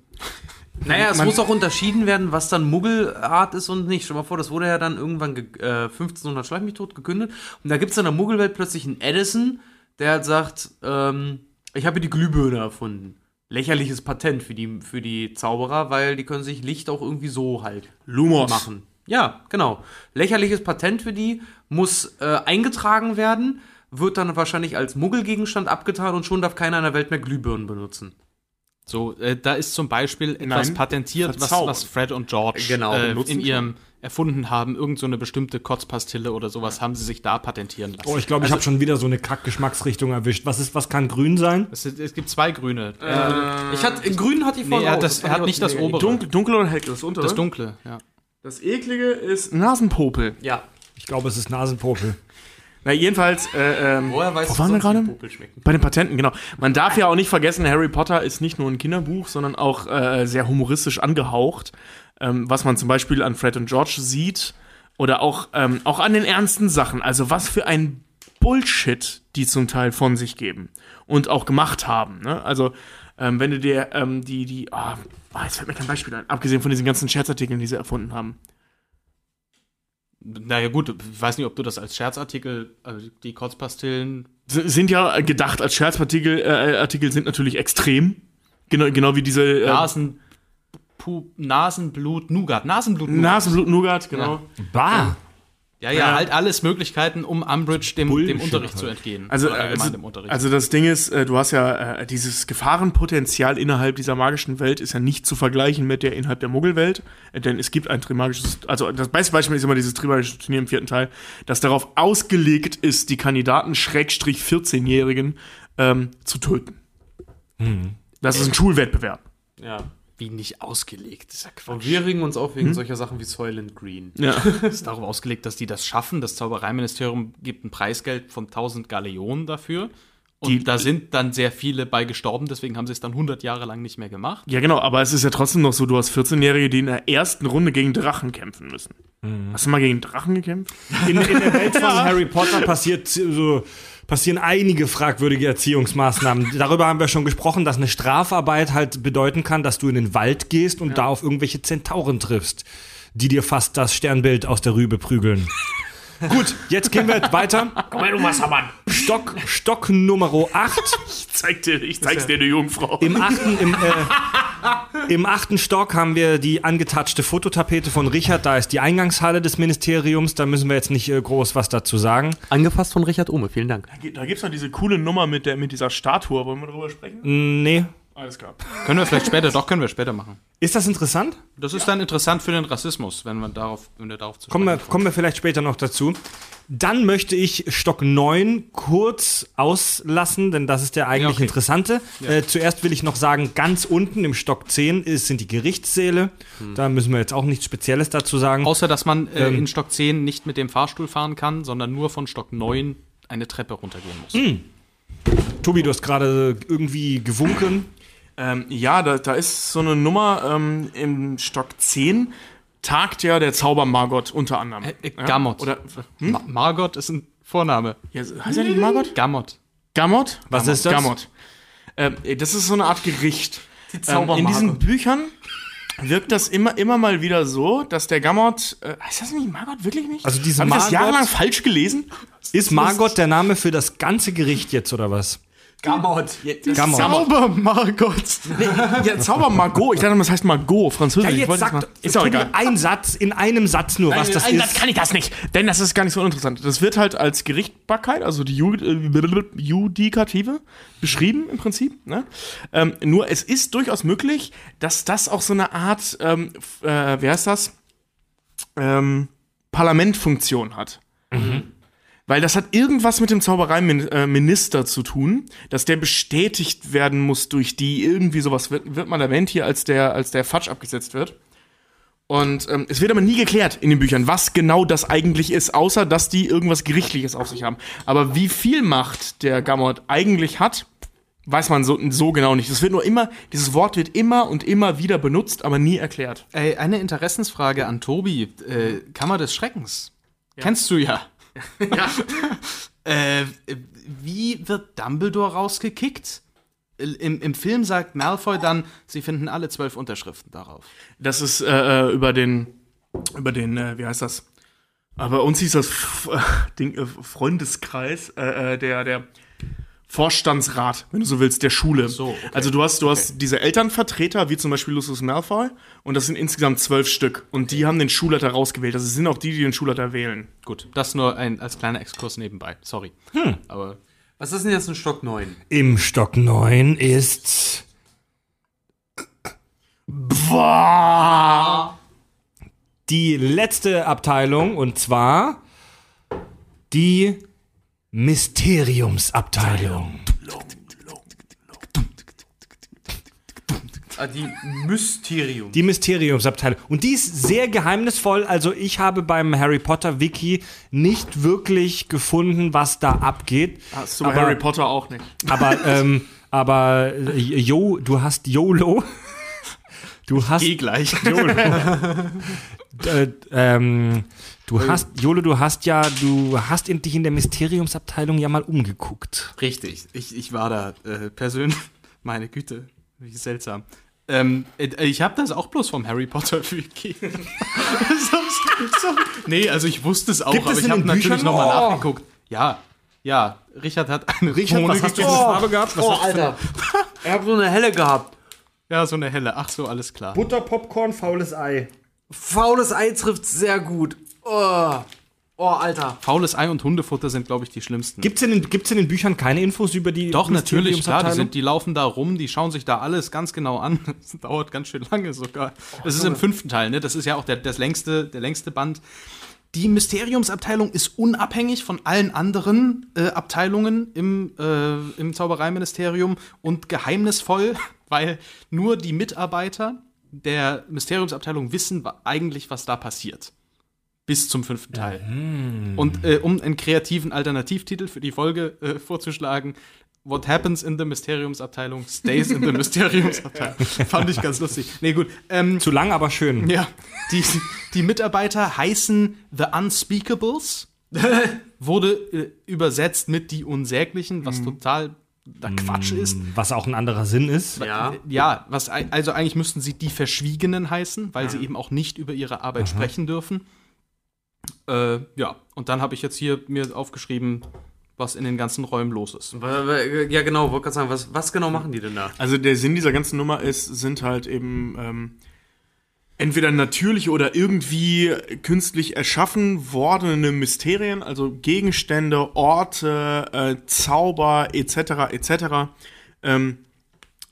[SPEAKER 6] Naja, es muss auch unterschieden werden, was dann Muggelart ist und nicht. Stell dir mal vor, das wurde ja dann irgendwann ge äh, 1500 Schleich mich tot gekündet. Und da gibt es in der Muggelwelt plötzlich einen Edison, der halt sagt, ähm, ich habe hier die Glühbirne erfunden. Lächerliches Patent für die, für die Zauberer, weil die können sich Licht auch irgendwie so halt
[SPEAKER 3] Lumos.
[SPEAKER 6] machen. Ja, genau. Lächerliches Patent für die muss äh, eingetragen werden, wird dann wahrscheinlich als Muggelgegenstand abgetan und schon darf keiner in der Welt mehr Glühbirnen benutzen.
[SPEAKER 5] So, äh, da ist zum Beispiel etwas
[SPEAKER 3] Nein,
[SPEAKER 5] patentiert, was,
[SPEAKER 3] verzaubern.
[SPEAKER 5] was Fred und George
[SPEAKER 6] Genau,
[SPEAKER 5] äh,
[SPEAKER 6] benutzen
[SPEAKER 5] in ihrem erfunden haben. Irgend so eine bestimmte Kotzpastille oder sowas haben sie sich da patentieren lassen.
[SPEAKER 1] Oh, ich glaube, ich habe schon wieder so eine Kackgeschmacksrichtung erwischt. Was ist, was kann grün sein?
[SPEAKER 5] es, es gibt zwei Grüne.
[SPEAKER 6] Ich hatte, in Grün hatte ich
[SPEAKER 5] nee,
[SPEAKER 6] vorhin
[SPEAKER 5] er
[SPEAKER 6] auch,
[SPEAKER 5] hat, das,
[SPEAKER 6] fand
[SPEAKER 5] er
[SPEAKER 6] ich
[SPEAKER 5] hat
[SPEAKER 6] auch
[SPEAKER 5] nicht das
[SPEAKER 6] mega
[SPEAKER 5] obere,
[SPEAKER 3] Dunkel, dunkel oder hell, das untere?
[SPEAKER 5] das dunkle. Ja.
[SPEAKER 3] das eklige ist Nasenpopel.
[SPEAKER 6] Ja.
[SPEAKER 1] Ich glaube, es ist Nasenpopel.
[SPEAKER 3] Na, jedenfalls, äh, ähm,
[SPEAKER 6] Woher weißt
[SPEAKER 3] Wo waren wir gerade?
[SPEAKER 6] Popel schmecken?
[SPEAKER 3] Bei den Patenten, genau. Man darf ja auch nicht vergessen, Harry Potter ist nicht nur ein Kinderbuch, sondern auch äh, sehr humoristisch angehaucht. Ähm, was man zum Beispiel an Fred und George sieht oder auch, ähm, auch an den ernsten Sachen. Also was für ein Bullshit die zum Teil von sich geben und auch gemacht haben. Ne? Also ähm, wenn du dir ähm, die, die, ah, ah, jetzt fällt mir kein Beispiel ein, abgesehen von diesen ganzen Scherzartikeln, die sie erfunden haben.
[SPEAKER 5] Naja, gut, ich weiß nicht, ob du das als Scherzartikel, also die Kotzpastillen.
[SPEAKER 3] S- sind ja gedacht als Scherzartikel, äh, Artikel sind natürlich extrem. Genau, genau wie diese äh,
[SPEAKER 5] Nasen, Pu, Nasenblut, Nougat. Nasenblut, Nougat.
[SPEAKER 3] Nasenblut-Nougat, genau.
[SPEAKER 1] Bah!
[SPEAKER 5] ja, ja, halt alles Möglichkeiten, um Umbridge dem, dem
[SPEAKER 1] Bullshit
[SPEAKER 5] Unterricht
[SPEAKER 1] halt.
[SPEAKER 5] zu entgehen.
[SPEAKER 3] Also,
[SPEAKER 5] Oder allgemein
[SPEAKER 3] also,
[SPEAKER 5] dem Unterricht.
[SPEAKER 3] also das Ding ist, äh, du hast ja äh, dieses Gefahrenpotenzial innerhalb dieser magischen Welt ist ja nicht zu vergleichen mit der innerhalb der Muggelwelt, äh, denn es gibt ein trimagisches, also das beste Beispiel ist immer dieses trimagische Turnier im vierten Teil, das darauf ausgelegt ist, die Kandidaten Schrägstrich 14-Jährigen ähm, zu töten.
[SPEAKER 5] Hm.
[SPEAKER 3] Das ist ein Schulwettbewerb.
[SPEAKER 6] Ja.
[SPEAKER 5] Wie nicht ausgelegt. Das ist ja Quatsch.
[SPEAKER 6] Und wir regen uns auf wegen solcher Sachen wie Soylent Green.
[SPEAKER 3] Ja.
[SPEAKER 5] ist darauf ausgelegt, dass die das schaffen. Das Zaubereiministerium gibt ein Preisgeld von 1000 Galeonen dafür. Und
[SPEAKER 3] Die-
[SPEAKER 5] da sind dann sehr viele bei gestorben, deswegen haben sie es dann 100 Jahre lang nicht mehr gemacht.
[SPEAKER 3] <laughs> ja, genau, aber es ist ja trotzdem noch so, du hast 14-Jährige, die in der ersten Runde gegen Drachen kämpfen müssen.
[SPEAKER 5] Hm.
[SPEAKER 3] Hast du mal gegen Drachen gekämpft?
[SPEAKER 1] In, in der Welt von Harry Potter passiert so, passieren einige fragwürdige Erziehungsmaßnahmen. Darüber haben wir schon gesprochen, dass eine Strafarbeit halt bedeuten kann, dass du in den Wald gehst und da auf irgendwelche Zentauren triffst, die dir fast das Sternbild aus der Rübe <laughs> prügeln. Gut, jetzt gehen wir weiter. Komm her, du Wassermann. Stock, Stock Nummer 8.
[SPEAKER 3] Ich <laughs> zeig dir, ich zeig's dir, du Jungfrau.
[SPEAKER 1] Im achten, im, äh, Im achten Stock haben wir die angetatschte Fototapete von Richard. Da ist die Eingangshalle des Ministeriums. Da müssen wir jetzt nicht äh, groß was dazu sagen.
[SPEAKER 6] Angefasst von Richard Ohme, vielen Dank.
[SPEAKER 3] Mhm. Da gibt's noch diese coole Nummer mit, der, mit dieser Statue. Wollen wir darüber sprechen?
[SPEAKER 1] Nee,
[SPEAKER 3] Alles klar.
[SPEAKER 5] Können wir vielleicht später, doch können wir später machen.
[SPEAKER 1] Ist das interessant?
[SPEAKER 5] Das ist dann interessant für den Rassismus, wenn man darauf, wenn wir darauf zu
[SPEAKER 1] Kommen wir,
[SPEAKER 5] sprechen
[SPEAKER 1] kommen wir vielleicht später noch dazu. Dann möchte ich Stock 9 kurz auslassen, denn das ist der eigentlich
[SPEAKER 5] Ja, okay.
[SPEAKER 1] interessante. Äh, zuerst will ich noch sagen, ganz unten im Stock 10 ist, sind die Gerichtssäle. Da müssen wir jetzt auch nichts Spezielles dazu sagen.
[SPEAKER 5] Außer, dass man äh,
[SPEAKER 1] Ähm.
[SPEAKER 5] in Stock 10 nicht mit dem Fahrstuhl fahren kann, sondern nur von Stock 9 eine Treppe runtergehen muss.
[SPEAKER 1] Tobi, du hast gerade irgendwie gewunken.
[SPEAKER 3] Ähm, ja, da, da ist so eine Nummer ähm, im Stock 10. Tagt ja der Zaubermargot unter anderem.
[SPEAKER 5] Äh, äh,
[SPEAKER 3] ja?
[SPEAKER 5] Gamot.
[SPEAKER 3] Oder,
[SPEAKER 5] Ma Margot ist ein Vorname.
[SPEAKER 3] ja, heißt ja die Margot?
[SPEAKER 5] Gamot.
[SPEAKER 3] Gamot?
[SPEAKER 1] Was
[SPEAKER 3] Gamot,
[SPEAKER 1] ist das?
[SPEAKER 3] Gamot. Ähm, das ist so eine Art Gericht. Die
[SPEAKER 6] Zaubermarke.
[SPEAKER 3] in diesen Büchern wirkt das immer, immer mal wieder so, dass der Gamot. Äh, ist das nicht Margot? Wirklich nicht?
[SPEAKER 1] Also diese
[SPEAKER 3] Hab ich
[SPEAKER 1] Margot-
[SPEAKER 3] das jahrelang falsch gelesen?
[SPEAKER 1] Ist Margot der Name für das ganze Gericht jetzt oder was?
[SPEAKER 6] Gamot.
[SPEAKER 1] Gamot.
[SPEAKER 3] Zaubermargot. Nee, ja, Zaubermargot. Ich dachte, das heißt Margot, Französisch. Ich wollte das mal- ist auch
[SPEAKER 1] Tobi,
[SPEAKER 3] egal.
[SPEAKER 1] ein Satz, in einem Satz nur, was
[SPEAKER 3] Nein,
[SPEAKER 1] das
[SPEAKER 3] nein,
[SPEAKER 1] ist.
[SPEAKER 3] kann ich das nicht, denn das ist gar nicht so uninteressant. Das wird halt als Gerichtbarkeit, also die Ju äh, Judikative, beschrieben im Prinzip. Ne? Ähm, nur es ist durchaus möglich, dass das auch so eine Art, ähm, f- äh, wer ist das? Ähm, Parlamentfunktion hat. Mhm. Weil das hat irgendwas mit dem Zaubereiminister zu tun, dass der bestätigt werden muss durch die irgendwie sowas wird, wird man erwähnt hier, als der, als der Fatsch abgesetzt wird. Und ähm, es wird aber nie geklärt in den Büchern, was genau das eigentlich ist, außer dass die irgendwas Gerichtliches auf sich haben. Aber wie viel Macht der Gamot eigentlich hat, weiß man so, so genau nicht. Es wird nur immer, dieses Wort wird immer und immer wieder benutzt, aber nie erklärt.
[SPEAKER 5] Ey, eine Interessensfrage an Tobi. Äh, Kammer des Schreckens. Kennst du <laughs> ja. äh, wie wird Dumbledore rausgekickt? Im, Im Film sagt Malfoy dann, sie finden alle zwölf Unterschriften darauf.
[SPEAKER 3] Das ist äh, äh, über den, über den, äh, wie heißt das? Aber uns hieß das F <laughs> äh, Ding, äh, Freundeskreis, äh, äh, der, der Vorstandsrat, wenn du so willst, der Schule.
[SPEAKER 5] so, okay.
[SPEAKER 3] Also du hast, du hast diese Elternvertreter, wie zum Beispiel Lucius Malfoy, und das sind insgesamt zwölf Stück. Und die haben den Schulleiter rausgewählt. Das sind auch die, die den Schulleiter wählen.
[SPEAKER 5] Gut, das nur ein, als kleiner Exkurs nebenbei. Sorry. Aber
[SPEAKER 6] Was ist denn jetzt ein Stock 9?
[SPEAKER 1] Im Stock 9 ist
[SPEAKER 3] Boah!
[SPEAKER 1] die letzte Abteilung und zwar die Mysteriumsabteilung.
[SPEAKER 6] Ah, die Mysterium.
[SPEAKER 1] Die Mysteriumsabteilung. Und die ist sehr geheimnisvoll. Also ich habe beim Harry Potter Wiki nicht wirklich gefunden, was da abgeht.
[SPEAKER 3] Hast du
[SPEAKER 1] aber,
[SPEAKER 3] Harry Potter auch nicht.
[SPEAKER 1] Aber, ähm, aber äh, Jo, du hast YOLO. Du hast
[SPEAKER 5] eh gleich.
[SPEAKER 1] YOLO. äh, ähm, du hast, Jolo, du hast ja, du hast in, dich in der Mysteriumsabteilung ja mal umgeguckt.
[SPEAKER 5] Richtig, ich, ich war da äh, persönlich. <laughs> Meine Güte, wie seltsam. Ähm, äh, ich habe das auch bloß vom Harry Potter <laughs> Wiki. Sonst- so- nee, also ich wusste es auch,
[SPEAKER 1] Gibt
[SPEAKER 5] aber
[SPEAKER 1] es
[SPEAKER 5] ich
[SPEAKER 1] in
[SPEAKER 5] habe
[SPEAKER 1] den
[SPEAKER 5] natürlich
[SPEAKER 1] Büchern?
[SPEAKER 5] nochmal
[SPEAKER 1] Oh.
[SPEAKER 5] nachgeguckt. Ja, ja, Richard hat eine Krone gegessen.
[SPEAKER 1] Farbe gehabt?
[SPEAKER 6] Oh, Alter. Ich hab so eine helle gehabt.
[SPEAKER 5] Ja, so eine helle. Ach so, alles klar.
[SPEAKER 1] Butter, Popcorn, faules Ei.
[SPEAKER 6] Faules Ei trifft sehr gut. Oh, oh Alter.
[SPEAKER 5] Faules Ei und Hundefutter sind, glaube ich, die schlimmsten.
[SPEAKER 1] Gibt's in, den, gibt's in den Büchern keine Infos über die
[SPEAKER 5] Doch, natürlich, klar, die,
[SPEAKER 1] Mysteriumsabteilung?
[SPEAKER 5] sind, die laufen da rum, die schauen sich da alles ganz genau an. <laughs> Das dauert ganz schön lange sogar. Das ist im fünften Teil, ne? Das ist ja auch der, das längste, der längste Band. Die Mysteriumsabteilung ist unabhängig von allen anderen äh, Abteilungen im, äh, im Zaubereiministerium und geheimnisvoll, <laughs> weil nur die Mitarbeiter der Mysteriumsabteilung wissen wa- eigentlich, was da passiert. Bis zum fünften Teil.
[SPEAKER 3] Hm.
[SPEAKER 5] Und äh, um einen kreativen Alternativtitel für die Folge äh, vorzuschlagen, What happens in the Mysteriumsabteilung stays in the Mysteriumsabteilung. Fand ich ganz lustig. Nee, gut. Ähm,
[SPEAKER 1] Zu lang, aber schön.
[SPEAKER 5] ja, die, die Mitarbeiter heißen The Unspeakables. <laughs> Wurde äh, übersetzt mit die Unsäglichen, was total der Quatsch ist.
[SPEAKER 3] Hm.
[SPEAKER 1] Was auch ein anderer Sinn ist.
[SPEAKER 6] Ja.
[SPEAKER 5] Ja, was, ei- also eigentlich müssten sie die Verschwiegenen heißen, weil sie eben auch nicht über ihre Arbeit sprechen dürfen. Äh, ja, und dann habe ich jetzt hier mir aufgeschrieben, was in den ganzen Räumen los ist.
[SPEAKER 6] <laughs> Ja, genau, wollte gerade sagen, was, was genau machen die denn da?
[SPEAKER 3] Also der Sinn dieser ganzen Nummer ist, sind halt eben ähm, entweder natürliche oder irgendwie künstlich erschaffen wordene Mysterien, also Gegenstände, Orte, äh, Zauber etc. etc. Ähm,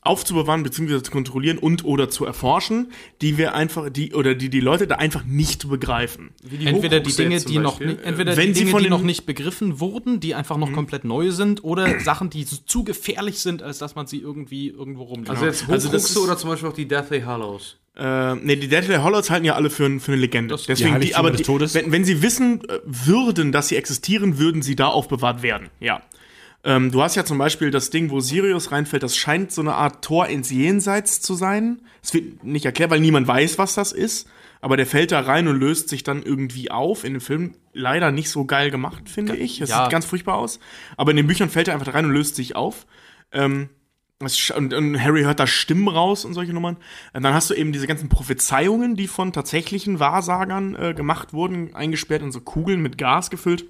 [SPEAKER 3] aufzubewahren bzw. zu kontrollieren und oder zu erforschen, die wir einfach die oder die die Leute da einfach nicht begreifen.
[SPEAKER 5] Entweder die Dinge, die noch, ni- entweder
[SPEAKER 3] äh, wenn
[SPEAKER 5] die
[SPEAKER 3] sie
[SPEAKER 5] Dinge,
[SPEAKER 3] von
[SPEAKER 5] die
[SPEAKER 3] den-
[SPEAKER 5] noch nicht begriffen wurden, die einfach noch komplett neu sind, oder Sachen, die so- zu gefährlich sind, als dass man sie irgendwie irgendwo rumlegt.
[SPEAKER 4] Genau.
[SPEAKER 6] Also jetzt
[SPEAKER 3] Also das
[SPEAKER 6] Hochruchse
[SPEAKER 3] ist-
[SPEAKER 6] oder zum Beispiel auch die Deathly Hallows.
[SPEAKER 3] Äh, nee, die Deadly Hollows halten ja alle für, ein, für eine Legende. Deswegen die,
[SPEAKER 1] Heiligtümer
[SPEAKER 3] aber
[SPEAKER 1] des
[SPEAKER 3] die,
[SPEAKER 1] Todes.
[SPEAKER 3] Wenn, wenn sie wissen äh, würden, dass sie existieren, würden sie da aufbewahrt werden. Ja. Ähm, du hast ja zum Beispiel das Ding, wo Sirius reinfällt, das scheint so eine Art Tor ins Jenseits zu sein. Es wird nicht erklärt, weil niemand weiß, was das ist. Aber der fällt da rein und löst sich dann irgendwie auf. In dem Film leider nicht so geil gemacht, finde ich. Es
[SPEAKER 5] ja.
[SPEAKER 3] sieht ganz furchtbar aus. Aber in den Büchern fällt er einfach da rein und löst sich auf. Das sch- Und, und Harry hört da Stimmen raus und solche Nummern. Und dann hast du eben diese ganzen Prophezeiungen, die von tatsächlichen Wahrsagern äh, gemacht wurden, eingesperrt in so Kugeln mit Gas gefüllt.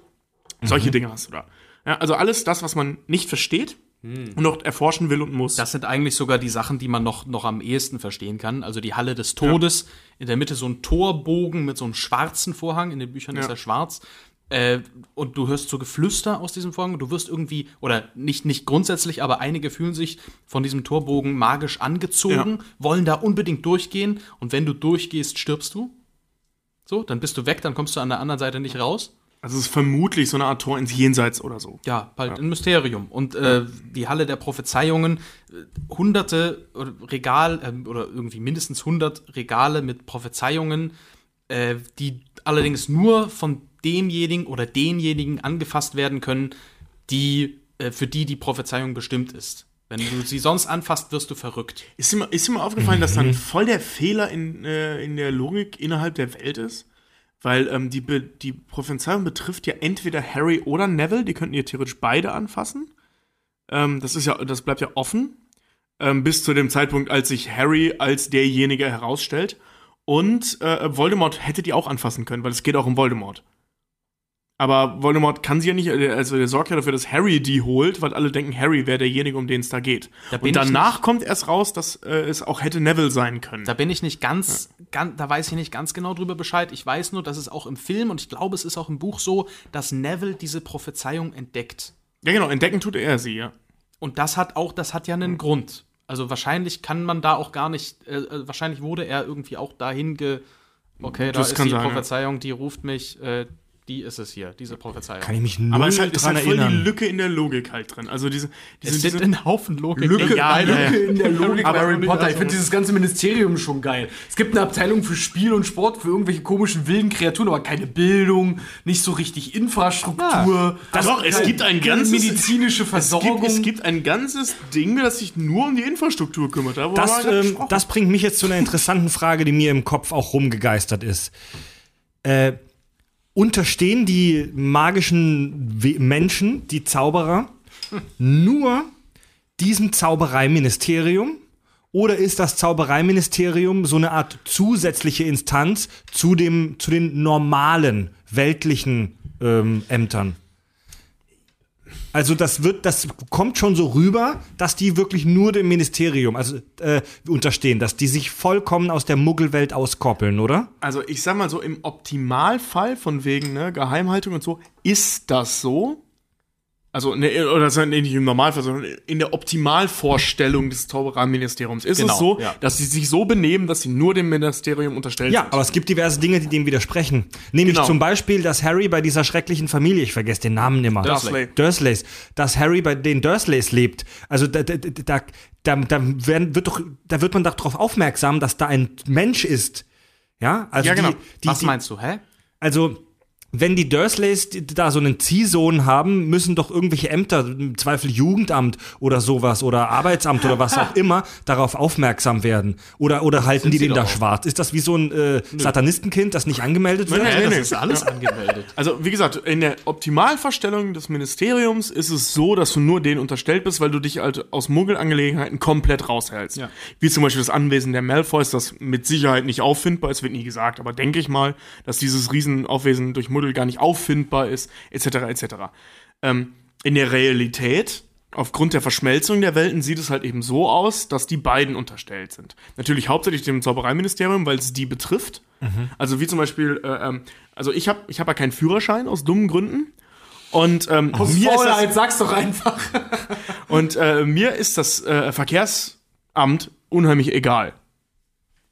[SPEAKER 3] Solche Dinge hast du da. Ja, also alles das, was man nicht versteht und noch erforschen will und muss.
[SPEAKER 5] Das sind eigentlich sogar die Sachen, die man noch, noch am ehesten verstehen kann. Also die Halle des Todes, in der Mitte so ein Torbogen mit so einem schwarzen Vorhang, in den Büchern ist
[SPEAKER 3] Ja.
[SPEAKER 5] er schwarz. Äh, und du hörst so Geflüster aus diesem Vorhang und du wirst irgendwie, oder nicht, nicht grundsätzlich, aber einige fühlen sich von diesem Torbogen magisch angezogen, wollen da unbedingt durchgehen und wenn du durchgehst, stirbst du. So, dann bist du weg, dann kommst du an der anderen Seite nicht raus.
[SPEAKER 3] also es ist vermutlich so eine Art Tor ins Jenseits oder so.
[SPEAKER 5] Ja, bald ein Mysterium. Und äh, die Halle der Prophezeiungen, äh, hunderte oder Regal ähm, oder irgendwie mindestens 100 Regale mit Prophezeiungen, äh, die allerdings nur von demjenigen oder denjenigen angefasst werden können, die, äh, für die die Prophezeiung bestimmt ist. Wenn du sie sonst anfasst, wirst du verrückt.
[SPEAKER 3] Ist dir, mal- ist dir mal aufgefallen, dass dann voll der Fehler in, äh, in der Logik innerhalb der Welt ist? Weil ähm, die, Be die Prophezeiung betrifft ja entweder Harry oder Neville, die könnten ja theoretisch beide anfassen. Ähm, das, ist ja, das bleibt ja offen. Ähm, bis zu dem Zeitpunkt, als sich Harry als derjenige herausstellt. Und äh, Voldemort hätte die auch anfassen können, weil es geht auch um Voldemort. Aber Voldemort kann sie ja nicht, also der sorgt ja dafür, dass Harry die holt, weil alle denken, Harry wäre derjenige, um den es da geht.
[SPEAKER 5] Da bin
[SPEAKER 3] und
[SPEAKER 5] ich
[SPEAKER 3] danach kommt erst raus, dass äh, es auch hätte Neville sein können.
[SPEAKER 5] Da bin ich nicht ganz, gan- da weiß ich nicht ganz genau drüber Bescheid. Ich weiß nur, dass es auch im Film und ich glaube, es ist auch im Buch so, dass Neville diese Prophezeiung entdeckt.
[SPEAKER 3] ja, genau, entdecken tut er sie, ja.
[SPEAKER 5] Und das hat auch, das hat ja
[SPEAKER 3] Mhm.
[SPEAKER 5] einen Grund. Also wahrscheinlich kann man da auch gar nicht, äh, äh, wahrscheinlich wurde er irgendwie auch dahin ge. Okay, da
[SPEAKER 3] Mhm. Das
[SPEAKER 5] ist
[SPEAKER 3] kann
[SPEAKER 5] die
[SPEAKER 3] sein, ja.
[SPEAKER 5] Prophezeiung, die ruft mich, äh, die ist es hier, diese Prophezeiung.
[SPEAKER 1] Kann ich mich null
[SPEAKER 3] Aber es ist halt, ist
[SPEAKER 1] dran
[SPEAKER 3] halt voll die
[SPEAKER 1] erinnern.
[SPEAKER 3] Lücke in der Logik halt drin. Also diese, diese,
[SPEAKER 5] es sind
[SPEAKER 3] diese
[SPEAKER 5] ein Haufen Logik.
[SPEAKER 3] Lücke,
[SPEAKER 5] Ja,
[SPEAKER 3] ja, ja, ja.
[SPEAKER 4] in der Logik
[SPEAKER 3] Aber
[SPEAKER 4] bei Harry
[SPEAKER 3] nicht
[SPEAKER 4] Ah, Potter. Ich
[SPEAKER 3] also-
[SPEAKER 4] finde dieses ganze Ministerium schon geil. Es gibt eine Abteilung für Spiel und Sport, für irgendwelche komischen wilden Kreaturen, aber keine Bildung, nicht so richtig
[SPEAKER 6] Ah,
[SPEAKER 4] Infrastruktur.
[SPEAKER 3] Das- Doch, es gibt ein ganzes-
[SPEAKER 4] medizinische
[SPEAKER 3] es,
[SPEAKER 4] Versorgung.
[SPEAKER 3] gibt, es gibt ein ganzes Ding, das sich nur um die Infrastruktur kümmert. Da, wo wir
[SPEAKER 1] Das,
[SPEAKER 3] gerade
[SPEAKER 1] ähm,
[SPEAKER 3] gesprochen
[SPEAKER 1] das bringt mich jetzt zu einer interessanten Frage, die mir im Kopf auch rumgegeistert ist. Äh, unterstehen die magischen We Menschen, die Zauberer, nur diesem Zaubereiministerium? Oder ist das Zaubereiministerium so eine Art zusätzliche Instanz zu, dem, zu den normalen weltlichen ähm, Ämtern? Also das wird, das kommt schon so rüber, dass die wirklich nur dem Ministerium also, äh, unterstehen, dass die sich vollkommen aus der Muggelwelt auskoppeln, oder?
[SPEAKER 3] Also ich sag mal so, im Optimalfall von wegen ne, Geheimhaltung und so, ist das so? Also, ne, oder das ist nicht im Normalfall, sondern in der Optimalvorstellung des Zaubererministeriums ist
[SPEAKER 5] Genau,
[SPEAKER 3] es so,
[SPEAKER 5] ja.
[SPEAKER 3] dass sie sich so benehmen, dass sie nur dem Ministerium unterstellt
[SPEAKER 1] Ja,
[SPEAKER 3] sind.
[SPEAKER 1] aber es gibt diverse Dinge, die dem widersprechen. Nämlich
[SPEAKER 3] Genau.
[SPEAKER 1] zum Beispiel, dass Harry bei dieser schrecklichen Familie, ich vergesse den Namen immer.
[SPEAKER 3] Dursley.
[SPEAKER 1] Dursleys. Dass Harry bei den Dursleys lebt. Also da, da, da, da, da, werden, wird, doch, da wird man doch darauf aufmerksam, dass da ein Mensch ist. Ja, also
[SPEAKER 3] Ja, genau.
[SPEAKER 1] die, die,
[SPEAKER 5] Was
[SPEAKER 1] die,
[SPEAKER 5] meinst du, hä?
[SPEAKER 1] Also, wenn die Dursleys die- da so einen Ziehsohn haben, müssen doch irgendwelche Ämter, im Zweifel Jugendamt oder sowas oder Arbeitsamt oder was
[SPEAKER 5] <laughs>
[SPEAKER 1] auch immer, darauf aufmerksam werden. Oder, oder halten die
[SPEAKER 5] sie
[SPEAKER 1] den da
[SPEAKER 5] doch auch.
[SPEAKER 1] schwarz? Ist das wie so ein äh, Satanistenkind, das nicht angemeldet wird?
[SPEAKER 3] Nein, nein.
[SPEAKER 5] alles angemeldet.
[SPEAKER 3] Also, wie gesagt, in der Optimalvorstellung des Ministeriums ist es so, dass du nur denen unterstellt bist, weil du dich halt aus Muggelangelegenheiten komplett raushältst.
[SPEAKER 5] Ja.
[SPEAKER 3] Wie zum Beispiel das Anwesen der Malfoys, das mit Sicherheit nicht auffindbar ist, wird nie gesagt, aber denke ich mal, dass dieses Riesenaufwesen durch Muggel gar nicht auffindbar ist, etc., etc. Ähm, in der Realität, aufgrund der Verschmelzung der Welten, sieht es halt eben so aus, dass die beiden unterstellt sind. Natürlich hauptsächlich dem Zaubereiministerium, weil es die betrifft. Also wie zum Beispiel, äh, ähm, also ich habe ich hab ja keinen Führerschein aus dummen Gründen. Und, ähm, mir, ist das, <laughs>
[SPEAKER 4] Faulheit, sag's doch einfach.
[SPEAKER 3] und äh, mir ist das äh, Verkehrs... Amt unheimlich egal.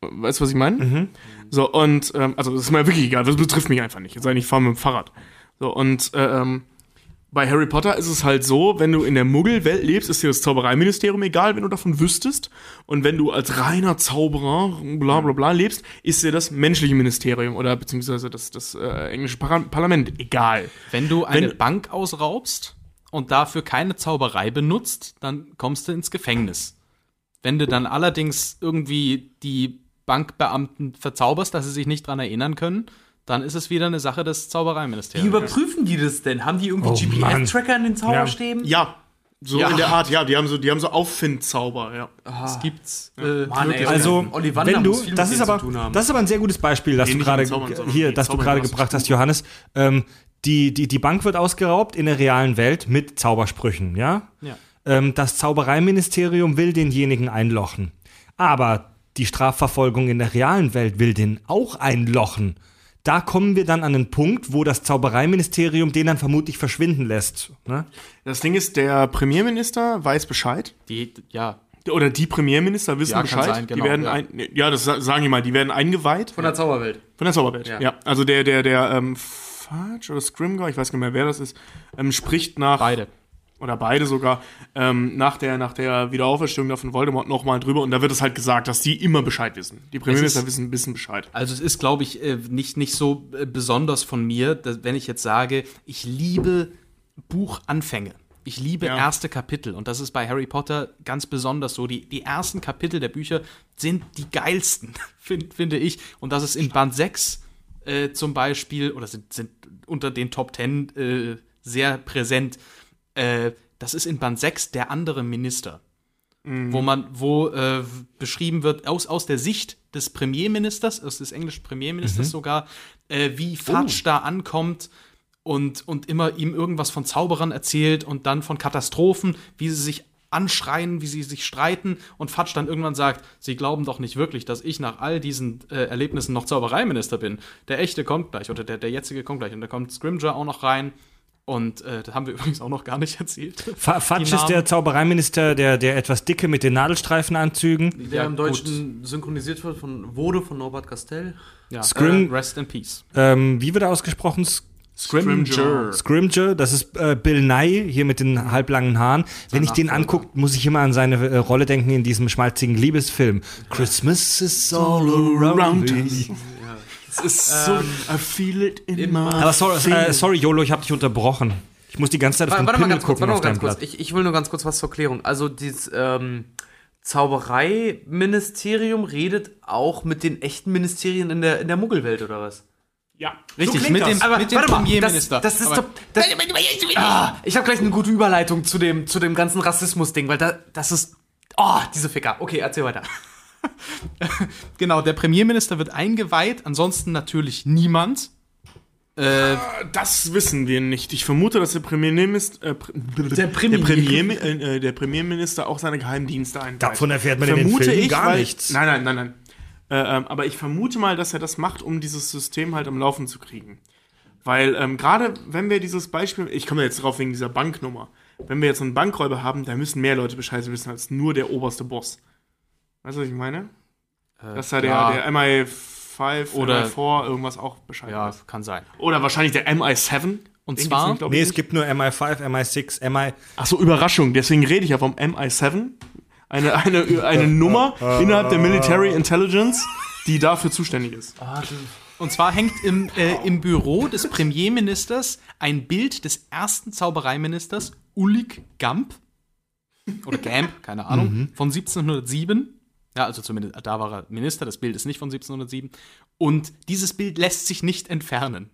[SPEAKER 3] Weißt du, was ich meine? So, und, ähm, also, das ist mir wirklich egal, das betrifft mich einfach nicht. Es sei denn, ich fahre mit dem Fahrrad. So, und, äh, ähm, bei Harry Potter ist es halt so, wenn du in der Muggelwelt lebst, ist dir das Zaubereiministerium egal, wenn du davon wüsstest. Und wenn du als reiner Zauberer, bla bla bla, lebst, ist dir das menschliche Ministerium oder beziehungsweise das, das äh, englische Par Parlament egal.
[SPEAKER 5] Wenn du eine
[SPEAKER 3] Wenn-
[SPEAKER 5] Bank ausraubst und dafür keine Zauberei benutzt, dann kommst du ins Gefängnis. Wenn du dann allerdings irgendwie die Bankbeamten verzauberst, dass sie sich nicht dran erinnern können, dann ist es wieder eine Sache des
[SPEAKER 4] Wie
[SPEAKER 5] Zaubereiministeriums.
[SPEAKER 4] überprüfen die das denn? Haben die irgendwie
[SPEAKER 1] Oh,
[SPEAKER 4] GPS-Tracker in den Zauberstäben?
[SPEAKER 3] Ja, so in der Art, ja, die haben so, die haben so Auffindzauber, ja.
[SPEAKER 5] Das gibt's. Äh,
[SPEAKER 4] Mann, ey,
[SPEAKER 1] Also,
[SPEAKER 4] Ollivander
[SPEAKER 1] wenn du,
[SPEAKER 4] muss viel
[SPEAKER 1] das ist
[SPEAKER 4] mit denen
[SPEAKER 1] aber,
[SPEAKER 4] zu tun haben.
[SPEAKER 1] das ist aber ein sehr gutes Beispiel, das
[SPEAKER 3] Nee,
[SPEAKER 1] du
[SPEAKER 3] nicht
[SPEAKER 1] gerade
[SPEAKER 3] am Zaubern, sondern
[SPEAKER 1] hier,
[SPEAKER 3] die
[SPEAKER 1] das du
[SPEAKER 3] Zaubern
[SPEAKER 1] gerade
[SPEAKER 3] lassen.
[SPEAKER 1] gebracht hast, Johannes. Ähm, die, die, die Bank wird ausgeraubt in der realen Welt mit Zaubersprüchen, ja?
[SPEAKER 5] Ja.
[SPEAKER 1] Ähm, das Zaubereiministerium will denjenigen einlochen. Aber die Strafverfolgung in der realen Welt will den auch einlochen. Da kommen wir dann an einen Punkt, wo das Zaubereiministerium den dann vermutlich verschwinden lässt. Ne?
[SPEAKER 3] Das Ding ist, der Premierminister weiß Bescheid.
[SPEAKER 5] die, ja,
[SPEAKER 3] Oder die Premierminister wissen
[SPEAKER 5] Ja, kann
[SPEAKER 3] Bescheid.
[SPEAKER 5] sein, genau,
[SPEAKER 3] die werden
[SPEAKER 5] ja.
[SPEAKER 3] ja. Ein, ja, das sa- sagen die mal, die werden eingeweiht.
[SPEAKER 6] Von der Zauberwelt.
[SPEAKER 3] Von der Zauberwelt,
[SPEAKER 6] Ja.
[SPEAKER 3] ja. Also der, der, der, ähm, Fudge oder Scrimgar, ich weiß gar nicht mehr, wer das ist, ähm, spricht nach.
[SPEAKER 5] beide.
[SPEAKER 3] Oder beide sogar, ähm, nach der, nach der Wiederauferstehung da von Voldemort nochmal drüber. Und da wird es halt gesagt, dass die immer Bescheid wissen. Die Premierminister
[SPEAKER 5] ist-
[SPEAKER 3] wissen ein bisschen Bescheid.
[SPEAKER 5] Also es ist, glaube ich, äh, nicht, nicht so äh, besonders von mir, dass, wenn ich jetzt sage, ich liebe Buchanfänge. Ich liebe
[SPEAKER 3] Ja.
[SPEAKER 5] erste Kapitel und das ist bei Harry Potter ganz besonders so. Die, die ersten Kapitel der Bücher sind die geilsten, <laughs> find, finde ich. Und das ist in Band 6 äh, zum Beispiel, oder sind, sind unter den Top 10 äh, sehr präsent. Äh, das ist in Band 6 der andere Minister wo man, wo äh, beschrieben wird, aus, aus der Sicht des Premierministers, aus des englischen Premierministers sogar, äh, wie Fatsch da ankommt und, und immer ihm irgendwas von Zauberern erzählt und dann von Katastrophen, wie sie sich anschreien, wie sie sich streiten und Fatsch dann irgendwann sagt, sie glauben doch nicht wirklich, dass ich nach all diesen äh, Erlebnissen noch Zaubereiminister bin. Der echte kommt gleich oder der, der jetzige kommt gleich und da kommt Scrimger auch noch rein und äh, das haben wir <laughs> übrigens auch noch gar nicht erzählt.
[SPEAKER 1] Fa- Fatsch
[SPEAKER 5] Die
[SPEAKER 1] ist
[SPEAKER 5] Namen-
[SPEAKER 1] der Zaubereiminister, der, der etwas dicke mit den Nadelstreifenanzügen.
[SPEAKER 6] Der
[SPEAKER 5] Ja,
[SPEAKER 6] im
[SPEAKER 5] gut.
[SPEAKER 6] Deutschen synchronisiert wird von, wurde von Norbert Castell.
[SPEAKER 5] Ja,
[SPEAKER 1] Scrim-
[SPEAKER 5] äh, rest in peace.
[SPEAKER 1] Ähm, wie wird er ausgesprochen?
[SPEAKER 3] Scrimger.
[SPEAKER 1] Scrimger, das ist äh, Bill Nye, hier mit den halblangen Haaren. Wenn ich den angucke, muss ich immer an seine äh, Rolle denken in diesem schmalzigen Liebesfilm. Christmas is all around us.
[SPEAKER 3] Es ist so, I feel it in, my
[SPEAKER 1] Aber sorry, äh,
[SPEAKER 3] feelings.
[SPEAKER 1] sorry, Jolo, ich habe dich unterbrochen. Ich muss die ganze Zeit auf
[SPEAKER 6] Warte,
[SPEAKER 1] den
[SPEAKER 6] Ah, warte mal
[SPEAKER 1] Pimmel
[SPEAKER 6] ganz kurz,
[SPEAKER 1] gucken
[SPEAKER 6] warte mal
[SPEAKER 1] auf deinem
[SPEAKER 6] ganz kurz.
[SPEAKER 1] Blatt.
[SPEAKER 6] Ich, ich will nur ganz kurz was zur Klärung. Also dieses ähm, Zaubereiministerium redet auch mit den echten Ministerien in der, in der Muggelwelt oder was?
[SPEAKER 3] Ja,
[SPEAKER 5] Richtig, mit dem,
[SPEAKER 6] Aber
[SPEAKER 5] mit dem
[SPEAKER 6] warte mal,
[SPEAKER 5] Premierminister.
[SPEAKER 6] Das, das ist
[SPEAKER 5] Aber-
[SPEAKER 6] doch. Das, ah, ich habe gleich eine gute Überleitung zu dem, zu dem ganzen Rassismus-Ding, weil da, das ist. Oh, diese Ficker. Okay, erzähl weiter.
[SPEAKER 5] Genau, der Premierminister wird eingeweiht, ansonsten natürlich niemand. Äh,
[SPEAKER 3] Das wissen wir nicht. Ich vermute, dass der Premierminister, äh, Pr- der,
[SPEAKER 4] Premier-
[SPEAKER 3] Premiermi- äh, äh, der Premierminister auch seine Geheimdienste einweiht.
[SPEAKER 1] Davon erfährt man in den
[SPEAKER 3] vermute
[SPEAKER 1] Filmen
[SPEAKER 3] ich,
[SPEAKER 1] gar
[SPEAKER 3] weil,
[SPEAKER 1] nichts.
[SPEAKER 3] Nein, nein, nein, nein. Äh, ähm, aber ich vermute mal, dass er das macht, um dieses System halt am Laufen zu kriegen. Weil ähm, gerade wenn wir dieses Beispiel, ich komme jetzt drauf wegen dieser Banknummer, wenn wir jetzt einen Bankräuber haben, da müssen mehr Leute Bescheid wissen als nur der oberste Boss. Weißt du, was ich meine? Dass da der,
[SPEAKER 5] ja.
[SPEAKER 3] der MI5
[SPEAKER 5] Äh, Oder-
[SPEAKER 3] MI4 irgendwas auch Bescheid
[SPEAKER 5] ja,
[SPEAKER 3] weiß.
[SPEAKER 5] kann sein.
[SPEAKER 3] Oder wahrscheinlich der MI7.
[SPEAKER 5] Und
[SPEAKER 3] Den
[SPEAKER 5] zwar-
[SPEAKER 3] gibt's glaub ich,
[SPEAKER 1] Nee, es
[SPEAKER 3] nicht.
[SPEAKER 1] gibt nur MI5, MI6, MI...
[SPEAKER 3] Achso, Überraschung. Deswegen rede ich ja vom MI7. Eine, eine, eine Nummer innerhalb der Military Intelligence, die dafür zuständig ist.
[SPEAKER 5] Und zwar hängt im, äh, im Büro des Premierministers ein Bild des ersten Zaubereiministers Ulrich Gamp oder Gamp, keine Ahnung, von 1707. Ja, also zumindest da war er Minister, das Bild ist nicht von 1707. Und dieses Bild lässt sich nicht entfernen.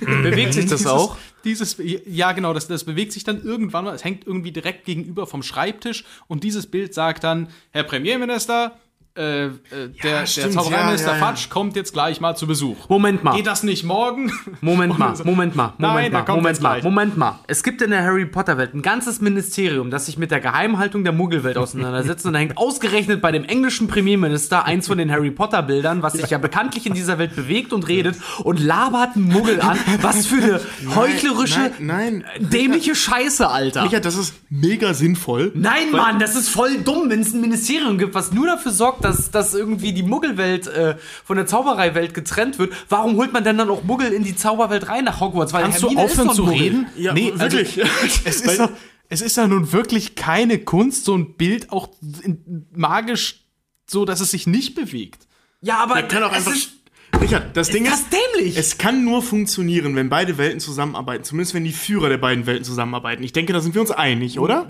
[SPEAKER 6] Bewegt sich das auch?
[SPEAKER 5] Dieses, ja, genau, das, das bewegt sich dann irgendwann mal. Es hängt irgendwie direkt gegenüber vom Schreibtisch und dieses Bild sagt dann: Herr Premierminister, äh, äh, der, der
[SPEAKER 3] stimmt,
[SPEAKER 5] Zauberermeister
[SPEAKER 3] ja, ja, ja.
[SPEAKER 5] Fatsch kommt jetzt gleich mal zu Besuch.
[SPEAKER 6] Moment mal.
[SPEAKER 5] Geht das nicht morgen?
[SPEAKER 6] Moment
[SPEAKER 5] <laughs>
[SPEAKER 6] mal,
[SPEAKER 5] Also-
[SPEAKER 6] Moment mal, Moment
[SPEAKER 5] Nein, da
[SPEAKER 6] mal,
[SPEAKER 5] kommt
[SPEAKER 6] Moment
[SPEAKER 5] jetzt
[SPEAKER 6] mal,
[SPEAKER 5] gleich.
[SPEAKER 6] Moment mal. Es gibt in der Harry Potter Welt ein ganzes Ministerium, das sich mit der Geheimhaltung der Muggelwelt auseinandersetzt und da hängt ausgerechnet bei dem englischen Premierminister eins von den Harry Potter Bildern, was sich ja bekanntlich in dieser Welt bewegt und redet und labert einen Muggel an. Was für eine heuchlerische,
[SPEAKER 3] Nein, nein.
[SPEAKER 6] dämliche Scheiße, Alter.
[SPEAKER 3] Micha, das ist mega sinnvoll.
[SPEAKER 6] Nein, Mann, das ist voll dumm, wenn es ein Ministerium gibt, was nur dafür sorgt, dass, dass irgendwie die Muggelwelt äh, von der Zaubereiwelt getrennt wird. Warum holt man denn dann auch Muggel in die Zauberwelt rein nach Hogwarts? Weil
[SPEAKER 5] Kannst du
[SPEAKER 6] Hermine ist
[SPEAKER 5] aufhören
[SPEAKER 6] doch ein
[SPEAKER 5] zu
[SPEAKER 6] Muggel.
[SPEAKER 5] reden?
[SPEAKER 3] Ja, wirklich.
[SPEAKER 5] Es ist, doch, es ist ja nun wirklich keine Kunst, so ein Bild auch in- magisch so, dass es sich nicht bewegt.
[SPEAKER 6] Ja, aber
[SPEAKER 3] Man kann auch
[SPEAKER 6] es
[SPEAKER 3] einfach.
[SPEAKER 6] ist,
[SPEAKER 3] Richard, das Ding
[SPEAKER 6] das
[SPEAKER 3] ist.
[SPEAKER 6] dämlich?
[SPEAKER 3] Es kann nur funktionieren, wenn beide Welten zusammenarbeiten. Zumindest wenn die Führer der beiden Welten zusammenarbeiten. Ich denke, da sind wir uns einig, oder?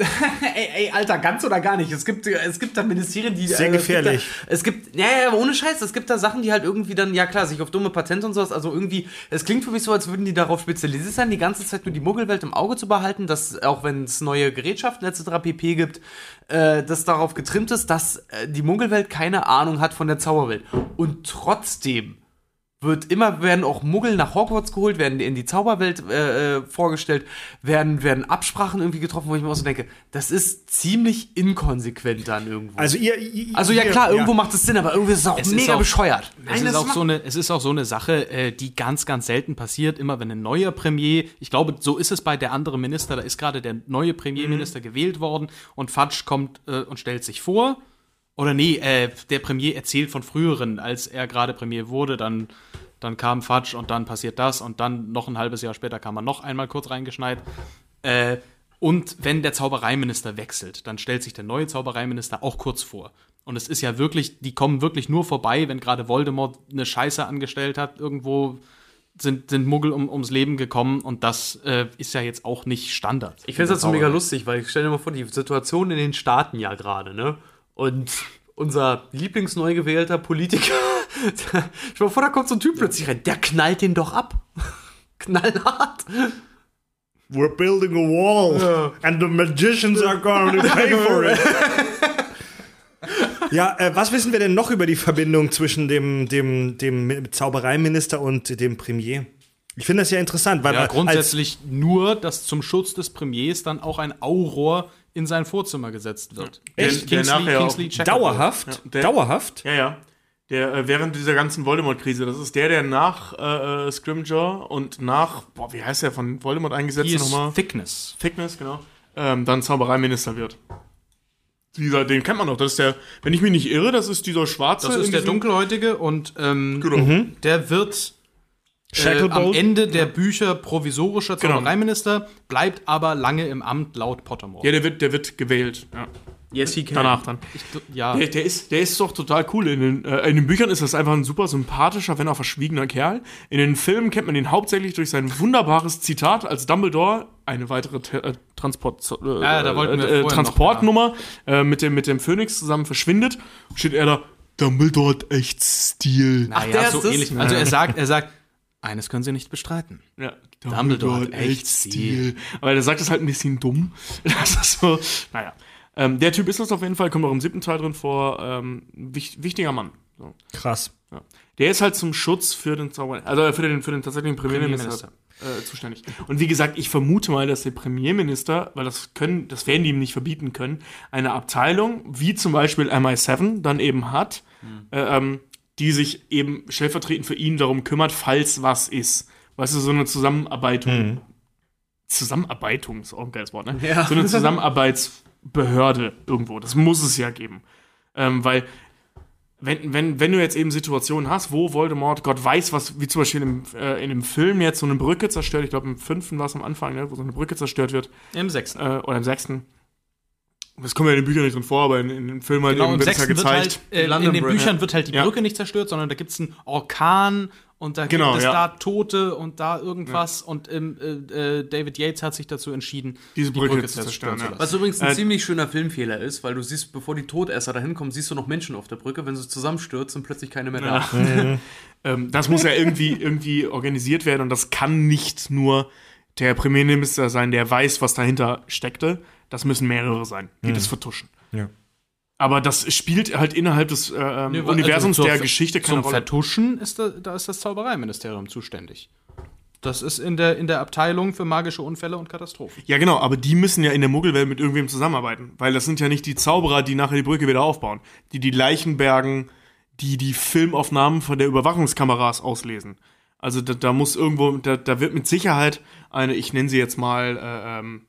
[SPEAKER 6] ey, ey, Alter, ganz oder gar nicht. Es gibt, äh, es gibt da Ministerien, die.
[SPEAKER 1] Sehr
[SPEAKER 6] äh, es gibt
[SPEAKER 1] gefährlich.
[SPEAKER 6] da- Es gibt, ja, ja, aber ohne Scheiß, es gibt da Sachen, die halt irgendwie dann, ja klar, sich auf dumme Patente und sowas, also irgendwie, es klingt für mich so, als würden die darauf spezialisiert sein, die ganze Zeit nur die Muggelwelt im Auge zu behalten, dass, auch wenn es neue Gerätschaften etc. pp. gibt, äh, dass darauf getrimmt ist, dass äh, die Muggelwelt keine Ahnung hat von der Zauberwelt. Und trotzdem wird immer werden auch Muggel nach Hogwarts geholt, werden in die Zauberwelt äh, äh, vorgestellt, werden werden Absprachen irgendwie getroffen, wo ich mir auch so denke, das ist ziemlich inkonsequent dann irgendwo.
[SPEAKER 1] Also
[SPEAKER 6] Also,
[SPEAKER 1] ihr, ihr
[SPEAKER 6] ja
[SPEAKER 1] ihr-
[SPEAKER 6] klar, irgendwo macht es Sinn, aber irgendwie ist es auch
[SPEAKER 5] Es ist
[SPEAKER 6] mega
[SPEAKER 5] auch-
[SPEAKER 6] bescheuert.
[SPEAKER 5] es, ist auch so eine, es ist auch so eine Sache, äh, die ganz, ganz selten passiert. Immer wenn ein neuer Premier, ich glaube, so ist es bei der andere Minister, da ist gerade der neue Premierminister gewählt worden und Fatsch kommt äh, und stellt sich vor. Oder nee, äh, der Premier erzählt von früheren, als er gerade Premier wurde, dann, dann kam Fatsch und dann passiert das und dann noch ein halbes Jahr später kam man noch einmal kurz reingeschneit. Äh, und wenn der Zaubereiminister wechselt, dann stellt sich der neue Zaubereiminister auch kurz vor. Und es ist ja wirklich, die kommen wirklich nur vorbei, wenn gerade Voldemort eine Scheiße angestellt hat, irgendwo sind, sind Muggel um, ums Leben gekommen und das äh, ist ja jetzt auch nicht Standard.
[SPEAKER 6] Ich finde das so mega lustig, weil ich stelle mir vor, die Situation in den Staaten ja gerade, ne? Und unser lieblingsneu gewählter Politiker, <laughs> der- ich mir vor, da kommt so ein Typ plötzlich rein, der knallt den doch ab. <laughs> Knallhart.
[SPEAKER 1] We're building a wall and the magicians are going <laughs> to pay for it. Ja, äh, was wissen wir denn noch über die Verbindung zwischen dem, dem, dem Zaubereiminister und dem Premier? Ich finde das ja interessant, weil
[SPEAKER 5] Ja,
[SPEAKER 1] als-
[SPEAKER 5] grundsätzlich nur, dass zum Schutz des Premiers dann auch ein Auror in sein Vorzimmer gesetzt wird.
[SPEAKER 3] Echt? Der nachher auch
[SPEAKER 1] als
[SPEAKER 5] Checkerton.
[SPEAKER 1] dauerhaft,
[SPEAKER 3] Ja, der- Äh,
[SPEAKER 1] dauerhaft,
[SPEAKER 3] Ja, ja. Der, äh, während dieser ganzen Voldemort-Krise, das ist der, der nach äh, äh, Scrimgeour und nach, boah, wie heißt der von Voldemort eingesetzt
[SPEAKER 5] Hier ist
[SPEAKER 3] nochmal?
[SPEAKER 5] Thickness.
[SPEAKER 3] Thickness, genau. Ähm, dann Zaubereiminister wird. Dieser, den kennt man doch. Das ist der, wenn ich mich nicht irre, das ist dieser schwarze.
[SPEAKER 5] Das
[SPEAKER 3] in
[SPEAKER 5] ist der
[SPEAKER 3] diesem-
[SPEAKER 5] Dunkelhäutige und ähm,
[SPEAKER 3] Genau.
[SPEAKER 5] der wird äh, am
[SPEAKER 1] Shacklebolt.
[SPEAKER 5] Ende der Bücher provisorischer
[SPEAKER 3] Genau.
[SPEAKER 5] Zaubereiminister, bleibt aber lange im Amt laut Pottermore.
[SPEAKER 3] Ja, der wird, der wird gewählt. Ja.
[SPEAKER 6] Yes, he can.
[SPEAKER 3] Danach dann.
[SPEAKER 5] Ich gl- ja.
[SPEAKER 3] Der, der, ist, der ist doch total cool. In den, äh, in den Büchern ist das einfach ein super sympathischer, wenn auch verschwiegener Kerl. In den Filmen kennt man ihn hauptsächlich durch sein wunderbares Zitat als Dumbledore. Eine weitere Te- äh, Transport, äh,
[SPEAKER 5] Ja, Ah, da wollten wir
[SPEAKER 3] äh,
[SPEAKER 5] vorhin noch,
[SPEAKER 3] Transportnummer äh, mit, dem, mit dem Phönix zusammen verschwindet. Steht er da, Dumbledore hat echt Stil.
[SPEAKER 5] Ach,
[SPEAKER 6] der ist
[SPEAKER 5] so
[SPEAKER 6] es?
[SPEAKER 5] ähnlich. Also er sagt, er sagt, eines können Sie nicht bestreiten.
[SPEAKER 3] Ja,
[SPEAKER 5] Dumbledore hat echt Stil.
[SPEAKER 3] Aber der sagt es halt ein bisschen dumm. <laughs> Das ist so, naja. Ähm, der Typ ist das auf jeden Fall, kommt auch im siebten Teil drin vor. Ähm, wich, wichtiger Mann. So.
[SPEAKER 1] krass.
[SPEAKER 3] Der ist halt zum Schutz für den Zauber, also für den, für den tatsächlichen Premierminister, Äh, zuständig. Und wie gesagt, ich vermute mal, dass der Premierminister, weil das können, das werden die ihm nicht verbieten können, eine Abteilung, wie zum Beispiel MI7 dann eben hat, äh, ähm, die sich eben stellvertretend für ihn darum kümmert, falls was ist. Weißt du, so eine Zusammenarbeitung. Zusammenarbeitung ist auch ein geiles Wort, ne? So eine Zusammenarbeitsbehörde irgendwo. Das muss es ja geben. Ähm, weil wenn, wenn, wenn du jetzt eben Situationen hast, wo Voldemort, Gott weiß, was, wie zum Beispiel im, äh, in dem Film jetzt so eine Brücke zerstört, ich glaube im fünften war es am Anfang, ne, wo so eine Brücke zerstört wird,
[SPEAKER 5] Im sechsten.
[SPEAKER 3] äh, oder im sechsten. Das kommen ja in den Büchern nicht drin vor, aber in, in den Filmen halt
[SPEAKER 5] Genau,
[SPEAKER 3] eben
[SPEAKER 5] im
[SPEAKER 3] wird es ja
[SPEAKER 5] sechsten wird
[SPEAKER 3] gezeigt.
[SPEAKER 5] halt, äh, in
[SPEAKER 6] London
[SPEAKER 5] den
[SPEAKER 6] Bridge.
[SPEAKER 5] Büchern wird halt die
[SPEAKER 3] Ja.
[SPEAKER 5] Brücke nicht zerstört, sondern da gibt es einen Orkan und da
[SPEAKER 3] Genau,
[SPEAKER 5] gibt es
[SPEAKER 3] ja.
[SPEAKER 5] da Tote und da irgendwas und ähm, äh, äh, David Yates hat sich dazu entschieden,
[SPEAKER 3] Diese Brücke zu zerstören, ja.
[SPEAKER 5] lassen.
[SPEAKER 6] Was übrigens ein
[SPEAKER 3] Äh,
[SPEAKER 6] ziemlich schöner Filmfehler ist, weil du siehst, bevor die Todesser da hinkommen, siehst du noch Menschen auf der Brücke. Wenn sie zusammenstürzen, sind plötzlich keine mehr da.
[SPEAKER 3] Ähm, das muss ja irgendwie, <laughs> irgendwie organisiert werden und das kann nicht nur der Premierminister
[SPEAKER 6] Mhm.
[SPEAKER 3] sein, der weiß, was dahinter steckte. Das müssen mehrere sein, die das vertuschen.
[SPEAKER 1] Ja.
[SPEAKER 3] Aber das spielt halt innerhalb des äh, ähm,
[SPEAKER 5] Nee, wa-
[SPEAKER 3] Universums
[SPEAKER 5] also zur
[SPEAKER 3] der
[SPEAKER 5] Ver-
[SPEAKER 3] Geschichte keine
[SPEAKER 5] Zum
[SPEAKER 3] Rolle.
[SPEAKER 5] Vertuschen ist da, da ist das Zaubereiministerium zuständig. Das ist in der, in der Abteilung für magische Unfälle und Katastrophen.
[SPEAKER 3] Ja, genau, aber die müssen ja in der Muggelwelt mit irgendwem zusammenarbeiten, weil das sind ja nicht die Zauberer, die nachher die Brücke wieder aufbauen, die die Leichen bergen, die die Filmaufnahmen von der Überwachungskameras auslesen. Also da, da muss irgendwo, da, da wird mit Sicherheit eine, ich nenne sie jetzt mal äh, ähm,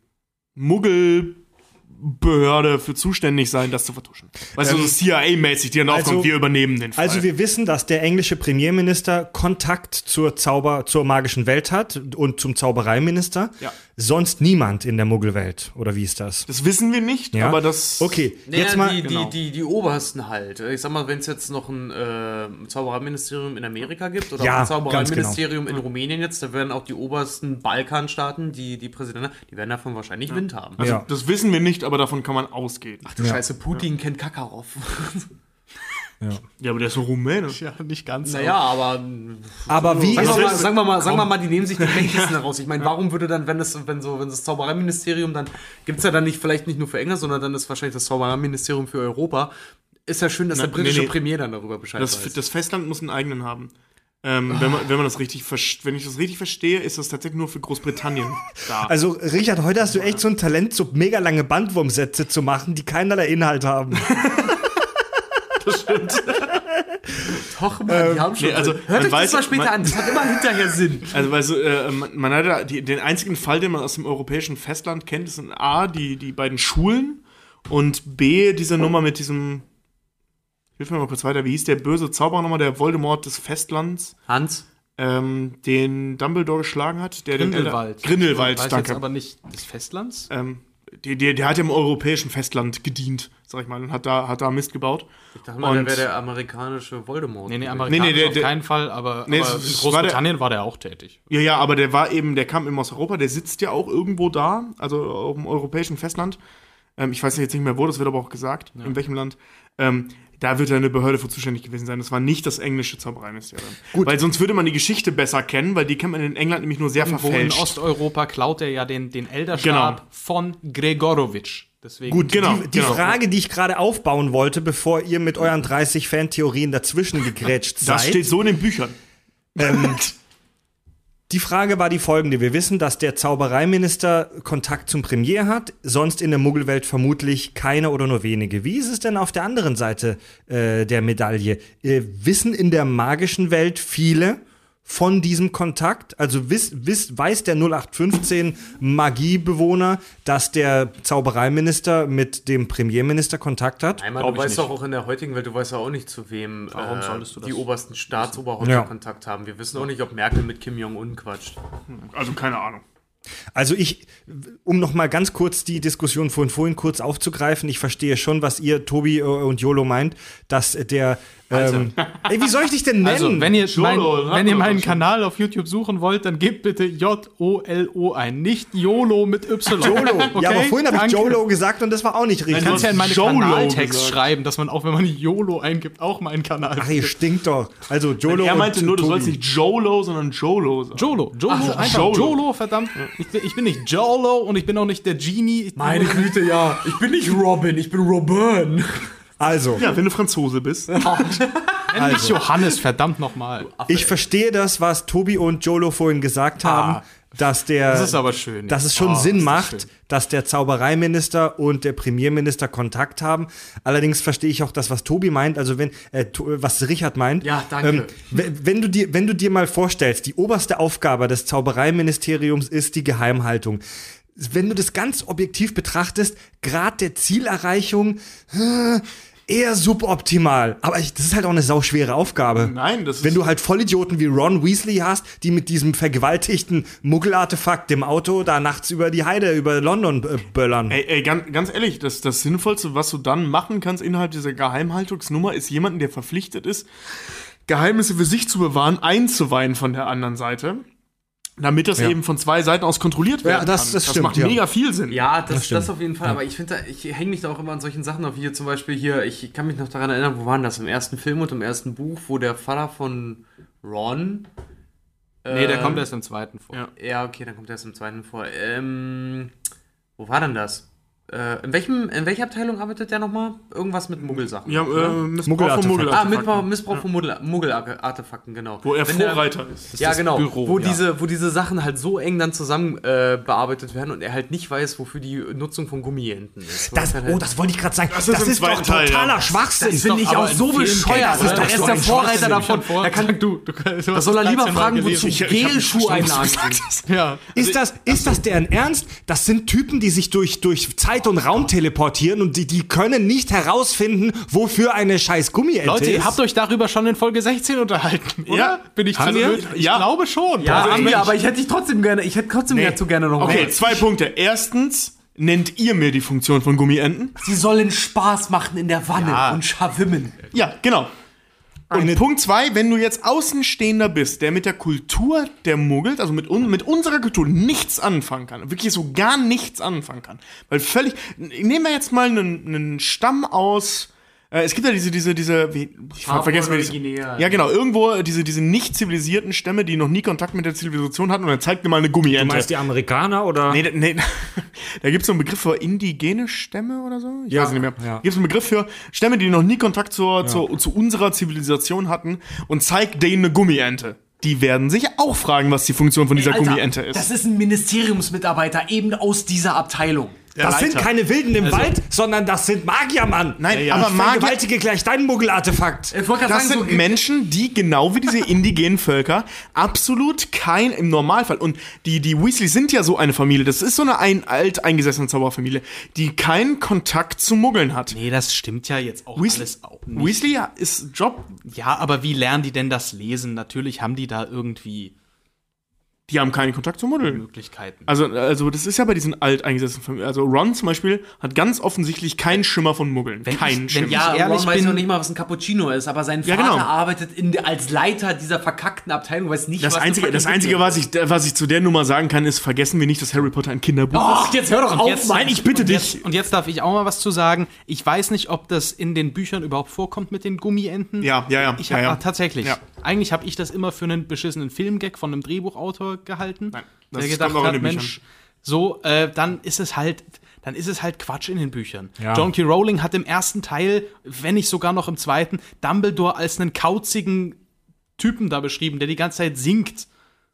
[SPEAKER 3] Muggelbehörde für zuständig sein, das zu vertuschen. Weißt du, so CIA-mäßig, die dann
[SPEAKER 1] Ähm, also-
[SPEAKER 3] aufkommt, wir übernehmen den Fall.
[SPEAKER 1] Also wir wissen, dass der englische Premierminister Kontakt zur Zauber, zur magischen Welt hat und zum Zaubereiminister.
[SPEAKER 3] Ja.
[SPEAKER 1] Sonst niemand in der Muggelwelt. Oder wie ist das?
[SPEAKER 3] das wissen wir nicht,
[SPEAKER 1] Ja?
[SPEAKER 3] aber das.
[SPEAKER 1] Okay,
[SPEAKER 6] Naja,
[SPEAKER 1] jetzt mal.
[SPEAKER 6] die,
[SPEAKER 3] genau.
[SPEAKER 6] die, die, die obersten halt. Ich sag mal, wenn es jetzt noch ein äh, Zaubererministerium in Amerika gibt oder
[SPEAKER 1] Ja,
[SPEAKER 6] auch ein
[SPEAKER 1] ganz genau.
[SPEAKER 6] Zaubererministerium in Rumänien jetzt, da werden auch die obersten Balkanstaaten, die, die Präsidenten, die werden davon wahrscheinlich Wind haben.
[SPEAKER 3] Also,
[SPEAKER 1] Ja.
[SPEAKER 3] Das wissen wir nicht, aber davon kann man ausgehen.
[SPEAKER 6] Ach du Scheiße, Putin kennt <laughs> Kakarov.
[SPEAKER 1] Genau.
[SPEAKER 3] Ja, aber der ist so rumänisch.
[SPEAKER 5] Ja, nicht ganz.
[SPEAKER 6] naja, aber
[SPEAKER 1] aber wie
[SPEAKER 6] sagen
[SPEAKER 1] ist
[SPEAKER 6] wir, mal,
[SPEAKER 1] Also es?
[SPEAKER 6] sagen, wir mal, sagen wir mal, die nehmen sich die mächtigsten heraus. Ich meine, warum würde dann, wenn das, wenn so, wenn das Zaubereiministerium, dann gibt es ja dann nicht, vielleicht nicht nur für England, sondern dann ist wahrscheinlich das Zaubereiministerium für Europa. Ist ja schön, dass
[SPEAKER 3] Na,
[SPEAKER 6] der britische
[SPEAKER 3] nee, nee.
[SPEAKER 6] Premier dann darüber Bescheid weiß.
[SPEAKER 3] Das, das Festland muss einen eigenen haben. Ähm, wenn, man, wenn man das richtig verst- wenn ich das richtig verstehe, ist das tatsächlich nur für
[SPEAKER 5] <laughs>
[SPEAKER 3] Großbritannien da.
[SPEAKER 1] Also, Richard, heute hast du echt so ein Talent, so mega lange Bandwurmsätze zu machen, die keinerlei Inhalt haben.
[SPEAKER 6] Doch, Mann, die haben schon.
[SPEAKER 3] nee, also, man
[SPEAKER 6] Hört euch
[SPEAKER 3] weiß-
[SPEAKER 6] das mal später
[SPEAKER 3] man-
[SPEAKER 6] an, das hat immer hinterher Sinn.
[SPEAKER 3] Also, weil so, äh, man, man hat ja die, den einzigen Fall, den man aus dem europäischen Festland kennt, ist in A, die, die beiden Schulen und B, diese Nummer mit diesem. Hilf mir mal kurz weiter, wie hieß der böse Zauberer nochmal, der Voldemort des Festlands,
[SPEAKER 6] Hans?
[SPEAKER 3] ähm, den Dumbledore geschlagen hat? Der
[SPEAKER 5] Grindelwald.
[SPEAKER 3] Den Elder- äh, Grindelwald,
[SPEAKER 5] Weiß
[SPEAKER 3] danke.
[SPEAKER 5] Jetzt aber nicht des Festlands.
[SPEAKER 3] ähm, der, der, der hat im europäischen Festland gedient, sag ich mal, und hat da, hat da Mist gebaut.
[SPEAKER 6] Ich dachte mal,
[SPEAKER 3] Und-
[SPEAKER 6] der wäre der amerikanische Voldemort.
[SPEAKER 5] Nee, nee,
[SPEAKER 6] gewesen.
[SPEAKER 5] amerikanisch
[SPEAKER 3] Nee, nee, der-
[SPEAKER 5] auf
[SPEAKER 3] der-
[SPEAKER 5] keinen Fall, aber,
[SPEAKER 3] Nee, es-
[SPEAKER 5] aber in
[SPEAKER 3] es war der-
[SPEAKER 5] Großbritannien war der, auch tätig.
[SPEAKER 3] Ja, ja, aber der war eben, der kam eben aus Europa, der sitzt ja auch irgendwo da, also auf dem europäischen Festland. Ähm, ich weiß jetzt nicht mehr wo, das wird aber auch gesagt, in welchem Land. Ähm, da wird ja eine Behörde für zuständig gewesen sein. Das war nicht das englische Zaubereiministerium. Gut. Weil sonst würde man die Geschichte besser kennen, weil die kennt man in England nämlich nur sehr
[SPEAKER 5] Wo in
[SPEAKER 3] verfälscht.
[SPEAKER 5] Osteuropa klaut er ja den, den Elderstab
[SPEAKER 3] Genau.
[SPEAKER 5] von Gregorowitsch. Deswegen
[SPEAKER 3] Gut, <laughs> genau.
[SPEAKER 1] Die
[SPEAKER 3] genau.
[SPEAKER 1] Frage, die ich gerade aufbauen wollte, bevor ihr mit euren 30 Fantheorien dazwischen gegrätscht seid.
[SPEAKER 3] das steht so in den Büchern.
[SPEAKER 1] Ähm, die Frage war die folgende. Wir wissen, dass der Zaubereiminister Kontakt zum Premier hat, sonst in der Muggelwelt vermutlich keine oder nur wenige. Wie ist es denn auf der anderen Seite äh, der Medaille? Äh, wissen in der magischen Welt viele von diesem Kontakt? Also wiss, wiss, weiß der 0815 Magiebewohner, dass der Zaubereiminister mit dem Premierminister Kontakt hat?
[SPEAKER 6] Einmal,
[SPEAKER 3] Glaub
[SPEAKER 6] du
[SPEAKER 3] ich
[SPEAKER 6] weißt
[SPEAKER 3] nicht.
[SPEAKER 6] doch auch in der heutigen Welt, du weißt ja auch nicht, zu wem äh,
[SPEAKER 5] Warum solltest du
[SPEAKER 6] die
[SPEAKER 5] das
[SPEAKER 6] obersten Staatsoberhäupter
[SPEAKER 1] Ja.
[SPEAKER 6] Kontakt haben. Wir wissen auch nicht, ob Merkel mit Kim Jong-un quatscht.
[SPEAKER 3] <laughs> Also keine Ahnung.
[SPEAKER 1] Also ich, um noch mal ganz kurz die Diskussion von vorhin kurz aufzugreifen, ich verstehe schon, was ihr, Tobi äh, und Jolo meint, dass der ähm, Ey, wie soll ich dich denn nennen?
[SPEAKER 5] <laughs> Also, wenn ihr, mein,
[SPEAKER 3] Jolo,
[SPEAKER 5] wenn ihr
[SPEAKER 3] haben wir
[SPEAKER 5] meinen
[SPEAKER 3] doch schon.
[SPEAKER 5] Kanal auf YouTube suchen wollt, dann gebt bitte J-O-L-O ein. Nicht YOLO mit Y. <laughs>
[SPEAKER 1] Jolo. Ja, aber vorhin habe ich
[SPEAKER 5] Danke.
[SPEAKER 1] Jolo gesagt und das war auch nicht
[SPEAKER 5] Du
[SPEAKER 1] richtig.
[SPEAKER 3] Nein,
[SPEAKER 5] kannst ja in meine
[SPEAKER 3] Jolo
[SPEAKER 5] Kanaltext
[SPEAKER 3] gesagt.
[SPEAKER 5] schreiben, dass man auch, wenn man YOLO eingibt, auch meinen Kanal
[SPEAKER 1] Ach, ihr stinkt doch. Also Jolo
[SPEAKER 3] Er meinte
[SPEAKER 1] und
[SPEAKER 3] nur, du
[SPEAKER 1] Tobi.
[SPEAKER 3] sollst nicht Jolo, sondern Jolo sagen.
[SPEAKER 5] Jolo, Jolo, einfach
[SPEAKER 3] Jolo.
[SPEAKER 5] Jolo, verdammt. Ich bin, ich bin nicht Jolo und ich bin auch nicht der Genie. Ich
[SPEAKER 6] Meine Güte, ja. Ich bin nicht Robin, ich bin Robin.
[SPEAKER 1] Also,
[SPEAKER 3] Ja, wenn du Franzose bist.
[SPEAKER 5] nenn mich Johannes, verdammt nochmal.
[SPEAKER 1] ich verstehe das, was Tobi und Jolo vorhin gesagt haben, dass der
[SPEAKER 5] Das ist aber schön.
[SPEAKER 1] dass es schon
[SPEAKER 5] Oh,
[SPEAKER 1] Sinn
[SPEAKER 5] ist das
[SPEAKER 1] macht,
[SPEAKER 5] schön.
[SPEAKER 1] dass der Zaubereiminister und der Premierminister Kontakt haben. Allerdings verstehe ich auch das, was Tobi meint, also wenn, äh, To- was Richard meint. Ähm,
[SPEAKER 6] Ja, danke.
[SPEAKER 1] we- wenn, du dir, wenn du dir mal vorstellst, die oberste Aufgabe des Zaubereiministeriums ist die Geheimhaltung. Wenn du das ganz objektiv betrachtest, Grad der Zielerreichung äh, eher suboptimal. Aber ich, das ist halt auch eine sauschwere Aufgabe.
[SPEAKER 3] Nein, das ist-
[SPEAKER 1] Wenn du halt Vollidioten wie Ron Weasley hast, die mit diesem vergewaltigten Muggelartefakt dem Auto da nachts über die Heide, über London äh, böllern.
[SPEAKER 3] Ey, ey ganz, ganz ehrlich, das, das Sinnvollste, was du dann machen kannst innerhalb dieser Geheimhaltungsnummer, ist jemanden, der verpflichtet ist, Geheimnisse für sich zu bewahren, einzuweihen von der anderen Seite. Damit das eben von zwei Seiten aus kontrolliert werden
[SPEAKER 1] das-
[SPEAKER 3] kann.
[SPEAKER 1] das stimmt,
[SPEAKER 3] macht
[SPEAKER 1] ja.
[SPEAKER 3] mega viel Sinn.
[SPEAKER 6] Ja, das, das auf jeden Fall. Aber ich finde, da- ich hänge mich da auch immer an solchen Sachen auf. Hier zum Beispiel hier, ich kann mich noch daran erinnern, wo waren das? Im ersten Film und im ersten Buch, wo der Vater von Ron.
[SPEAKER 5] Nee, der
[SPEAKER 6] ähm,
[SPEAKER 5] kommt erst im zweiten vor.
[SPEAKER 3] Ja.
[SPEAKER 6] Ja, okay, dann kommt erst im zweiten vor. Ähm, wo war denn das? Äh, in, welchem, in welcher Abteilung arbeitet der nochmal? Irgendwas mit Muggelsachen.
[SPEAKER 3] Ja, äh, Missbrauch
[SPEAKER 1] Muggelartefakt.
[SPEAKER 3] von
[SPEAKER 6] Ah,
[SPEAKER 3] Muggelartefakten.
[SPEAKER 6] Missbrauch, Missbrauch von Muddel- Muggel-Artefakten, genau.
[SPEAKER 3] Wo er
[SPEAKER 6] Wenn der-
[SPEAKER 3] Vorreiter ist.
[SPEAKER 6] ja,
[SPEAKER 5] das
[SPEAKER 6] genau.
[SPEAKER 5] Büro,
[SPEAKER 6] wo,
[SPEAKER 5] ja.
[SPEAKER 6] Diese, wo diese Sachen halt so eng dann zusammen äh, bearbeitet werden und er halt nicht weiß, wofür die Nutzung von Gummienten ist.
[SPEAKER 1] Das,
[SPEAKER 6] Weil er
[SPEAKER 1] oh,
[SPEAKER 6] halt-
[SPEAKER 1] das wollte ich gerade sagen. Das
[SPEAKER 3] Das
[SPEAKER 1] ist,
[SPEAKER 3] ist im
[SPEAKER 1] doch
[SPEAKER 3] zweiten Teil,
[SPEAKER 1] totaler
[SPEAKER 3] ja.
[SPEAKER 1] Schwachsinn.
[SPEAKER 6] das finde ich
[SPEAKER 5] aber
[SPEAKER 6] auch so
[SPEAKER 5] in vielen
[SPEAKER 6] bescheuert.
[SPEAKER 1] Cases
[SPEAKER 5] Äh,
[SPEAKER 6] oder?
[SPEAKER 1] ist
[SPEAKER 6] Er ist
[SPEAKER 1] doch
[SPEAKER 6] der
[SPEAKER 1] ein
[SPEAKER 6] Vorreiter davon.
[SPEAKER 5] Er kann, du, du,
[SPEAKER 6] Da soll er lieber fragen, wozu
[SPEAKER 3] Ich- ich hab nicht
[SPEAKER 6] Gelschuhe
[SPEAKER 3] verstanden, was
[SPEAKER 6] einladen.
[SPEAKER 3] du gesagt hast.
[SPEAKER 5] Ja. Also,
[SPEAKER 1] Ist das, ist das deren Ernst? Das sind Typen, die sich durch, durch Zeit und Raum teleportieren und die, die können nicht herausfinden, wofür eine scheiß Gummiente
[SPEAKER 5] Leute,
[SPEAKER 1] ist.
[SPEAKER 5] ihr habt euch darüber schon in Folge 16 unterhalten, oder?
[SPEAKER 3] Ja.
[SPEAKER 5] Bin ich
[SPEAKER 3] Haben
[SPEAKER 5] zu
[SPEAKER 3] wir?
[SPEAKER 5] blöd? Ich
[SPEAKER 3] Ja.
[SPEAKER 5] glaube schon.
[SPEAKER 6] Ja,
[SPEAKER 5] Also,
[SPEAKER 6] haben wir, aber ich hätte dich trotzdem gerne, ich hätte trotzdem dazu gerne noch
[SPEAKER 3] Okay,
[SPEAKER 6] mehr.
[SPEAKER 3] zwei Punkte. Erstens, nennt ihr mir die Funktion von Gummienten?
[SPEAKER 6] Sie sollen Spaß machen in der Wanne und schawimmen.
[SPEAKER 3] Ja, genau. Und
[SPEAKER 1] Eine-
[SPEAKER 3] Punkt zwei, wenn du jetzt Außenstehender bist, der mit der Kultur der Muggels, also mit, un, mit unserer Kultur nichts anfangen kann, wirklich so gar nichts anfangen kann, weil völlig, nehmen wir jetzt mal einen, einen Stamm aus, äh, es gibt ja diese, diese, diese, wie, ich ver- vergesse mir diese,
[SPEAKER 6] Guinea.
[SPEAKER 3] ja genau, irgendwo äh, diese, diese nicht zivilisierten Stämme, die noch nie Kontakt mit der Zivilisation hatten und dann zeigt mir mal eine Gummiente.
[SPEAKER 1] die Amerikaner oder?
[SPEAKER 3] Nee, da- nee, <laughs> da gibt es so einen Begriff für indigene Stämme oder so. Ich weiß es nicht mehr.
[SPEAKER 1] ja.
[SPEAKER 3] Gibt es einen Begriff für Stämme, die noch nie Kontakt zur, zur, zu unserer Zivilisation hatten und zeigt denen eine Gummiente. Die werden sich auch fragen, was die Funktion von dieser Gummiente ist.
[SPEAKER 4] Das ist ein Ministeriumsmitarbeiter eben aus dieser Abteilung.
[SPEAKER 1] Das sind
[SPEAKER 3] Leiter.
[SPEAKER 1] keine Wilden im Wald, sondern das sind Magier, Mann.
[SPEAKER 3] Nein,
[SPEAKER 1] Also Ja, ja.
[SPEAKER 3] aber Äh,
[SPEAKER 1] Ich
[SPEAKER 3] Magier-
[SPEAKER 1] vergewaltige gleich deinen Muggel-Artefakt.
[SPEAKER 6] Ich wollte gerade
[SPEAKER 3] Das
[SPEAKER 6] sagen,
[SPEAKER 3] sind
[SPEAKER 6] so,
[SPEAKER 3] Menschen, die genau wie diese indigenen Völker absolut kein im Normalfall und die die Weasleys sind ja so eine Familie. Das ist so eine ein, alteingesessene Zauberfamilie, die keinen Kontakt zu Muggeln hat.
[SPEAKER 5] nee, das stimmt ja jetzt auch
[SPEAKER 3] Weasley,
[SPEAKER 5] alles auch nicht.
[SPEAKER 3] Weasley ist Job.
[SPEAKER 5] Ja, aber wie lernen die denn das Lesen? Natürlich haben die da irgendwie
[SPEAKER 3] Die haben keinen Kontakt zu Muggeln.
[SPEAKER 5] Möglichkeiten.
[SPEAKER 3] Also, also das ist ja bei diesen alteingesessenen Familien. Also Ron zum Beispiel hat ganz offensichtlich keinen Schimmer von Muggeln.
[SPEAKER 5] Wenn
[SPEAKER 3] keinen
[SPEAKER 5] ich-
[SPEAKER 3] Schimmer.
[SPEAKER 5] wenn ich-
[SPEAKER 6] ja,
[SPEAKER 5] ehrlich
[SPEAKER 6] Ron weiß
[SPEAKER 5] bin-
[SPEAKER 6] noch nicht mal, was ein Cappuccino ist, aber sein Vater
[SPEAKER 3] genau.
[SPEAKER 6] arbeitet in, als Leiter dieser verkackten Abteilung, weiß nicht,
[SPEAKER 3] das
[SPEAKER 6] was
[SPEAKER 3] Einzige, das Einzige was, ich, was ich zu der Nummer sagen kann, ist, vergessen wir nicht, dass Harry Potter ein Kinderbuch
[SPEAKER 5] Oh,
[SPEAKER 6] Ach, jetzt hör doch auf,
[SPEAKER 5] jetzt-
[SPEAKER 6] Mann.
[SPEAKER 3] Nein, ich bitte
[SPEAKER 5] und
[SPEAKER 3] dich.
[SPEAKER 5] Jetzt, und jetzt darf ich auch mal was zu sagen. Ich weiß nicht, ob das in den Büchern überhaupt vorkommt mit den Gummienten.
[SPEAKER 3] Ja, ja, ja,
[SPEAKER 5] Ich habe
[SPEAKER 3] ja, ja.
[SPEAKER 5] tatsächlich.
[SPEAKER 3] Ja.
[SPEAKER 5] Eigentlich habe ich das immer für einen beschissenen Filmgag von einem Drehbuchautor gehalten,
[SPEAKER 3] Nein, das
[SPEAKER 5] der
[SPEAKER 3] kommt
[SPEAKER 5] gedacht
[SPEAKER 3] auch in
[SPEAKER 5] hat,
[SPEAKER 3] den
[SPEAKER 5] Mensch, so, äh, dann ist es halt. Dann ist es halt Quatsch in den Büchern.
[SPEAKER 1] Ja.
[SPEAKER 5] John K. Rowling hat im ersten Teil, wenn nicht sogar noch im zweiten, Dumbledore als einen kauzigen Typen da beschrieben, der die ganze Zeit singt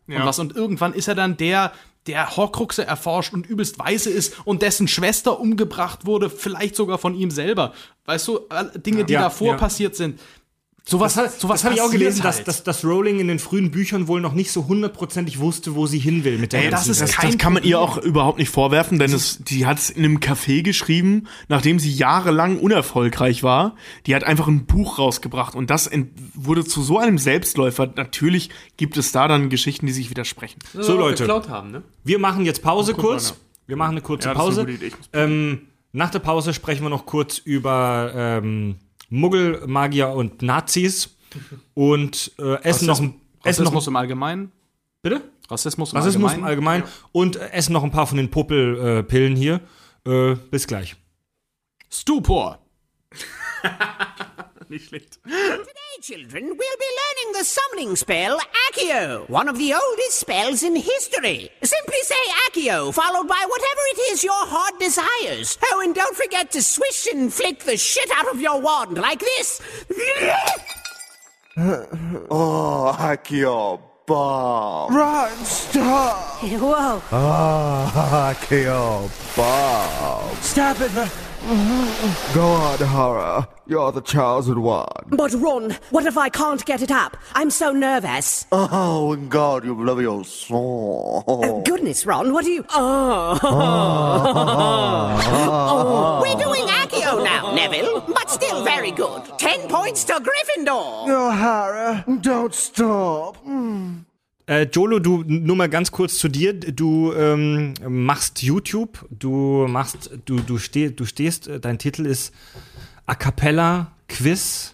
[SPEAKER 5] und was. Und irgendwann ist er dann der, der Horcruxe erforscht und übelst weise ist und dessen Schwester umgebracht wurde, vielleicht sogar von ihm selber. Weißt du, all- Dinge, die
[SPEAKER 1] Ja,
[SPEAKER 5] davor
[SPEAKER 1] ja.
[SPEAKER 5] passiert sind. Sowas, sowas
[SPEAKER 1] das habe ich auch
[SPEAKER 5] passiert
[SPEAKER 1] gelesen, dass,
[SPEAKER 5] halt.
[SPEAKER 1] dass, dass Rowling in den frühen Büchern wohl noch nicht so hundertprozentig wusste, wo sie hin will mit der
[SPEAKER 5] Ey,
[SPEAKER 1] ganzen
[SPEAKER 5] das ist
[SPEAKER 1] Welt.
[SPEAKER 5] kein
[SPEAKER 3] das kann man ihr auch überhaupt nicht vorwerfen, denn es, die hat es in einem Café geschrieben, nachdem sie jahrelang unerfolgreich war. Die hat einfach ein Buch rausgebracht und das ent- wurde zu so einem Selbstläufer. Natürlich gibt es da dann Geschichten, die sich widersprechen.
[SPEAKER 1] So, Leute.
[SPEAKER 6] Geklaut haben, ne?
[SPEAKER 1] Wir machen jetzt Pause kurz. Wir machen eine kurze
[SPEAKER 3] Ja, das ist eine
[SPEAKER 1] Pause.
[SPEAKER 3] gute Idee. Ich muss-
[SPEAKER 5] Äh,
[SPEAKER 1] Ähm, nach der Pause sprechen wir noch kurz über ähm, Muggel, Magier und Nazis und äh, essen noch ein essen noch
[SPEAKER 5] Rassismus im Allgemeinen.
[SPEAKER 1] biine
[SPEAKER 5] Rassismus im
[SPEAKER 1] Rassismus im
[SPEAKER 5] Allgemeinen.
[SPEAKER 1] Allgemeinen und äh, essen noch ein paar von den Puppelpillen äh, Pillen hier. Äh, bis gleich.
[SPEAKER 5] Stupor.
[SPEAKER 3] Nicht schlecht.
[SPEAKER 7] children, we'll be learning the summoning spell Accio, one of the oldest spells in history. Simply say Accio, followed by whatever it is your heart desires. Oh, and don't forget to swish and flick the shit out of your wand like this.
[SPEAKER 8] Oh, hack your bomb. Run, stop.
[SPEAKER 7] <laughs> Whoa.
[SPEAKER 8] Oh, hack your bomb.
[SPEAKER 7] Stop it.
[SPEAKER 8] Go on, Horror. You're the chosen one.
[SPEAKER 7] But Ron, what if I can't get it up? I'm so nervous.
[SPEAKER 8] Oh, and God, you love your soul.
[SPEAKER 7] Goodness, Ron, what are you. Oh. oh. We're doing Accio now, Neville, but still very good. Ten points to Gryffindor.
[SPEAKER 8] No, Horror, don't stop.
[SPEAKER 1] Äh, Jolo, du nur mal ganz kurz zu dir. Du ähm, machst YouTube, du machst, du, du, steh, du stehst, äh, dein Titel ist A cappella Quiz,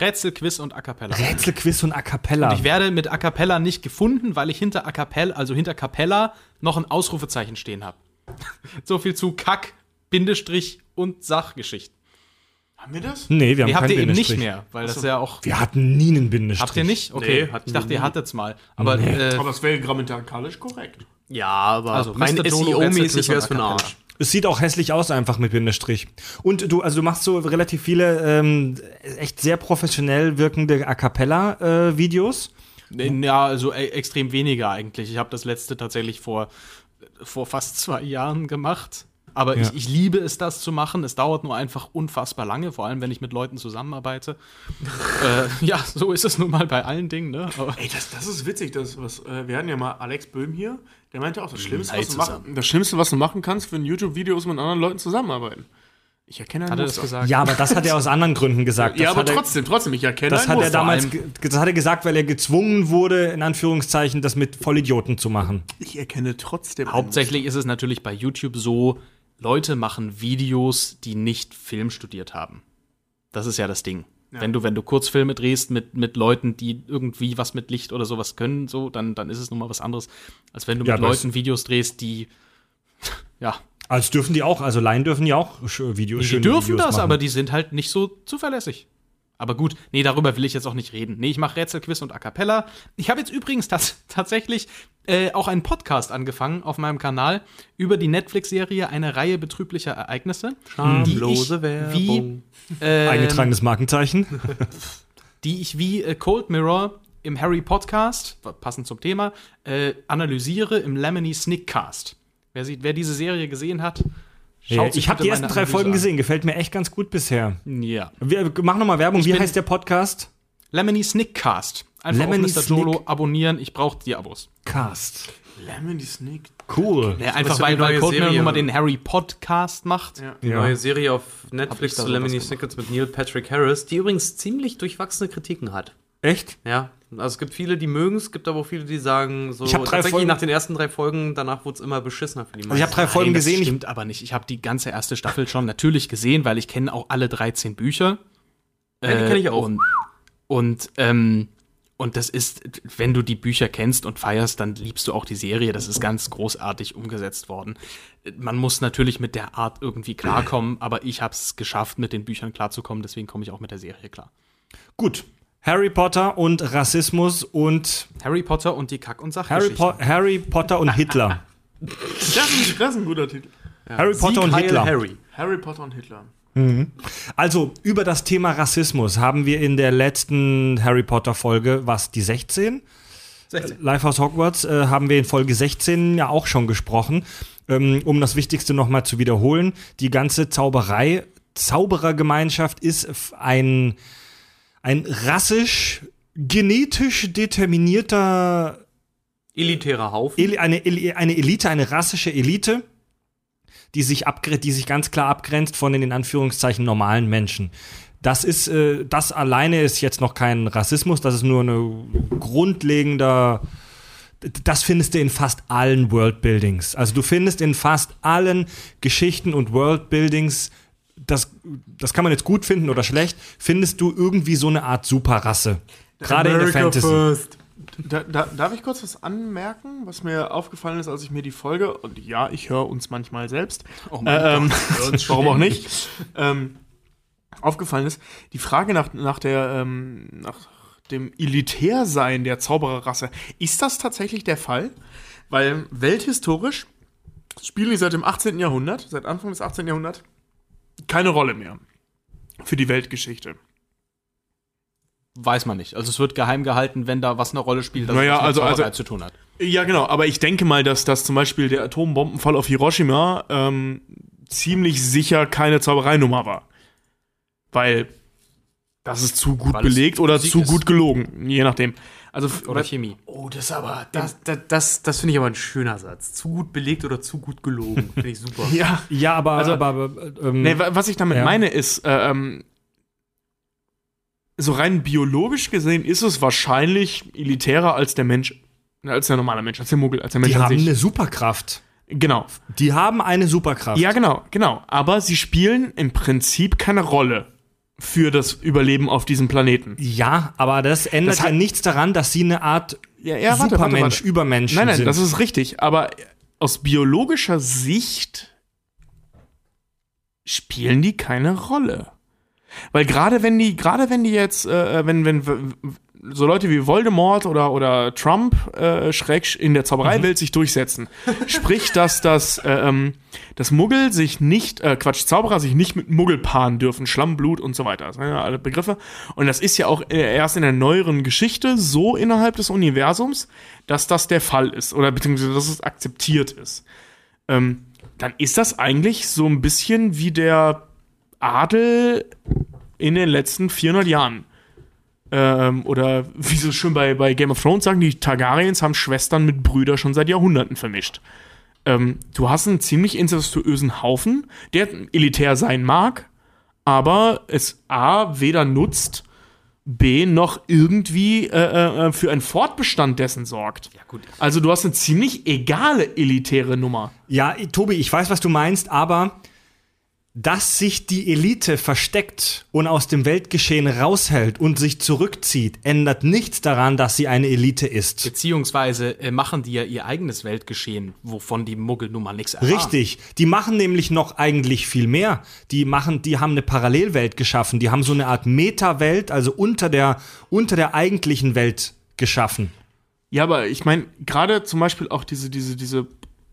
[SPEAKER 5] Rätsel, Quiz und A Cappella.
[SPEAKER 1] Rätselquiz und A cappella.
[SPEAKER 5] Ich werde mit A Cappella nicht gefunden, weil ich hinter A Cappella, also hinter Capella, noch ein Ausrufezeichen stehen habe. <laughs> so viel zu Kack, Bindestrich und Sachgeschichten.
[SPEAKER 3] Haben wir das?
[SPEAKER 1] nee, wir haben
[SPEAKER 5] Die habt
[SPEAKER 1] keinen
[SPEAKER 5] ihr eben nicht
[SPEAKER 1] Bindestrich.
[SPEAKER 5] mehr, weil das ja auch.
[SPEAKER 1] Wir hatten nie einen Bindestrich.
[SPEAKER 5] Habt ihr nicht? Okay,
[SPEAKER 6] Nee, hatten
[SPEAKER 5] ich dachte,
[SPEAKER 6] wir
[SPEAKER 5] ihr
[SPEAKER 6] nie.
[SPEAKER 5] hattet's mal. Aber, äh,
[SPEAKER 3] Aber es wäre grammatikalisch korrekt.
[SPEAKER 6] Ja, aber
[SPEAKER 5] Also,
[SPEAKER 6] rein
[SPEAKER 5] Mr. Jolo Wenzel,
[SPEAKER 6] SEO-mäßig
[SPEAKER 5] Quiz und
[SPEAKER 6] wäre es für den
[SPEAKER 5] A cappella.
[SPEAKER 6] Arsch.
[SPEAKER 1] Es sieht auch hässlich aus einfach mit Bindestrich. Und du, also du machst so relativ viele ähm, echt sehr professionell wirkende A cappella äh, Videos.
[SPEAKER 5] Ja, also e extrem weniger eigentlich. Ich habe das letzte tatsächlich vor, vor fast zwei Jahren gemacht. Aber
[SPEAKER 1] Ja.
[SPEAKER 5] ich, ich liebe es, das zu machen. Es dauert nur einfach unfassbar lange, vor allem wenn ich mit Leuten zusammenarbeite. äh, ja, so ist es nun mal bei allen Dingen. Ne? Aber
[SPEAKER 3] Ey, das, das ist witzig. Das, was, äh, wir hatten ja mal Alex Böhm hier. Der meinte auch, das Schlimmste, was du machen, das Schlimmste, was du machen kannst für ein YouTube-Video, ist mit anderen Leuten zusammenarbeiten. Ich erkenne einen
[SPEAKER 5] hat er das
[SPEAKER 3] Muster.
[SPEAKER 5] gesagt?
[SPEAKER 1] Ja, aber das hat er aus anderen Gründen gesagt.
[SPEAKER 3] Ja,
[SPEAKER 1] Das
[SPEAKER 3] aber
[SPEAKER 1] hat er-
[SPEAKER 3] trotzdem, trotzdem, ich erkenne
[SPEAKER 1] Das
[SPEAKER 3] einen
[SPEAKER 1] hat er damals,
[SPEAKER 3] Muster.
[SPEAKER 1] ge- das hat er gesagt, weil er gezwungen wurde, in Anführungszeichen, das mit Vollidioten zu machen.
[SPEAKER 3] Ich erkenne trotzdem einen
[SPEAKER 5] Hauptsächlich ist es natürlich bei YouTube so, Leute machen Videos, die nicht Film studiert haben. Das ist ja das Ding. Wenn du, wenn du Kurzfilme drehst mit, mit Leuten, die irgendwie was mit Licht oder sowas können, so, dann, dann ist es nun mal was anderes, als wenn du
[SPEAKER 1] Ja,
[SPEAKER 5] mit
[SPEAKER 1] aber
[SPEAKER 5] Leuten Videos drehst, die <laughs> ja,
[SPEAKER 1] Also dürfen die auch, also Laien dürfen die auch sch- Videos
[SPEAKER 5] die
[SPEAKER 1] schöne
[SPEAKER 5] dürfen
[SPEAKER 1] Videos
[SPEAKER 5] das,
[SPEAKER 1] machen.
[SPEAKER 5] aber die sind halt nicht so zuverlässig. Aber gut, nee, darüber will ich jetzt auch nicht reden. Nee, ich mache Rätselquiz und A Cappella. Ich habe jetzt übrigens tats <laughs> tatsächlich äh, auch einen Podcast angefangen auf meinem Kanal über die Netflix-Serie Eine Reihe betrüblicher Ereignisse.
[SPEAKER 6] Schamlose Werbung.
[SPEAKER 5] Wie, ähm,
[SPEAKER 1] Eingetragenes
[SPEAKER 5] <laughs>
[SPEAKER 1] Markenzeichen.
[SPEAKER 5] die ich wie äh, Cold Mirror im Harry Podcast, passend zum Thema, äh, analysiere im Lemony Snickcast. Wer, sieht, wer diese Serie gesehen hat,
[SPEAKER 1] Ja,
[SPEAKER 5] sich
[SPEAKER 1] Äh, ich habe
[SPEAKER 5] bitte
[SPEAKER 1] die ersten
[SPEAKER 5] meine
[SPEAKER 1] drei
[SPEAKER 5] Analyse
[SPEAKER 1] Folgen
[SPEAKER 5] an.
[SPEAKER 1] gesehen, gefällt mir echt ganz gut bisher.
[SPEAKER 5] Ja.
[SPEAKER 1] Wir machen nochmal Werbung. Wie
[SPEAKER 5] bin-
[SPEAKER 1] heißt der Podcast?
[SPEAKER 5] Lemony Snickcast. Einfach
[SPEAKER 1] Lemony
[SPEAKER 5] auf Mr.
[SPEAKER 1] Snick-
[SPEAKER 5] Jolo abonnieren. Ich brauche die Abos.
[SPEAKER 1] Cast.
[SPEAKER 3] Lemony Sneak.
[SPEAKER 1] Cool.
[SPEAKER 5] Ja, einfach
[SPEAKER 6] für eine
[SPEAKER 5] weil, weil
[SPEAKER 6] neue
[SPEAKER 5] Code Mirror
[SPEAKER 6] Serie.
[SPEAKER 5] nun mal den Harry Podcast macht. Ja.
[SPEAKER 6] Die
[SPEAKER 1] Ja.
[SPEAKER 6] neue Serie auf
[SPEAKER 5] Hab ich
[SPEAKER 6] Netflix
[SPEAKER 5] da
[SPEAKER 6] zu
[SPEAKER 5] sowas
[SPEAKER 6] Lemony
[SPEAKER 5] gemacht?
[SPEAKER 6] Snickets mit Neil Patrick Harris, die übrigens ziemlich durchwachsene Kritiken hat.
[SPEAKER 1] Echt?
[SPEAKER 6] Ja, also es gibt viele, die mögen es, gibt aber auch viele, die sagen, so
[SPEAKER 1] Ich hab drei
[SPEAKER 6] tatsächlich
[SPEAKER 1] Folgen-
[SPEAKER 6] nach den ersten drei Folgen, danach wurde es immer beschissener für die
[SPEAKER 1] Also ich habe drei Folgen
[SPEAKER 5] das
[SPEAKER 1] gesehen. Ich,
[SPEAKER 5] stimmt aber nicht. Ich habe die ganze erste Staffel schon natürlich gesehen, weil ich kenne auch alle 13 Bücher. Äh,
[SPEAKER 6] Ja, die kenn ich auch.
[SPEAKER 5] Und, und, ähm, und das ist, wenn du die Bücher kennst und feierst, dann liebst du auch die Serie. Das ist ganz großartig umgesetzt worden. Man muss natürlich mit der Art irgendwie klarkommen, aber ich habe es geschafft, mit den Büchern klarzukommen. Deswegen komme ich auch mit der Serie klar.
[SPEAKER 1] gut. Harry Potter und Rassismus und
[SPEAKER 5] Harry Potter und die Kack- und
[SPEAKER 1] Harry,
[SPEAKER 5] Sachgeschichte.
[SPEAKER 1] po Harry Potter und Hitler.
[SPEAKER 3] Das ist, das ist ein guter Titel.
[SPEAKER 1] Harry Potter und Hitler.
[SPEAKER 6] Harry.
[SPEAKER 3] Harry Potter und Hitler.
[SPEAKER 1] Also, über das Thema Rassismus haben wir in der letzten Harry Potter Folge, was, die 16? 16. Live aus Hogwarts äh, haben wir in Folge 16 ja auch schon gesprochen. Ähm, um das Wichtigste nochmal zu wiederholen, die ganze Zauberei, Zauberergemeinschaft ist f- ein, ein rassisch, genetisch determinierter
[SPEAKER 6] Elitärer Haufen.
[SPEAKER 1] Eli- eine, Eli- eine Elite, eine rassische Elite, die sich, abgre die sich ganz klar abgrenzt von den in Anführungszeichen normalen Menschen. Das ist, äh, das alleine ist jetzt noch kein Rassismus, das ist nur eine grundlegender. Das findest du in fast allen Worldbuildings. Also du findest in fast allen Geschichten und Worldbuildings, das, das kann man jetzt gut finden oder schlecht, findest du irgendwie so eine Art Superrasse. Gerade in der Fantasy.
[SPEAKER 3] Da, da, darf ich kurz was anmerken, was mir aufgefallen ist, als ich mir die Folge, und ja, ich höre uns manchmal selbst, äh, ähm, <laughs> warum auch nicht, ähm, aufgefallen ist, die Frage nach, nach, der, ähm, nach dem Elitärsein der Zaubererrasse, ist das tatsächlich der Fall? Weil welthistorisch spielen die seit dem 18. Jahrhundert, seit Anfang des 18. Jahrhunderts, keine Rolle mehr für die Weltgeschichte.
[SPEAKER 5] Weiß man nicht. Also es wird geheim gehalten, wenn da was eine Rolle spielt, das
[SPEAKER 3] Naja,
[SPEAKER 5] was mit
[SPEAKER 3] also- also-
[SPEAKER 5] Zauberei zu tun hat.
[SPEAKER 3] Ja, genau, aber ich denke mal, dass das zum Beispiel der Atombombenfall auf Hiroshima ähm, ziemlich sicher keine Zaubereinummer war. Weil das ist zu gut
[SPEAKER 5] Weil es
[SPEAKER 3] belegt oder
[SPEAKER 5] Physik
[SPEAKER 3] zu
[SPEAKER 5] ist. Äh,
[SPEAKER 3] gut gelogen, je nachdem. Also, f-
[SPEAKER 5] Oder Chemie.
[SPEAKER 6] Oh, das ist aber, das, das, das, das finde ich aber ein schöner Satz. Zu gut belegt oder zu gut
[SPEAKER 5] <laughs>
[SPEAKER 6] gelogen, finde ich super.
[SPEAKER 3] ja.
[SPEAKER 1] Ja, aber,
[SPEAKER 3] Also-
[SPEAKER 1] aber, aber ähm,
[SPEAKER 3] Nee, wa- was ich damit
[SPEAKER 1] Ja.
[SPEAKER 3] meine ist, äh, ähm, so rein biologisch gesehen ist es wahrscheinlich elitärer als der Mensch, äh, als der normale Mensch, als der Muggel, als der Mensch
[SPEAKER 1] die
[SPEAKER 3] an
[SPEAKER 1] haben
[SPEAKER 3] sich.
[SPEAKER 1] eine Superkraft.
[SPEAKER 3] Genau.
[SPEAKER 1] Die haben eine Superkraft.
[SPEAKER 3] Ja, genau, genau. Aber sie spielen im Prinzip keine Rolle für das Überleben auf diesem Planeten.
[SPEAKER 1] Ja, aber das ändert
[SPEAKER 3] Das hat-
[SPEAKER 1] ja nichts daran, dass sie eine Art
[SPEAKER 3] Ja, ja, warte, warte,
[SPEAKER 1] Supermensch,
[SPEAKER 3] warte.
[SPEAKER 1] Übermensch
[SPEAKER 3] Nein, nein,
[SPEAKER 1] sind.
[SPEAKER 3] das ist richtig. Aber aus biologischer Sicht spielen die keine Rolle. Weil gerade äh, wenn die, gerade wenn die jetzt, äh, wenn, wenn, so Leute wie Voldemort oder, oder Trump äh, schräg in der Zaubereiwelt sich durchsetzen. <laughs> Sprich, dass das, äh, ähm, das Muggel sich nicht, äh, Quatsch, Zauberer sich nicht mit Muggel paaren dürfen. Schlamm, Blut und so weiter. Das sind ja alle Begriffe. Und das ist ja auch äh, erst in der neueren Geschichte so innerhalb des Universums, dass das der Fall ist. Oder beziehungsweise, dass es akzeptiert ist. Ähm, dann ist das eigentlich so ein bisschen wie der Adel in den letzten 400 Jahren. Ähm, oder wie so schön bei, bei Game of Thrones sagen, die Targaryens haben Schwestern mit Brüdern schon seit Jahrhunderten vermischt. Ähm, du hast einen ziemlich incestuösen Haufen, der elitär sein mag, aber es A, weder nutzt, B, noch irgendwie äh, äh, für einen Fortbestand dessen sorgt. Also du hast eine ziemlich egale elitäre Nummer.
[SPEAKER 1] Ja, Tobi, ich weiß, was du meinst, aber dass sich die Elite versteckt und aus dem Weltgeschehen raushält und sich zurückzieht, ändert nichts daran, dass sie eine Elite ist.
[SPEAKER 5] Beziehungsweise äh, machen die ja ihr eigenes Weltgeschehen, wovon die Muggel nun mal nichts
[SPEAKER 3] Ah.
[SPEAKER 5] erfahren.
[SPEAKER 1] Richtig. Die machen nämlich noch eigentlich viel mehr. Die machen, die haben eine Parallelwelt geschaffen. Die haben so eine Art Meta-Welt, also unter der, unter der eigentlichen Welt geschaffen.
[SPEAKER 3] Ja, aber ich meine, gerade zum Beispiel auch diese, diese, diese,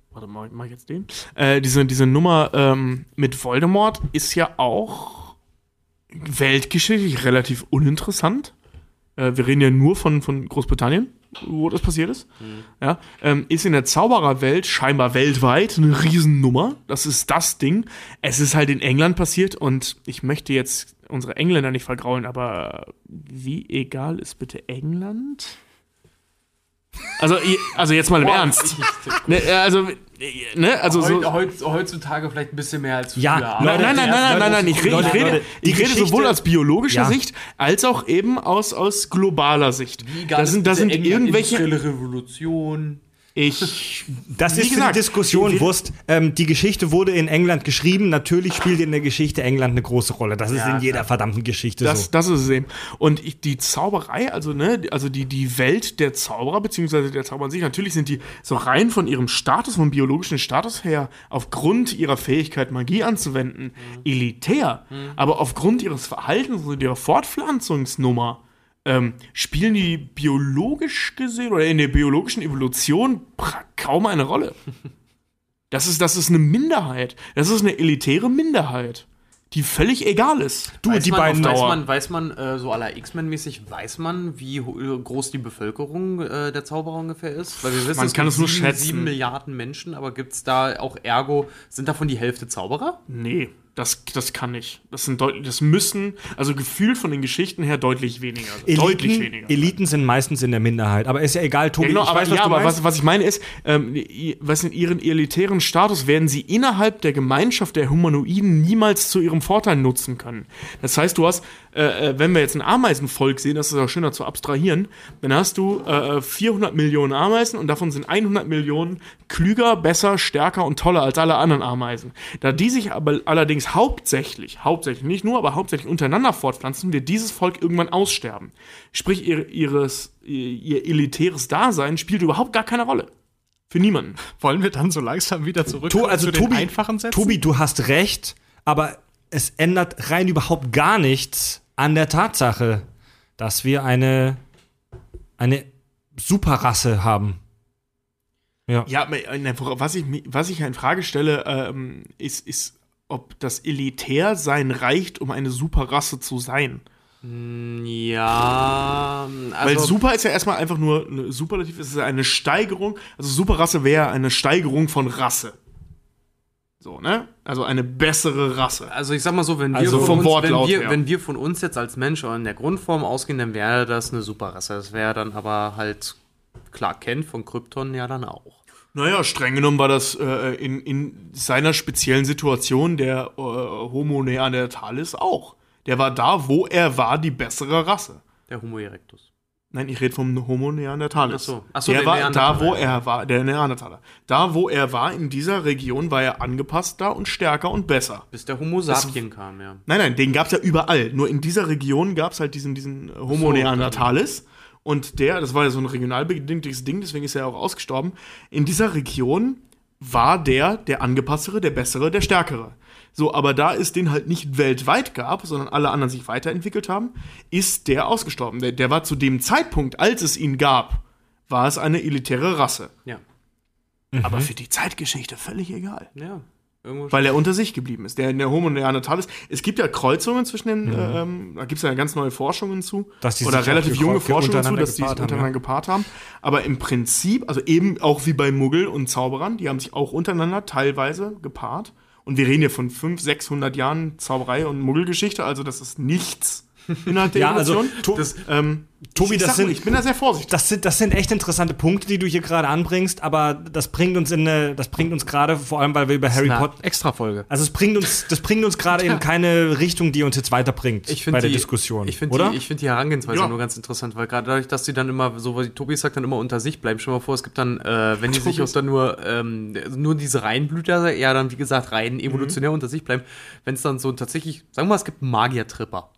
[SPEAKER 3] warte mal, mach ich jetzt den? Äh, diese, diese Nummer ähm, mit Voldemort ist ja auch weltgeschichtlich relativ uninteressant. Äh, wir reden ja nur von, von Großbritannien, wo das passiert ist. Ja, ähm, ist in der Zaubererwelt scheinbar weltweit eine Riesennummer. Das ist das Ding. Es ist halt in England passiert und ich möchte jetzt unsere Engländer nicht vergraulen, aber wie egal ist bitte England? Also, i- also jetzt mal im Ernst. Ne, äh, also, äh, ne, also so.
[SPEAKER 4] Heut, heutz- heutzutage vielleicht ein bisschen mehr als früher.
[SPEAKER 1] Ja,
[SPEAKER 4] aber-
[SPEAKER 1] Leute,
[SPEAKER 3] Nein, nein, nein, nein, nein, nein, ich rede, ich rede,
[SPEAKER 1] Leute,
[SPEAKER 3] ich
[SPEAKER 1] die
[SPEAKER 3] rede sowohl
[SPEAKER 1] Geschichte-
[SPEAKER 3] aus biologischer
[SPEAKER 1] Ja.
[SPEAKER 3] Sicht als auch eben aus, aus globaler Sicht.
[SPEAKER 4] egal
[SPEAKER 3] Da sind, da
[SPEAKER 4] diese
[SPEAKER 3] sind
[SPEAKER 4] England-
[SPEAKER 3] irgendwelche.
[SPEAKER 4] industrielle Revolution.
[SPEAKER 3] Ich,
[SPEAKER 1] Das
[SPEAKER 3] Wie
[SPEAKER 1] ist für
[SPEAKER 3] gesagt,
[SPEAKER 1] die Diskussion
[SPEAKER 3] die- die-
[SPEAKER 1] Wurst. Ähm, die Geschichte wurde in England geschrieben. Natürlich spielt in der Geschichte England eine große Rolle. Das ist in jeder verdammten Geschichte
[SPEAKER 3] das,
[SPEAKER 1] so.
[SPEAKER 3] das ist es eben. Und ich, die Zauberei, also, ne, also die, die Welt der Zauberer, beziehungsweise der Zauberer an sich, natürlich sind die so rein von ihrem Status, vom biologischen Status her, aufgrund ihrer Fähigkeit, Magie anzuwenden,
[SPEAKER 6] Mhm.
[SPEAKER 3] elitär. Aber aufgrund ihres Verhaltens und ihrer Fortpflanzungsnummer ähm, spielen die biologisch gesehen oder in der biologischen Evolution pra- kaum eine Rolle. Das ist, das ist eine Minderheit. Das ist eine elitäre Minderheit, die völlig egal ist. Du,
[SPEAKER 6] Weiß
[SPEAKER 1] die
[SPEAKER 6] man,
[SPEAKER 1] beiden
[SPEAKER 6] weiß
[SPEAKER 1] Dauer.
[SPEAKER 6] man, weiß man äh, so aller X-Men-mäßig, weiß man, wie ho- äh, groß die Bevölkerung äh, der Zauberer ungefähr ist? Weil wir wissen,
[SPEAKER 3] Man kann
[SPEAKER 6] gibt
[SPEAKER 3] es nur
[SPEAKER 6] sieben,
[SPEAKER 3] schätzen.
[SPEAKER 6] sieben Milliarden Menschen, aber gibt es da auch ergo, sind davon die Hälfte Zauberer?
[SPEAKER 3] Nee, das, das kann nicht. Das sind deutlich, das müssen, also gefühlt von den Geschichten her deutlich weniger. sein. deutlich weniger.
[SPEAKER 1] Eliten sind meistens in der Minderheit. Aber ist ja egal, Tobi.
[SPEAKER 3] Ja, genau,
[SPEAKER 1] ich
[SPEAKER 3] aber,
[SPEAKER 1] weiß, was
[SPEAKER 3] ja,
[SPEAKER 1] du
[SPEAKER 3] aber
[SPEAKER 1] meinst.
[SPEAKER 3] was, was ich meine ist, ähm, i- was in ihren elitären Status werden sie innerhalb der Gemeinschaft der Humanoiden niemals zu ihrem Vorteil nutzen können. Das heißt, du hast, äh, äh, wenn wir jetzt ein Ameisenvolk sehen, das ist auch schöner zu abstrahieren, dann hast du äh, äh, 400 Millionen Ameisen und davon sind 100 Millionen klüger, besser, stärker und toller als alle anderen Ameisen. Da die sich aber allerdings hauptsächlich, hauptsächlich, nicht nur, aber hauptsächlich untereinander fortpflanzen, wird dieses Volk irgendwann aussterben. Sprich, ihr, ihres, ihr, ihr elitäres Dasein spielt überhaupt gar keine Rolle. Für niemanden.
[SPEAKER 5] Wollen wir dann so langsam wieder zurück
[SPEAKER 1] To- also
[SPEAKER 5] zu den
[SPEAKER 1] Tobi,
[SPEAKER 5] einfachen Sätzen?
[SPEAKER 1] Tobi, du hast recht, aber es ändert rein überhaupt gar nichts an der Tatsache, dass wir eine, eine Superrasse haben.
[SPEAKER 3] Ja, aber, äh, nein, wora- was ich, mi- was ich in Frage stelle, ähm, ist, ist, ob das Elitärsein reicht, um eine Superrasse zu sein.
[SPEAKER 6] Ja,
[SPEAKER 3] Weil
[SPEAKER 6] also
[SPEAKER 3] super ist ja erstmal einfach nur, eine superlativ ist ja eine Steigerung. Also Superrasse wäre eine Steigerung von Rasse. So, ne? Also eine bessere Rasse.
[SPEAKER 6] Also ich sag mal so, wenn wir,
[SPEAKER 3] Also vom
[SPEAKER 6] von, uns,
[SPEAKER 3] Wortlaut
[SPEAKER 6] wenn, wir,
[SPEAKER 3] her.
[SPEAKER 6] wenn wir von uns jetzt als Mensch in der Grundform ausgehen, dann wäre das eine Superrasse. Das wäre dann aber halt klar kennt von Krypton ja dann auch.
[SPEAKER 3] Naja, streng genommen war das äh, in, in seiner speziellen Situation der äh, Homo Neanderthalis auch. Der war da, wo er war, die bessere Rasse.
[SPEAKER 6] Der Homo erectus.
[SPEAKER 3] Nein, ich rede vom Homo Neanderthalis.
[SPEAKER 6] Ach so. Ach so,
[SPEAKER 3] der
[SPEAKER 6] der
[SPEAKER 3] war da,
[SPEAKER 6] Neandertaler.
[SPEAKER 3] wo er war, der Neandertaler. Da, wo er war, in dieser Region, war er angepasster und stärker und besser.
[SPEAKER 6] Bis der Homo sapien kam, ja.
[SPEAKER 3] Nein, nein, den gab es ja überall. Nur in dieser Region gab es halt diesen, diesen äh, Homo neanderthalis. Und der, das war ja so ein regional bedingtes Ding, deswegen ist er ja auch ausgestorben. In dieser Region war der, der angepasstere, der bessere, der stärkere. So, aber da es den halt nicht weltweit gab, sondern alle anderen sich weiterentwickelt haben, ist der ausgestorben. Der, der war zu dem Zeitpunkt, als es ihn gab, war es eine elitäre Rasse.
[SPEAKER 6] Ja.
[SPEAKER 3] Aber für die Zeitgeschichte völlig egal.
[SPEAKER 6] Ja. Irgendwo
[SPEAKER 3] Weil er unter sich geblieben ist. Der, der Homo Neanderthalis. Es gibt ja Kreuzungen zwischen den, ähm, da gibt es ja ganz neue Forschungen zu.
[SPEAKER 1] Mhm. Dass die
[SPEAKER 3] oder
[SPEAKER 1] sich auch
[SPEAKER 3] relativ
[SPEAKER 1] gekreu-
[SPEAKER 3] junge Forschungen zu,
[SPEAKER 1] untereinander
[SPEAKER 3] dass die sich
[SPEAKER 1] gepaart haben,
[SPEAKER 3] untereinander gepaart haben. Aber im Prinzip, also eben auch wie bei Muggel und Zauberern, die haben sich auch untereinander teilweise gepaart. Und wir reden hier von 500, 600 Jahren Zauberei und Muggelgeschichte, also das ist nichts innerhalb
[SPEAKER 1] <laughs>
[SPEAKER 3] der
[SPEAKER 1] Ja, also,
[SPEAKER 3] Evolution.
[SPEAKER 1] To-
[SPEAKER 3] das, ähm,
[SPEAKER 1] Tobi,
[SPEAKER 3] ich
[SPEAKER 1] das
[SPEAKER 3] sag
[SPEAKER 1] sind-
[SPEAKER 3] nur, ich bin da sehr vorsichtig.
[SPEAKER 1] Das sind, das sind echt interessante Punkte, die du hier gerade anbringst, aber das bringt uns in eine, das bringt uns gerade, vor allem weil wir über Harry Potter.
[SPEAKER 5] Extra Folge.
[SPEAKER 1] Also es bringt uns, das bringt uns gerade in keine Richtung, die uns jetzt weiterbringt
[SPEAKER 6] Ich
[SPEAKER 1] bei
[SPEAKER 6] finde
[SPEAKER 1] der
[SPEAKER 6] die
[SPEAKER 1] Diskussion.
[SPEAKER 6] Ich finde
[SPEAKER 1] oder?
[SPEAKER 6] die, ich find die Herangehensweise
[SPEAKER 3] Ja.
[SPEAKER 6] nur ganz interessant, weil gerade dadurch, dass die dann immer, so wie Tobi sagt, dann immer unter sich bleiben. Stell dir mal vor, es gibt dann, äh, wenn die sich auch dann nur, ähm, nur diese Reihenblüter, ja, dann wie gesagt, rein
[SPEAKER 3] Mhm.
[SPEAKER 6] evolutionär unter sich bleiben. Wenn es dann so tatsächlich, sagen wir mal, es gibt einen Magier-Tripper.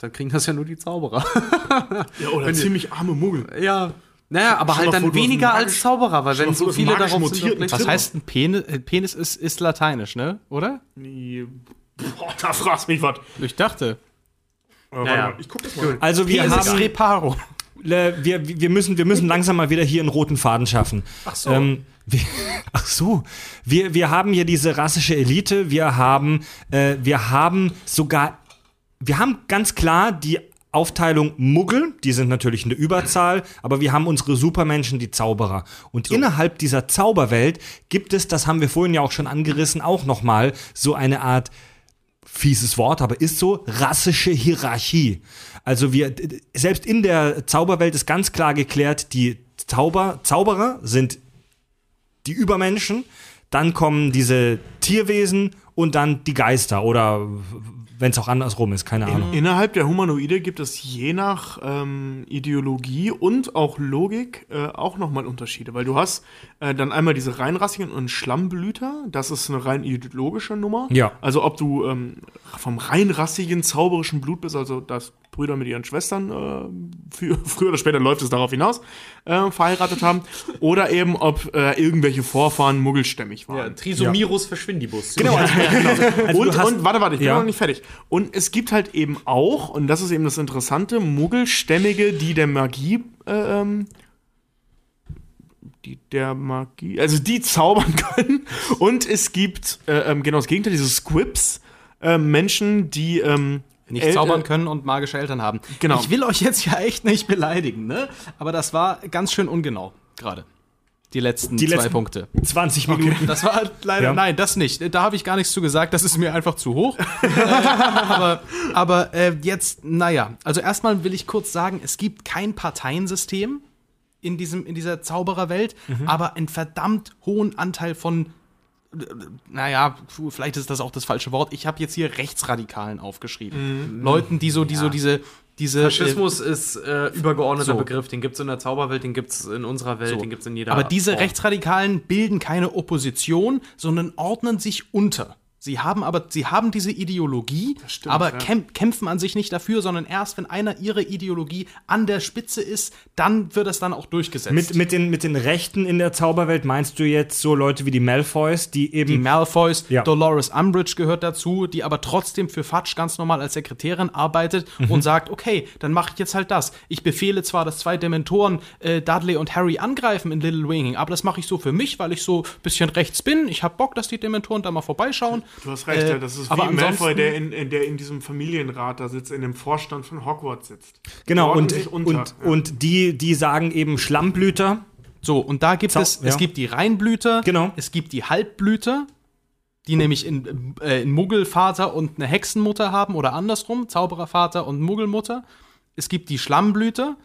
[SPEAKER 6] Dann kriegen das ja nur die Zauberer. <laughs>
[SPEAKER 3] Ja, oder ziemlich arme Muggel.
[SPEAKER 6] ja. Naja, aber
[SPEAKER 3] Stell
[SPEAKER 6] halt
[SPEAKER 3] mal vor,
[SPEAKER 6] dann
[SPEAKER 3] du hast einen
[SPEAKER 6] weniger als
[SPEAKER 3] magisch-
[SPEAKER 6] Zauberer, weil
[SPEAKER 3] stell
[SPEAKER 6] wenn
[SPEAKER 3] mal vor,
[SPEAKER 6] so
[SPEAKER 3] du hast einen
[SPEAKER 6] viele
[SPEAKER 3] magisch
[SPEAKER 6] darauf
[SPEAKER 3] mutierten
[SPEAKER 6] sind.
[SPEAKER 5] Was
[SPEAKER 3] Tripper.
[SPEAKER 5] heißt ein Penis? äh, Penis ist, ist lateinisch, ne? Oder?
[SPEAKER 3] Boah, da fragst mich was.
[SPEAKER 5] Ich dachte.
[SPEAKER 3] Naja. Ich guck das mal.
[SPEAKER 1] also wir haben
[SPEAKER 5] Reparo.
[SPEAKER 1] Le- wir, wir, müssen, wir müssen langsam mal wieder hier einen roten Faden schaffen. Ach so. Ähm, wir, <laughs> ach so. Wir, wir haben hier diese rassische Elite, wir haben, äh, wir haben sogar, wir haben ganz klar die Aufteilung Muggel, die sind natürlich eine Überzahl, aber wir haben unsere Supermenschen, die Zauberer. Und innerhalb dieser Zauberwelt gibt es, das haben wir vorhin ja auch schon angerissen, auch nochmal so eine Art fieses Wort, aber ist so, rassische Hierarchie. Also wir, selbst in der Zauberwelt ist ganz klar geklärt, die Zauber, Zauberer sind die Übermenschen, dann kommen diese Tierwesen und dann die Geister oder wenn es auch andersrum ist, keine Ahnung.
[SPEAKER 3] Innerhalb der Humanoide gibt es je nach ähm, Ideologie und auch Logik äh, auch nochmal Unterschiede, weil du hast äh, dann einmal diese reinrassigen und Schlammblüter, das ist eine rein ideologische Nummer.
[SPEAKER 1] Ja.
[SPEAKER 3] Also ob du ähm, vom reinrassigen, zauberischen Blut bist, also dass Brüder mit ihren Schwestern äh, für, <laughs> früher oder später läuft es darauf hinaus, äh, verheiratet haben, oder eben ob äh, irgendwelche Vorfahren muggelstämmig waren.
[SPEAKER 6] Trisomirus Verschwindibus.
[SPEAKER 1] Genau, also, also
[SPEAKER 3] und,
[SPEAKER 1] du hast,
[SPEAKER 3] und warte, warte, ich bin
[SPEAKER 1] Ja.
[SPEAKER 3] noch nicht fertig. Und es gibt halt eben auch, und das ist eben das Interessante, Muggelstämmige, die der Magie, äh, ähm, die der Magie, also die <laughs> zaubern können. Und es gibt, äh, ähm, genau das Gegenteil, diese Squibs, äh, Menschen, die ähm,
[SPEAKER 5] Nicht
[SPEAKER 3] El-
[SPEAKER 1] äh,
[SPEAKER 5] zaubern können und magische Eltern haben.
[SPEAKER 3] Genau.
[SPEAKER 5] Ich will euch jetzt ja echt nicht beleidigen, ne? Aber das war ganz schön ungenau gerade. Die letzten
[SPEAKER 1] Die
[SPEAKER 5] zwei
[SPEAKER 1] letzten-
[SPEAKER 5] Punkte.
[SPEAKER 1] 20 Minuten.
[SPEAKER 3] <laughs>
[SPEAKER 5] Das war halt leider,
[SPEAKER 1] Ja.
[SPEAKER 5] nein, das nicht. Da habe ich gar nichts zu gesagt, das ist mir einfach zu hoch. äh, aber aber äh, jetzt, naja, also erstmal will ich kurz sagen, es gibt kein Parteiensystem in, diesem, in dieser Zaubererwelt, aber einen verdammt hohen Anteil von, äh, naja, puh, vielleicht ist das auch das falsche Wort, ich habe jetzt hier Rechtsradikalen aufgeschrieben. Leuten, die so, die so diese, diese
[SPEAKER 6] Faschismus ist äh, übergeordneter
[SPEAKER 5] so.
[SPEAKER 6] Begriff. Den gibt es in der Zauberwelt, den gibt es in unserer Welt,
[SPEAKER 5] So.
[SPEAKER 6] den gibt es in jeder
[SPEAKER 5] Aber diese
[SPEAKER 6] Form.
[SPEAKER 5] Rechtsradikalen bilden keine Opposition, sondern ordnen sich unter. Sie haben aber, sie haben diese Ideologie, aber kämp kämpfen an sich nicht dafür, sondern erst, wenn einer ihre Ideologie an der Spitze ist, dann wird das dann auch durchgesetzt.
[SPEAKER 1] Mit, mit, den, mit den Rechten in der Zauberwelt meinst du jetzt so Leute wie die Malfoys, die eben.
[SPEAKER 5] die Malfoys,
[SPEAKER 1] Ja.
[SPEAKER 5] Dolores Umbridge gehört dazu, die aber trotzdem für Fudge ganz normal als Sekretärin arbeitet und sagt, okay, dann mache ich jetzt halt das. Ich befehle zwar, dass zwei Dementoren äh, Dudley und Harry angreifen in Little Winging, aber das mache ich so für mich, weil ich so ein bisschen rechts bin. Ich habe Bock, dass die Dementoren da mal vorbeischauen.
[SPEAKER 3] Du hast recht,
[SPEAKER 5] Äh,
[SPEAKER 3] ja, das ist
[SPEAKER 5] aber
[SPEAKER 3] wie Malfoy,
[SPEAKER 5] ansonsten-
[SPEAKER 3] der in, in, der in diesem Familienrat da sitzt, in dem Vorstand von Hogwarts sitzt. Die
[SPEAKER 1] genau,
[SPEAKER 3] ordnen
[SPEAKER 1] und,
[SPEAKER 3] sich unter,
[SPEAKER 1] und,
[SPEAKER 3] ja.
[SPEAKER 1] und die, die sagen eben Schlammblüter.
[SPEAKER 5] So, und da gibt
[SPEAKER 1] Zau-
[SPEAKER 5] es,
[SPEAKER 1] ja.
[SPEAKER 5] es gibt die Reinblüter,
[SPEAKER 1] Genau.
[SPEAKER 5] es gibt die Halbblüter, die nämlich einen äh, einen Muggelvater und eine Hexenmutter haben oder andersrum, Zauberervater und Muggelmutter. Es gibt die Schlammblüter,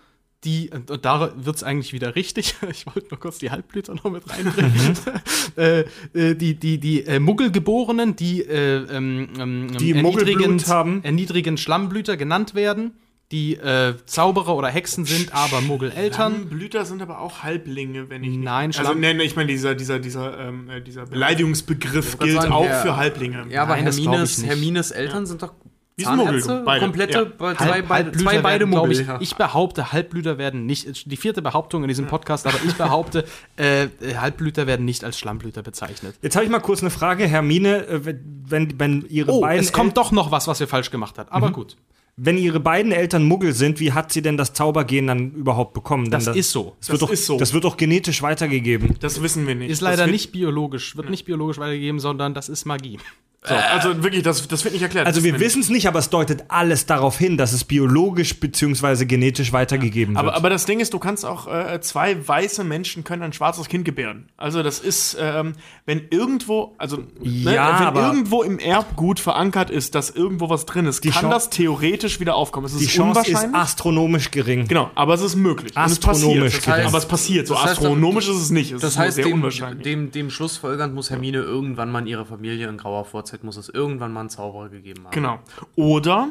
[SPEAKER 5] die, und und da wird es eigentlich wieder richtig, <laughs> ich wollte nur kurz die Halbblüter noch mit
[SPEAKER 1] Mhm.
[SPEAKER 5] reinbringen, <laughs> äh, äh, die, die, die äh, Muggelgeborenen, die, äh, ähm, ähm,
[SPEAKER 1] Die Muggelblut haben.
[SPEAKER 5] erniedrigend Schlammblüter genannt werden, die äh, Zauberer oder Hexen sind, aber Muggeleltern.
[SPEAKER 3] Blüter sind aber auch Halblinge, wenn ich. nicht-
[SPEAKER 5] Nein,
[SPEAKER 3] also,
[SPEAKER 5] Schlamm-
[SPEAKER 3] nee, nee, ich meine, dieser, dieser, dieser, ähm, äh, dieser Beleidigungsbegriff
[SPEAKER 6] wollte
[SPEAKER 3] gilt
[SPEAKER 6] sagen,
[SPEAKER 3] auch
[SPEAKER 6] der-
[SPEAKER 3] für Halblinge.
[SPEAKER 6] Ja, aber
[SPEAKER 5] Nein, das glaub ich
[SPEAKER 6] Hermines,
[SPEAKER 5] nicht.
[SPEAKER 6] Hermines Eltern sind doch
[SPEAKER 3] Wie
[SPEAKER 6] Zahnärzte?
[SPEAKER 3] beide.
[SPEAKER 6] Komplette,
[SPEAKER 3] Ja.
[SPEAKER 6] be- zwei,
[SPEAKER 5] Halb,
[SPEAKER 6] beide,
[SPEAKER 5] Halbblüter
[SPEAKER 6] zwei beide
[SPEAKER 5] werden, glaub
[SPEAKER 6] Muggel.
[SPEAKER 5] ich. Ich behaupte, Halbblüter werden nicht, die vierte Behauptung in diesem Podcast, aber ich behaupte, äh, äh, Halbblüter werden nicht als Schlammblüter bezeichnet.
[SPEAKER 1] Jetzt habe ich mal kurz eine Frage, Hermine, äh, wenn, wenn, wenn ihre
[SPEAKER 5] Oh,
[SPEAKER 1] beiden
[SPEAKER 5] es kommt
[SPEAKER 1] El-
[SPEAKER 5] doch noch was, was wir falsch gemacht haben. Aber gut,
[SPEAKER 1] wenn ihre beiden Eltern Muggel sind, wie hat sie denn das Zaubergehen dann überhaupt bekommen?
[SPEAKER 5] das
[SPEAKER 1] denn
[SPEAKER 5] ist so.
[SPEAKER 1] Das, wird
[SPEAKER 3] Das
[SPEAKER 1] doch,
[SPEAKER 3] ist so.
[SPEAKER 1] das wird doch genetisch weitergegeben.
[SPEAKER 3] Das wissen wir nicht.
[SPEAKER 5] Ist
[SPEAKER 3] das
[SPEAKER 5] leider
[SPEAKER 3] wird-
[SPEAKER 5] nicht biologisch, wird nicht biologisch weitergegeben, sondern das ist Magie.
[SPEAKER 3] So, also wirklich, das, das wird nicht erklärt.
[SPEAKER 1] Also
[SPEAKER 3] Das
[SPEAKER 1] wir
[SPEAKER 3] wissen
[SPEAKER 1] wissen es nicht, aber es deutet alles darauf hin, dass es biologisch bzw. genetisch weitergegeben
[SPEAKER 3] Aber,
[SPEAKER 1] wird.
[SPEAKER 3] aber das Ding ist, du kannst auch äh, zwei weiße Menschen können ein schwarzes Kind gebären. Also das ist, ähm, wenn irgendwo, also ne,
[SPEAKER 1] Ja,
[SPEAKER 3] wenn
[SPEAKER 1] aber-
[SPEAKER 3] irgendwo im Erbgut verankert ist, dass irgendwo was drin ist, kann
[SPEAKER 1] Chan-
[SPEAKER 3] das theoretisch wieder aufkommen. Es ist
[SPEAKER 1] die Chance ist
[SPEAKER 3] unwahrscheinlich.
[SPEAKER 1] astronomisch gering.
[SPEAKER 3] genau, aber es ist möglich. Und es
[SPEAKER 1] Astronomisch
[SPEAKER 3] passiert. Das
[SPEAKER 1] gesehen.
[SPEAKER 3] heißt, aber es passiert. So
[SPEAKER 6] Das heißt,
[SPEAKER 3] astronomisch ist es nicht. Es
[SPEAKER 6] Das
[SPEAKER 3] ist nur
[SPEAKER 6] heißt,
[SPEAKER 3] sehr
[SPEAKER 6] dem,
[SPEAKER 3] unwahrscheinlich.
[SPEAKER 6] dem, dem Schlussfolgernd muss Hermine irgendwann mal in ihrer Familie in grauer Vorzeit, muss es irgendwann mal einen Zauberer gegeben haben.
[SPEAKER 3] genau. Oder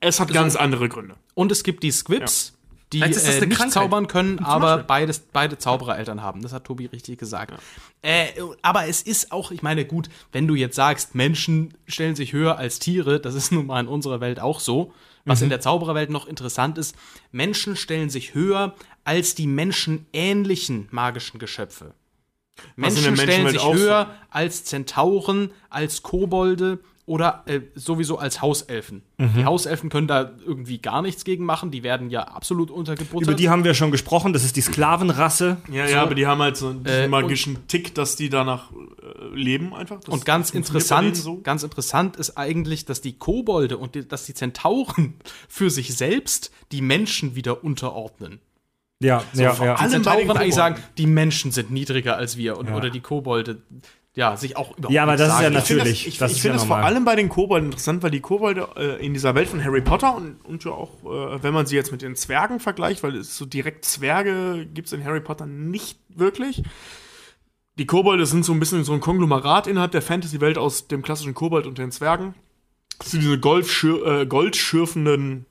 [SPEAKER 3] es hat ganz andere Gründe.
[SPEAKER 5] Und es gibt die Squibs, die
[SPEAKER 6] Vielleicht ist das
[SPEAKER 5] äh,
[SPEAKER 6] eine
[SPEAKER 5] nicht
[SPEAKER 6] Krankheit.
[SPEAKER 5] zaubern können, aber beides, beide Zauberereltern haben. Das hat Tobi richtig gesagt. Äh, aber es ist auch, ich meine, gut, wenn du jetzt sagst, Menschen stellen sich höher als Tiere, das ist <laughs> nun mal in unserer Welt auch so. Was
[SPEAKER 3] Mhm.
[SPEAKER 5] in der Zaubererwelt noch interessant ist, Menschen stellen sich höher als die menschenähnlichen magischen Geschöpfe.
[SPEAKER 3] in
[SPEAKER 5] Menschen
[SPEAKER 3] der
[SPEAKER 5] stellen
[SPEAKER 3] Menschenwelt
[SPEAKER 5] sich
[SPEAKER 3] auch so.
[SPEAKER 5] höher als Zentauren, als Kobolde oder äh, sowieso als Hauselfen.
[SPEAKER 1] Mhm.
[SPEAKER 5] Die Hauselfen können da irgendwie gar nichts gegen machen, die werden ja absolut untergebuttert.
[SPEAKER 1] Über die haben wir schon gesprochen, das ist die Sklavenrasse.
[SPEAKER 3] Ja, ja, aber die haben halt so einen
[SPEAKER 5] Äh, und-
[SPEAKER 3] magischen Tick, dass die danach äh, leben einfach. Das
[SPEAKER 5] und ganz
[SPEAKER 3] funktioniert bei denen
[SPEAKER 5] interessant,
[SPEAKER 3] so.
[SPEAKER 5] ganz interessant ist eigentlich, dass die Kobolde und die, dass die Zentauren <laughs> für sich selbst die Menschen wieder unterordnen.
[SPEAKER 1] Ja, ja, ja.
[SPEAKER 5] Die
[SPEAKER 3] allem bei den
[SPEAKER 5] Zentauren eigentlich sagen,
[SPEAKER 3] Kobolden.
[SPEAKER 5] die Menschen sind niedriger als wir und, oder die Kobolde ja sich auch überhaupt
[SPEAKER 1] Ja, aber
[SPEAKER 5] nichts
[SPEAKER 1] das ist ja
[SPEAKER 5] sagen. <laughs>
[SPEAKER 3] Ich finde
[SPEAKER 1] natürlich.
[SPEAKER 3] das, ich,
[SPEAKER 1] das
[SPEAKER 3] ich
[SPEAKER 1] ist
[SPEAKER 3] finde
[SPEAKER 1] ja
[SPEAKER 3] das vor
[SPEAKER 1] normal.
[SPEAKER 3] allem bei den Kobolden interessant, weil die Kobolde äh, in dieser Welt von Harry Potter und, und ja auch, äh, wenn man sie jetzt mit den Zwergen vergleicht, weil es so direkt Zwerge gibt es in Harry Potter nicht wirklich. Die Kobolde sind so ein bisschen so ein Konglomerat innerhalb der Fantasy-Welt aus dem klassischen Kobold und den Zwergen. Das sind diese Goldschür äh, goldschürfenden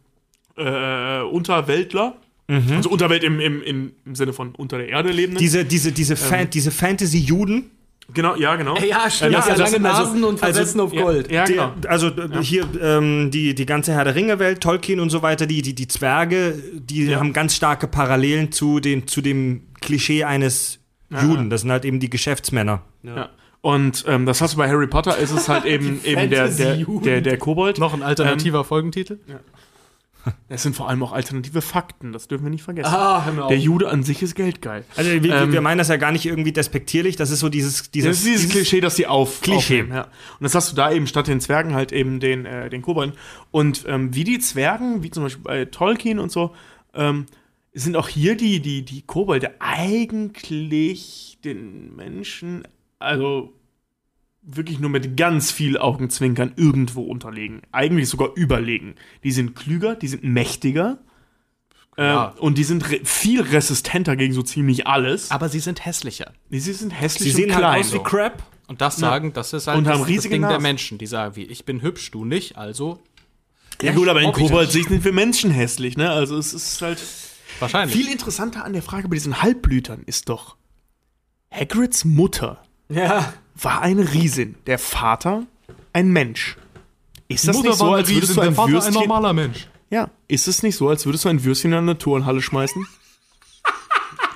[SPEAKER 3] äh, Unterweltler.
[SPEAKER 1] Mhm.
[SPEAKER 3] Also Unterwelt im, im, im, im Sinne von unter der Erde lebenden.
[SPEAKER 1] Diese, diese,
[SPEAKER 3] Ähm.
[SPEAKER 1] diese, Fan, diese Fantasy-Juden,
[SPEAKER 3] genau, ja, genau.
[SPEAKER 4] Ja, stimmt.
[SPEAKER 1] Ja, also-
[SPEAKER 4] und versetzen auf Gold.
[SPEAKER 3] ja, genau.
[SPEAKER 1] Der, also äh, hier ähm, die, die ganze Herr der Ringe-Welt, Tolkien und so weiter, die, die, die Zwerge, die haben ganz starke Parallelen zu, den, zu dem Klischee eines Juden. Das sind halt eben die Geschäftsmänner.
[SPEAKER 3] Ja. Und ähm, das hast du bei Harry Potter, ist es halt eben, eben der, der, der, der Kobold.
[SPEAKER 5] Noch ein alternativer
[SPEAKER 1] Ähm,
[SPEAKER 5] Folgentitel?
[SPEAKER 3] Es sind vor allem auch alternative Fakten, das dürfen wir nicht vergessen.
[SPEAKER 4] Ah, hör mir auf.
[SPEAKER 3] Der Jude an sich ist geldgeil.
[SPEAKER 1] Also wir, wir- wir meinen das ja gar nicht irgendwie despektierlich, das ist so dieses, dieses,
[SPEAKER 3] Ähm. Das ist dieses Klischee, dass die auf
[SPEAKER 1] Klischee.
[SPEAKER 3] aufnehmen, ja. Und das hast du da eben statt den Zwergen halt eben den, äh, den Kobolden. Und ähm, wie die Zwergen, wie zum Beispiel bei Tolkien und so, ähm, sind auch hier die, die, die Kobolde eigentlich den Menschen, also wirklich nur mit ganz viel Augenzwinkern irgendwo unterlegen. Eigentlich sogar überlegen. Die sind klüger, die sind mächtiger.
[SPEAKER 5] Ja.
[SPEAKER 3] Äh, und die sind re viel resistenter gegen so ziemlich alles.
[SPEAKER 5] Aber sie sind hässlicher.
[SPEAKER 3] Sie sind hässlich
[SPEAKER 1] Ah. Sie sehen
[SPEAKER 3] und klein.
[SPEAKER 1] halt aus wie
[SPEAKER 3] so.
[SPEAKER 1] Crap.
[SPEAKER 5] Und das sagen, das ist halt
[SPEAKER 3] Und
[SPEAKER 5] das,
[SPEAKER 3] haben
[SPEAKER 5] das
[SPEAKER 3] riesige
[SPEAKER 5] Ding der
[SPEAKER 3] Nasen.
[SPEAKER 5] Menschen, die sagen wie, ich bin hübsch, du nicht, also
[SPEAKER 3] Ja, gut, aber in
[SPEAKER 5] Hoffe ich
[SPEAKER 3] Kobold-Sicht sind wir Menschen hässlich, ne? Also es ist halt.
[SPEAKER 5] wahrscheinlich.
[SPEAKER 3] Viel interessanter an der Frage bei diesen Halbblütern ist doch, Hagrids Mutter Genau.
[SPEAKER 4] Ja.
[SPEAKER 3] war eine Riesin, der Vater ein Mensch. Ist das nicht so, als würdest du ein Würstchen.
[SPEAKER 5] Mensch.
[SPEAKER 3] ja, ist es nicht so, als würdest du ein Würstchen in eine Turnhalle schmeißen?
[SPEAKER 6] <laughs>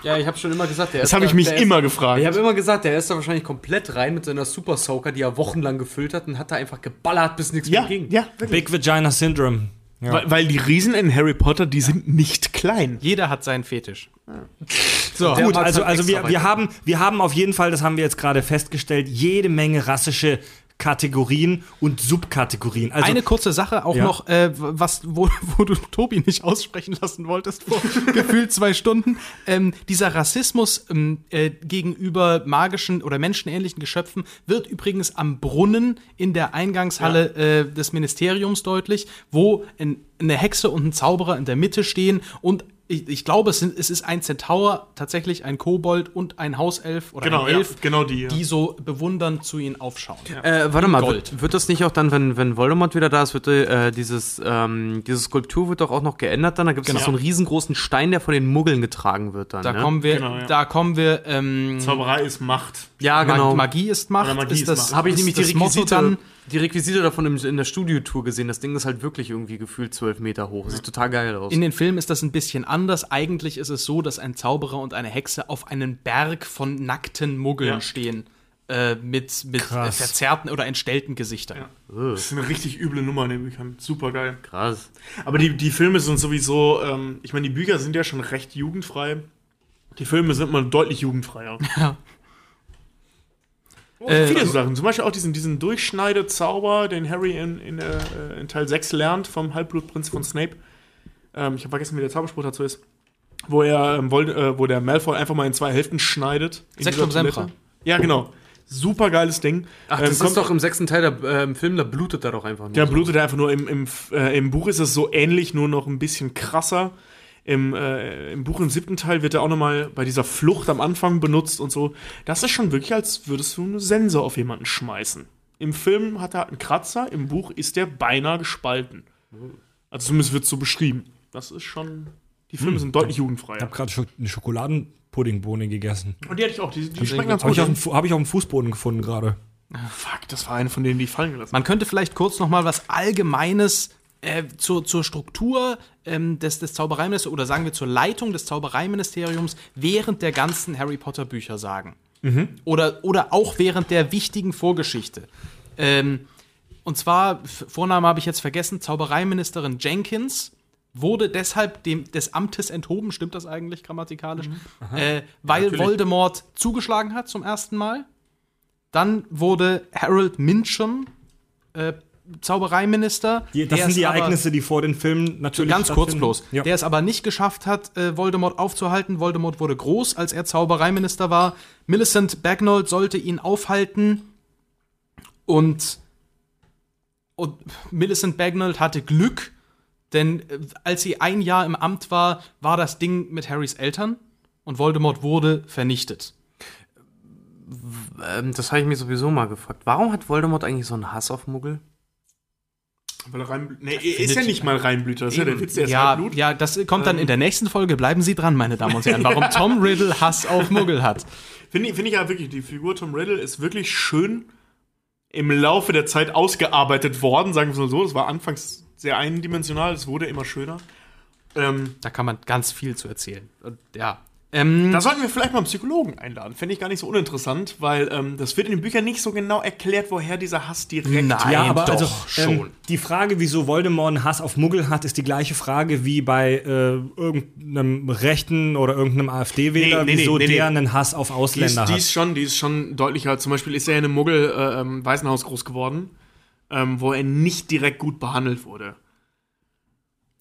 [SPEAKER 6] Ja, ich habe schon immer gesagt, der
[SPEAKER 3] Das habe ich mich immer gefragt.
[SPEAKER 6] Ich habe immer gesagt, der ist da wahrscheinlich komplett rein mit seiner Super Soaker, die er wochenlang gefüllt hat und hat da einfach geballert, bis nichts
[SPEAKER 3] ja,
[SPEAKER 6] mehr ging.
[SPEAKER 3] ja, wirklich.
[SPEAKER 1] Big Vagina Syndrome.
[SPEAKER 3] Weil, weil die Riesen in Harry Potter, die sind nicht klein.
[SPEAKER 5] Jeder hat seinen Fetisch. So,
[SPEAKER 1] Gut, also,
[SPEAKER 6] halt
[SPEAKER 1] also wir,
[SPEAKER 6] extra
[SPEAKER 1] wir, haben, wir haben auf jeden Fall, das haben wir jetzt gerade festgestellt, jede Menge rassische Kategorien und Subkategorien. Also
[SPEAKER 5] eine kurze Sache auch
[SPEAKER 1] Ja.
[SPEAKER 5] noch, äh, was, wo, <laughs> wo du Tobi nicht aussprechen lassen wolltest
[SPEAKER 3] <laughs>
[SPEAKER 5] vor gefühlt zwei Stunden. Ähm, dieser Rassismus ähm, äh, gegenüber magischen oder menschenähnlichen Geschöpfen wird übrigens am Brunnen in der Eingangshalle äh, des Ministeriums deutlich, wo ein, eine Hexe und ein Zauberer in der Mitte stehen und ich, ich glaube, es, sind, es ist ein Zentaur, tatsächlich ein Kobold und ein Hauself oder
[SPEAKER 3] Genau,
[SPEAKER 5] ein
[SPEAKER 3] ja,
[SPEAKER 5] Elf,
[SPEAKER 3] genau die, ja.
[SPEAKER 5] die so bewundernd zu ihnen aufschauen.
[SPEAKER 6] Äh, warte mal,
[SPEAKER 5] Gold.
[SPEAKER 6] wird, wird das nicht auch dann, wenn, wenn Voldemort wieder da ist, wird äh, dieses, ähm, diese Skulptur wird doch auch noch geändert dann? Da gibt es
[SPEAKER 5] Genau.
[SPEAKER 6] so einen riesengroßen Stein, der von den Muggeln getragen wird dann.
[SPEAKER 5] Da
[SPEAKER 6] ne?
[SPEAKER 5] kommen wir,
[SPEAKER 3] Genau, ja.
[SPEAKER 5] da kommen wir, ähm,
[SPEAKER 3] Zauberei ist Macht.
[SPEAKER 6] ja,
[SPEAKER 5] Mag-
[SPEAKER 6] genau.
[SPEAKER 5] Magie ist Macht.
[SPEAKER 3] Oder Magie
[SPEAKER 5] ist
[SPEAKER 3] ist
[SPEAKER 5] das,
[SPEAKER 3] Macht.
[SPEAKER 6] Habe ich
[SPEAKER 5] ist
[SPEAKER 6] nämlich die
[SPEAKER 5] das Motto
[SPEAKER 6] Requisite,
[SPEAKER 5] dann,
[SPEAKER 6] die Requisite davon im, in der Studiotour gesehen. Das Ding ist halt wirklich irgendwie gefühlt zwölf Meter hoch. Sieht total geil aus.
[SPEAKER 5] In den Filmen ist das ein bisschen anders. Eigentlich ist es so, dass ein Zauberer und eine Hexe auf einem Berg von nackten Muggeln
[SPEAKER 3] Ja.
[SPEAKER 5] stehen. Äh, mit mit äh,
[SPEAKER 1] Krass.
[SPEAKER 5] verzerrten oder entstellten Gesichtern.
[SPEAKER 3] Das ist eine richtig üble Nummer in den Büchern. Super geil.
[SPEAKER 6] Krass.
[SPEAKER 3] Aber die, die Filme sind sowieso, ähm, ich meine, die Bücher sind ja schon recht jugendfrei. Die Filme sind mal deutlich jugendfreier.
[SPEAKER 6] <laughs>
[SPEAKER 5] Ja.
[SPEAKER 3] Oh,
[SPEAKER 5] Äh,
[SPEAKER 3] viele so Sachen. Zum Beispiel auch diesen, diesen Durchschneidezauber, den Harry in, in, äh, in Teil 6 lernt vom Halbblutprinz von Snape. Ähm, ich habe vergessen, wie der Zauberspruch dazu ist. Wo er, ähm, Vold- äh, wo der Malfoy einfach mal in zwei Hälften schneidet. in
[SPEAKER 5] Sektum
[SPEAKER 3] dieser Toilette.
[SPEAKER 5] Sempra.
[SPEAKER 3] Ja, genau. Super geiles Ding. Ähm,
[SPEAKER 6] Ach, das
[SPEAKER 3] kommt-
[SPEAKER 6] ist doch im sechsten Teil der, äh, im Film, da blutet er doch einfach nur.
[SPEAKER 3] der
[SPEAKER 6] so.
[SPEAKER 3] blutet einfach nur. Im, im, äh, Im Buch ist es so ähnlich, nur noch ein bisschen krasser. Im, äh, Im Buch im siebten Teil wird er auch nochmal bei dieser Flucht am Anfang benutzt und so. Das ist schon wirklich, als würdest du eine Sense auf jemanden schmeißen. Im Film hat er einen Kratzer, im Buch ist er beinahe gespalten. Also zumindest wird es so beschrieben. Das ist schon. Die Filme sind deutlich
[SPEAKER 1] Ich
[SPEAKER 3] jugendfreier.
[SPEAKER 1] habe gerade Scho eine Schokoladenpuddingbohne gegessen.
[SPEAKER 3] Und die hatte ich auch. Die, die schmecken ganz
[SPEAKER 1] Habe
[SPEAKER 3] gut.
[SPEAKER 1] ich, auf dem Fu- hab ich auf dem Fußboden gefunden gerade.
[SPEAKER 3] Fuck, das war eine von denen, die ich fallen gelassen
[SPEAKER 5] Man könnte vielleicht kurz noch mal was Allgemeines äh, zur, zur Struktur ähm, des, des Zaubereiministeriums oder sagen wir zur Leitung des Zaubereiministeriums während der ganzen Harry Potter Bücher sagen. Oder, oder auch während der wichtigen Vorgeschichte. Ähm, und zwar, F- Vorname habe ich jetzt vergessen, Zaubereiministerin Jenkins wurde deshalb dem, des Amtes enthoben, stimmt das eigentlich grammatikalisch?
[SPEAKER 1] Mhm.
[SPEAKER 5] Äh, weil Voldemort zugeschlagen hat zum ersten Mal. Dann wurde Harold Mincham äh, Zaubereiminister.
[SPEAKER 1] das
[SPEAKER 5] der
[SPEAKER 1] sind
[SPEAKER 5] es
[SPEAKER 1] die
[SPEAKER 5] aber-
[SPEAKER 1] Ereignisse, die vor den Filmen natürlich.
[SPEAKER 5] Ganz kurz
[SPEAKER 1] stattfinden.
[SPEAKER 5] bloß.
[SPEAKER 1] Ja.
[SPEAKER 5] Der es aber nicht geschafft hat, äh, Voldemort aufzuhalten. Voldemort wurde groß, als er Zaubereiminister war. Millicent Bagnold sollte ihn aufhalten. Und, und Millicent Bagnold hatte Glück, denn äh, als sie ein Jahr im Amt war, war das Ding mit Harrys Eltern und Voldemort wurde vernichtet.
[SPEAKER 6] Ähm, das habe ich mir sowieso mal gefragt. Warum hat Voldemort eigentlich so einen Hass auf Muggel?
[SPEAKER 3] habe. Weil er rein, nee, er ist ja nicht mal Reinblüter. Das ist ja der Witz, der ist
[SPEAKER 5] Ja,
[SPEAKER 3] Halbblut.
[SPEAKER 5] ja, das kommt
[SPEAKER 1] Ähm.
[SPEAKER 5] dann in der nächsten Folge. Bleiben Sie dran, meine Damen und Herren, warum
[SPEAKER 1] <laughs>
[SPEAKER 5] Tom Riddle Hass auf Muggel hat.
[SPEAKER 3] Finde ich, finde ich ja wirklich, die Figur Tom Riddle ist wirklich schön im Laufe der Zeit ausgearbeitet worden, sagen wir es mal so. Das war anfangs sehr eindimensional, es wurde immer schöner. Ähm,
[SPEAKER 5] Da kann man ganz viel zu erzählen. Und, ja. Ähm,
[SPEAKER 3] da sollten wir vielleicht mal einen Psychologen einladen. Fände ich gar nicht so uninteressant, weil ähm, das wird in den Büchern nicht so genau erklärt, woher dieser Hass direkt
[SPEAKER 5] Nein.
[SPEAKER 1] Ja, aber
[SPEAKER 5] doch
[SPEAKER 1] also,
[SPEAKER 5] schon.
[SPEAKER 1] Ähm, die Frage, wieso Voldemort einen Hass auf Muggel hat, ist die gleiche Frage wie bei äh, irgendeinem Rechten oder irgendeinem AfD-Wähler,
[SPEAKER 3] Nee, nee,
[SPEAKER 1] wieso
[SPEAKER 3] nee, nee,
[SPEAKER 1] der
[SPEAKER 3] nee.
[SPEAKER 1] einen Hass auf
[SPEAKER 3] Die ist,
[SPEAKER 1] Ausländer
[SPEAKER 3] die ist schon, die ist schon deutlicher. Zum Beispiel ist er in einem Muggel äh, ähm, Waisenhaus groß geworden, ähm, wo er nicht direkt gut behandelt wurde.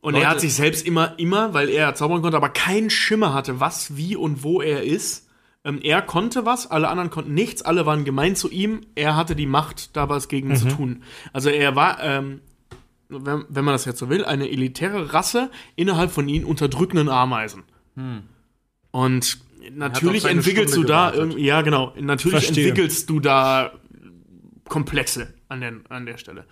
[SPEAKER 3] Und er
[SPEAKER 6] Leute-
[SPEAKER 3] hat sich selbst immer, immer, weil er zaubern konnte, aber keinen Schimmer hatte, was, wie und wo er ist. Ähm, er konnte was, alle anderen konnten nichts, alle waren gemein zu ihm. Er hatte die Macht, da was gegen
[SPEAKER 6] Mhm.
[SPEAKER 3] zu tun. Also er war, ähm, wenn, wenn man das jetzt so will, eine elitäre Rasse innerhalb von ihnen unterdrückenden Ameisen.
[SPEAKER 6] Hm.
[SPEAKER 3] Und natürlich
[SPEAKER 6] seine
[SPEAKER 3] entwickelst du
[SPEAKER 6] Stunde
[SPEAKER 3] da
[SPEAKER 6] gewartet.
[SPEAKER 3] irgendwie, ja genau, natürlich
[SPEAKER 1] Verstehe.
[SPEAKER 3] entwickelst du da Komplexe an der, an der Stelle.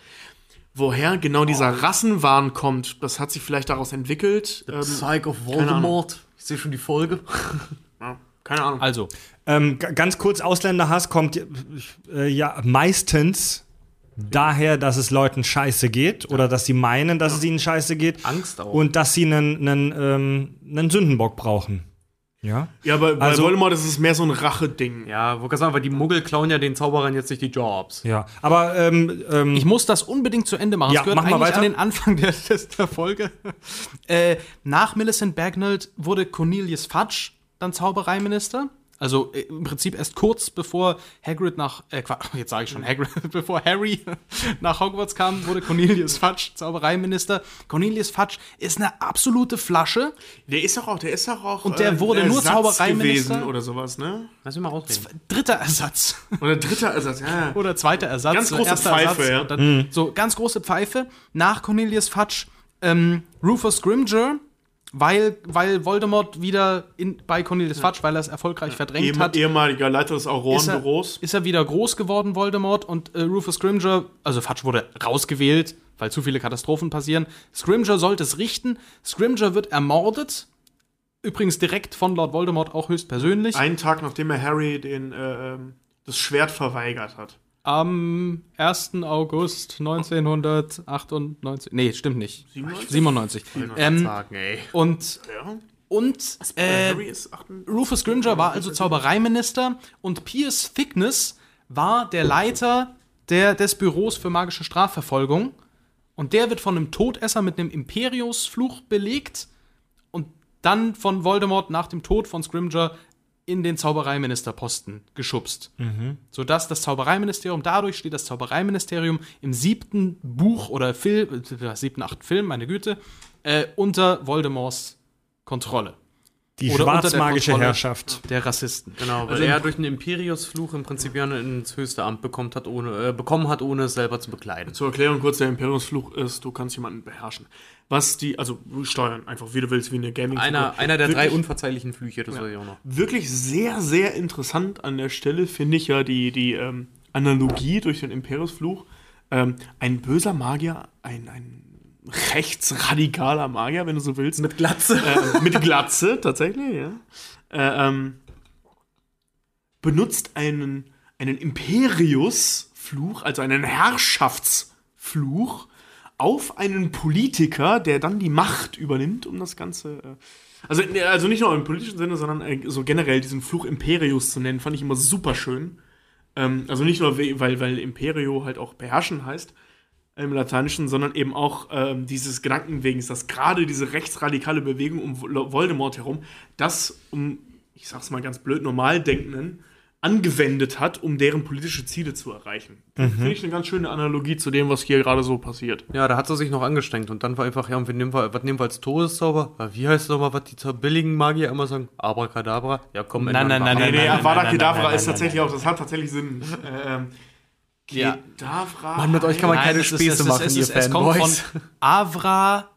[SPEAKER 3] Woher genau dieser Rassenwahn kommt, das hat sich vielleicht daraus entwickelt. Ähm,
[SPEAKER 6] Psych of
[SPEAKER 3] Voldemort.
[SPEAKER 6] Ich sehe schon die <laughs> Folge.
[SPEAKER 3] ja, keine Ahnung.
[SPEAKER 5] also,
[SPEAKER 1] Ähm, g- ganz kurz, Ausländerhass kommt äh, ja meistens daher, dass es Leuten scheiße geht oder dass sie meinen, dass es ihnen scheiße geht.
[SPEAKER 6] Angst auch.
[SPEAKER 1] Und dass sie einen, einen, ähm, einen Sündenbock brauchen. Ja.
[SPEAKER 3] ja, bei, bei
[SPEAKER 1] also-
[SPEAKER 3] Voldemort ist es mehr so ein Rache-Ding.
[SPEAKER 6] Ja, wo sagen, weil die Muggel klauen ja den Zauberern jetzt nicht die Jobs.
[SPEAKER 1] Ja. Aber ähm, ähm,
[SPEAKER 5] ich muss das unbedingt zu Ende machen.
[SPEAKER 1] Ja,
[SPEAKER 5] das gehört
[SPEAKER 1] mach mal
[SPEAKER 5] eigentlich
[SPEAKER 1] weiter.
[SPEAKER 5] an den Anfang der, <laughs> des- der Folge. äh, nach Millicent Bagnold wurde Cornelius Fudge dann Zaubereiminister. Also äh, im Prinzip erst kurz bevor Hagrid nach äh, Qua- <laughs> jetzt sage ich
[SPEAKER 1] Hm.
[SPEAKER 5] schon Hagrid, <laughs> bevor Harry nach Hogwarts kam,
[SPEAKER 1] <laughs>
[SPEAKER 5] wurde Cornelius Fudge Zaubereiminister. Cornelius Fudge ist eine absolute Flasche.
[SPEAKER 3] Der ist doch auch, der ist doch auch.
[SPEAKER 5] Und der wurde nur
[SPEAKER 3] Ersatz
[SPEAKER 5] Zaubereiminister?
[SPEAKER 3] gewesen oder sowas, ne?
[SPEAKER 6] Lass mich mal ausreden.
[SPEAKER 5] Dritter Ersatz.
[SPEAKER 3] Oder dritter Ersatz,
[SPEAKER 5] <laughs>
[SPEAKER 3] ja. ja.
[SPEAKER 5] oder zweiter Ersatz.
[SPEAKER 3] Ganz
[SPEAKER 5] so
[SPEAKER 3] große
[SPEAKER 5] erster
[SPEAKER 3] Pfeife, ja.
[SPEAKER 5] und dann, So, ganz große Pfeife. Nach Cornelius Fudge, ähm, Rufus Grimger weil, weil Voldemort wieder in, bei Cornelius Fudge, weil er es erfolgreich verdrängt
[SPEAKER 3] Ehem-
[SPEAKER 5] hat,
[SPEAKER 3] ehemaliger Leiter des Aurorenbüros.
[SPEAKER 5] ist er wieder groß geworden, Voldemort, und äh, Rufus Scrimger, also Fudge wurde rausgewählt, weil zu viele Katastrophen passieren. Scrimger sollte es richten. Scrimger wird ermordet. Übrigens direkt von Lord Voldemort auch höchstpersönlich.
[SPEAKER 3] Einen Tag, nachdem er Harry den, äh, ähm, das Schwert verweigert hat.
[SPEAKER 5] Am 1. August 1998. Nee, stimmt nicht. 97. Ähm,
[SPEAKER 6] Sagen, ey.
[SPEAKER 5] und
[SPEAKER 3] Ja.
[SPEAKER 5] und äh,
[SPEAKER 3] Harry ist 8.
[SPEAKER 5] Rufus Scrimger war also Zaubereiminister und Piers Thickness war der Leiter der, des Büros für magische Strafverfolgung. Und der wird von einem Todesser mit einem Imperiusfluch belegt und dann von Voldemort nach dem Tod von Scrimger in den Zaubereiministerposten geschubst. Sodass das Zaubereiministerium, dadurch steht das Zaubereiministerium im siebten Buch oder Film, äh, siebten, achten Film, meine Güte, äh, unter Voldemorts Kontrolle
[SPEAKER 1] Die
[SPEAKER 5] Oder unter der
[SPEAKER 1] schwarzmagische
[SPEAKER 5] Kontrolle.
[SPEAKER 1] Herrschaft.
[SPEAKER 5] der Rassisten.
[SPEAKER 6] Genau, weil er durch einen Imperius-Fluch im Prinzip ja ins höchste Amt bekommt hat, ohne, äh, bekommen hat, ohne es selber zu bekleiden.
[SPEAKER 3] Zur Erklärung kurz, der Imperiumsfluch ist, du kannst jemanden beherrschen. Was die, also steuern, einfach wie du willst, wie eine gaming
[SPEAKER 6] Einer, einer der drei
[SPEAKER 3] wirklich,
[SPEAKER 6] unverzeihlichen Flüche, das weiß ich auch noch.
[SPEAKER 3] Wirklich sehr, sehr interessant an der Stelle finde ich ja die, die ähm, Analogie durch den Imperiumsfluch. Ähm, ein böser Magier, ein, ein rechtsradikaler Magier, wenn du so willst.
[SPEAKER 6] Mit Glatze.
[SPEAKER 3] äh, mit Glatze, tatsächlich, ja. Äh, ähm, benutzt einen, einen Imperius-Fluch, also einen Herrschaftsfluch, auf einen Politiker, der dann die Macht übernimmt, um das Ganze. Äh, also, äh, also nicht nur im politischen Sinne, sondern äh, so generell diesen Fluch Imperius zu nennen, fand ich immer super schön. Ähm, also nicht nur, we- weil, weil Imperio halt auch beherrschen heißt, im Lateinischen, sondern eben auch ähm, dieses Gedankenwegens, dass gerade diese rechtsradikale Bewegung um Vol- Voldemort herum das um, ich sag's mal ganz blöd, Normaldenkenden angewendet hat, um deren politische Ziele zu erreichen. Finde ich eine ganz schöne Analogie zu dem, was hier gerade so passiert.
[SPEAKER 6] Ja, da hat er sich noch angestrengt und dann war einfach, ja, und wir nehmen, wir- was nehmen wir als Todeszauber? Ja, Wie heißt es nochmal, was die billigen Magier immer sagen? Abracadabra? Ja, komm,
[SPEAKER 5] Nein,
[SPEAKER 6] ändern
[SPEAKER 5] nein,
[SPEAKER 6] wir.
[SPEAKER 5] nein,
[SPEAKER 3] Nee,
[SPEAKER 5] nein.
[SPEAKER 3] nee, Avada Kedavra
[SPEAKER 5] nein,
[SPEAKER 3] ist
[SPEAKER 5] nein,
[SPEAKER 3] tatsächlich auch, das hat tatsächlich Sinn. Ähm,
[SPEAKER 5] Ja.
[SPEAKER 3] Kedavra.
[SPEAKER 6] Mann, mit euch kann man keine
[SPEAKER 5] es ist-
[SPEAKER 6] Späße
[SPEAKER 5] es ist-
[SPEAKER 6] machen,
[SPEAKER 5] es
[SPEAKER 6] ihr
[SPEAKER 5] ist- Es kommt von
[SPEAKER 6] Fanboys.
[SPEAKER 5] Avra,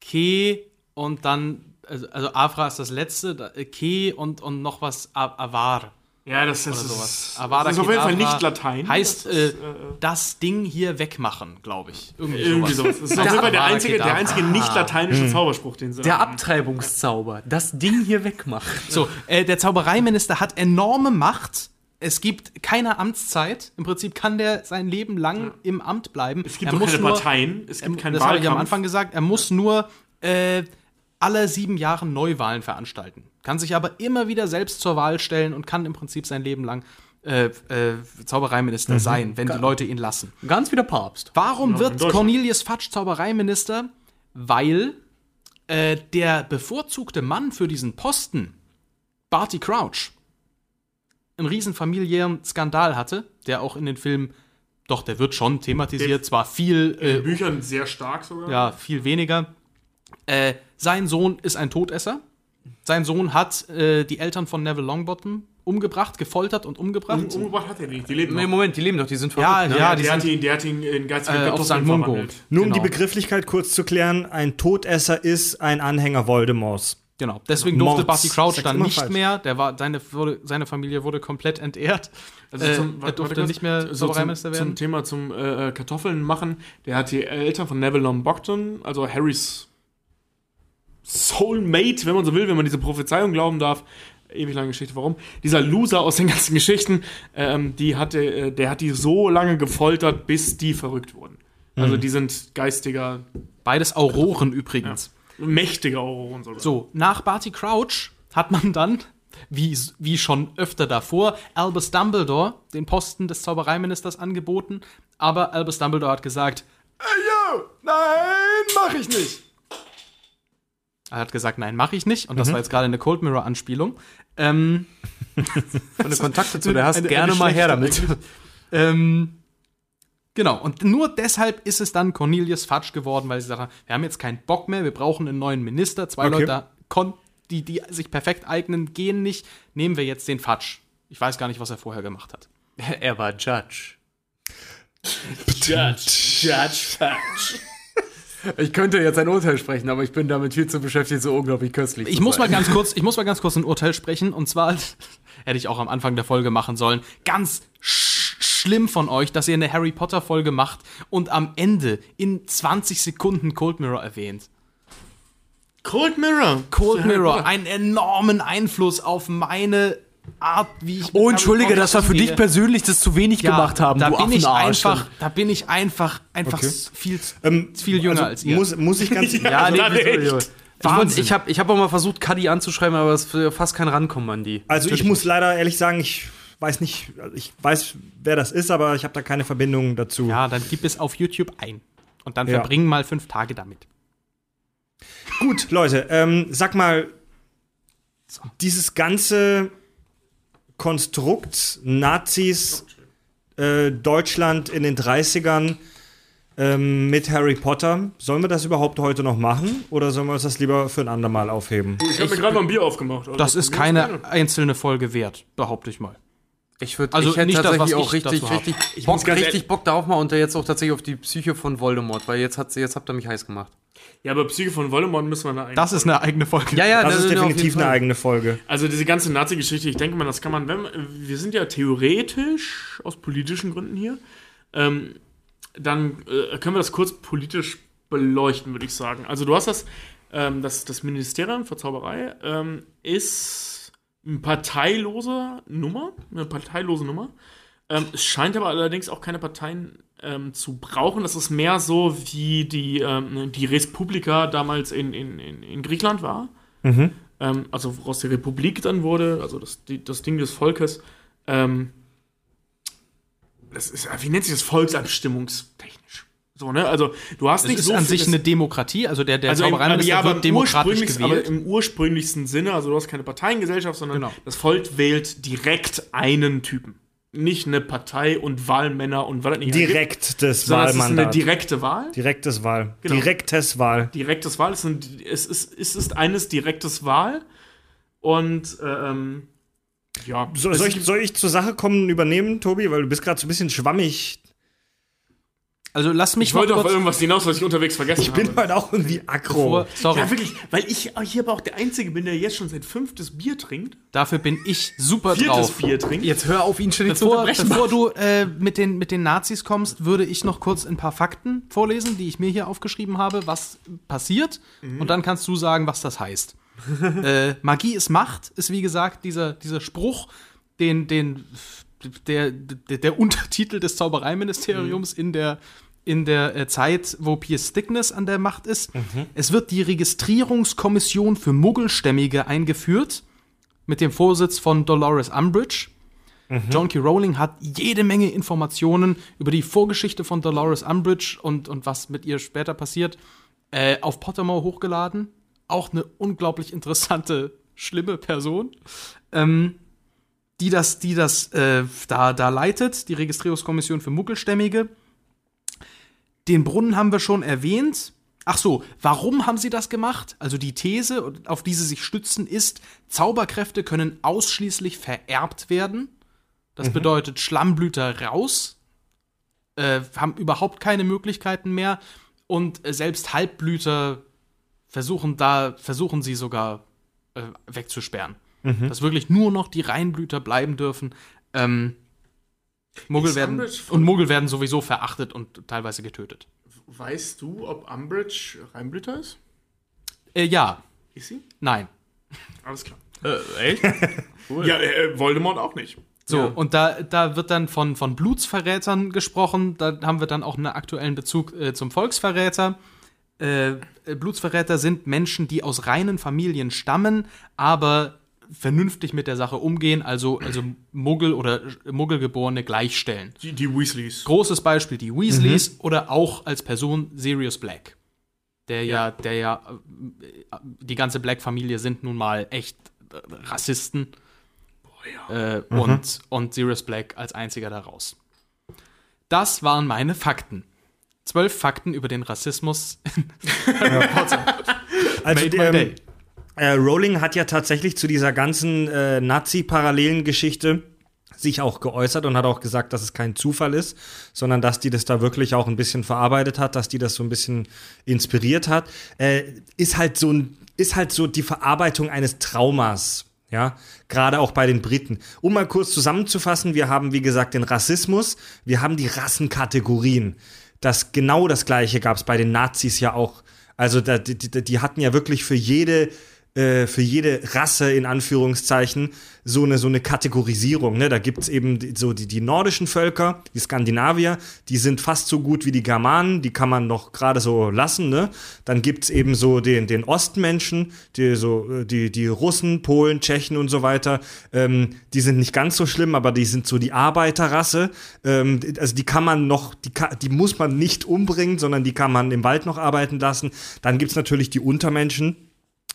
[SPEAKER 5] Ke und dann, also, also Avra ist das letzte, da- äh, Ke und, und noch was, A- Avar.
[SPEAKER 3] Ja, das, das
[SPEAKER 5] oder
[SPEAKER 3] ist
[SPEAKER 5] sowas. Ah,
[SPEAKER 3] Das ist auf jeden Fall nicht Latein.
[SPEAKER 5] Heißt,
[SPEAKER 3] das ist,
[SPEAKER 5] äh, das Ding hier wegmachen, glaube ich. Irgendwie,
[SPEAKER 3] Irgendwie sowas. Das ist auf jeden Fall der
[SPEAKER 5] Avada
[SPEAKER 3] einzige, der
[SPEAKER 5] Kedavra.
[SPEAKER 3] einzige nicht lateinische Zauberspruch, den sie
[SPEAKER 6] Hm. Der
[SPEAKER 3] haben.
[SPEAKER 6] Abtreibungszauber, das Ding hier wegmacht.
[SPEAKER 5] So, äh, der Zaubereiminister hat enorme Macht. Es gibt keine Amtszeit. Im Prinzip kann der sein Leben lang im Amt bleiben.
[SPEAKER 3] Es gibt doch keine Parteien, es gibt keinen
[SPEAKER 5] das habe
[SPEAKER 3] Wahlkampf.
[SPEAKER 5] ich am Anfang gesagt. Er muss nur äh, alle sieben Jahre Neuwahlen veranstalten. Kann sich aber immer wieder selbst zur Wahl stellen und kann im Prinzip sein Leben lang äh, äh, Zaubereiminister sein, wenn die Leute ihn lassen.
[SPEAKER 6] Ganz wie der Papst.
[SPEAKER 5] Warum
[SPEAKER 3] Mhm. in
[SPEAKER 5] wird
[SPEAKER 3] Deutschland.
[SPEAKER 5] Cornelius Fatsch Zaubereiminister? Weil äh, der bevorzugte Mann für diesen Posten, Barty Crouch, einen riesen familiären Skandal hatte, der auch in den Filmen, doch, der wird schon thematisiert, zwar viel äh,
[SPEAKER 3] In Büchern sehr stark sogar.
[SPEAKER 5] ja, viel weniger. Äh, sein Sohn ist ein Todesser. Sein Sohn hat äh, die Eltern von Neville Longbottom umgebracht, gefoltert und umgebracht.
[SPEAKER 3] Umgebracht hat er die nicht. Die leben
[SPEAKER 6] Nee,
[SPEAKER 3] noch.
[SPEAKER 6] Moment, die leben doch, die sind
[SPEAKER 5] ja,
[SPEAKER 6] ne?
[SPEAKER 5] ja, die
[SPEAKER 3] der,
[SPEAKER 5] sind
[SPEAKER 3] hat ihn, der hat ihn in geistigen
[SPEAKER 5] äh, auf St.
[SPEAKER 1] Nur
[SPEAKER 5] Mungo.
[SPEAKER 1] um
[SPEAKER 5] Genau.
[SPEAKER 1] die Begrifflichkeit kurz zu klären, ein Todesser ist ein Anhänger Voldemorts.
[SPEAKER 5] Genau, deswegen durfte
[SPEAKER 1] Mords.
[SPEAKER 5] Barty Crouch
[SPEAKER 1] Sag's
[SPEAKER 5] dann
[SPEAKER 1] immer
[SPEAKER 5] nicht
[SPEAKER 1] falsch.
[SPEAKER 5] mehr. Der war, seine, wurde, seine Familie wurde komplett entehrt.
[SPEAKER 3] Also
[SPEAKER 5] äh, er durfte nicht mehr
[SPEAKER 3] so zum,
[SPEAKER 5] Zaubereiminister
[SPEAKER 3] zum
[SPEAKER 5] werden.
[SPEAKER 3] Thema zum äh, äh, Kartoffeln machen. Der hat die Eltern von Neville Longbottom, also Harrys Soulmate, wenn man so will, wenn man diese Prophezeiung glauben darf. Ewig lange Geschichte, warum? Dieser Loser aus den ganzen Geschichten, ähm, die hatte, äh, der hat die so lange gefoltert, bis die verrückt wurden.
[SPEAKER 5] Mhm.
[SPEAKER 3] Also die sind geistiger,
[SPEAKER 5] Beides Auroren übrigens.
[SPEAKER 3] mächtiger Auroren sogar.
[SPEAKER 5] So, nach Barty Crouch hat man dann, wie, wie schon öfter davor, Albus Dumbledore den Posten des Zaubereiministers angeboten. Aber Albus Dumbledore hat gesagt, "Äh,
[SPEAKER 4] Nein, mach ich nicht.
[SPEAKER 5] er hat gesagt, nein, mache ich nicht. Und das war jetzt gerade eine Cold Mirror Anspielung. Ähm,
[SPEAKER 6] Wenn du Kontakte zu der hast,
[SPEAKER 5] Eine- eine
[SPEAKER 6] gerne mal her damit.
[SPEAKER 5] schlechte Ähm, genau, und nur deshalb ist es dann Cornelius Fatsch geworden, weil sie sagen, wir haben jetzt keinen Bock mehr, wir brauchen einen neuen Minister, zwei
[SPEAKER 1] Okay.
[SPEAKER 5] Leute, kon die, die sich perfekt eignen, gehen nicht, nehmen wir jetzt den Fatsch. Ich weiß gar nicht, was er vorher gemacht hat.
[SPEAKER 6] Er war Judge.
[SPEAKER 3] Judge, Judge, Judge.
[SPEAKER 6] Ich könnte jetzt ein Urteil sprechen, aber ich bin damit viel zu beschäftigt, so unglaublich köstlich.
[SPEAKER 5] Ich
[SPEAKER 6] zu
[SPEAKER 5] muss mal
[SPEAKER 6] sein.
[SPEAKER 5] ganz kurz, ich muss mal ganz kurz ein Urteil sprechen. Und zwar <laughs> hätte ich auch am Anfang der Folge machen sollen. Ganz sch schlimm von euch, dass ihr eine Harry Potter Folge macht und am Ende in 20 Sekunden Cold Mirror erwähnt.
[SPEAKER 3] Cold Mirror.
[SPEAKER 5] <laughs> Cold Mirror einen enormen Einfluss auf meine Art, wie ich. mit
[SPEAKER 4] Oh,
[SPEAKER 5] Harry
[SPEAKER 4] entschuldige,
[SPEAKER 5] Potter
[SPEAKER 4] dass wir für
[SPEAKER 5] umgehe.
[SPEAKER 4] dich persönlich das zu wenig gemacht haben,
[SPEAKER 5] da
[SPEAKER 4] du
[SPEAKER 5] bin ich
[SPEAKER 4] Affenarsch.
[SPEAKER 5] einfach, da bin ich einfach, einfach s- viel, viel jünger als ihr.
[SPEAKER 1] Ähm, also Muss, muss ich
[SPEAKER 5] <laughs>
[SPEAKER 1] ganz.
[SPEAKER 6] Ja, nee,
[SPEAKER 3] da
[SPEAKER 6] wieso,
[SPEAKER 3] nicht.
[SPEAKER 6] Ich, wollt- ich habe ich hab auch mal versucht, Cuddy anzuschreiben, aber es ist fast kein Rankommen an die.
[SPEAKER 1] Also ich muss leider ehrlich sagen, ich weiß nicht, also ich weiß, wer das ist, aber ich habe da keine Verbindung dazu.
[SPEAKER 5] ja, dann gib es auf YouTube ein und dann
[SPEAKER 1] Ja.
[SPEAKER 5] verbringen mal fünf Tage damit.
[SPEAKER 1] Gut, Leute, ähm, sag mal, dieses ganze Konstrukt Nazis, äh, Deutschland in den 30ern ähm, mit Harry Potter, sollen wir das überhaupt heute noch machen oder sollen wir uns das lieber für ein andermal aufheben?
[SPEAKER 3] Ich habe mir gerade mal ein Bier aufgemacht. Also
[SPEAKER 5] Das ist keine einzelne Folge wert, behaupte ich mal.
[SPEAKER 6] Ich würde,
[SPEAKER 5] Also
[SPEAKER 6] ich hätte
[SPEAKER 5] nicht das,
[SPEAKER 6] tatsächlich
[SPEAKER 5] was ich
[SPEAKER 6] auch richtig,
[SPEAKER 5] dazu hab.
[SPEAKER 6] richtig,
[SPEAKER 3] muss
[SPEAKER 6] Bock,
[SPEAKER 3] ganz
[SPEAKER 6] richtig
[SPEAKER 3] ehrlich-
[SPEAKER 6] Bock darauf mal und jetzt auch tatsächlich auf die Psyche von Voldemort, weil jetzt, hat, sie- jetzt habt ihr mich heiß gemacht.
[SPEAKER 3] Ja, aber Psyche von Voldemort müssen wir mal ein.
[SPEAKER 5] Das ist eine eigene Folge.
[SPEAKER 6] ja,
[SPEAKER 1] Das ist
[SPEAKER 6] auf jeden
[SPEAKER 1] definitiv eine
[SPEAKER 6] Fall.
[SPEAKER 1] eigene Folge.
[SPEAKER 3] Also diese ganze Nazi-Geschichte, ich denke mal, das kann man, wenn wir sind ja theoretisch aus politischen Gründen hier, ähm, dann äh, können wir das kurz politisch beleuchten, würde ich sagen. Also du hast das, ähm, das, das Ministerium für Zauberei ähm, ist eine parteilose Nummer, eine parteilose Nummer. Ähm, es scheint aber allerdings auch keine Parteien ähm, zu brauchen. Das ist mehr so, wie die, ähm, die Respublika damals in, in, in, in Griechenland war.
[SPEAKER 5] Mhm.
[SPEAKER 3] Ähm, also woraus die Republik dann wurde, also das, die, das Ding des Volkes. Ähm, das ist, wie nennt sich das? Volksabstimmungstechnisch. So, ne? Also du hast
[SPEAKER 5] Das
[SPEAKER 3] nicht
[SPEAKER 5] ist
[SPEAKER 3] so
[SPEAKER 5] an
[SPEAKER 3] viel-
[SPEAKER 5] sich
[SPEAKER 3] das-
[SPEAKER 5] eine Demokratie, also der, der
[SPEAKER 3] also im, aber,
[SPEAKER 5] Zaubereiminister
[SPEAKER 3] ja, aber,
[SPEAKER 5] wird
[SPEAKER 3] im
[SPEAKER 5] demokratisch
[SPEAKER 3] ursprünglich- aber
[SPEAKER 5] gewählt.
[SPEAKER 3] im ursprünglichsten Sinne, also du hast keine Parteiengesellschaft, sondern
[SPEAKER 5] Genau.
[SPEAKER 3] das Volk wählt direkt einen Typen. Nicht eine Partei und Wahlmänner und was es nicht alles gibt,
[SPEAKER 1] Direkt das
[SPEAKER 3] sondern es ist eine
[SPEAKER 1] Wahlmandat.
[SPEAKER 3] direkte Wahl.
[SPEAKER 1] Direktes Wahl.
[SPEAKER 3] Genau.
[SPEAKER 1] Direktes Wahl.
[SPEAKER 3] direktes Wahl. Es, sind, es, ist, es ist eines direktes Wahl. Und äh, ähm, ja,
[SPEAKER 1] So, soll, ich, soll ich zur Sache kommen und übernehmen, Tobi? Weil du bist gerade so ein bisschen schwammig.
[SPEAKER 5] Also lass mich
[SPEAKER 3] ich
[SPEAKER 5] mal
[SPEAKER 3] wollte auf
[SPEAKER 5] kurz
[SPEAKER 3] irgendwas hinaus, was ich unterwegs vergessen
[SPEAKER 1] Ich bin
[SPEAKER 3] habe.
[SPEAKER 1] heute auch irgendwie aggro.
[SPEAKER 5] vor, sorry,
[SPEAKER 3] Ja, wirklich, weil ich hier aber auch der Einzige bin, der jetzt schon sein fünftes Bier trinkt.
[SPEAKER 5] dafür bin ich super
[SPEAKER 3] Viertes
[SPEAKER 5] drauf.
[SPEAKER 3] Bier trinkt.
[SPEAKER 6] Jetzt hör auf, ihn ständig zu
[SPEAKER 5] Bevor,
[SPEAKER 6] unterbrechen.
[SPEAKER 5] bevor du äh, mit, den, mit den Nazis kommst, würde ich noch kurz ein paar Fakten vorlesen, die ich mir hier aufgeschrieben habe, was passiert.
[SPEAKER 6] Mhm.
[SPEAKER 5] Und dann kannst du sagen, was das heißt. <laughs> äh, Magie ist Macht, ist wie gesagt dieser, dieser Spruch, den, den der, der, der Untertitel des
[SPEAKER 6] Mhm.
[SPEAKER 5] Zaubereiministeriums in der, in der äh, Zeit, wo Piers Thickness an der Macht ist.
[SPEAKER 6] Mhm.
[SPEAKER 5] Es wird die Registrierungskommission für Muggelstämmige eingeführt, mit dem Vorsitz von Dolores Umbridge. John K. Rowling hat jede Menge Informationen über die Vorgeschichte von Dolores Umbridge und, und was mit ihr später passiert, äh, auf Pottermore hochgeladen. Auch eine unglaublich interessante, schlimme Person, ähm, die das, die das äh, da, da leitet, die Registrierungskommission für Muggelstämmige. Den Brunnen haben wir schon erwähnt. Ach so, warum haben sie das gemacht? Also die These, auf die sie sich stützen, ist, Zauberkräfte können ausschließlich vererbt werden. Das bedeutet Schlammblüter raus, äh, haben überhaupt keine Möglichkeiten mehr und äh, selbst Halbblüter versuchen da versuchen sie sogar äh, wegzusperren. Dass wirklich nur noch die Reinblüter bleiben dürfen. Ähm, Muggel
[SPEAKER 3] Ist
[SPEAKER 5] werden
[SPEAKER 3] Umbridge von-
[SPEAKER 5] und Muggel werden sowieso verachtet und teilweise getötet.
[SPEAKER 3] Weißt du, ob Umbridge Reinblüter ist?
[SPEAKER 5] Äh, ja,
[SPEAKER 3] Ist sie?
[SPEAKER 5] nein.
[SPEAKER 3] Alles klar. <laughs> Äh, echt? ja, äh, Voldemort auch nicht.
[SPEAKER 5] So, und da, da wird dann von, von Blutsverrätern gesprochen. Da haben wir dann auch einen aktuellen Bezug äh, zum Volksverräter. Äh, äh, Blutsverräter sind Menschen, die aus reinen Familien stammen, aber vernünftig mit der Sache umgehen, also, also Muggel oder Muggelgeborene gleichstellen.
[SPEAKER 3] Die, die Weasleys.
[SPEAKER 5] Großes Beispiel die Weasleys oder auch als Person Sirius Black. Der ja, der ja, äh, die ganze Black-Familie sind nun mal echt äh, Rassisten. Äh, und, und Sirius Black als einziger daraus. Das waren meine Fakten. Zwölf Fakten über den Rassismus.
[SPEAKER 1] Also,
[SPEAKER 5] Made my
[SPEAKER 1] ähm,
[SPEAKER 5] day.
[SPEAKER 1] äh, Rowling hat ja tatsächlich zu dieser ganzen äh, Nazi-Parallelen-Geschichte sich auch geäußert und hat auch gesagt, dass es kein Zufall ist, sondern dass die das da wirklich auch ein bisschen verarbeitet hat, dass die das so ein bisschen inspiriert hat. Äh, ist halt so ein, ist halt so die Verarbeitung eines Traumas. Ja, gerade auch bei den Briten. Um mal kurz zusammenzufassen, wir haben, wie gesagt, den Rassismus, wir haben die Rassenkategorien. Das genau das gleiche gab es bei den Nazis ja auch. Also da, die, die, die hatten ja wirklich für jede, äh, für jede Rasse in Anführungszeichen so eine, so eine Kategorisierung. Ne? Da gibt es eben die- so die, die nordischen Völker, die Skandinavier, die sind fast so gut wie die Germanen, die kann man noch gerade so lassen. Ne? Dann gibt es eben so den, den Ostmenschen, die, so, äh, die, die Russen, Polen, Tschechen und so weiter. Ähm, die sind nicht ganz so schlimm, aber die sind so die Arbeiterrasse. Ähm, also die kann man noch, die, ka- die muss man nicht umbringen, sondern die kann man im Wald noch arbeiten lassen. Dann gibt es natürlich die Untermenschen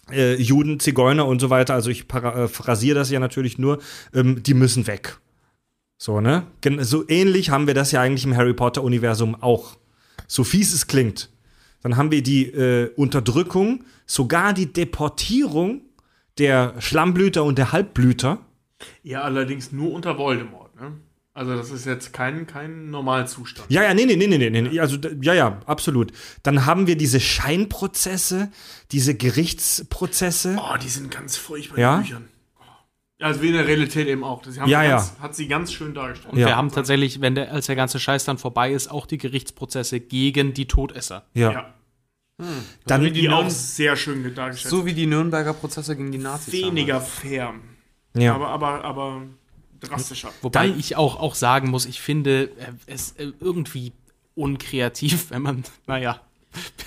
[SPEAKER 1] äh, Juden, Zigeuner und so weiter, also ich paraphrasiere das ja natürlich nur, ähm, die müssen weg. So, ne? Gen so ähnlich haben wir das ja eigentlich im Harry Potter-Universum auch. So fies es klingt. Dann haben wir die äh, Unterdrückung, sogar die Deportierung der Schlammblüter und der Halbblüter.
[SPEAKER 3] Ja, allerdings nur unter Voldemort, ne? Also das ist jetzt kein, kein Normalzustand.
[SPEAKER 1] Ja, ja, nee, nee, nee, nee, nee, nee. Also, d- ja, ja, absolut. Dann haben wir diese Scheinprozesse, diese Gerichtsprozesse.
[SPEAKER 3] Oh, die sind ganz furchtbar
[SPEAKER 1] Ja?
[SPEAKER 3] in Büchern. Oh. Also wie in der Realität eben auch. Das haben
[SPEAKER 1] Ja,
[SPEAKER 3] sie
[SPEAKER 1] ja.
[SPEAKER 3] Ganz, hat sie ganz schön dargestellt.
[SPEAKER 1] Ja.
[SPEAKER 5] Wir haben tatsächlich, wenn der, als der ganze Scheiß dann vorbei ist, auch die Gerichtsprozesse gegen die Todesser.
[SPEAKER 1] ja.
[SPEAKER 3] ja.
[SPEAKER 5] Also
[SPEAKER 1] Dann,
[SPEAKER 3] Die, auch sehr schön dargestellt.
[SPEAKER 6] So wie die Nürnberger Prozesse gegen die Nazis.
[SPEAKER 3] weniger fair.
[SPEAKER 1] ja.
[SPEAKER 3] Aber, aber, aber drastischer.
[SPEAKER 5] Wobei ich auch, auch sagen muss, ich finde äh, es äh, irgendwie unkreativ, <laughs> wenn man, naja,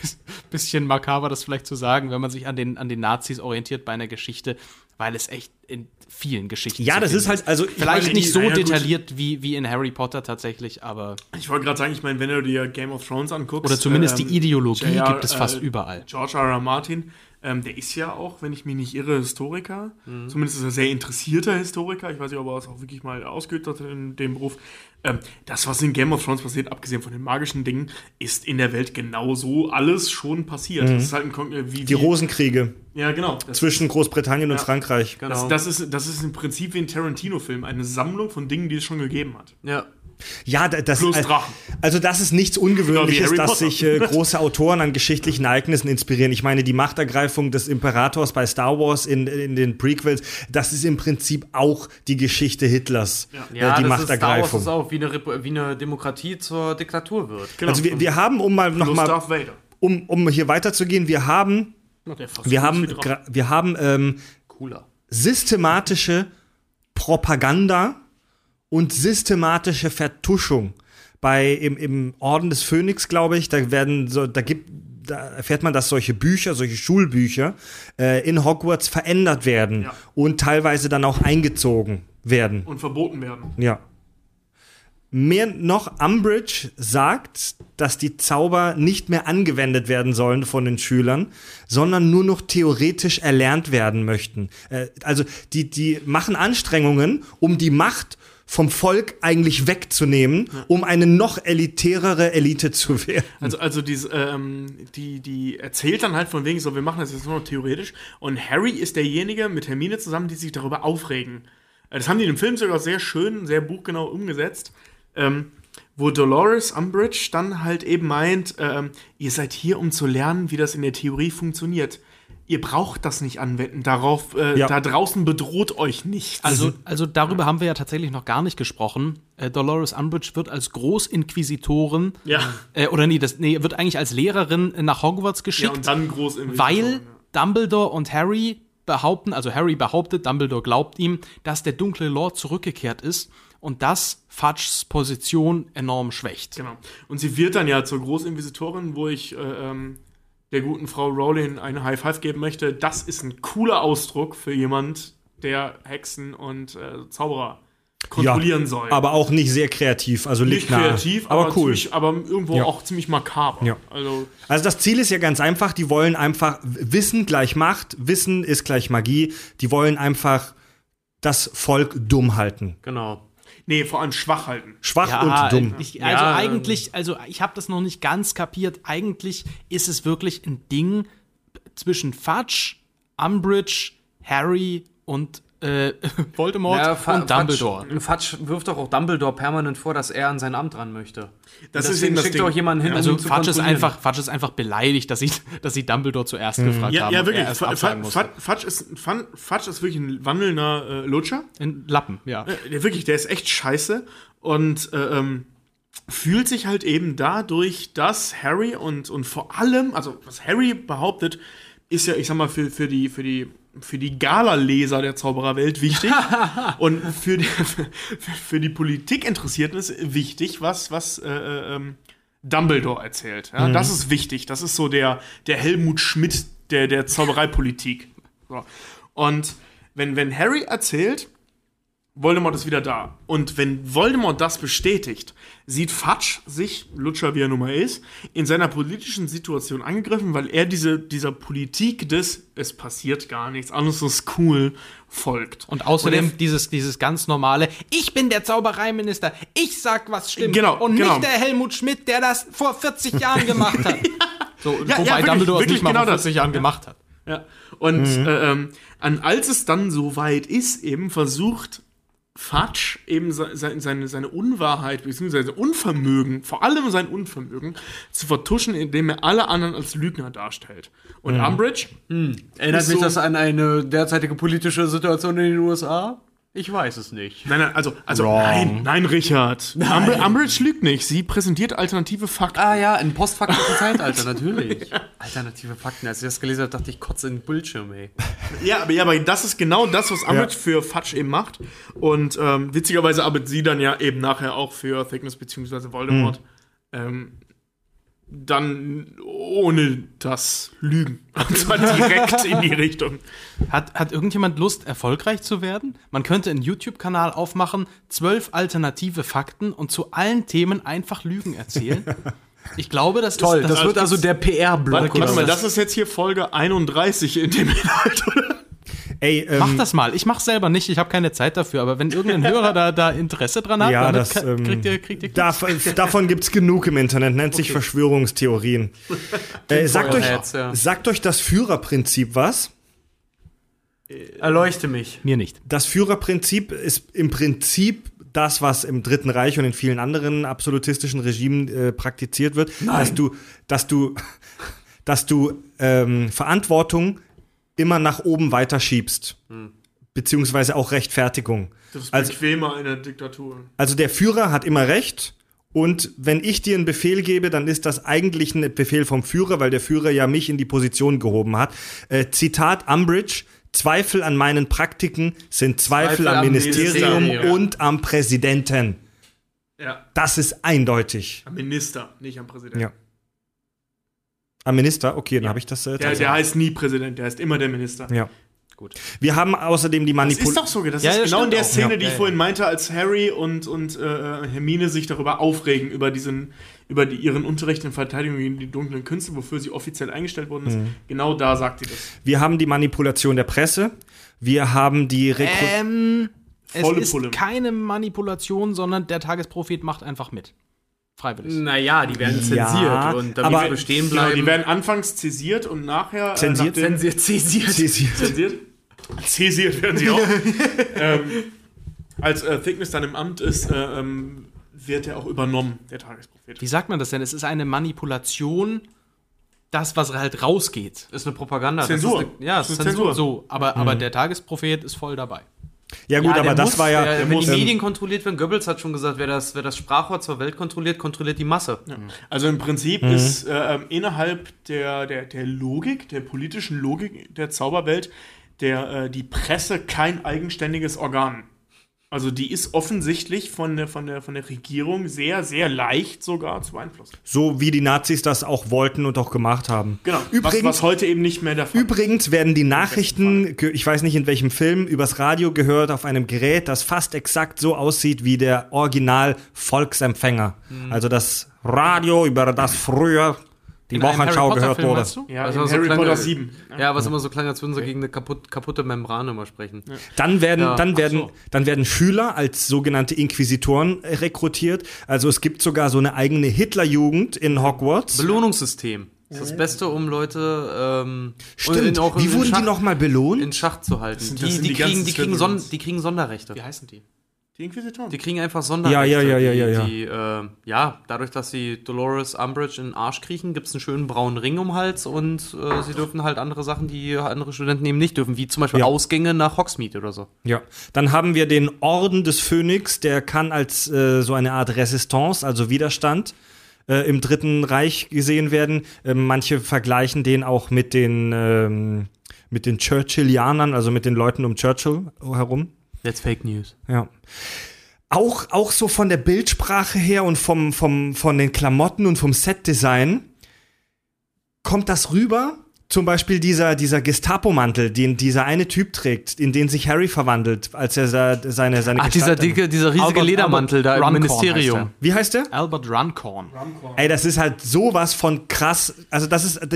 [SPEAKER 5] bis- bisschen makaber das vielleicht zu sagen, wenn man sich an den, an den Nazis orientiert bei einer Geschichte, weil es echt in vielen Geschichten
[SPEAKER 1] ja,
[SPEAKER 5] zu
[SPEAKER 1] das
[SPEAKER 5] finden
[SPEAKER 1] ist halt, also, ich
[SPEAKER 5] Vielleicht
[SPEAKER 3] meine,
[SPEAKER 5] nicht so
[SPEAKER 3] ja, ja, gut.
[SPEAKER 5] detailliert wie, wie in Harry Potter tatsächlich, aber.
[SPEAKER 3] Ich wollte gerade sagen, ich meine, wenn du dir Game of Thrones anguckst.
[SPEAKER 5] Oder zumindest
[SPEAKER 3] ähm,
[SPEAKER 5] die Ideologie
[SPEAKER 3] J.R.,
[SPEAKER 5] gibt es fast
[SPEAKER 3] äh,
[SPEAKER 5] überall.
[SPEAKER 3] George R. R. Martin, ähm, der ist ja auch, wenn ich mich nicht irre, Historiker.
[SPEAKER 1] Mhm.
[SPEAKER 3] Zumindest ist er sehr interessierter Historiker. Ich weiß nicht, ob er es auch wirklich mal ausgeübt hat in dem Beruf. Ähm, das, was in Game of Thrones passiert, abgesehen von den magischen Dingen, ist in der Welt genauso alles schon passiert. Das ist halt ein Kon äh, wie,
[SPEAKER 1] Mhm. die
[SPEAKER 3] wie,
[SPEAKER 1] Rosenkriege.
[SPEAKER 3] Ja, genau. Das,
[SPEAKER 1] zwischen Großbritannien und Frankreich.
[SPEAKER 3] das, das, ist, das ist im Prinzip wie ein Tarantino-Film, eine Sammlung von Dingen, die es schon gegeben hat.
[SPEAKER 6] Ja.
[SPEAKER 1] Ja, da- das
[SPEAKER 3] Plus
[SPEAKER 1] al-
[SPEAKER 3] Drachen.
[SPEAKER 1] Also das ist nichts
[SPEAKER 3] Genau
[SPEAKER 1] Ungewöhnliches,
[SPEAKER 3] wie Harry
[SPEAKER 1] dass
[SPEAKER 3] Potter.
[SPEAKER 1] sich äh, große Autoren an geschichtlichen Ereignissen inspirieren. Ich meine, die Machtergreifung des Imperators bei Star Wars in, in den Prequels, das ist im Prinzip auch die Geschichte Hitlers,
[SPEAKER 6] Ja,
[SPEAKER 1] äh, die
[SPEAKER 6] das ist Star Wars
[SPEAKER 1] Machtergreifung.
[SPEAKER 6] ist auch, wie eine, Repu- wie eine Demokratie zur Diktatur wird. Genau.
[SPEAKER 1] also wir, wir haben, um mal noch
[SPEAKER 3] Plus
[SPEAKER 1] mal,
[SPEAKER 3] Darth Vader.
[SPEAKER 1] um, um hier weiterzugehen, wir haben, wir haben, gra- wir haben ähm,
[SPEAKER 6] Cooler.
[SPEAKER 1] systematische Propaganda und systematische Vertuschung. Bei im, im Orden des Phönix, glaube ich, da werden so, da gibt, da erfährt man, dass solche Bücher, solche Schulbücher äh, in Hogwarts verändert werden
[SPEAKER 3] Ja.
[SPEAKER 1] und teilweise dann auch eingezogen werden.
[SPEAKER 3] Und verboten werden.
[SPEAKER 1] Ja. Mehr noch, Umbridge sagt, dass die Zauber nicht mehr angewendet werden sollen von den Schülern, sondern nur noch theoretisch erlernt werden möchten. Äh, also die, die machen Anstrengungen, um die Macht vom Volk eigentlich wegzunehmen, um eine noch elitärere Elite zu werden.
[SPEAKER 3] Also, also diese, ähm, die, die erzählt dann halt von wegen so, wir machen das jetzt nur noch theoretisch. Und Harry ist derjenige mit Hermine zusammen, die sich darüber aufregen. Äh, Das haben die in dem Film sogar sehr schön, sehr buchgenau umgesetzt. Ähm, wo Dolores Umbridge dann halt eben meint, ähm, ihr seid hier, um zu lernen, wie das in der Theorie funktioniert. Ihr braucht das nicht anwenden. Darauf, äh,
[SPEAKER 1] Ja.
[SPEAKER 3] da draußen bedroht euch nichts.
[SPEAKER 5] Also, also darüber haben wir ja tatsächlich noch gar nicht gesprochen. Äh, Dolores Umbridge wird als Großinquisitorin
[SPEAKER 3] ja.
[SPEAKER 5] Äh, oder nee, das, nee, wird eigentlich als Lehrerin nach Hogwarts
[SPEAKER 3] ja,
[SPEAKER 5] geschickt,
[SPEAKER 3] und dann groß im
[SPEAKER 5] weil Dumbledore und Harry behaupten, also Harry behauptet, Dumbledore glaubt ihm, dass der dunkle Lord zurückgekehrt ist und das Fudges Position enorm schwächt.
[SPEAKER 3] Genau. Und sie wird dann ja zur Großinquisitorin, wo ich äh, ähm, der guten Frau Rowling eine High Five geben möchte. Das ist ein cooler Ausdruck für jemand, der Hexen und äh, Zauberer kontrollieren soll.
[SPEAKER 1] Aber auch nicht sehr kreativ, also liegt
[SPEAKER 3] nicht
[SPEAKER 1] nahe.
[SPEAKER 3] kreativ,
[SPEAKER 1] aber, cool.
[SPEAKER 3] ziemlich, aber irgendwo auch ziemlich makaber.
[SPEAKER 1] Ja.
[SPEAKER 3] Also
[SPEAKER 1] Also das Ziel ist ja ganz einfach, die wollen einfach Wissen gleich Macht, Wissen ist gleich Magie, die wollen einfach das Volk dumm halten.
[SPEAKER 6] Genau.
[SPEAKER 3] nee, vor allem schwach halten.
[SPEAKER 1] Schwach und dumm.
[SPEAKER 5] Ich, also
[SPEAKER 6] Ja,
[SPEAKER 5] eigentlich, also ich habe das noch nicht ganz kapiert. Eigentlich ist es wirklich ein Ding zwischen Fudge, Umbridge, Harry und äh, <laughs> Voldemort
[SPEAKER 6] Ja, Fa-
[SPEAKER 5] und Dumbledore.
[SPEAKER 6] Fatsch, Fatsch wirft doch auch Dumbledore permanent vor, dass er an sein Amt ran möchte.
[SPEAKER 3] Das ist eben
[SPEAKER 6] Deswegen
[SPEAKER 3] das
[SPEAKER 6] schickt
[SPEAKER 3] Ding.
[SPEAKER 6] er auch jemanden hin,
[SPEAKER 5] Also
[SPEAKER 6] um ihn zu
[SPEAKER 5] Fatsch ist,
[SPEAKER 6] kontrollieren.
[SPEAKER 5] einfach, Fatsch ist einfach beleidigt, dass sie, dass sie Dumbledore zuerst
[SPEAKER 1] Mhm.
[SPEAKER 5] gefragt
[SPEAKER 3] Ja,
[SPEAKER 5] haben.
[SPEAKER 3] ja
[SPEAKER 5] und
[SPEAKER 3] wirklich.
[SPEAKER 5] Er erst
[SPEAKER 3] Fa-
[SPEAKER 5] absagen
[SPEAKER 3] Fa- Fa-
[SPEAKER 5] musste.
[SPEAKER 3] Fatsch ist, ein- Fan- Fatsch ist wirklich ein wandelnder äh, Lutscher.
[SPEAKER 5] In Lappen, ja.
[SPEAKER 3] Der, wirklich, der ist echt scheiße und äh, ähm, fühlt sich halt eben dadurch, dass Harry und, und vor allem, also was Harry behauptet, ist ja, ich sag mal, für, für die, für die, für die Gala-Leser der Zaubererwelt wichtig und für die, <laughs> für, für die Politik Interessierten ist wichtig, was, was äh, äh, ähm, Dumbledore erzählt. Ja? Das ist wichtig. Das ist so der, der Helmut Schmidt der, der Zaubereipolitik. So. Und wenn, wenn Harry erzählt, Voldemort ist wieder da. Und wenn Voldemort das bestätigt, sieht Fatsch sich, Lutscher wie er nun mal ist, in seiner politischen Situation angegriffen, weil er diese, dieser Politik des Es passiert gar nichts, alles ist cool folgt.
[SPEAKER 5] Und außerdem
[SPEAKER 3] Und
[SPEAKER 5] dieses, dieses ganz normale, ich bin der Zaubereiminister, ich sag, was stimmt.
[SPEAKER 3] Genau,
[SPEAKER 5] und
[SPEAKER 3] genau.
[SPEAKER 5] nicht der Helmut Schmidt, der das vor 40 <laughs> Jahren gemacht hat. So,
[SPEAKER 3] ja,
[SPEAKER 5] wobei
[SPEAKER 3] wirklich,
[SPEAKER 5] Dumbledore es
[SPEAKER 3] wirklich
[SPEAKER 5] nicht mal
[SPEAKER 3] genau
[SPEAKER 5] vor
[SPEAKER 3] das.
[SPEAKER 5] 40 Jahren gemacht hat.
[SPEAKER 3] Ja. Und äh, ähm, an, als es dann soweit ist, eben versucht Fatsch eben se se seine, seine Unwahrheit bzw. Unvermögen, vor allem sein Unvermögen, zu vertuschen, indem er alle anderen als Lügner darstellt. Und Umbridge
[SPEAKER 6] Erinnert
[SPEAKER 3] ist
[SPEAKER 6] mich
[SPEAKER 3] so-
[SPEAKER 6] das an eine derzeitige politische Situation in den USA? Ich weiß es nicht.
[SPEAKER 3] Nein, nein, also, also nein, nein, Richard. Umbr- Umbridge lügt nicht. Sie präsentiert alternative Fakten.
[SPEAKER 6] Ah ja, in postfaktischen Zeitalter, natürlich. <laughs> Alternative Fakten. Als ich das gelesen habe, dachte ich, kotze in den Bildschirm, ey.
[SPEAKER 3] Ja, aber, ja, aber das ist genau das, was Umbridge für Fatsch eben macht. Und ähm, witzigerweise arbeitet sie dann ja eben nachher auch für Thickness bzw. Voldemort.
[SPEAKER 1] Hm.
[SPEAKER 3] Ähm, dann ohne das Lügen. <laughs> Und zwar direkt in die Richtung.
[SPEAKER 5] Hat, hat irgendjemand Lust, erfolgreich zu werden? Man könnte einen YouTube-Kanal aufmachen, zwölf alternative Fakten und zu allen Themen einfach Lügen <laughs> erzählen. Ich glaube, das
[SPEAKER 6] Toll,
[SPEAKER 5] ist.
[SPEAKER 6] das, wird also der PR-Block.
[SPEAKER 3] Warte,
[SPEAKER 6] oder
[SPEAKER 3] warte mal,
[SPEAKER 6] was?
[SPEAKER 3] das ist jetzt hier Folge 31 in dem Inhalt, oder?
[SPEAKER 1] Ey, ähm,
[SPEAKER 5] Mach das mal. Ich mach's selber nicht. Ich habe keine Zeit dafür. Aber wenn <laughs> irgendein Hörer da, da Interesse dran hat,
[SPEAKER 1] ja,
[SPEAKER 5] damit
[SPEAKER 1] das,
[SPEAKER 5] ka-
[SPEAKER 1] ähm,
[SPEAKER 5] kriegt ihr, kriegt ihr
[SPEAKER 1] dav davon gibt's genug im Internet, nennt sich
[SPEAKER 6] <laughs>
[SPEAKER 1] Verschwörungstheorien. Äh, sagt, euch,
[SPEAKER 6] Ads, ja.
[SPEAKER 1] sagt euch das Führerprinzip was?
[SPEAKER 6] Äh, Erleuchte mich.
[SPEAKER 5] mir nicht.
[SPEAKER 1] Das Führerprinzip ist im Prinzip das, was im Dritten Reich und in vielen anderen absolutistischen Regimen äh, praktiziert wird, dass du, dass du, dass du ähm, Verantwortung immer nach oben weiterschiebst,
[SPEAKER 6] Hm.
[SPEAKER 1] beziehungsweise auch Rechtfertigung.
[SPEAKER 3] Das ist
[SPEAKER 1] Also-
[SPEAKER 3] bequemer in der Diktatur.
[SPEAKER 1] Also der Führer hat immer recht. Und wenn ich dir einen Befehl gebe, dann ist das eigentlich ein Befehl vom Führer, weil der Führer ja mich in die Position gehoben hat. Äh, Zitat Umbridge. Zweifel an meinen Praktiken sind Zweifel,
[SPEAKER 6] Zweifel
[SPEAKER 1] am,
[SPEAKER 6] am
[SPEAKER 1] Ministerium
[SPEAKER 6] Ministerium.
[SPEAKER 1] und am Präsidenten.
[SPEAKER 3] Ja,
[SPEAKER 1] Das ist eindeutig.
[SPEAKER 3] am Minister, nicht am Präsidenten.
[SPEAKER 1] Ja. Am Minister? Okay, dann habe ich das. Äh,
[SPEAKER 3] Der,
[SPEAKER 1] tatsächlich-
[SPEAKER 3] der heißt nie Präsident, der heißt immer der Minister.
[SPEAKER 1] ja. Wir haben außerdem die
[SPEAKER 3] Das ist
[SPEAKER 1] Manipulation.
[SPEAKER 3] doch so, das
[SPEAKER 5] Ja,
[SPEAKER 3] ist
[SPEAKER 5] das
[SPEAKER 3] genau in
[SPEAKER 5] stimmt
[SPEAKER 3] der
[SPEAKER 5] auch.
[SPEAKER 3] Szene,
[SPEAKER 5] Ja.
[SPEAKER 3] die ich
[SPEAKER 5] Ja,
[SPEAKER 3] vorhin meinte, als Harry und, und äh, Hermine sich darüber aufregen, über diesen, über die, ihren Unterricht in Verteidigung gegen die dunklen Künste, wofür sie offiziell eingestellt worden ist.
[SPEAKER 5] Mhm.
[SPEAKER 3] Genau da sagt sie das.
[SPEAKER 1] Wir haben die Manipulation der Presse. Wir haben die Rekru
[SPEAKER 5] Ähm, es
[SPEAKER 3] Volle
[SPEAKER 5] ist
[SPEAKER 3] Pulle.
[SPEAKER 5] keine Manipulation, sondern der Tagesprophet macht einfach mit. Freiwillig.
[SPEAKER 6] Naja, die werden zensiert
[SPEAKER 1] Ja,
[SPEAKER 6] und damit
[SPEAKER 1] aber-
[SPEAKER 6] sie bestehen
[SPEAKER 3] Genau, die
[SPEAKER 6] bleiben.
[SPEAKER 3] werden anfangs zäsiert und nachher.
[SPEAKER 1] Zensiert?
[SPEAKER 3] Äh, nachdem-
[SPEAKER 6] zensiert, zensiert.
[SPEAKER 1] Zäsiert.
[SPEAKER 3] zensiert? Zäsiert werden sie
[SPEAKER 6] <laughs>
[SPEAKER 3] auch. ähm, als äh, Thickness dann im Amt ist, äh, ähm, wird er auch übernommen, der Tagesprophet.
[SPEAKER 5] Wie sagt man das denn? Es ist eine Manipulation, das, was halt rausgeht. Mhm.
[SPEAKER 6] Ist eine Propaganda. Das
[SPEAKER 3] Zensur.
[SPEAKER 6] Ist eine, ja,
[SPEAKER 3] Das
[SPEAKER 6] es
[SPEAKER 3] ist
[SPEAKER 6] ist
[SPEAKER 3] Zensur.
[SPEAKER 6] Zensur.
[SPEAKER 5] So, aber, aber der Tagesprophet ist voll dabei.
[SPEAKER 1] <laughs> Ja, gut,
[SPEAKER 6] Ja, der
[SPEAKER 1] aber das
[SPEAKER 6] muss,
[SPEAKER 1] war ja.
[SPEAKER 6] Der, äh, wenn
[SPEAKER 3] muss,
[SPEAKER 6] die
[SPEAKER 3] ähm,
[SPEAKER 6] Medien kontrolliert werden, Goebbels hat schon gesagt, wer das, wer das Sprachrohr zur Welt kontrolliert, kontrolliert die Masse.
[SPEAKER 3] Also im Prinzip
[SPEAKER 5] Mhm.
[SPEAKER 3] ist äh, ähm, innerhalb der, der, der Logik, der politischen Logik der Zauberwelt, der, äh, die Presse kein eigenständiges Organ. Also die ist offensichtlich von der, von, der, von der Regierung sehr, sehr leicht sogar zu beeinflussen.
[SPEAKER 1] So wie die Nazis das auch wollten und auch gemacht haben.
[SPEAKER 3] Genau. was,
[SPEAKER 1] Übrigens,
[SPEAKER 3] was heute eben nicht mehr der Fall ist.
[SPEAKER 1] übrigens werden die Nachrichten, ge- ich weiß nicht in welchem Film, übers Radio gehört auf einem Gerät, das fast exakt so aussieht wie der Original Volksempfänger. Also das Radio, über das früher die
[SPEAKER 5] In einem
[SPEAKER 1] Wochenschau
[SPEAKER 5] Harry
[SPEAKER 1] gehört
[SPEAKER 5] Potter-Film,
[SPEAKER 1] wurde.
[SPEAKER 5] meinst du?
[SPEAKER 3] Ja,
[SPEAKER 6] Was
[SPEAKER 3] in
[SPEAKER 6] immer so
[SPEAKER 3] Harry
[SPEAKER 6] klang,
[SPEAKER 3] Potter
[SPEAKER 6] äh,
[SPEAKER 3] 7.
[SPEAKER 6] Ja, was immer so klang, als würden sie gegen eine kaputt, kaputte Membran immer sprechen.
[SPEAKER 1] Dann werden,
[SPEAKER 6] Ja,
[SPEAKER 1] dann,
[SPEAKER 6] ach
[SPEAKER 1] werden,
[SPEAKER 6] so.
[SPEAKER 1] dann werden Schüler als sogenannte Inquisitoren äh, rekrutiert. Also es gibt sogar so eine eigene Hitlerjugend in Hogwarts.
[SPEAKER 6] Belohnungssystem. Das ist das Beste, um Leute ähm,
[SPEAKER 1] Stimmt,
[SPEAKER 6] auch
[SPEAKER 1] wie
[SPEAKER 6] in
[SPEAKER 1] wurden
[SPEAKER 6] Schach,
[SPEAKER 1] die nochmal belohnt?
[SPEAKER 6] in Schach zu halten.
[SPEAKER 3] sind- das
[SPEAKER 6] die,
[SPEAKER 3] sind
[SPEAKER 6] die,
[SPEAKER 3] die ganzen
[SPEAKER 6] kriegen, die, kriegen
[SPEAKER 3] Slytherins.
[SPEAKER 6] Son die kriegen Sonderrechte.
[SPEAKER 5] Wie heißen die?
[SPEAKER 3] Die Inquisitoren.
[SPEAKER 6] Die kriegen einfach Sonderrechte.
[SPEAKER 1] Ja, ja, ja, ja, ja,
[SPEAKER 6] Die, die, äh, ja, dadurch, dass sie Dolores Umbridge in den Arsch kriechen, gibt es einen schönen braunen Ring um den Hals und äh, sie dürfen halt andere Sachen, die andere Studenten eben nicht dürfen, wie zum Beispiel
[SPEAKER 1] Ja.
[SPEAKER 6] Ausgänge nach Hogsmeade oder so.
[SPEAKER 1] Ja, dann haben wir den Orden des Phönix, der kann als äh, so eine Art Resistance, also Widerstand, äh, im Dritten Reich gesehen werden. Ähm, manche vergleichen den auch mit den, ähm, mit den Churchillianern, also mit den Leuten um Churchill herum.
[SPEAKER 6] That's Fake News.
[SPEAKER 1] Ja. Auch, auch so von der Bildsprache her und vom, vom, von den Klamotten und vom Setdesign kommt das rüber. Zum Beispiel dieser, dieser Gestapo-Mantel, den dieser eine Typ trägt, in den sich Harry verwandelt, als er sa- seine, seine
[SPEAKER 6] Ach, dieser
[SPEAKER 1] Gestalt-
[SPEAKER 6] dicke, dieser riesige
[SPEAKER 5] Albert-
[SPEAKER 6] Ledermantel da im
[SPEAKER 5] Runcorn
[SPEAKER 6] Ministerium.
[SPEAKER 5] heißt
[SPEAKER 1] Wie heißt der?
[SPEAKER 5] Albert Runcorn.
[SPEAKER 1] Ey, das ist halt sowas von krass. Also, das ist.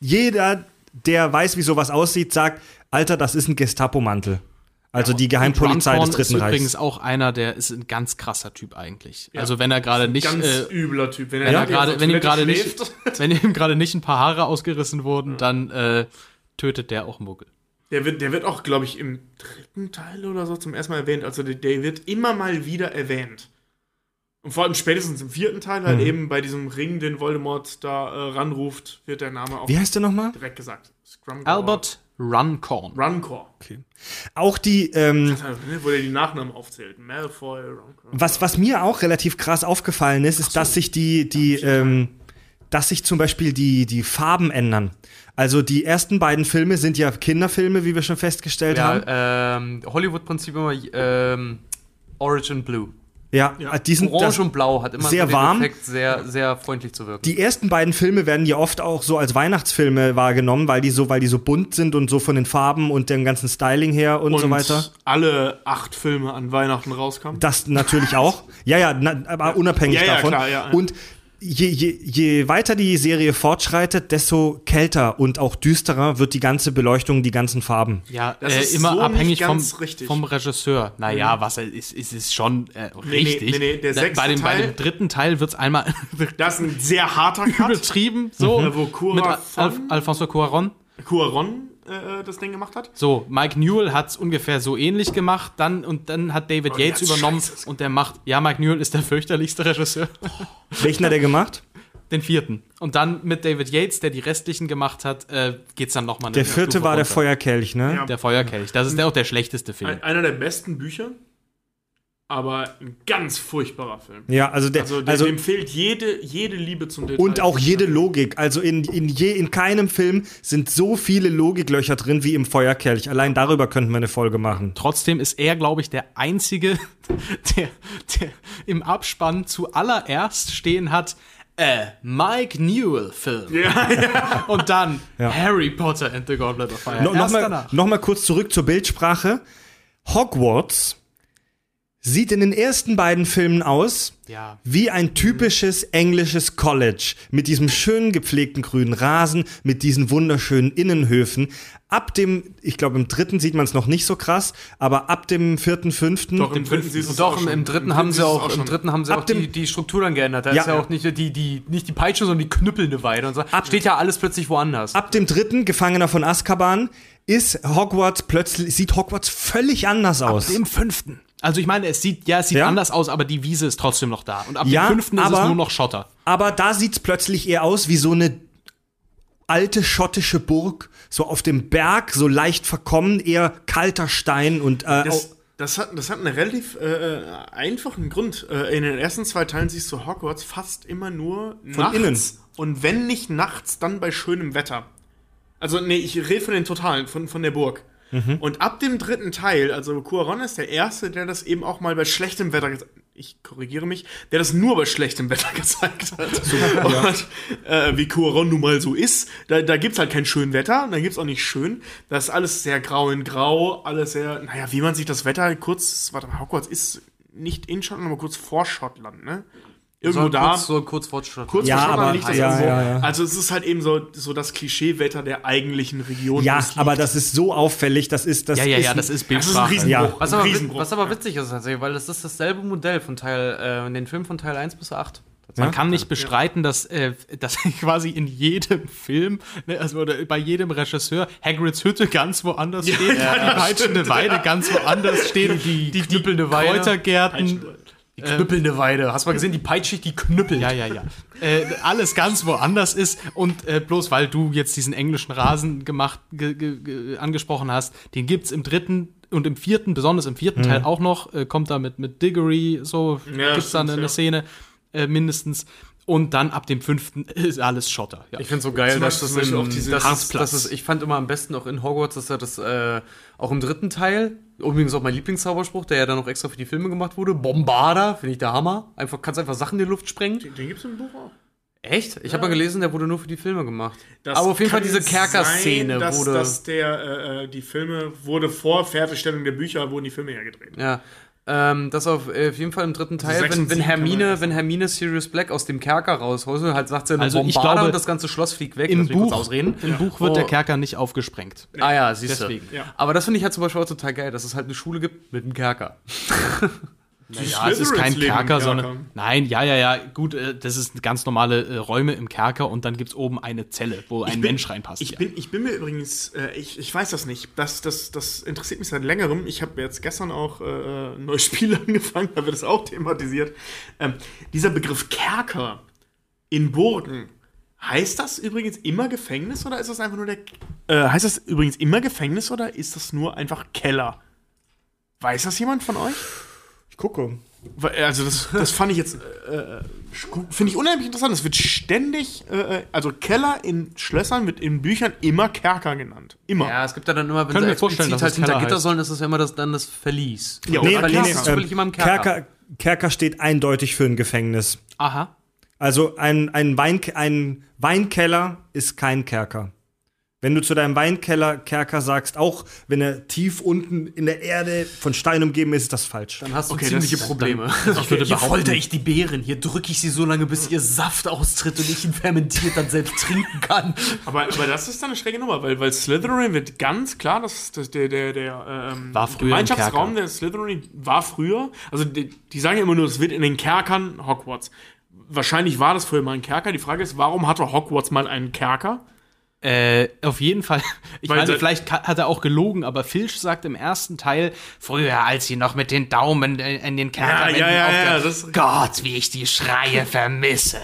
[SPEAKER 1] Jeder, der weiß, wie sowas aussieht, sagt: Alter, das ist ein Gestapo-Mantel. Also die Geheimpolizei des
[SPEAKER 5] Runcorn
[SPEAKER 1] Dritten
[SPEAKER 5] ist
[SPEAKER 1] Reichs.
[SPEAKER 5] übrigens auch einer, der ist ein ganz krasser Typ eigentlich. Also wenn er gerade nicht
[SPEAKER 3] Ganz
[SPEAKER 5] äh,
[SPEAKER 3] übler Typ. Wenn
[SPEAKER 5] Wenn,
[SPEAKER 3] er
[SPEAKER 5] er gerade, wenn ihm gerade nicht,
[SPEAKER 3] also schläft,
[SPEAKER 5] <laughs> wenn ihm gerade nicht ein paar Haare ausgerissen wurden, dann äh, tötet der auch Muggel.
[SPEAKER 3] Der wird, der wird auch, glaube ich, im dritten Teil oder so zum ersten Mal erwähnt. Also der, der wird immer mal wieder erwähnt. Und vor allem spätestens im vierten Teil,
[SPEAKER 1] Mhm.
[SPEAKER 3] halt eben bei diesem Ring, den Voldemort da äh, ranruft, wird der Name auch
[SPEAKER 1] Wie heißt der nochmal?
[SPEAKER 3] direkt gesagt. Scrum
[SPEAKER 5] Albert Runcorn.
[SPEAKER 3] Runcore.
[SPEAKER 1] Auch die. Ähm,
[SPEAKER 3] Ja, ne, Wo der die Nachnamen aufzählt. Malfoy, Runcore.
[SPEAKER 1] Was, was mir auch relativ krass aufgefallen ist, ist, dass sich die, die, ähm, dass sich zum Beispiel die, die Farben ändern. Also die ersten beiden Filme sind ja Kinderfilme, wie wir schon festgestellt haben.
[SPEAKER 6] Ja, ähm, Hollywood-Prinzip immer ähm, Origin Blue.
[SPEAKER 1] Ja, die sind das,
[SPEAKER 6] Orange und Blau hat immer
[SPEAKER 1] sehr
[SPEAKER 6] den
[SPEAKER 1] warm.
[SPEAKER 6] Effekt, sehr, sehr freundlich zu wirken.
[SPEAKER 1] die ersten beiden Filme werden ja oft auch so als Weihnachtsfilme wahrgenommen, weil die so, weil die so bunt sind und so von den Farben und dem ganzen Styling her und, so weiter.
[SPEAKER 3] alle acht Filme an Weihnachten rauskamen.
[SPEAKER 1] Das natürlich auch. Ja, ja, na, aber unabhängig
[SPEAKER 3] Ja, ja,
[SPEAKER 1] davon.
[SPEAKER 3] klar, ja, ja.
[SPEAKER 1] Und je, je, je weiter die Serie fortschreitet, desto kälter und auch düsterer wird die ganze Beleuchtung, die ganzen Farben.
[SPEAKER 5] Ja,
[SPEAKER 3] Das
[SPEAKER 5] äh,
[SPEAKER 3] ist
[SPEAKER 5] immer
[SPEAKER 3] so nicht
[SPEAKER 5] abhängig vom,
[SPEAKER 3] ganz richtig. Mhm.
[SPEAKER 5] vom Regisseur. Naja, was er ist, ist es schon äh, richtig.
[SPEAKER 3] nee, nee, der
[SPEAKER 5] Da-
[SPEAKER 3] sechste
[SPEAKER 5] bei, dem, bei
[SPEAKER 3] Teil-
[SPEAKER 5] dem dritten Teil wird es einmal <laughs>
[SPEAKER 3] Das ist ein
[SPEAKER 1] <laughs>
[SPEAKER 3] sehr harter Cut.
[SPEAKER 5] übertrieben, so.
[SPEAKER 3] Ja, wo Cura
[SPEAKER 5] mit Al
[SPEAKER 3] von-
[SPEAKER 5] Alf Alfonso Cuaron.
[SPEAKER 3] Cuaron äh, das Ding gemacht hat.
[SPEAKER 5] So, Mike Newell hat es ungefähr so ähnlich gemacht, dann und dann hat David Yates
[SPEAKER 3] hat's
[SPEAKER 5] übernommen
[SPEAKER 3] Oh, scheiße
[SPEAKER 5] und der macht, ja, Mike Newell ist der fürchterlichste Regisseur.
[SPEAKER 1] Welchen hat er gemacht?
[SPEAKER 5] Den vierten. Und dann mit David Yates, der die restlichen gemacht hat, äh, geht's dann nochmal
[SPEAKER 1] Der vierte war der Feuerkelch, ne?
[SPEAKER 3] Ja.
[SPEAKER 5] Der Feuerkelch. Das ist der, auch der schlechteste Film.
[SPEAKER 3] Ein, einer der besten Bücher, aber ein ganz furchtbarer Film.
[SPEAKER 1] Ja, also der.
[SPEAKER 3] Also, halt
[SPEAKER 1] Also,
[SPEAKER 3] dem, dem fehlt jede, jede Liebe zum Detail.
[SPEAKER 1] und auch jede Logik. Also in, in, je, in keinem Film sind so viele Logiklöcher drin wie im Feuerkelch. Allein darüber könnten wir eine Folge machen.
[SPEAKER 5] Trotzdem ist er, glaube ich, der Einzige, <laughs> der, der im Abspann zuallererst stehen hat, äh, Mike Newell-Film. <laughs> Und dann Harry Potter and the Goblet of Fire.
[SPEAKER 1] No,
[SPEAKER 5] Äh, Erst
[SPEAKER 1] Nochmal
[SPEAKER 5] danach.
[SPEAKER 1] noch mal kurz zurück zur Bildsprache. Hogwarts sieht in den ersten beiden Filmen aus
[SPEAKER 5] Ja.
[SPEAKER 1] wie ein typisches englisches College mit diesem schönen gepflegten grünen Rasen, mit diesen wunderschönen Innenhöfen. Ab dem, ich glaube im dritten sieht man es noch nicht so krass, aber ab dem vierten, fünften,
[SPEAKER 3] Doch, im fünften siehst du es auch
[SPEAKER 6] Doch, im,
[SPEAKER 3] schon.
[SPEAKER 6] im dritten haben sie
[SPEAKER 3] siehst du es
[SPEAKER 6] auch, im
[SPEAKER 3] schon.
[SPEAKER 6] dritten haben sie
[SPEAKER 1] Ab
[SPEAKER 6] auch die,
[SPEAKER 1] dem-
[SPEAKER 6] die Struktur dann geändert. Da
[SPEAKER 1] Ja.
[SPEAKER 6] ist ja auch nicht die, die, nicht die Peitsche, sondern die knüppelnde Weide und so. Steht ja alles plötzlich woanders.
[SPEAKER 1] ab dem dritten Gefangener von Azkaban ist Hogwarts plötzlich sieht Hogwarts völlig anders aus.
[SPEAKER 5] Im fünften. Also ich meine, es sieht, ja, es sieht
[SPEAKER 1] Ja?
[SPEAKER 5] anders aus, aber die Wiese ist trotzdem noch da. Und ab
[SPEAKER 1] Ja,
[SPEAKER 5] dem fünften ist es
[SPEAKER 1] aber-
[SPEAKER 5] nur noch Schotter.
[SPEAKER 1] Aber da sieht's plötzlich eher aus wie so eine alte schottische Burg, so auf dem Berg, so leicht verkommen, eher kalter Stein und äh,
[SPEAKER 3] Das, das, hat, das hat einen relativ äh, einfachen Grund. Äh, in den ersten zwei Teilen siehst du Hogwarts fast immer nur nachts.
[SPEAKER 1] innen.
[SPEAKER 3] Und wenn nicht nachts, dann bei schönem Wetter. Also, nee, ich rede von den Totalen, von, von der Burg. Und ab dem dritten Teil, also Cuaron ist der Erste, der das eben auch mal bei schlechtem Wetter gezeigt Ich korrigiere mich, der das nur bei schlechtem Wetter <laughs> gezeigt hat. und, äh, wie Cuaron nun mal so ist, da, da gibt es halt kein schön Wetter, da gibt es auch nicht schön. Das ist alles sehr grau in grau, alles sehr, naja, wie man sich das Wetter kurz, warte mal, Hogwarts ist nicht in Schottland, aber kurz vor Schottland, ne? Irgendwo da
[SPEAKER 6] kurz, so kurz Fortschritt.
[SPEAKER 3] kurz
[SPEAKER 1] Ja,
[SPEAKER 3] vor Schottland
[SPEAKER 1] aber-
[SPEAKER 3] liegt das
[SPEAKER 1] ja,
[SPEAKER 3] irgendwo.
[SPEAKER 1] ja, ja.
[SPEAKER 3] Also es ist halt eben so, so das Klischeewetter der eigentlichen Region. wo
[SPEAKER 1] ja,
[SPEAKER 3] es liegt.
[SPEAKER 1] aber das ist so auffällig, das ist das
[SPEAKER 5] Ja, ja,
[SPEAKER 1] ist
[SPEAKER 5] ja, das ist Bildsprache.
[SPEAKER 3] Riesenbruch.
[SPEAKER 1] Ja.
[SPEAKER 6] Was aber, wit-
[SPEAKER 3] Riesenbruch.
[SPEAKER 6] was aber witzig ist tatsächlich, weil das ist dasselbe Modell von Teil, äh, in den Filmen von Teil 1 bis 8.
[SPEAKER 5] Man kann nicht bestreiten, dass, äh, dass <laughs> quasi in jedem Film, ne, also oder bei jedem Regisseur, Hagrids Hütte ganz woanders steht, die peitschende Weide ganz woanders steht, die, die,
[SPEAKER 4] knüppelnde Weide.
[SPEAKER 5] Kräutergärten.
[SPEAKER 4] Die knüppelnde Weide. Hast du mal gesehen, die peitscht, die knüppelt.
[SPEAKER 5] Ja, ja, ja. Äh, alles ganz woanders ist und äh, bloß weil du jetzt diesen englischen Rasen gemacht, ge, ge, ge, angesprochen hast, den gibt's im dritten und im vierten, besonders im
[SPEAKER 4] Mhm.
[SPEAKER 5] vierten Teil auch noch, äh, kommt da mit, mit Diggory, so
[SPEAKER 3] Ja,
[SPEAKER 5] gibt's da
[SPEAKER 3] stimmt,
[SPEAKER 5] eine,
[SPEAKER 3] ja.
[SPEAKER 5] eine Szene äh, mindestens. Und dann ab dem fünften <laughs> ist alles Schotter. Ja.
[SPEAKER 6] Ich finde so geil,
[SPEAKER 3] Zum
[SPEAKER 6] dass
[SPEAKER 3] Beispiel
[SPEAKER 6] das
[SPEAKER 3] zum Beispiel
[SPEAKER 6] in,
[SPEAKER 3] auch diese
[SPEAKER 6] dass es,
[SPEAKER 3] Hartplatz.
[SPEAKER 6] dass es, ich fand immer am besten auch in Hogwarts, dass er das äh, auch im dritten Teil, übrigens auch mein Lieblingszauberspruch, der ja dann noch extra für die Filme gemacht wurde, Bombarda, finde ich der Hammer. Einfach kannst einfach Sachen in die Luft sprengen.
[SPEAKER 3] Den gibt's im Buch auch.
[SPEAKER 6] Echt? Ich habe mal gelesen, der wurde nur für die Filme gemacht.
[SPEAKER 3] Das
[SPEAKER 6] Aber auf jeden Fall
[SPEAKER 3] kann
[SPEAKER 6] diese Kerkerszene
[SPEAKER 3] sein, dass,
[SPEAKER 6] wurde
[SPEAKER 3] Dass der, äh, äh, die Filme wurde vor Fertigstellung der Bücher wurden die Filme hergedreht.
[SPEAKER 6] Ja. Ähm, das auf, äh, auf jeden Fall im dritten Teil,
[SPEAKER 3] sechs und
[SPEAKER 6] wenn, wenn
[SPEAKER 3] sieben kann man
[SPEAKER 6] Hermine,
[SPEAKER 3] lassen.
[SPEAKER 6] wenn Hermine Sirius Black aus dem Kerker rausholt, halt sagt sie eine
[SPEAKER 5] Also ich
[SPEAKER 6] Bombarda
[SPEAKER 5] glaube,
[SPEAKER 6] und das ganze Schloss fliegt weg.
[SPEAKER 5] Im
[SPEAKER 6] Lass mich kurz
[SPEAKER 5] Buch,
[SPEAKER 6] ausreden.
[SPEAKER 5] Im Buch wird der
[SPEAKER 6] Oh.
[SPEAKER 5] Kerker nicht aufgesprengt.
[SPEAKER 6] Ah ja, siehst du.
[SPEAKER 5] Deswegen.
[SPEAKER 3] Ja.
[SPEAKER 6] Aber das finde ich halt zum Beispiel auch total geil, dass es halt eine Schule gibt mit einem
[SPEAKER 5] <laughs>
[SPEAKER 6] Kerker.
[SPEAKER 5] Ja, es ist kein
[SPEAKER 3] Slytherins leben im
[SPEAKER 5] Kerker,
[SPEAKER 3] Kerker.
[SPEAKER 5] sondern. Nein, ja, ja, ja, gut, äh, das ist ganz normale äh, Räume im Kerker und dann gibt's oben eine Zelle, wo ein
[SPEAKER 3] bin-
[SPEAKER 5] Mensch reinpasst.
[SPEAKER 3] Ich
[SPEAKER 5] ja.
[SPEAKER 3] bin, ich bin mir übrigens, äh, ich, ich weiß das nicht. Das, das, das interessiert mich seit längerem. Ich habe jetzt gestern auch äh, ein neues <laughs> Spiel angefangen, da wird es auch thematisiert. Ähm, dieser Begriff Kerker in Burgen, heißt das übrigens immer Gefängnis oder ist das einfach nur der. Äh, heißt das übrigens immer Gefängnis oder ist das nur einfach Keller? Weiß das jemand von euch? Ich gucke. Also das, das fand ich jetzt äh, äh, finde ich unheimlich interessant. Es wird ständig, äh, also Keller in Schlössern wird in Büchern immer Kerker genannt. Immer.
[SPEAKER 6] Ja, es gibt da dann immer, wenn
[SPEAKER 5] Können
[SPEAKER 6] sie
[SPEAKER 5] wir vorstellen,
[SPEAKER 6] explizit
[SPEAKER 5] dass
[SPEAKER 6] halt
[SPEAKER 5] es
[SPEAKER 6] hinter
[SPEAKER 5] Keller
[SPEAKER 6] Gitter
[SPEAKER 5] heißt.
[SPEAKER 6] sollen, ist das ja immer das, dann das Verlies.
[SPEAKER 3] Ja,
[SPEAKER 6] Und
[SPEAKER 3] nee,
[SPEAKER 6] das Verlies
[SPEAKER 3] Kerker.
[SPEAKER 6] ist
[SPEAKER 3] Ähm,
[SPEAKER 6] wirklich immer im Kerker.
[SPEAKER 1] Kerker, Kerker steht eindeutig für ein Gefängnis.
[SPEAKER 5] Aha.
[SPEAKER 1] Also ein, ein, Wein, ein Weinkeller ist kein Kerker. Wenn du zu deinem Weinkeller Kerker sagst, auch wenn er tief unten in der Erde von Stein umgeben ist, ist das falsch.
[SPEAKER 6] Dann hast du
[SPEAKER 3] Okay,
[SPEAKER 6] ziemliche
[SPEAKER 3] das-
[SPEAKER 6] Probleme. <laughs>
[SPEAKER 5] Ich würde
[SPEAKER 4] Hier
[SPEAKER 5] behaupten,
[SPEAKER 4] folter ich die Beeren, hier drücke ich sie so lange, bis ihr Saft austritt und ich ihn fermentiert dann selbst trinken kann.
[SPEAKER 3] Aber, aber das ist dann eine schräge Nummer, weil, weil Slytherin wird ganz klar, dass das, der, der, der ähm,
[SPEAKER 5] War früher im
[SPEAKER 3] Gemeinschaftsraum
[SPEAKER 5] Kerker.
[SPEAKER 3] der Slytherin war früher. Also die, die sagen ja immer nur, es wird in den Kerkern Hogwarts. Wahrscheinlich war das früher mal ein Kerker. Die Frage ist, warum hatte Hogwarts mal einen Kerker?
[SPEAKER 5] Äh, auf jeden Fall. <laughs> Ich
[SPEAKER 3] Weil
[SPEAKER 5] meine,
[SPEAKER 3] se-
[SPEAKER 5] vielleicht ka- hat er auch gelogen, aber Filch sagt im ersten Teil, früher, als sie noch mit den Daumen in in den Kerker
[SPEAKER 3] Ja, ja, ja, ja, das-
[SPEAKER 5] Gott, wie ich die Schreie vermisse.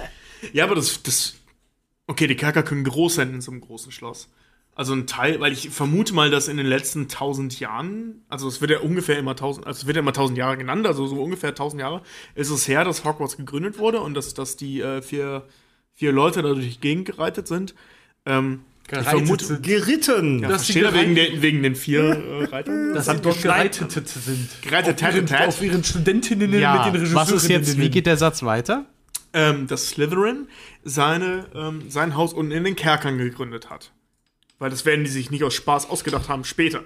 [SPEAKER 3] Ja, aber das. das okay, die Kerker können groß sein in so einem großen Schloss. Also ein Teil, weil ich vermute mal, dass in den letzten 1000 Jahren, also es wird ja ungefähr immer 1000, also es wird ja immer 1000 Jahre genannt, also so ungefähr 1000 Jahre ist es her, dass Hogwarts gegründet wurde und dass, dass die äh, vier, vier Leute da durch die Gegend gereitet sind. Ähm, ich vermute,
[SPEAKER 6] sind.
[SPEAKER 1] Geritten.
[SPEAKER 3] das steht da wegen, den- wegen den vier <laughs> äh, Reitern.
[SPEAKER 4] Dass sie dort geleitet sind.
[SPEAKER 3] Gereitet,
[SPEAKER 4] Auf ihren-
[SPEAKER 3] tat, tat.
[SPEAKER 4] Auf ihren Studentinnen mit den
[SPEAKER 5] was
[SPEAKER 4] Regisseurinnen.
[SPEAKER 5] ist jetzt, wie geht der Satz weiter?
[SPEAKER 3] ähm, dass Slytherin seine, ähm, sein Haus unten in den Kerkern gegründet hat. Weil das werden die sich nicht aus Spaß ausgedacht haben später.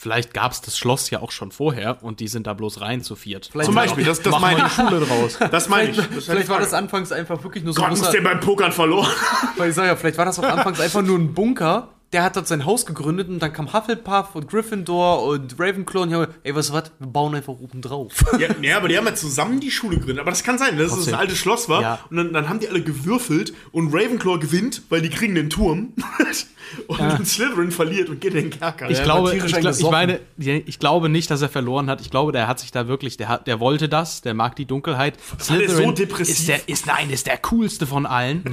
[SPEAKER 5] Vielleicht gab's das Schloss ja auch schon vorher und die sind da bloß rein zu viert.
[SPEAKER 3] Zum Beispiel, das, das meine ich.
[SPEAKER 6] Schule draus.
[SPEAKER 3] Das meine ich. Das ist eine
[SPEAKER 6] Vielleicht war
[SPEAKER 3] Frage.
[SPEAKER 6] das anfangs einfach wirklich nur so ein
[SPEAKER 3] Gott, muss
[SPEAKER 6] großer,
[SPEAKER 3] der beim Pokern verloren.
[SPEAKER 6] weil ich sag ja, vielleicht war das auch anfangs einfach nur ein Bunker. Der hat dort sein Haus gegründet und dann kam Hufflepuff und Gryffindor und Ravenclaw und die haben, ey, weißt du was, wir bauen einfach oben drauf.
[SPEAKER 3] ja, nee, aber die haben ja zusammen die Schule gegründet. Aber das kann sein, dass es ein altes Schloss war.
[SPEAKER 5] Ja.
[SPEAKER 3] Und dann, dann haben die alle gewürfelt und Ravenclaw gewinnt, weil die kriegen den Turm. <laughs> und dann <laughs> Slytherin verliert und geht in den Kerker.
[SPEAKER 5] Ich glaube, ich,
[SPEAKER 6] tierisch
[SPEAKER 5] gla- ich
[SPEAKER 6] eingesoffen.
[SPEAKER 5] meine, ich glaube nicht, dass er verloren hat. Ich glaube, der hat sich da wirklich, der, hat, der wollte das, der mag die Dunkelheit.
[SPEAKER 3] der ist so depressiv.
[SPEAKER 5] ist der, ist nein, ist der coolste von allen.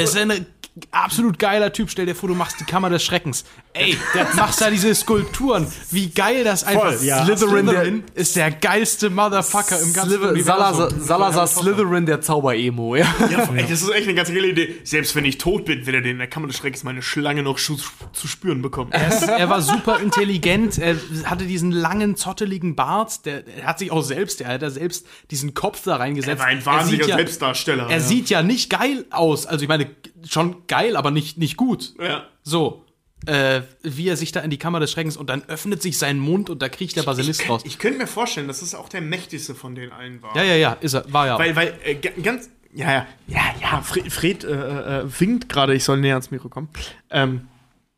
[SPEAKER 5] ist ein absolut geiler Typ. Stell dir vor, du machst die Kammer des Schreckens. Ey, der macht da diese Skulpturen. Wie geil das einfach.
[SPEAKER 1] Voll, ja.
[SPEAKER 5] Slytherin, der, ist der geilste Motherfucker im ganzen
[SPEAKER 6] Sliver- Salazar,
[SPEAKER 5] Universum.
[SPEAKER 6] Salazar Slytherin, der Zauber-Emo, ja.
[SPEAKER 3] Ja, ey, das ist echt eine ganz geile Idee. Selbst wenn ich tot bin, will er den in der Kammer des Schreckens meine Schlange noch schu- zu spüren bekommen. <laughs>
[SPEAKER 5] Er war super intelligent, er hatte diesen langen, zotteligen Bart, der, er hat sich auch selbst, er hat da selbst diesen Kopf da reingesetzt.
[SPEAKER 3] Er war ein wahnsinniger
[SPEAKER 5] sieht ja,
[SPEAKER 3] Selbstdarsteller.
[SPEAKER 5] Er sieht ja nicht geil aus. Also ich meine, schon geil, aber nicht, nicht gut.
[SPEAKER 3] ja.
[SPEAKER 5] So. Äh, wie er sich da in die Kammer des Schreckens und dann öffnet sich sein Mund und da kriecht der Basilisk raus.
[SPEAKER 3] Ich könnte mir vorstellen, dass es auch der mächtigste von den allen war.
[SPEAKER 5] Ja, ja, ja, ist er, war ja.
[SPEAKER 3] Weil, weil, äh, ga- ganz. Ja, ja, ja, ja. Fred, Fred äh, äh, winkt gerade, ich soll näher ans Mikro kommen. Ähm,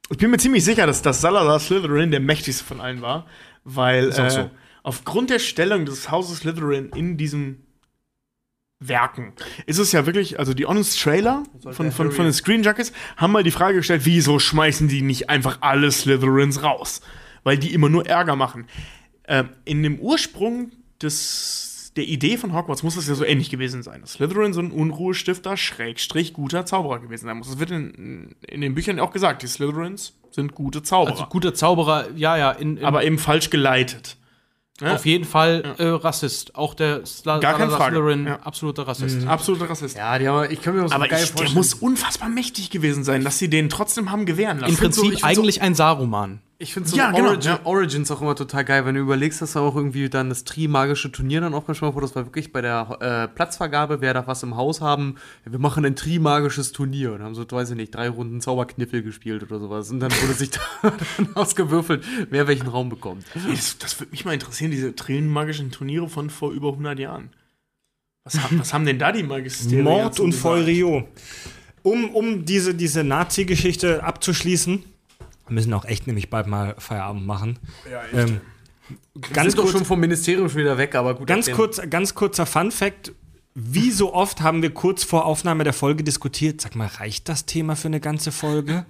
[SPEAKER 3] ich bin mir ziemlich sicher, dass, dass Salazar Slytherin der mächtigste von allen war, weil äh, aufgrund der Stellung des Hauses Slytherin in diesem Werken. Ist es ja wirklich, also die Honest Trailer von, von, von den Screen Junkies haben mal die Frage gestellt, wieso schmeißen die nicht einfach alle Slytherins raus? Weil die immer nur Ärger machen. Ähm, in dem Ursprung des, der Idee von Hogwarts muss das ja so ähnlich gewesen sein. Dass Slytherin so ein Unruhestifter, Schrägstrich, guter Zauberer gewesen sein muss. Das wird in, in den Büchern auch gesagt, die Slytherins sind gute Zauberer.
[SPEAKER 5] Also guter Zauberer, ja, ja, in, in,
[SPEAKER 3] aber eben falsch geleitet. ne?
[SPEAKER 5] auf jeden Fall äh, Rassist. Auch der Sla
[SPEAKER 3] Gar keine
[SPEAKER 5] Salazar
[SPEAKER 3] Frage,
[SPEAKER 5] Slytherin,
[SPEAKER 3] ja.
[SPEAKER 5] absoluter Rassist.
[SPEAKER 3] Absoluter Rassist.
[SPEAKER 6] Ja, die haben, ich kann mir das so
[SPEAKER 3] Aber
[SPEAKER 6] geil
[SPEAKER 3] ich, der
[SPEAKER 6] vorstellen.
[SPEAKER 3] muss unfahrbar mächtig gewesen sein, dass sie den trotzdem haben gewähren lassen.
[SPEAKER 5] Im Prinzip
[SPEAKER 6] ich find's so-
[SPEAKER 5] eigentlich ein Saruman.
[SPEAKER 6] Ich finde so
[SPEAKER 3] Ja, genau,
[SPEAKER 6] Origin,
[SPEAKER 3] ja.
[SPEAKER 6] Origins auch immer total geil, wenn du überlegst, dass da auch irgendwie dann das Tri-magische Turnier dann aufgeschrieben wurde. Das war wirklich bei der äh, Platzvergabe, wer darf was im Haus haben. Ja, wir machen ein Tri-magisches Turnier und haben so, weiß ich nicht, drei Runden Zauberkniffel gespielt oder sowas. Und dann wurde sich <laughs> da dann ausgewürfelt, wer welchen Raum bekommt.
[SPEAKER 3] Das, das würde mich mal interessieren, diese trillenmagischen Turniere von vor über 100 Jahren. Was, haben- was haben denn da die Magisterien?
[SPEAKER 1] Mord
[SPEAKER 3] zu
[SPEAKER 1] und
[SPEAKER 3] gesagt?
[SPEAKER 1] Feurio. Um, um diese, diese Nazi-Geschichte abzuschließen, wir müssen auch echt nämlich bald mal Feierabend machen. Ähm, ganz,
[SPEAKER 6] Ist doch
[SPEAKER 1] kurz,
[SPEAKER 6] schon vom Ministerium schon wieder weg, aber gut.
[SPEAKER 1] ganz,
[SPEAKER 6] erzähl.
[SPEAKER 1] kurz, ganz kurzer Fun-Fact. Wie so oft haben wir kurz vor Aufnahme der Folge diskutiert, sag mal, reicht das Thema für eine ganze
[SPEAKER 6] <laughs>
[SPEAKER 1] Folge?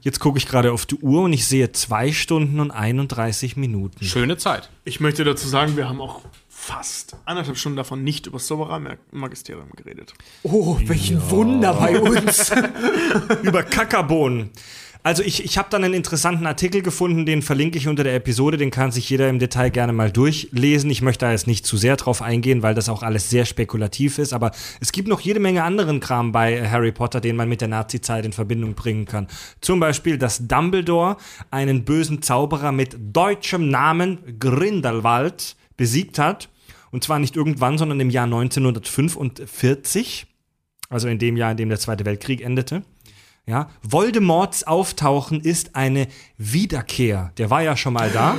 [SPEAKER 1] Jetzt gucke ich gerade auf die Uhr und ich sehe zwei Stunden und 31 Minuten.
[SPEAKER 5] Schöne Zeit.
[SPEAKER 3] Ich möchte dazu sagen, wir haben auch fast anderthalb Stunden davon nicht über das Zauberer-Magisterium geredet.
[SPEAKER 6] Oh, welchen Wunder bei uns.
[SPEAKER 1] <laughs> über Kackerbohnen. Also ich, ich habe dann einen interessanten Artikel gefunden, den verlinke ich unter der Episode, den kann sich jeder im Detail gerne mal durchlesen. Ich möchte da jetzt nicht zu sehr drauf eingehen, weil das auch alles sehr spekulativ ist, aber es gibt noch jede Menge anderen Kram bei äh, Harry Potter, den man mit der Nazi-Zeit in Verbindung bringen kann. Zum Beispiel, dass Dumbledore einen bösen Zauberer mit deutschem Namen Grindelwald besiegt hat. Und zwar nicht irgendwann, sondern im Jahr 1945, also in dem Jahr, in dem der Zweite Weltkrieg endete. Ja, Voldemorts Auftauchen ist eine Wiederkehr. Der war ja schon mal da.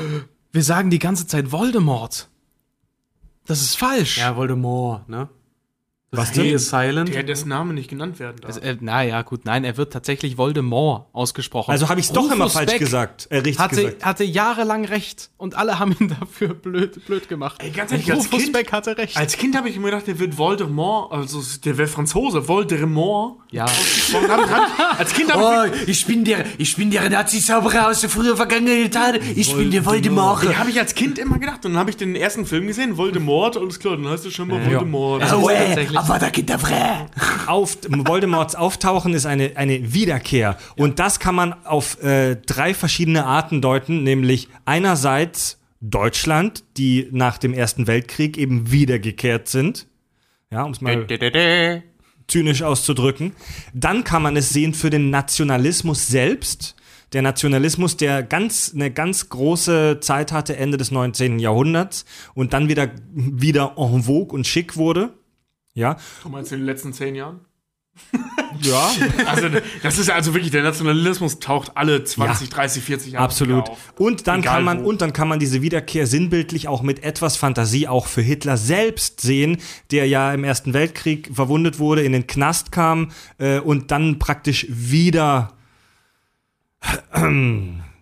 [SPEAKER 5] Wir sagen die ganze Zeit Voldemort. Das ist falsch.
[SPEAKER 6] ja, Voldemort, ne?
[SPEAKER 1] Was
[SPEAKER 6] T
[SPEAKER 1] denn?
[SPEAKER 6] ist silent.
[SPEAKER 3] Der, dessen Name nicht genannt werden darf.
[SPEAKER 5] Das, äh, naja, gut, nein, er wird tatsächlich Voldemort ausgesprochen.
[SPEAKER 1] Also habe ich es doch immer
[SPEAKER 5] Rufus
[SPEAKER 1] falsch
[SPEAKER 5] Beck
[SPEAKER 1] gesagt. Äh, richtig
[SPEAKER 5] Hatte,
[SPEAKER 1] gesagt.
[SPEAKER 5] hatte jahrelang recht und alle haben ihn dafür blöd, blöd gemacht.
[SPEAKER 3] Ey, ganz ehrlich, als
[SPEAKER 5] Rufus
[SPEAKER 3] Kind-
[SPEAKER 5] Beck hatte recht.
[SPEAKER 3] Als Kind habe ich immer gedacht, der wird Voldemort, also der wäre Franzose, Voldemort.
[SPEAKER 5] ja.
[SPEAKER 3] Von- hab ich- hab- Als Kind habe ich
[SPEAKER 6] Oh, ich bin der, ich bin der Nazi-Zauberer aus der früher vergangenen Tage. Ich bin der Voldemort.
[SPEAKER 3] Den habe ich als Kind immer gedacht. Und dann habe ich den ersten Film gesehen, Voldemort, alles klar, dann heißt es schon mal Voldemort. Also,
[SPEAKER 6] Ah, ouais,
[SPEAKER 5] tatsächlich-
[SPEAKER 6] aber da geht der Frä.
[SPEAKER 1] Auf, Voldemorts Auftauchen ist eine, eine Wiederkehr. Und das kann man auf äh, drei verschiedene Arten deuten, nämlich einerseits Deutschland, die nach dem Ersten Weltkrieg eben wiedergekehrt sind. Ja, um es
[SPEAKER 5] Äh,
[SPEAKER 1] mal zynisch auszudrücken. Dann kann man es sehen für den Nationalismus selbst. Der Nationalismus, der ganz, eine ganz große Zeit hatte, Ende des 19. Jahrhunderts und dann wieder, wieder en vogue und schick wurde. Ja,
[SPEAKER 3] Du meinst in den letzten zehn Jahren?
[SPEAKER 1] <laughs> ja,
[SPEAKER 3] Also, das ist also wirklich, der Nationalismus taucht alle 20, 30, 40 Jahre
[SPEAKER 1] absolut.
[SPEAKER 3] wieder auf.
[SPEAKER 1] Und dann
[SPEAKER 3] Egal
[SPEAKER 1] kann man,
[SPEAKER 3] wo.
[SPEAKER 1] und dann kann man diese Wiederkehr sinnbildlich auch mit etwas Fantasie auch für Hitler selbst sehen, der ja im Ersten Weltkrieg verwundet wurde, in den Knast kam äh, und dann praktisch wieder, <clears throat>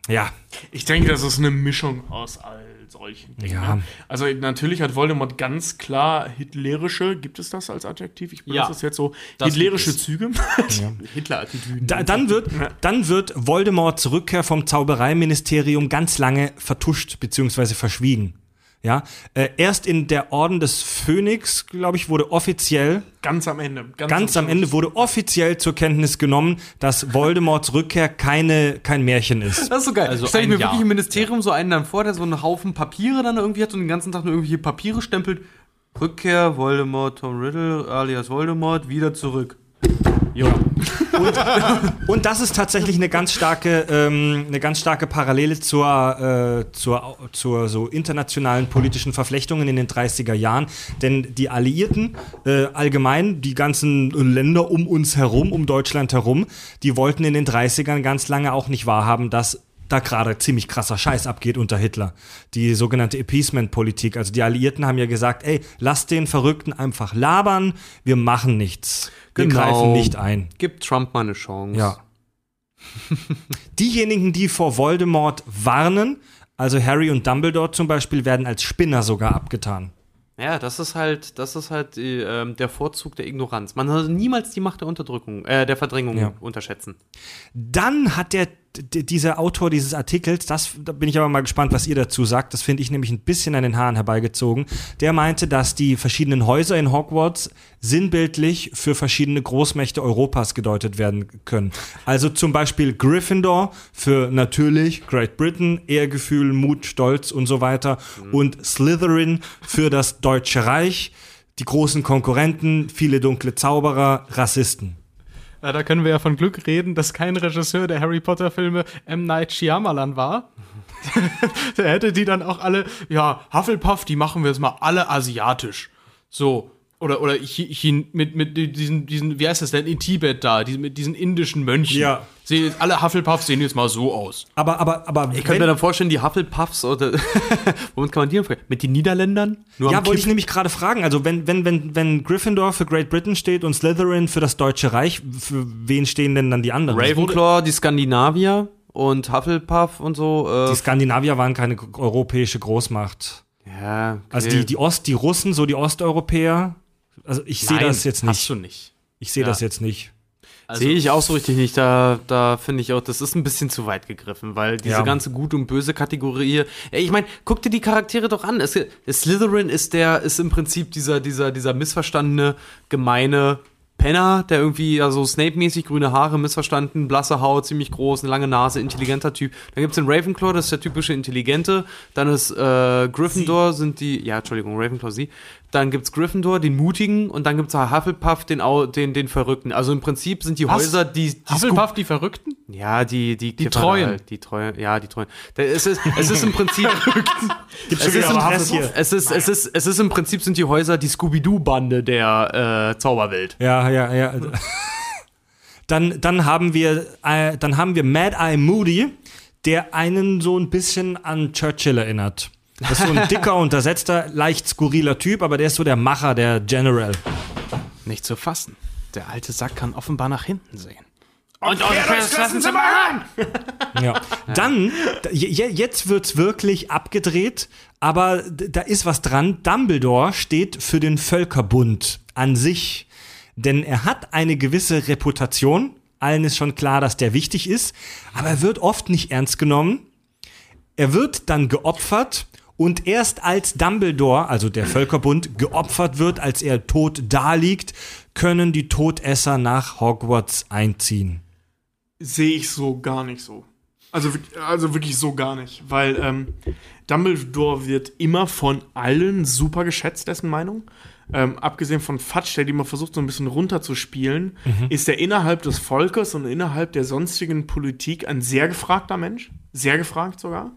[SPEAKER 1] ja,
[SPEAKER 3] Ich denke, das ist eine Mischung aus all solchen Dingen.
[SPEAKER 1] Ja.
[SPEAKER 3] ne? Also natürlich hat Voldemort ganz klar hitlerische, gibt es das als Adjektiv? Ich benutze
[SPEAKER 5] Ja.
[SPEAKER 3] das jetzt so,
[SPEAKER 5] Das
[SPEAKER 3] hitlerische
[SPEAKER 5] gibt
[SPEAKER 3] Züge. <laughs>
[SPEAKER 6] Hitler-Attitüden.
[SPEAKER 1] Da, dann, wird, dann wird Voldemorts Rückkehr vom Zaubereiministerium ganz lange vertuscht bzw. verschwiegen. Ja, äh, erst in der Orden des Phönix, glaube ich, wurde offiziell,
[SPEAKER 3] ganz am Ende.
[SPEAKER 1] ganz am Ende wurde offiziell zur Kenntnis genommen, dass Voldemorts Rückkehr keine, kein Märchen ist.
[SPEAKER 6] Das ist so geil.
[SPEAKER 5] Also
[SPEAKER 6] Stell ich
[SPEAKER 5] ein
[SPEAKER 6] mir
[SPEAKER 5] Jahr.
[SPEAKER 6] wirklich im Ministerium so einen dann vor, der so einen Haufen Papiere dann irgendwie hat und den ganzen Tag nur irgendwelche Papiere stempelt. Rückkehr, Voldemort, Tom Riddle, alias Voldemort, wieder zurück.
[SPEAKER 1] Und das ist tatsächlich eine ganz starke, ähm, eine ganz starke Parallele zur, äh, zur, zur so internationalen politischen Verflechtungen in den 30er Jahren. Denn die Alliierten äh, allgemein, die ganzen Länder um uns herum, um Deutschland herum, die wollten in den 30ern ganz lange auch nicht wahrhaben, dass da gerade ziemlich krasser Scheiß abgeht unter Hitler. Die sogenannte Appeasement-Politik. Also die Alliierten haben ja gesagt, ey, lasst den Verrückten einfach labern, wir machen nichts. Wir
[SPEAKER 6] Genau.
[SPEAKER 1] greifen nicht ein.
[SPEAKER 6] Gibt Trump mal eine Chance.
[SPEAKER 1] Ja. Diejenigen, die vor Voldemort warnen, also Harry und Dumbledore zum Beispiel, werden als Spinner sogar abgetan.
[SPEAKER 6] Ja, das ist halt, das ist halt die, ähm, der Vorzug der Ignoranz. Man sollte niemals die Macht der Unterdrückung, äh, der Verdrängung
[SPEAKER 1] Ja.
[SPEAKER 6] unterschätzen.
[SPEAKER 1] Dann hat der d- dieser Autor dieses Artikels, das da bin ich aber mal gespannt, was ihr dazu sagt. Das finde ich nämlich ein bisschen an den Haaren herbeigezogen. Der meinte, dass die verschiedenen Häuser in Hogwarts sinnbildlich für verschiedene Großmächte Europas gedeutet werden können. Also zum Beispiel Gryffindor für natürlich Great Britain, Ehrgefühl, Mut, Stolz und so weiter
[SPEAKER 6] Mhm.
[SPEAKER 1] und Slytherin für das Deutsche Reich, die großen Konkurrenten, viele dunkle Zauberer, Rassisten.
[SPEAKER 5] Ja, da können wir ja von Glück reden, dass kein Regisseur der Harry Potter-Filme M. Night Shyamalan war. <laughs> der hätte die dann auch alle, ja, Hufflepuff, die machen wir jetzt mal alle asiatisch. So. Oder, oder Chi- Chin, mit, mit diesen, diesen, wie heißt das denn, in Tibet da, diesen, mit diesen indischen Mönchen.
[SPEAKER 1] Ja.
[SPEAKER 5] Sehen jetzt, alle Hufflepuff sehen jetzt mal so aus.
[SPEAKER 1] Aber aber aber
[SPEAKER 6] Ich könnte mir dann vorstellen, die Hufflepuffs oder <laughs> womit kann man die denn Mit den Niederländern? Nur
[SPEAKER 1] Ja, wollte ich nämlich gerade fragen. Also wenn, wenn, wenn, wenn Gryffindor für Great Britain steht und Slytherin für das Deutsche Reich, für wen stehen denn dann die anderen?
[SPEAKER 6] Ravenclaw, die Skandinavier und Hufflepuff und so. Äh,
[SPEAKER 1] Die Skandinavier waren keine gro- europäische Großmacht.
[SPEAKER 6] ja, okay.
[SPEAKER 1] Also die, die Ost, die Russen, so die Osteuropäer. Also ich sehe
[SPEAKER 5] Nein,
[SPEAKER 1] das jetzt
[SPEAKER 5] Hast
[SPEAKER 1] nicht.
[SPEAKER 5] du nicht. Also
[SPEAKER 1] Ich sehe das jetzt nicht.
[SPEAKER 6] sehe ich auch so richtig nicht. Da, da finde ich auch, das ist ein bisschen zu weit gegriffen, weil diese
[SPEAKER 1] Ja.
[SPEAKER 6] ganze gut und böse Kategorie. Ey, ich meine, guck dir die Charaktere doch an. Es, Slytherin ist der, ist im Prinzip dieser, dieser, dieser missverstandene, gemeine Penner, der irgendwie ja, so Snape-mäßig grüne Haare, missverstanden, blasse Haut, ziemlich groß, eine lange Nase, intelligenter Typ. Dann gibt es den Ravenclaw, das ist der typische Intelligente. Dann ist äh, Gryffindor, sind die, ja, Entschuldigung, Ravenclaw, sie. Dann gibt es Gryffindor, den Mutigen, und dann gibt es Hufflepuff, den, Au- den, den Verrückten. Also im Prinzip sind die Häuser, die, die
[SPEAKER 5] Hufflepuff, die Verrückten?
[SPEAKER 6] ja, die, die, die
[SPEAKER 5] Treuen.
[SPEAKER 6] die Treuen, ja, die Treuen. Da- Es ist, es ist im
[SPEAKER 5] <laughs>
[SPEAKER 6] Prinzip.
[SPEAKER 1] Gibt's
[SPEAKER 6] es, ist im,
[SPEAKER 1] Stress hier?
[SPEAKER 6] es, ist, es, ist, es ist im Prinzip sind die Häuser die Scooby-Doo-Bande der äh, Zauberwelt.
[SPEAKER 1] Ja, ja, ja. <laughs> Dann, dann haben wir, äh, dann haben wir Mad Eye Moody, der einen so ein bisschen an Churchill erinnert. Das ist so
[SPEAKER 5] <laughs>
[SPEAKER 1] ein dicker, untersetzter, leicht skurriler Typ, aber der ist so der Macher, der General.
[SPEAKER 5] Nicht zu fassen. Der alte Sack kann offenbar nach hinten sehen.
[SPEAKER 1] Ja. Dann, d- je- jetzt wird's wirklich abgedreht, aber d- da ist was dran. Dumbledore steht für den Völkerbund an sich, denn er hat eine gewisse Reputation. Allen ist schon klar, dass der wichtig ist, aber er wird oft nicht ernst genommen. Er wird dann geopfert und erst als Dumbledore, also der Völkerbund, geopfert wird, als er tot daliegt, können die Todesser nach Hogwarts einziehen.
[SPEAKER 3] sehe ich so gar nicht so. Also, wirk- also wirklich so gar nicht, weil ähm, Dumbledore wird immer von allen super geschätzt, dessen Meinung. Ähm, abgesehen von Fatsch, der die immer versucht, so ein bisschen runterzuspielen, ist er innerhalb des Volkes und innerhalb der sonstigen Politik ein sehr gefragter Mensch. Sehr gefragt sogar.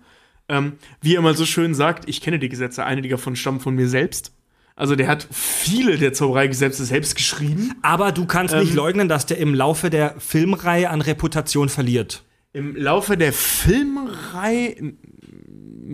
[SPEAKER 3] Ähm, wie er mal so schön sagt, ich kenne die Gesetze, einige davon stammen von mir selbst. Also der hat viele der Zaubereigesetze selbst geschrieben.
[SPEAKER 1] Aber du kannst nicht leugnen, dass der im Laufe der Filmreihe an Reputation verliert.
[SPEAKER 3] Im Laufe der Filmreihe,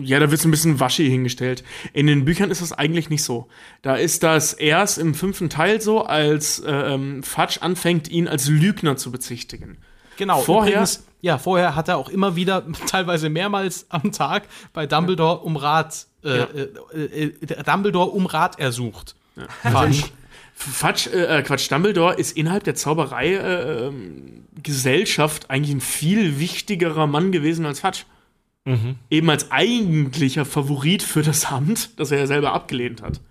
[SPEAKER 3] ja, da wird es ein bisschen waschi hingestellt. In den Büchern ist das eigentlich nicht so. Da ist das erst im fünften Teil so, als äh, ähm, Fatsch anfängt, ihn als Lügner zu bezichtigen.
[SPEAKER 5] Genau,
[SPEAKER 3] Vorher-
[SPEAKER 5] übrigens, ja, vorher hat er auch immer wieder, <laughs> teilweise mehrmals am Tag, bei Dumbledore um Rat, äh, äh, äh, Dumbledore um Rat ersucht. Falsch.
[SPEAKER 3] Fatsch, äh, äh, Quatsch, Dumbledore ist innerhalb der Zauberei äh, ähm, Gesellschaft eigentlich ein viel wichtigerer Mann gewesen als Fatsch. Eben als eigentlicher Favorit für das Amt, das er ja selber abgelehnt hat.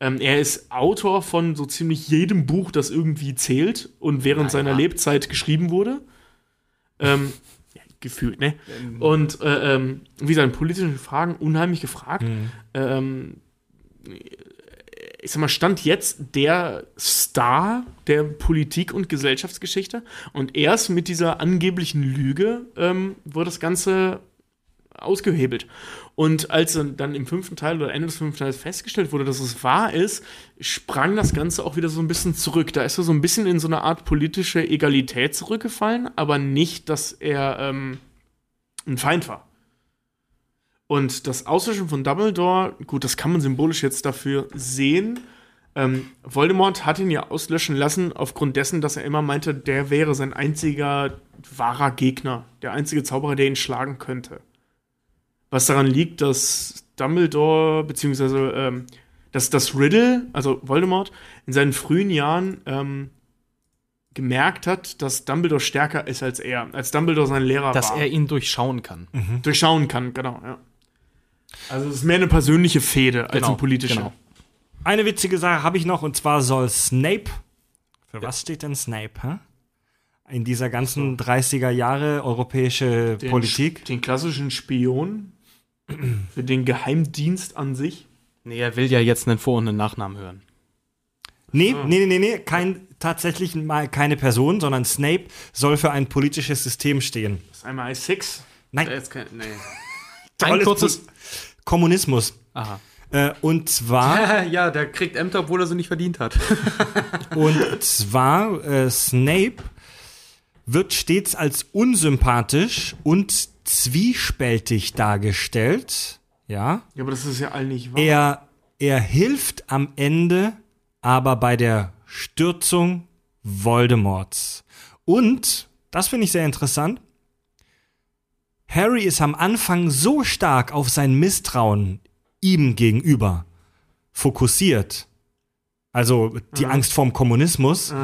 [SPEAKER 3] Ähm, er ist Autor von so ziemlich jedem Buch, das irgendwie zählt und während seiner Lebzeit geschrieben wurde. Ähm, ja, gefühlt, ne? Und äh, ähm, wie gesagt, in politischen Fragen unheimlich gefragt. Ähm, ich sag mal, stand jetzt der Star der Politik- und Gesellschaftsgeschichte. Und erst mit dieser angeblichen Lüge ähm, wurde das Ganze ausgehebelt. Und als dann- dann im fünften Teil oder Ende des fünften Teils festgestellt wurde, dass es wahr ist, sprang das Ganze auch wieder so ein bisschen zurück. Da ist er so ein bisschen in so eine Art politische Egalität zurückgefallen, aber nicht, dass er ähm, ein Feind war. Und das Auslöschen von Dumbledore, gut, das kann man symbolisch jetzt dafür sehen. Ähm, Voldemort hat ihn ja auslöschen lassen, aufgrund dessen, dass er immer meinte, der wäre sein einziger wahrer Gegner, der einzige Zauberer, der ihn schlagen könnte. Was daran liegt, dass Dumbledore, beziehungsweise ähm, dass das Riddle, also Voldemort, in seinen frühen Jahren ähm, gemerkt hat, dass Dumbledore stärker ist als er, als Dumbledore sein Lehrer
[SPEAKER 5] Dass
[SPEAKER 3] war.
[SPEAKER 5] er ihn durchschauen kann.
[SPEAKER 6] Mhm.
[SPEAKER 3] durchschauen kann, genau, ja. Also es ist mehr eine persönliche Fehde als
[SPEAKER 5] Genau,
[SPEAKER 3] eine politische.
[SPEAKER 5] genau.
[SPEAKER 1] Eine witzige Sache habe ich noch und zwar soll Snape. Für was steht denn Snape? Hä? In dieser ganzen 30er Jahre europäische
[SPEAKER 3] Den
[SPEAKER 1] Politik.
[SPEAKER 3] Sch- Den klassischen Spion <clears throat> für den Geheimdienst an sich.
[SPEAKER 5] Nee, er will ja jetzt einen Vor- und einen Nachnamen hören.
[SPEAKER 1] Nee, nee, nee, nee, nee, kein, tatsächlich mal keine Person, sondern Snape soll für ein politisches System stehen.
[SPEAKER 3] Das ist einmal I6.
[SPEAKER 1] Nein,
[SPEAKER 6] Jetzt kein, nee.
[SPEAKER 1] tolles
[SPEAKER 5] kurzes-
[SPEAKER 1] Pol- Kommunismus.
[SPEAKER 5] Aha.
[SPEAKER 1] Äh, und zwar
[SPEAKER 6] <laughs> ja, der kriegt Ämter, obwohl er sie nicht verdient hat.
[SPEAKER 1] Und zwar äh, Snape wird stets als unsympathisch und zwiespältig dargestellt. Ja,
[SPEAKER 3] Ja, aber das ist ja all nicht wahr.
[SPEAKER 1] er, er hilft am Ende aber bei der Stürzung Voldemorts. Und, das finde ich sehr interessant, Harry ist am Anfang so stark auf sein Misstrauen ihm gegenüber fokussiert, also die Angst vorm Kommunismus,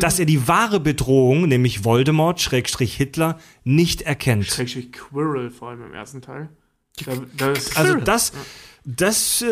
[SPEAKER 1] dass er die wahre Bedrohung, nämlich Voldemort, Schrägstrich Hitler, nicht erkennt.
[SPEAKER 3] Schrägstrich Quirrell, vor allem im ersten Teil. Da, da ist,
[SPEAKER 1] Also das, das äh,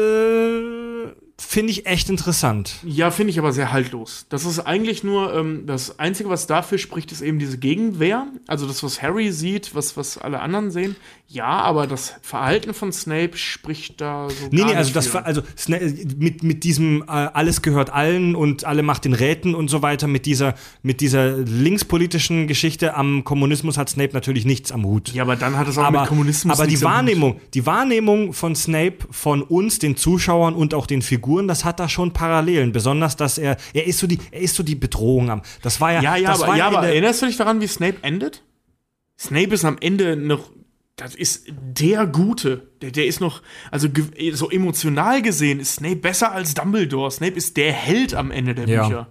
[SPEAKER 1] finde ich echt interessant.
[SPEAKER 3] ja, finde ich aber sehr haltlos. Das ist eigentlich nur ähm, das Einzige, was dafür spricht, ist eben diese Gegenwehr. Also das, was Harry sieht, was, was alle anderen sehen. Ja, aber das Verhalten von Snape spricht da so.
[SPEAKER 1] Nee,
[SPEAKER 3] gar
[SPEAKER 1] nee, also
[SPEAKER 3] nicht
[SPEAKER 1] das
[SPEAKER 3] für.
[SPEAKER 1] war, also Sna- äh, mit, mit diesem äh, alles gehört allen und alle macht den Räten und so weiter, mit dieser, mit dieser linkspolitischen Geschichte am Kommunismus hat Snape natürlich nichts am Hut.
[SPEAKER 3] ja, aber dann hat es auch
[SPEAKER 1] aber,
[SPEAKER 3] mit Kommunismus
[SPEAKER 1] aber die
[SPEAKER 3] nichts am Hut.
[SPEAKER 1] Wahrnehmung, die Wahrnehmung von Snape, von uns, den Zuschauern und auch den Figuren, das hat da schon Parallelen. Besonders, dass er, er ist so die, er ist so die Bedrohung am. Das war ja,
[SPEAKER 3] Ja, ja,
[SPEAKER 1] das
[SPEAKER 3] aber,
[SPEAKER 1] war
[SPEAKER 3] ja, aber
[SPEAKER 1] in der,
[SPEAKER 3] erinnerst du dich daran, wie Snape endet? Snape ist am Ende noch. Das ist der Gute. Der, der ist noch. Also ge- so emotional gesehen ist Snape besser als Dumbledore. Snape ist der Held am Ende der
[SPEAKER 1] Ja.
[SPEAKER 3] Bücher.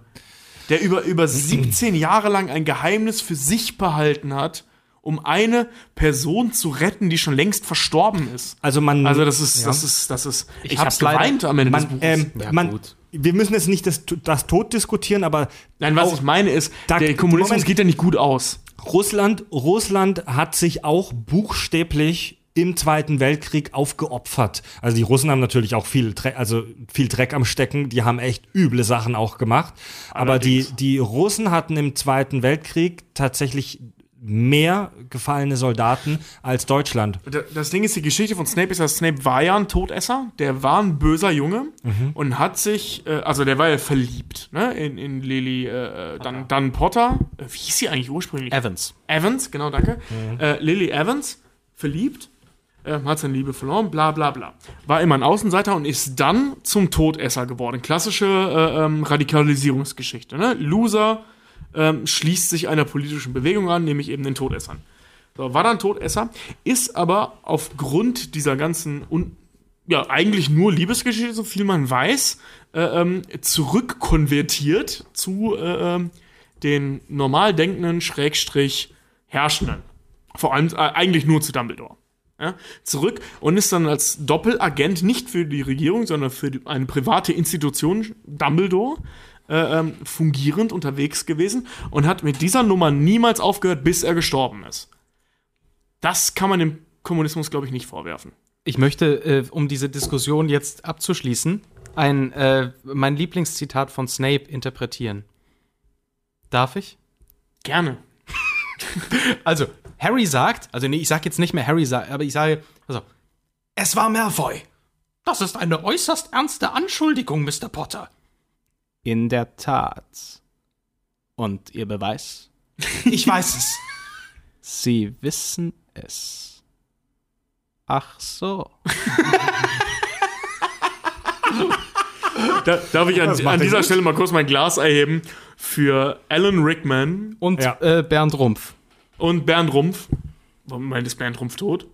[SPEAKER 3] Der über, über 17 Jahre lang ein Geheimnis für sich behalten hat, um eine Person zu retten, die schon längst verstorben ist.
[SPEAKER 1] also man,
[SPEAKER 3] Also das ist, das ist, das ist. Ich, hab's geweint am Ende des
[SPEAKER 1] man,
[SPEAKER 3] Buches.
[SPEAKER 1] ähm,
[SPEAKER 5] Ja,
[SPEAKER 1] man,
[SPEAKER 5] gut.
[SPEAKER 1] wir müssen jetzt nicht das, das Tod diskutieren, aber
[SPEAKER 3] Nein, was
[SPEAKER 1] auch-
[SPEAKER 3] ich meine ist,
[SPEAKER 1] Da-
[SPEAKER 3] der Kommunismus
[SPEAKER 1] Moment.
[SPEAKER 3] geht ja nicht gut aus.
[SPEAKER 1] Russland, Russland hat sich auch buchstäblich im Zweiten Weltkrieg aufgeopfert. Also die Russen haben natürlich auch viel, Dre also viel Dreck am Stecken. Die haben echt üble Sachen auch gemacht. Aber die, die Russen hatten im Zweiten Weltkrieg tatsächlich mehr gefallene Soldaten als Deutschland.
[SPEAKER 3] Da- Das Ding ist, die Geschichte von Snape ist, dass Snape war ja ein Todesser, der war ein böser Junge und hat sich, äh, also der war ja verliebt, ne, in, in Lily, äh, äh, dann, dann Potter, äh, wie hieß sie eigentlich ursprünglich?
[SPEAKER 5] <laughs> Evans.
[SPEAKER 3] Evans, genau, danke. Äh, Lily Evans, verliebt, äh, hat seine Liebe verloren, bla bla bla. War immer ein Außenseiter und ist dann zum Todesser geworden. Klassische äh, ähm, Radikalisierungsgeschichte. Ne? Loser ähm, schließt sich einer politischen Bewegung an, nämlich eben den Todessern. So, war dann Todesser, ist aber aufgrund dieser ganzen un ja, eigentlich nur Liebesgeschichte, so viel man weiß, äh, ähm, zurückkonvertiert zu äh, ähm, den normal denkenden Schrägstrich Herrschenden. Vor allem äh, eigentlich nur zu Dumbledore. Ja, zurück und ist dann als Doppelagent nicht für die Regierung, sondern für die, eine private Institution, Dumbledore, äh, ähm, fungierend unterwegs gewesen und hat mit dieser Nummer niemals aufgehört, bis er gestorben ist. Das kann man dem Kommunismus, glaube ich, nicht vorwerfen.
[SPEAKER 5] Ich möchte, äh, um diese Diskussion jetzt abzuschließen, ein, äh, mein Lieblingszitat von Snape interpretieren. Darf ich?
[SPEAKER 3] Gerne.
[SPEAKER 5] Also, Harry sagt, also nee, ich sag jetzt nicht mehr Harry, sa- aber ich sage, also, es war Malfoy. Das ist eine äußerst ernste Anschuldigung, Mr. Potter. In der Tat. Und Ihr Beweis? Ich weiß es. Sie wissen es. Ach so.
[SPEAKER 3] Da, darf ich an, an dieser Stelle mal kurz mein Glas erheben für Alan Rickman
[SPEAKER 5] Und
[SPEAKER 1] Ja.
[SPEAKER 5] äh, Bernd Rumpf.
[SPEAKER 3] und Bernd Rumpf. Moment, ist Bernd Rumpf tot?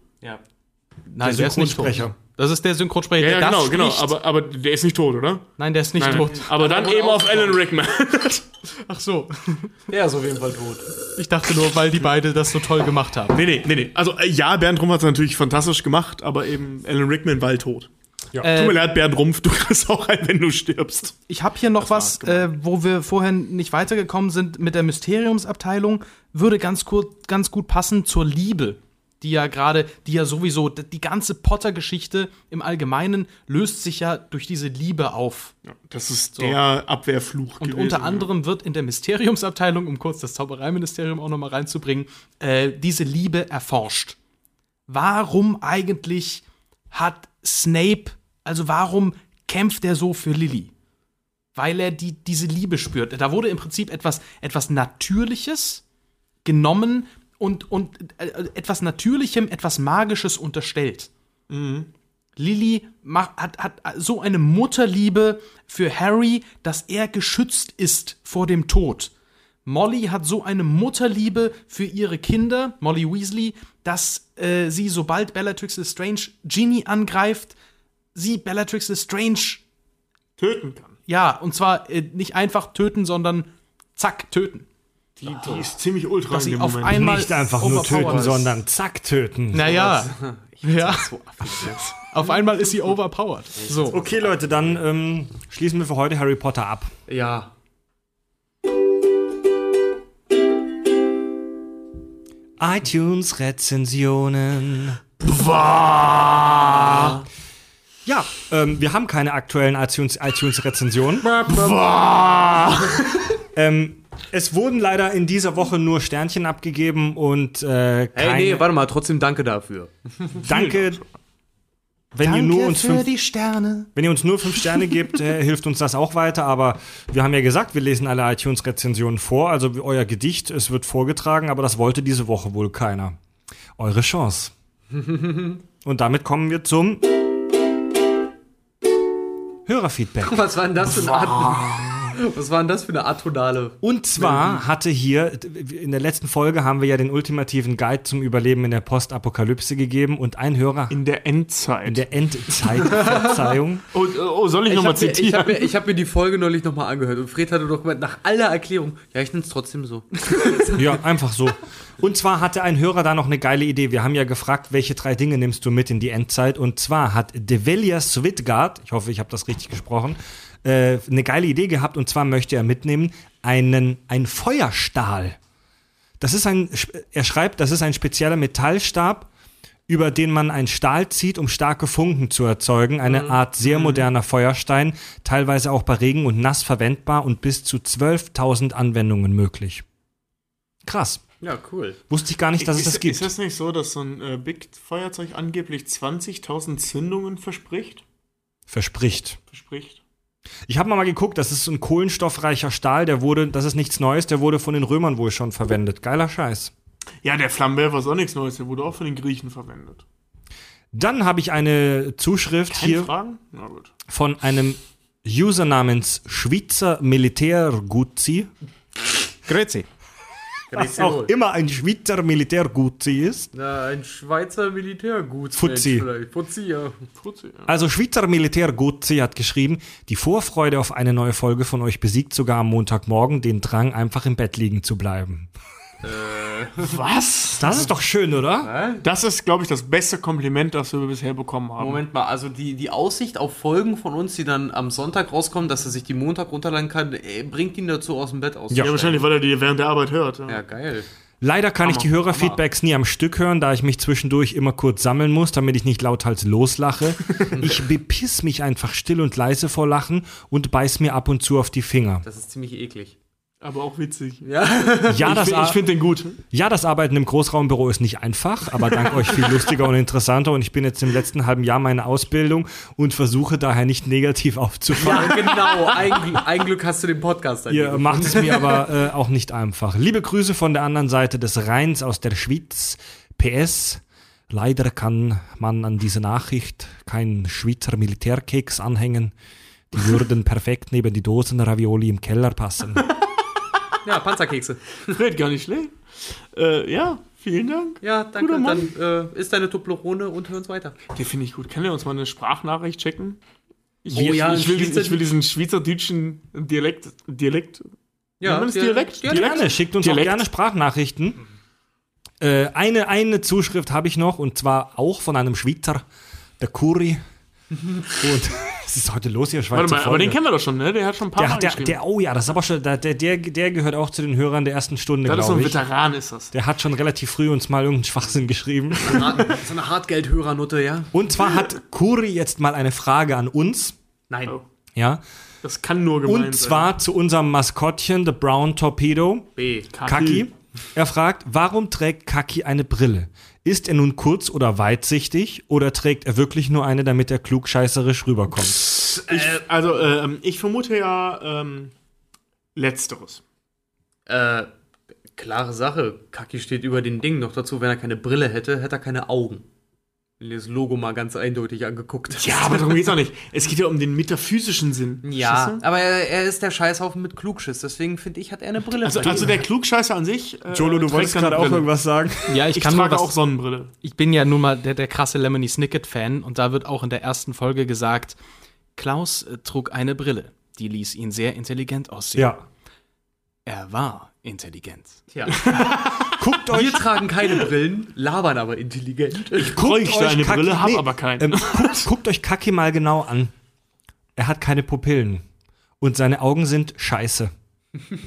[SPEAKER 5] Nein,
[SPEAKER 1] Der
[SPEAKER 5] der ist nicht tot.
[SPEAKER 1] Synchronsprecher.
[SPEAKER 5] Das ist der Synchronsprecher.
[SPEAKER 3] Ja, ja
[SPEAKER 5] der
[SPEAKER 3] genau,
[SPEAKER 5] das
[SPEAKER 3] genau.
[SPEAKER 5] spricht.
[SPEAKER 3] Aber, aber der ist nicht tot, oder?
[SPEAKER 5] Nein, der ist nicht
[SPEAKER 3] Nein,
[SPEAKER 5] tot.
[SPEAKER 3] Aber dann eben auf Alan <laughs> Rickman.
[SPEAKER 5] Ach so.
[SPEAKER 4] Der ist auf jeden Fall tot.
[SPEAKER 5] Ich dachte nur, weil die beide das so toll gemacht haben.
[SPEAKER 3] Nee, nee, nee, nee. Also, äh, ja, Bernd Rumpf hat es natürlich fantastisch gemacht, aber eben Alan Rickman war halt tot.
[SPEAKER 5] Äh,
[SPEAKER 9] Tut mir leid, Bernd Rumpf, du kriegst auch ein, wenn du stirbst.
[SPEAKER 5] Ich habe hier noch was, äh, wo wir vorhin nicht weitergekommen sind mit der Mysteriumsabteilung, würde ganz kurz, ganz gut passen zur Liebe, die ja gerade, die ja sowieso, d- die ganze Potter-Geschichte im Allgemeinen löst sich ja durch diese Liebe auf.
[SPEAKER 9] Das ist der Abwehrfluch
[SPEAKER 5] Und unter anderem wird in der Mysteriumsabteilung, um kurz das Zaubereiministerium auch nochmal reinzubringen, äh, diese Liebe erforscht. Warum eigentlich hat Snape, also warum kämpft er so für Lily? Weil er die, diese Liebe spürt. Da wurde im Prinzip etwas, etwas Natürliches genommen und, und äh, äh, etwas Natürlichem, etwas Magisches unterstellt. Lily macht, hat, hat so eine Mutterliebe für Harry, dass er geschützt ist vor dem Tod. Molly hat so eine Mutterliebe für ihre Kinder, Molly Weasley, dass äh, sie, sobald Bellatrix Lestrange Ginny angreift, sie Bellatrix Lestrange
[SPEAKER 3] Töten kann.
[SPEAKER 5] ja, und zwar äh, nicht einfach töten, sondern zack, töten.
[SPEAKER 3] Die, die ist ziemlich ultra in
[SPEAKER 5] Dass sie
[SPEAKER 3] dem
[SPEAKER 5] auf
[SPEAKER 3] Moment.
[SPEAKER 5] einmal
[SPEAKER 1] Nicht einfach nur
[SPEAKER 5] overpowered
[SPEAKER 1] töten,
[SPEAKER 5] ist. Ne.
[SPEAKER 1] sondern zack töten.
[SPEAKER 5] Naja. Ja. Auf einmal ist sie overpowered. So.
[SPEAKER 1] Okay, Leute, dann ähm, schließen wir für heute Harry Potter ab.
[SPEAKER 6] Ja.
[SPEAKER 1] iTunes-Rezensionen. Ja, ähm, wir haben keine aktuellen iTunes- iTunes-Rezensionen. ähm, es wurden leider in dieser Woche nur Sternchen abgegeben und äh,
[SPEAKER 6] Hey,
[SPEAKER 1] keine,
[SPEAKER 6] nee, warte mal, trotzdem danke dafür.
[SPEAKER 1] danke, wenn ihr nur uns fünf
[SPEAKER 5] die Sterne.
[SPEAKER 1] Wenn ihr uns nur fünf Sterne gebt, äh, hilft uns das auch weiter. Aber wir haben ja gesagt, wir lesen alle iTunes-Rezensionen vor. Also euer Gedicht, es wird vorgetragen, aber das wollte diese Woche wohl keiner. Eure Chance. Und damit kommen wir zum Hörerfeedback.
[SPEAKER 6] Was war denn das für eine Art? Was war denn das für eine atonale?
[SPEAKER 1] Und zwar hatte hier, in der letzten Folge haben wir ja den ultimativen Guide zum Überleben in der Postapokalypse gegeben und ein Hörer in
[SPEAKER 3] In der Endzeit.
[SPEAKER 1] der Endzeit, Verzeihung,
[SPEAKER 3] oh, oh, soll ich,
[SPEAKER 6] Ich
[SPEAKER 3] nochmal
[SPEAKER 6] habe mir, ich
[SPEAKER 3] zitieren?
[SPEAKER 6] hab mir, ich hab mir die Folge neulich nochmal angehört und Fred hatte doch gemeint, nach aller Erklärung, ja, ich nenn's trotzdem so.
[SPEAKER 1] Ja, einfach so. Und zwar hatte ein Hörer da noch eine geile Idee. Wir haben ja gefragt, welche drei Dinge nimmst du mit in die Endzeit? Und zwar hat Develia Swidgard, ich hoffe, ich habe das richtig gesprochen, äh, eine geile Idee gehabt. Und zwar möchte er mitnehmen einen, einen Feuerstahl. Das ist ein, er schreibt, das ist ein spezieller Metallstab, über den man einen Stahl zieht, um starke Funken zu erzeugen. Eine Art sehr moderner Feuerstein, teilweise auch bei Regen und Nass verwendbar und bis zu 12.000 Anwendungen möglich. Krass.
[SPEAKER 6] Ja, cool.
[SPEAKER 1] Wusste ich gar nicht, dass es das
[SPEAKER 3] ist,
[SPEAKER 1] gibt.
[SPEAKER 3] ist das nicht so, dass so ein äh, Big-Feuerzeug angeblich 20.000 Zündungen verspricht?
[SPEAKER 1] Verspricht.
[SPEAKER 3] Verspricht.
[SPEAKER 1] Ich habe mal geguckt, das ist ein kohlenstoffreicher Stahl, der wurde, das ist nichts Neues, der wurde von den Römern wohl schon verwendet. Geiler Scheiß.
[SPEAKER 3] Ja, der Flammenwerfer ist auch nichts Neues, der wurde auch von den Griechen verwendet.
[SPEAKER 1] Dann habe ich eine Zuschrift
[SPEAKER 3] Keine
[SPEAKER 1] hier
[SPEAKER 3] Fragen? Na gut.
[SPEAKER 1] von einem User namens Schweizer Militärguzzi.
[SPEAKER 5] Grüezi.
[SPEAKER 1] Was auch immer ein Schweizer Militärguzzi ist.
[SPEAKER 6] Na, ein Schweizer Militärgut.
[SPEAKER 1] Fuzzi.
[SPEAKER 6] vielleicht. Fuzzi, ja.
[SPEAKER 3] Fuzzi, ja.
[SPEAKER 1] Also Schweizer Militär Gutzi hat geschrieben, die Vorfreude auf eine neue Folge von euch besiegt sogar am Montagmorgen den Drang, einfach im Bett liegen zu bleiben.
[SPEAKER 3] Was?
[SPEAKER 1] Das ist doch schön, oder?
[SPEAKER 3] Das ist, glaube ich, das beste Kompliment, das wir bisher bekommen haben.
[SPEAKER 6] Moment mal, also die, die Aussicht auf Folgen von uns, die dann am Sonntag rauskommen, dass er sich die Montag runterladen kann, äh, bringt ihn dazu aus dem Bett aus.
[SPEAKER 3] Ja, wahrscheinlich, weil er die während der Arbeit hört. Ja.
[SPEAKER 6] Ja, geil.
[SPEAKER 1] Leider kann ich die Hörerfeedbacks nie am Stück hören, da ich mich zwischendurch immer kurz sammeln muss, damit ich nicht lauthals
[SPEAKER 3] <laughs>
[SPEAKER 1] loslache. ich bepiss mich einfach still und leise vor Lachen und beiß mir ab und zu auf die Finger.
[SPEAKER 6] Das ist ziemlich eklig. <laughs>
[SPEAKER 3] Aber auch witzig.
[SPEAKER 1] Ja, das
[SPEAKER 3] ich
[SPEAKER 1] Ar-
[SPEAKER 3] ich finde den gut.
[SPEAKER 1] Ja, das Arbeiten im Großraumbüro ist nicht einfach, aber dank euch viel lustiger und interessanter. Und ich bin jetzt im letzten halben Jahr meine Ausbildung und versuche daher nicht negativ aufzufallen.
[SPEAKER 6] genau, ein, Gl- ein Glück hast du den Podcast
[SPEAKER 1] Ihr macht es mir aber äh, auch nicht einfach. Liebe Grüße von der anderen Seite des Rheins aus der Schweiz. PS. Leider kann man an diese Nachricht keinen Schweizer Militärkeks anhängen.
[SPEAKER 5] <laughs>
[SPEAKER 1] Die würden perfekt neben die Dosen Ravioli im Keller passen.
[SPEAKER 6] Ja, Panzerkekse.
[SPEAKER 3] Fred, gar nicht schlecht. Äh, ja, vielen Dank.
[SPEAKER 6] Ja, danke.
[SPEAKER 3] Guter Mann.
[SPEAKER 6] Dann äh, ist deine Toblerone und hör uns weiter.
[SPEAKER 3] Den finde ich gut. Kann er uns mal eine Sprachnachricht checken? Ich,
[SPEAKER 6] Oh ja,
[SPEAKER 3] ich, will, diesen-
[SPEAKER 6] Schweizer-
[SPEAKER 3] ich will diesen schweizerdeutschen Dialekt. Dialekt? nennt man das
[SPEAKER 6] dir-
[SPEAKER 3] Dialekt?
[SPEAKER 6] Ja,
[SPEAKER 3] Dialekt?
[SPEAKER 1] Gerne, schickt uns
[SPEAKER 3] Dialekt.
[SPEAKER 1] auch gerne Sprachnachrichten. Äh, eine, eine Zuschrift habe ich noch und zwar auch von einem Schweizer, der Kuri. Und <laughs> was ist heute los hier, Schweizer
[SPEAKER 5] Mhm. Warte mal, aber
[SPEAKER 1] Folge?
[SPEAKER 5] den kennen wir doch schon, ne? Der hat schon ein paar
[SPEAKER 1] der,
[SPEAKER 5] Mal
[SPEAKER 1] hat- der,
[SPEAKER 5] geschrieben.
[SPEAKER 1] der, oh ja, das ist aber schon, der, der, der der gehört auch zu den Hörern der ersten Stunde,
[SPEAKER 5] das ist so ein
[SPEAKER 1] glaube ich.
[SPEAKER 5] Veteran, ist das.
[SPEAKER 1] Der hat schon relativ früh uns mal irgendeinen Schwachsinn
[SPEAKER 5] <laughs>
[SPEAKER 1] geschrieben.
[SPEAKER 6] So eine Hartgeldhörernutte, ja?
[SPEAKER 1] Und zwar hat Kuri jetzt mal eine Frage an uns. Oh.
[SPEAKER 6] Nein.
[SPEAKER 1] Ja.
[SPEAKER 5] Das kann nur gemeint
[SPEAKER 1] Und zwar zu unserem Maskottchen, The Brown Torpedo.
[SPEAKER 6] B.
[SPEAKER 1] Kaki. Er fragt, warum trägt Kaki eine Brille? Ist er nun kurz- oder weitsichtig oder trägt er wirklich nur eine, damit er klugscheißerisch rüberkommt?
[SPEAKER 3] Ich, also, ähm, ich vermute ja ähm, Letzteres.
[SPEAKER 6] Äh, klare Sache. Kaki steht über den Ding. Noch dazu, wenn er keine Brille hätte, hätte er keine Augen. Wenn ihr das Logo mal ganz eindeutig angeguckt habt. <laughs>
[SPEAKER 3] Ja, aber darum geht's auch nicht. Es geht ja um den metaphysischen Sinn.
[SPEAKER 6] Ja,
[SPEAKER 3] Verstehst
[SPEAKER 6] aber er, er ist der Scheißhaufen mit Klugschiss. Deswegen finde ich, hat er eine Brille.
[SPEAKER 3] du? Also, also der Klugscheißer an sich. Äh,
[SPEAKER 1] Jolo, du
[SPEAKER 3] trägt
[SPEAKER 1] wolltest
[SPEAKER 3] keine
[SPEAKER 1] gerade auch
[SPEAKER 3] Brille.
[SPEAKER 1] irgendwas sagen.
[SPEAKER 5] Ja, ich,
[SPEAKER 3] Ich
[SPEAKER 5] kann nur
[SPEAKER 3] trage
[SPEAKER 5] was,
[SPEAKER 3] auch Sonnenbrille.
[SPEAKER 5] Ich bin ja nun mal der, der krasse Lemony Snicket-Fan und da wird auch in der ersten Folge gesagt, Klaus äh, trug eine Brille. Die ließ ihn sehr intelligent aussehen.
[SPEAKER 1] Ja.
[SPEAKER 5] Er war intelligent.
[SPEAKER 6] Tja.
[SPEAKER 5] <laughs>
[SPEAKER 6] Guckt euch. Wir tragen keine Brillen, labern aber intelligent. Ich
[SPEAKER 3] Bräuchte eine Brille, hab aber keine. <laughs>
[SPEAKER 1] Ähm, guckt, guckt euch Kaki mal genau an. Er hat keine Pupillen. Und seine Augen sind scheiße.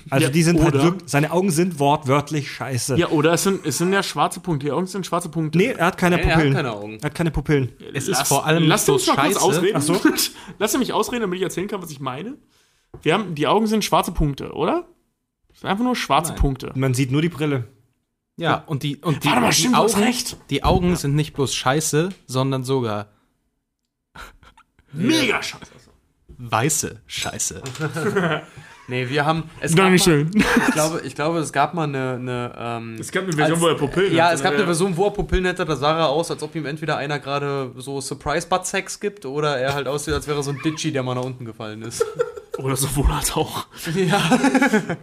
[SPEAKER 1] Also
[SPEAKER 3] Ja,
[SPEAKER 1] die sind halt
[SPEAKER 3] oder-
[SPEAKER 1] wirklich, seine Augen sind wortwörtlich scheiße.
[SPEAKER 3] Ja, oder es sind, es sind ja schwarze Punkte. Ja, irgendwas sind schwarze Punkte.
[SPEAKER 1] Nee, er hat keine
[SPEAKER 6] er hat
[SPEAKER 1] Pupillen.
[SPEAKER 6] keine Augen.
[SPEAKER 1] Er hat keine Pupillen.
[SPEAKER 5] Es ist vor allem
[SPEAKER 3] Lass
[SPEAKER 5] so
[SPEAKER 3] mich mal kurz
[SPEAKER 5] scheiße.
[SPEAKER 3] ausreden. <laughs> Lass mich ausreden, damit ich erzählen kann, was ich meine. Wir haben, die Augen sind schwarze Punkte, oder? Das sind einfach nur schwarze Punkte.
[SPEAKER 1] Man sieht nur die Brille.
[SPEAKER 5] Ja, und die, und die,
[SPEAKER 3] Warte mal,
[SPEAKER 5] die
[SPEAKER 3] stimmt, du hast
[SPEAKER 5] Augen,
[SPEAKER 3] recht.
[SPEAKER 5] Die Augen sind nicht bloß scheiße, sondern sogar
[SPEAKER 3] Mega scheiße.
[SPEAKER 5] weiße Scheiße.
[SPEAKER 6] Nee, wir haben. Es gab
[SPEAKER 3] Dankeschön.
[SPEAKER 6] Mal, ich, glaube, ich glaube, es gab mal eine. eine ähm,
[SPEAKER 3] Es gab eine Version, wo er Pupillen
[SPEAKER 6] Ja,
[SPEAKER 3] hatte,
[SPEAKER 6] es gab
[SPEAKER 3] ne?
[SPEAKER 6] eine Version, wo er Pupillen hätte. Da sah er aus, als ob ihm entweder einer gerade so Surprise-Butt-Sex gibt oder er halt aussieht, als wäre so ein Ditchy, der mal nach unten gefallen ist.
[SPEAKER 3] Oder sowohl als auch.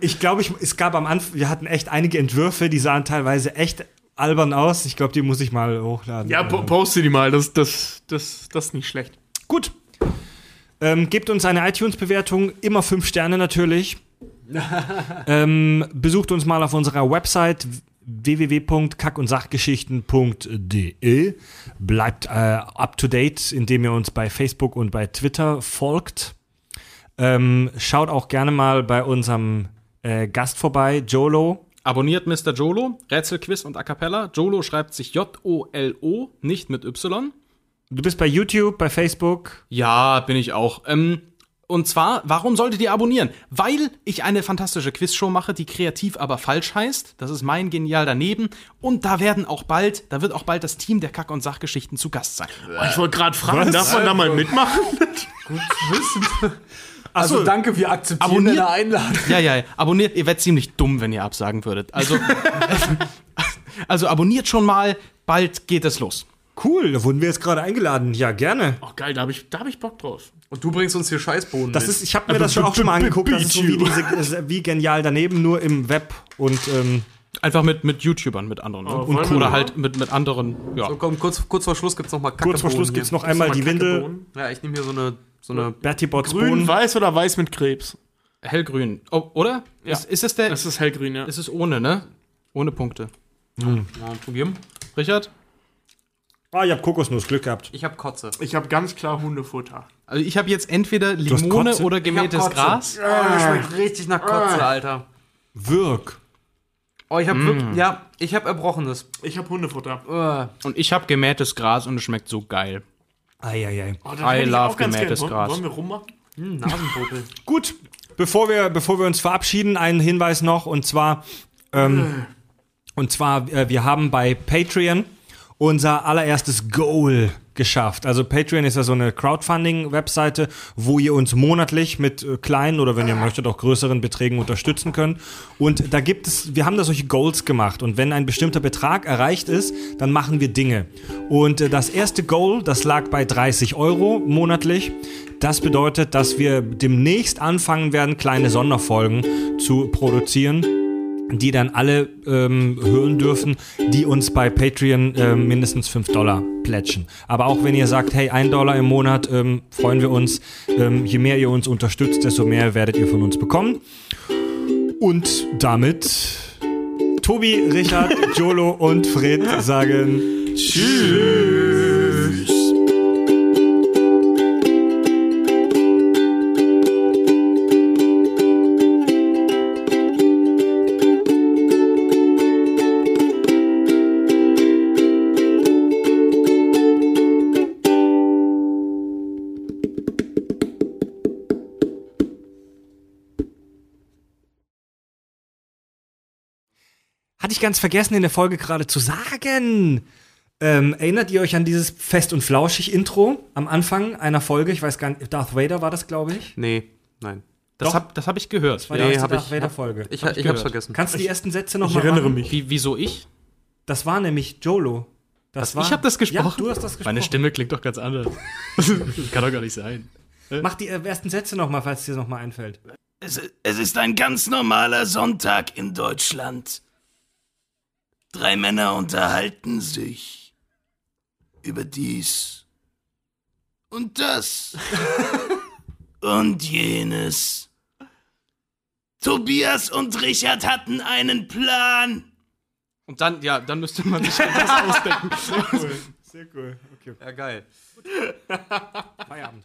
[SPEAKER 1] Ich glaube, ich, es gab am Anfang, wir hatten echt einige Entwürfe, die sahen teilweise echt albern aus. Ich glaube, die muss ich mal hochladen.
[SPEAKER 3] Ja,
[SPEAKER 1] Äh,
[SPEAKER 3] po poste die mal. Das, das, das, das ist nicht schlecht.
[SPEAKER 1] Gut. Ähm, gebt uns eine iTunes-Bewertung, immer fünf Sterne <laughs> natürlich. ähm, besucht uns mal auf unserer Website www.kackundsachgeschichten.de. Bleibt äh, up to date, indem ihr uns bei Facebook und bei Twitter folgt. Ähm, schaut auch gerne mal bei unserem äh, Gast vorbei, Jolo.
[SPEAKER 5] Abonniert Mr. Jolo, Rätselquiz und A Cappella. Jolo schreibt sich J-O-L-O, nicht mit Y.
[SPEAKER 1] Du bist bei YouTube, bei Facebook.
[SPEAKER 5] Ja, bin ich auch. Ähm, und zwar, warum solltet ihr abonnieren? Weil ich eine fantastische Quizshow mache, die kreativ aber falsch heißt. Das ist mein Genial daneben. Und da werden auch bald, da wird auch bald das Team der Kack- und Sachgeschichten zu Gast sein.
[SPEAKER 9] Ich wollte gerade fragen, darf man da mal mitmachen?
[SPEAKER 3] <laughs>
[SPEAKER 4] Also danke, wir akzeptieren
[SPEAKER 5] Abonniert-
[SPEAKER 4] deine Einladung.
[SPEAKER 5] Ja, ja, ja. abonniert. Ihr werdet ziemlich dumm, wenn ihr absagen
[SPEAKER 6] <laughs>
[SPEAKER 5] würdet. Also, <laughs> also abonniert schon mal. Bald geht es los.
[SPEAKER 1] Cool, da wurden wir jetzt gerade eingeladen. Ja, gerne.
[SPEAKER 3] Ach geil, da habe ich, da hab ich Bock drauf.
[SPEAKER 6] Und du bringst uns hier Scheißbohnen.
[SPEAKER 1] Das ist, ich habe mir das schon auch schon mal angeguckt, das ist so wie, diese, das ist wie genial daneben, nur im Web und ähm,
[SPEAKER 5] Einfach mit, mit YouTubern, mit anderen. ne?
[SPEAKER 3] wollen wir
[SPEAKER 5] Oder
[SPEAKER 3] mal?
[SPEAKER 5] halt mit, mit anderen. Ja.
[SPEAKER 6] So, komm, kurz, kurz vor Schluss gibt's noch mal Kacke.
[SPEAKER 1] kurz vor Schluss gibt's noch einmal die Windel,
[SPEAKER 6] Ja, ich nehme hier so eine. So eine
[SPEAKER 1] Bertie Botts
[SPEAKER 3] Grün,
[SPEAKER 1] Bohnen.
[SPEAKER 3] weiß oder weiß mit Krebs?
[SPEAKER 5] Hellgrün. Oh, oder? Ist, ist es der?
[SPEAKER 3] Das ist hellgrün, ja.
[SPEAKER 5] es ist ohne, ne? Ohne Punkte.
[SPEAKER 6] mal probieren.
[SPEAKER 5] Richard?
[SPEAKER 1] Ah, ich habe Kokosnuss, Glück gehabt.
[SPEAKER 6] Ich hab Kotze.
[SPEAKER 3] Ich habe ganz klar Hundefutter.
[SPEAKER 5] Also ich habe jetzt entweder
[SPEAKER 1] hast
[SPEAKER 5] Limone
[SPEAKER 1] Kotze?
[SPEAKER 5] oder
[SPEAKER 6] Ich hab
[SPEAKER 5] gemähtes
[SPEAKER 6] Kotze.
[SPEAKER 5] Gras.
[SPEAKER 6] Oh, das schmeckt richtig nach Kotze,
[SPEAKER 1] Ah.
[SPEAKER 6] Alter.
[SPEAKER 1] Wirk.
[SPEAKER 6] Oh, ich hab
[SPEAKER 4] Mm.
[SPEAKER 6] wirklich. Ja, ich hab Erbrochenes.
[SPEAKER 3] Ich habe Hundefutter. Oh,
[SPEAKER 6] Uh,
[SPEAKER 5] Und ich habe gemähtes Gras und es schmeckt so geil.
[SPEAKER 1] Eieiei.
[SPEAKER 3] Oh, das
[SPEAKER 5] I
[SPEAKER 3] hätte ich
[SPEAKER 5] love
[SPEAKER 3] auch ganz gern.
[SPEAKER 5] gemähtes
[SPEAKER 3] Wollen-
[SPEAKER 5] Gras. Hm,
[SPEAKER 3] Wollen wir rummachen? <laughs>
[SPEAKER 6] Nasenpopel.
[SPEAKER 1] Gut, bevor wir, bevor wir uns verabschieden, einen Hinweis noch und zwar, ähm, und zwar, äh, wir haben bei Patreon unser allererstes Goal geschafft. Also Patreon ist ja so eine Crowdfunding-Webseite, wo ihr uns monatlich mit äh, kleinen oder wenn ihr möchtet auch größeren Beträgen unterstützen könnt. Und da gibt es, wir haben da solche Goals gemacht. Und wenn ein bestimmter Betrag erreicht ist, dann machen wir Dinge. Und äh, das erste Goal, das lag bei 30 Euro monatlich. Das bedeutet, dass wir demnächst anfangen werden, kleine Sonderfolgen zu produzieren die dann alle ähm, hören dürfen, die uns bei Patreon ähm, mindestens 5 Dollar plätschen. Aber auch wenn ihr sagt, hey, 1 Dollar im Monat, ähm, freuen wir uns. Ähm, je mehr ihr uns unterstützt, desto mehr werdet ihr von uns bekommen. Und damit Tobi, Richard,
[SPEAKER 4] <laughs>
[SPEAKER 1] Jolo und Fred sagen Tschüss. Hatte ich ganz vergessen in der Folge gerade zu sagen. Ähm, erinnert ihr euch an dieses Fest und Flauschig-Intro am Anfang einer Folge? Ich weiß gar nicht, Darth Vader war das, glaube ich.
[SPEAKER 4] Nee, nein.
[SPEAKER 10] Das habe das hab ich gehört.
[SPEAKER 1] War
[SPEAKER 10] ja.
[SPEAKER 1] die erste
[SPEAKER 4] hab
[SPEAKER 1] Darth
[SPEAKER 4] ich-
[SPEAKER 1] Vader-Folge.
[SPEAKER 4] Ich, ich,
[SPEAKER 10] gehört.
[SPEAKER 4] hab's vergessen.
[SPEAKER 1] Kannst du die ersten Sätze noch
[SPEAKER 6] Ich
[SPEAKER 1] mal
[SPEAKER 6] erinnere
[SPEAKER 1] machen?
[SPEAKER 6] mich.
[SPEAKER 10] Wie, wieso ich?
[SPEAKER 1] Das war nämlich Jolo. Das
[SPEAKER 10] Ich habe das gesprochen.
[SPEAKER 1] Ja, du hast das gesprochen.
[SPEAKER 10] Meine Stimme klingt doch ganz anders. das kann doch gar nicht sein.
[SPEAKER 1] Mach die äh, ersten Sätze noch mal, falls es dir noch mal einfällt.
[SPEAKER 10] Es, es ist ein ganz normaler Sonntag in Deutschland. Drei Männer unterhalten sich über dies und das und jenes. Tobias und Richard hatten einen Plan. Und dann, ja, dann müsste man sich das ausdenken.
[SPEAKER 4] Ja, geil.
[SPEAKER 1] Feierabend.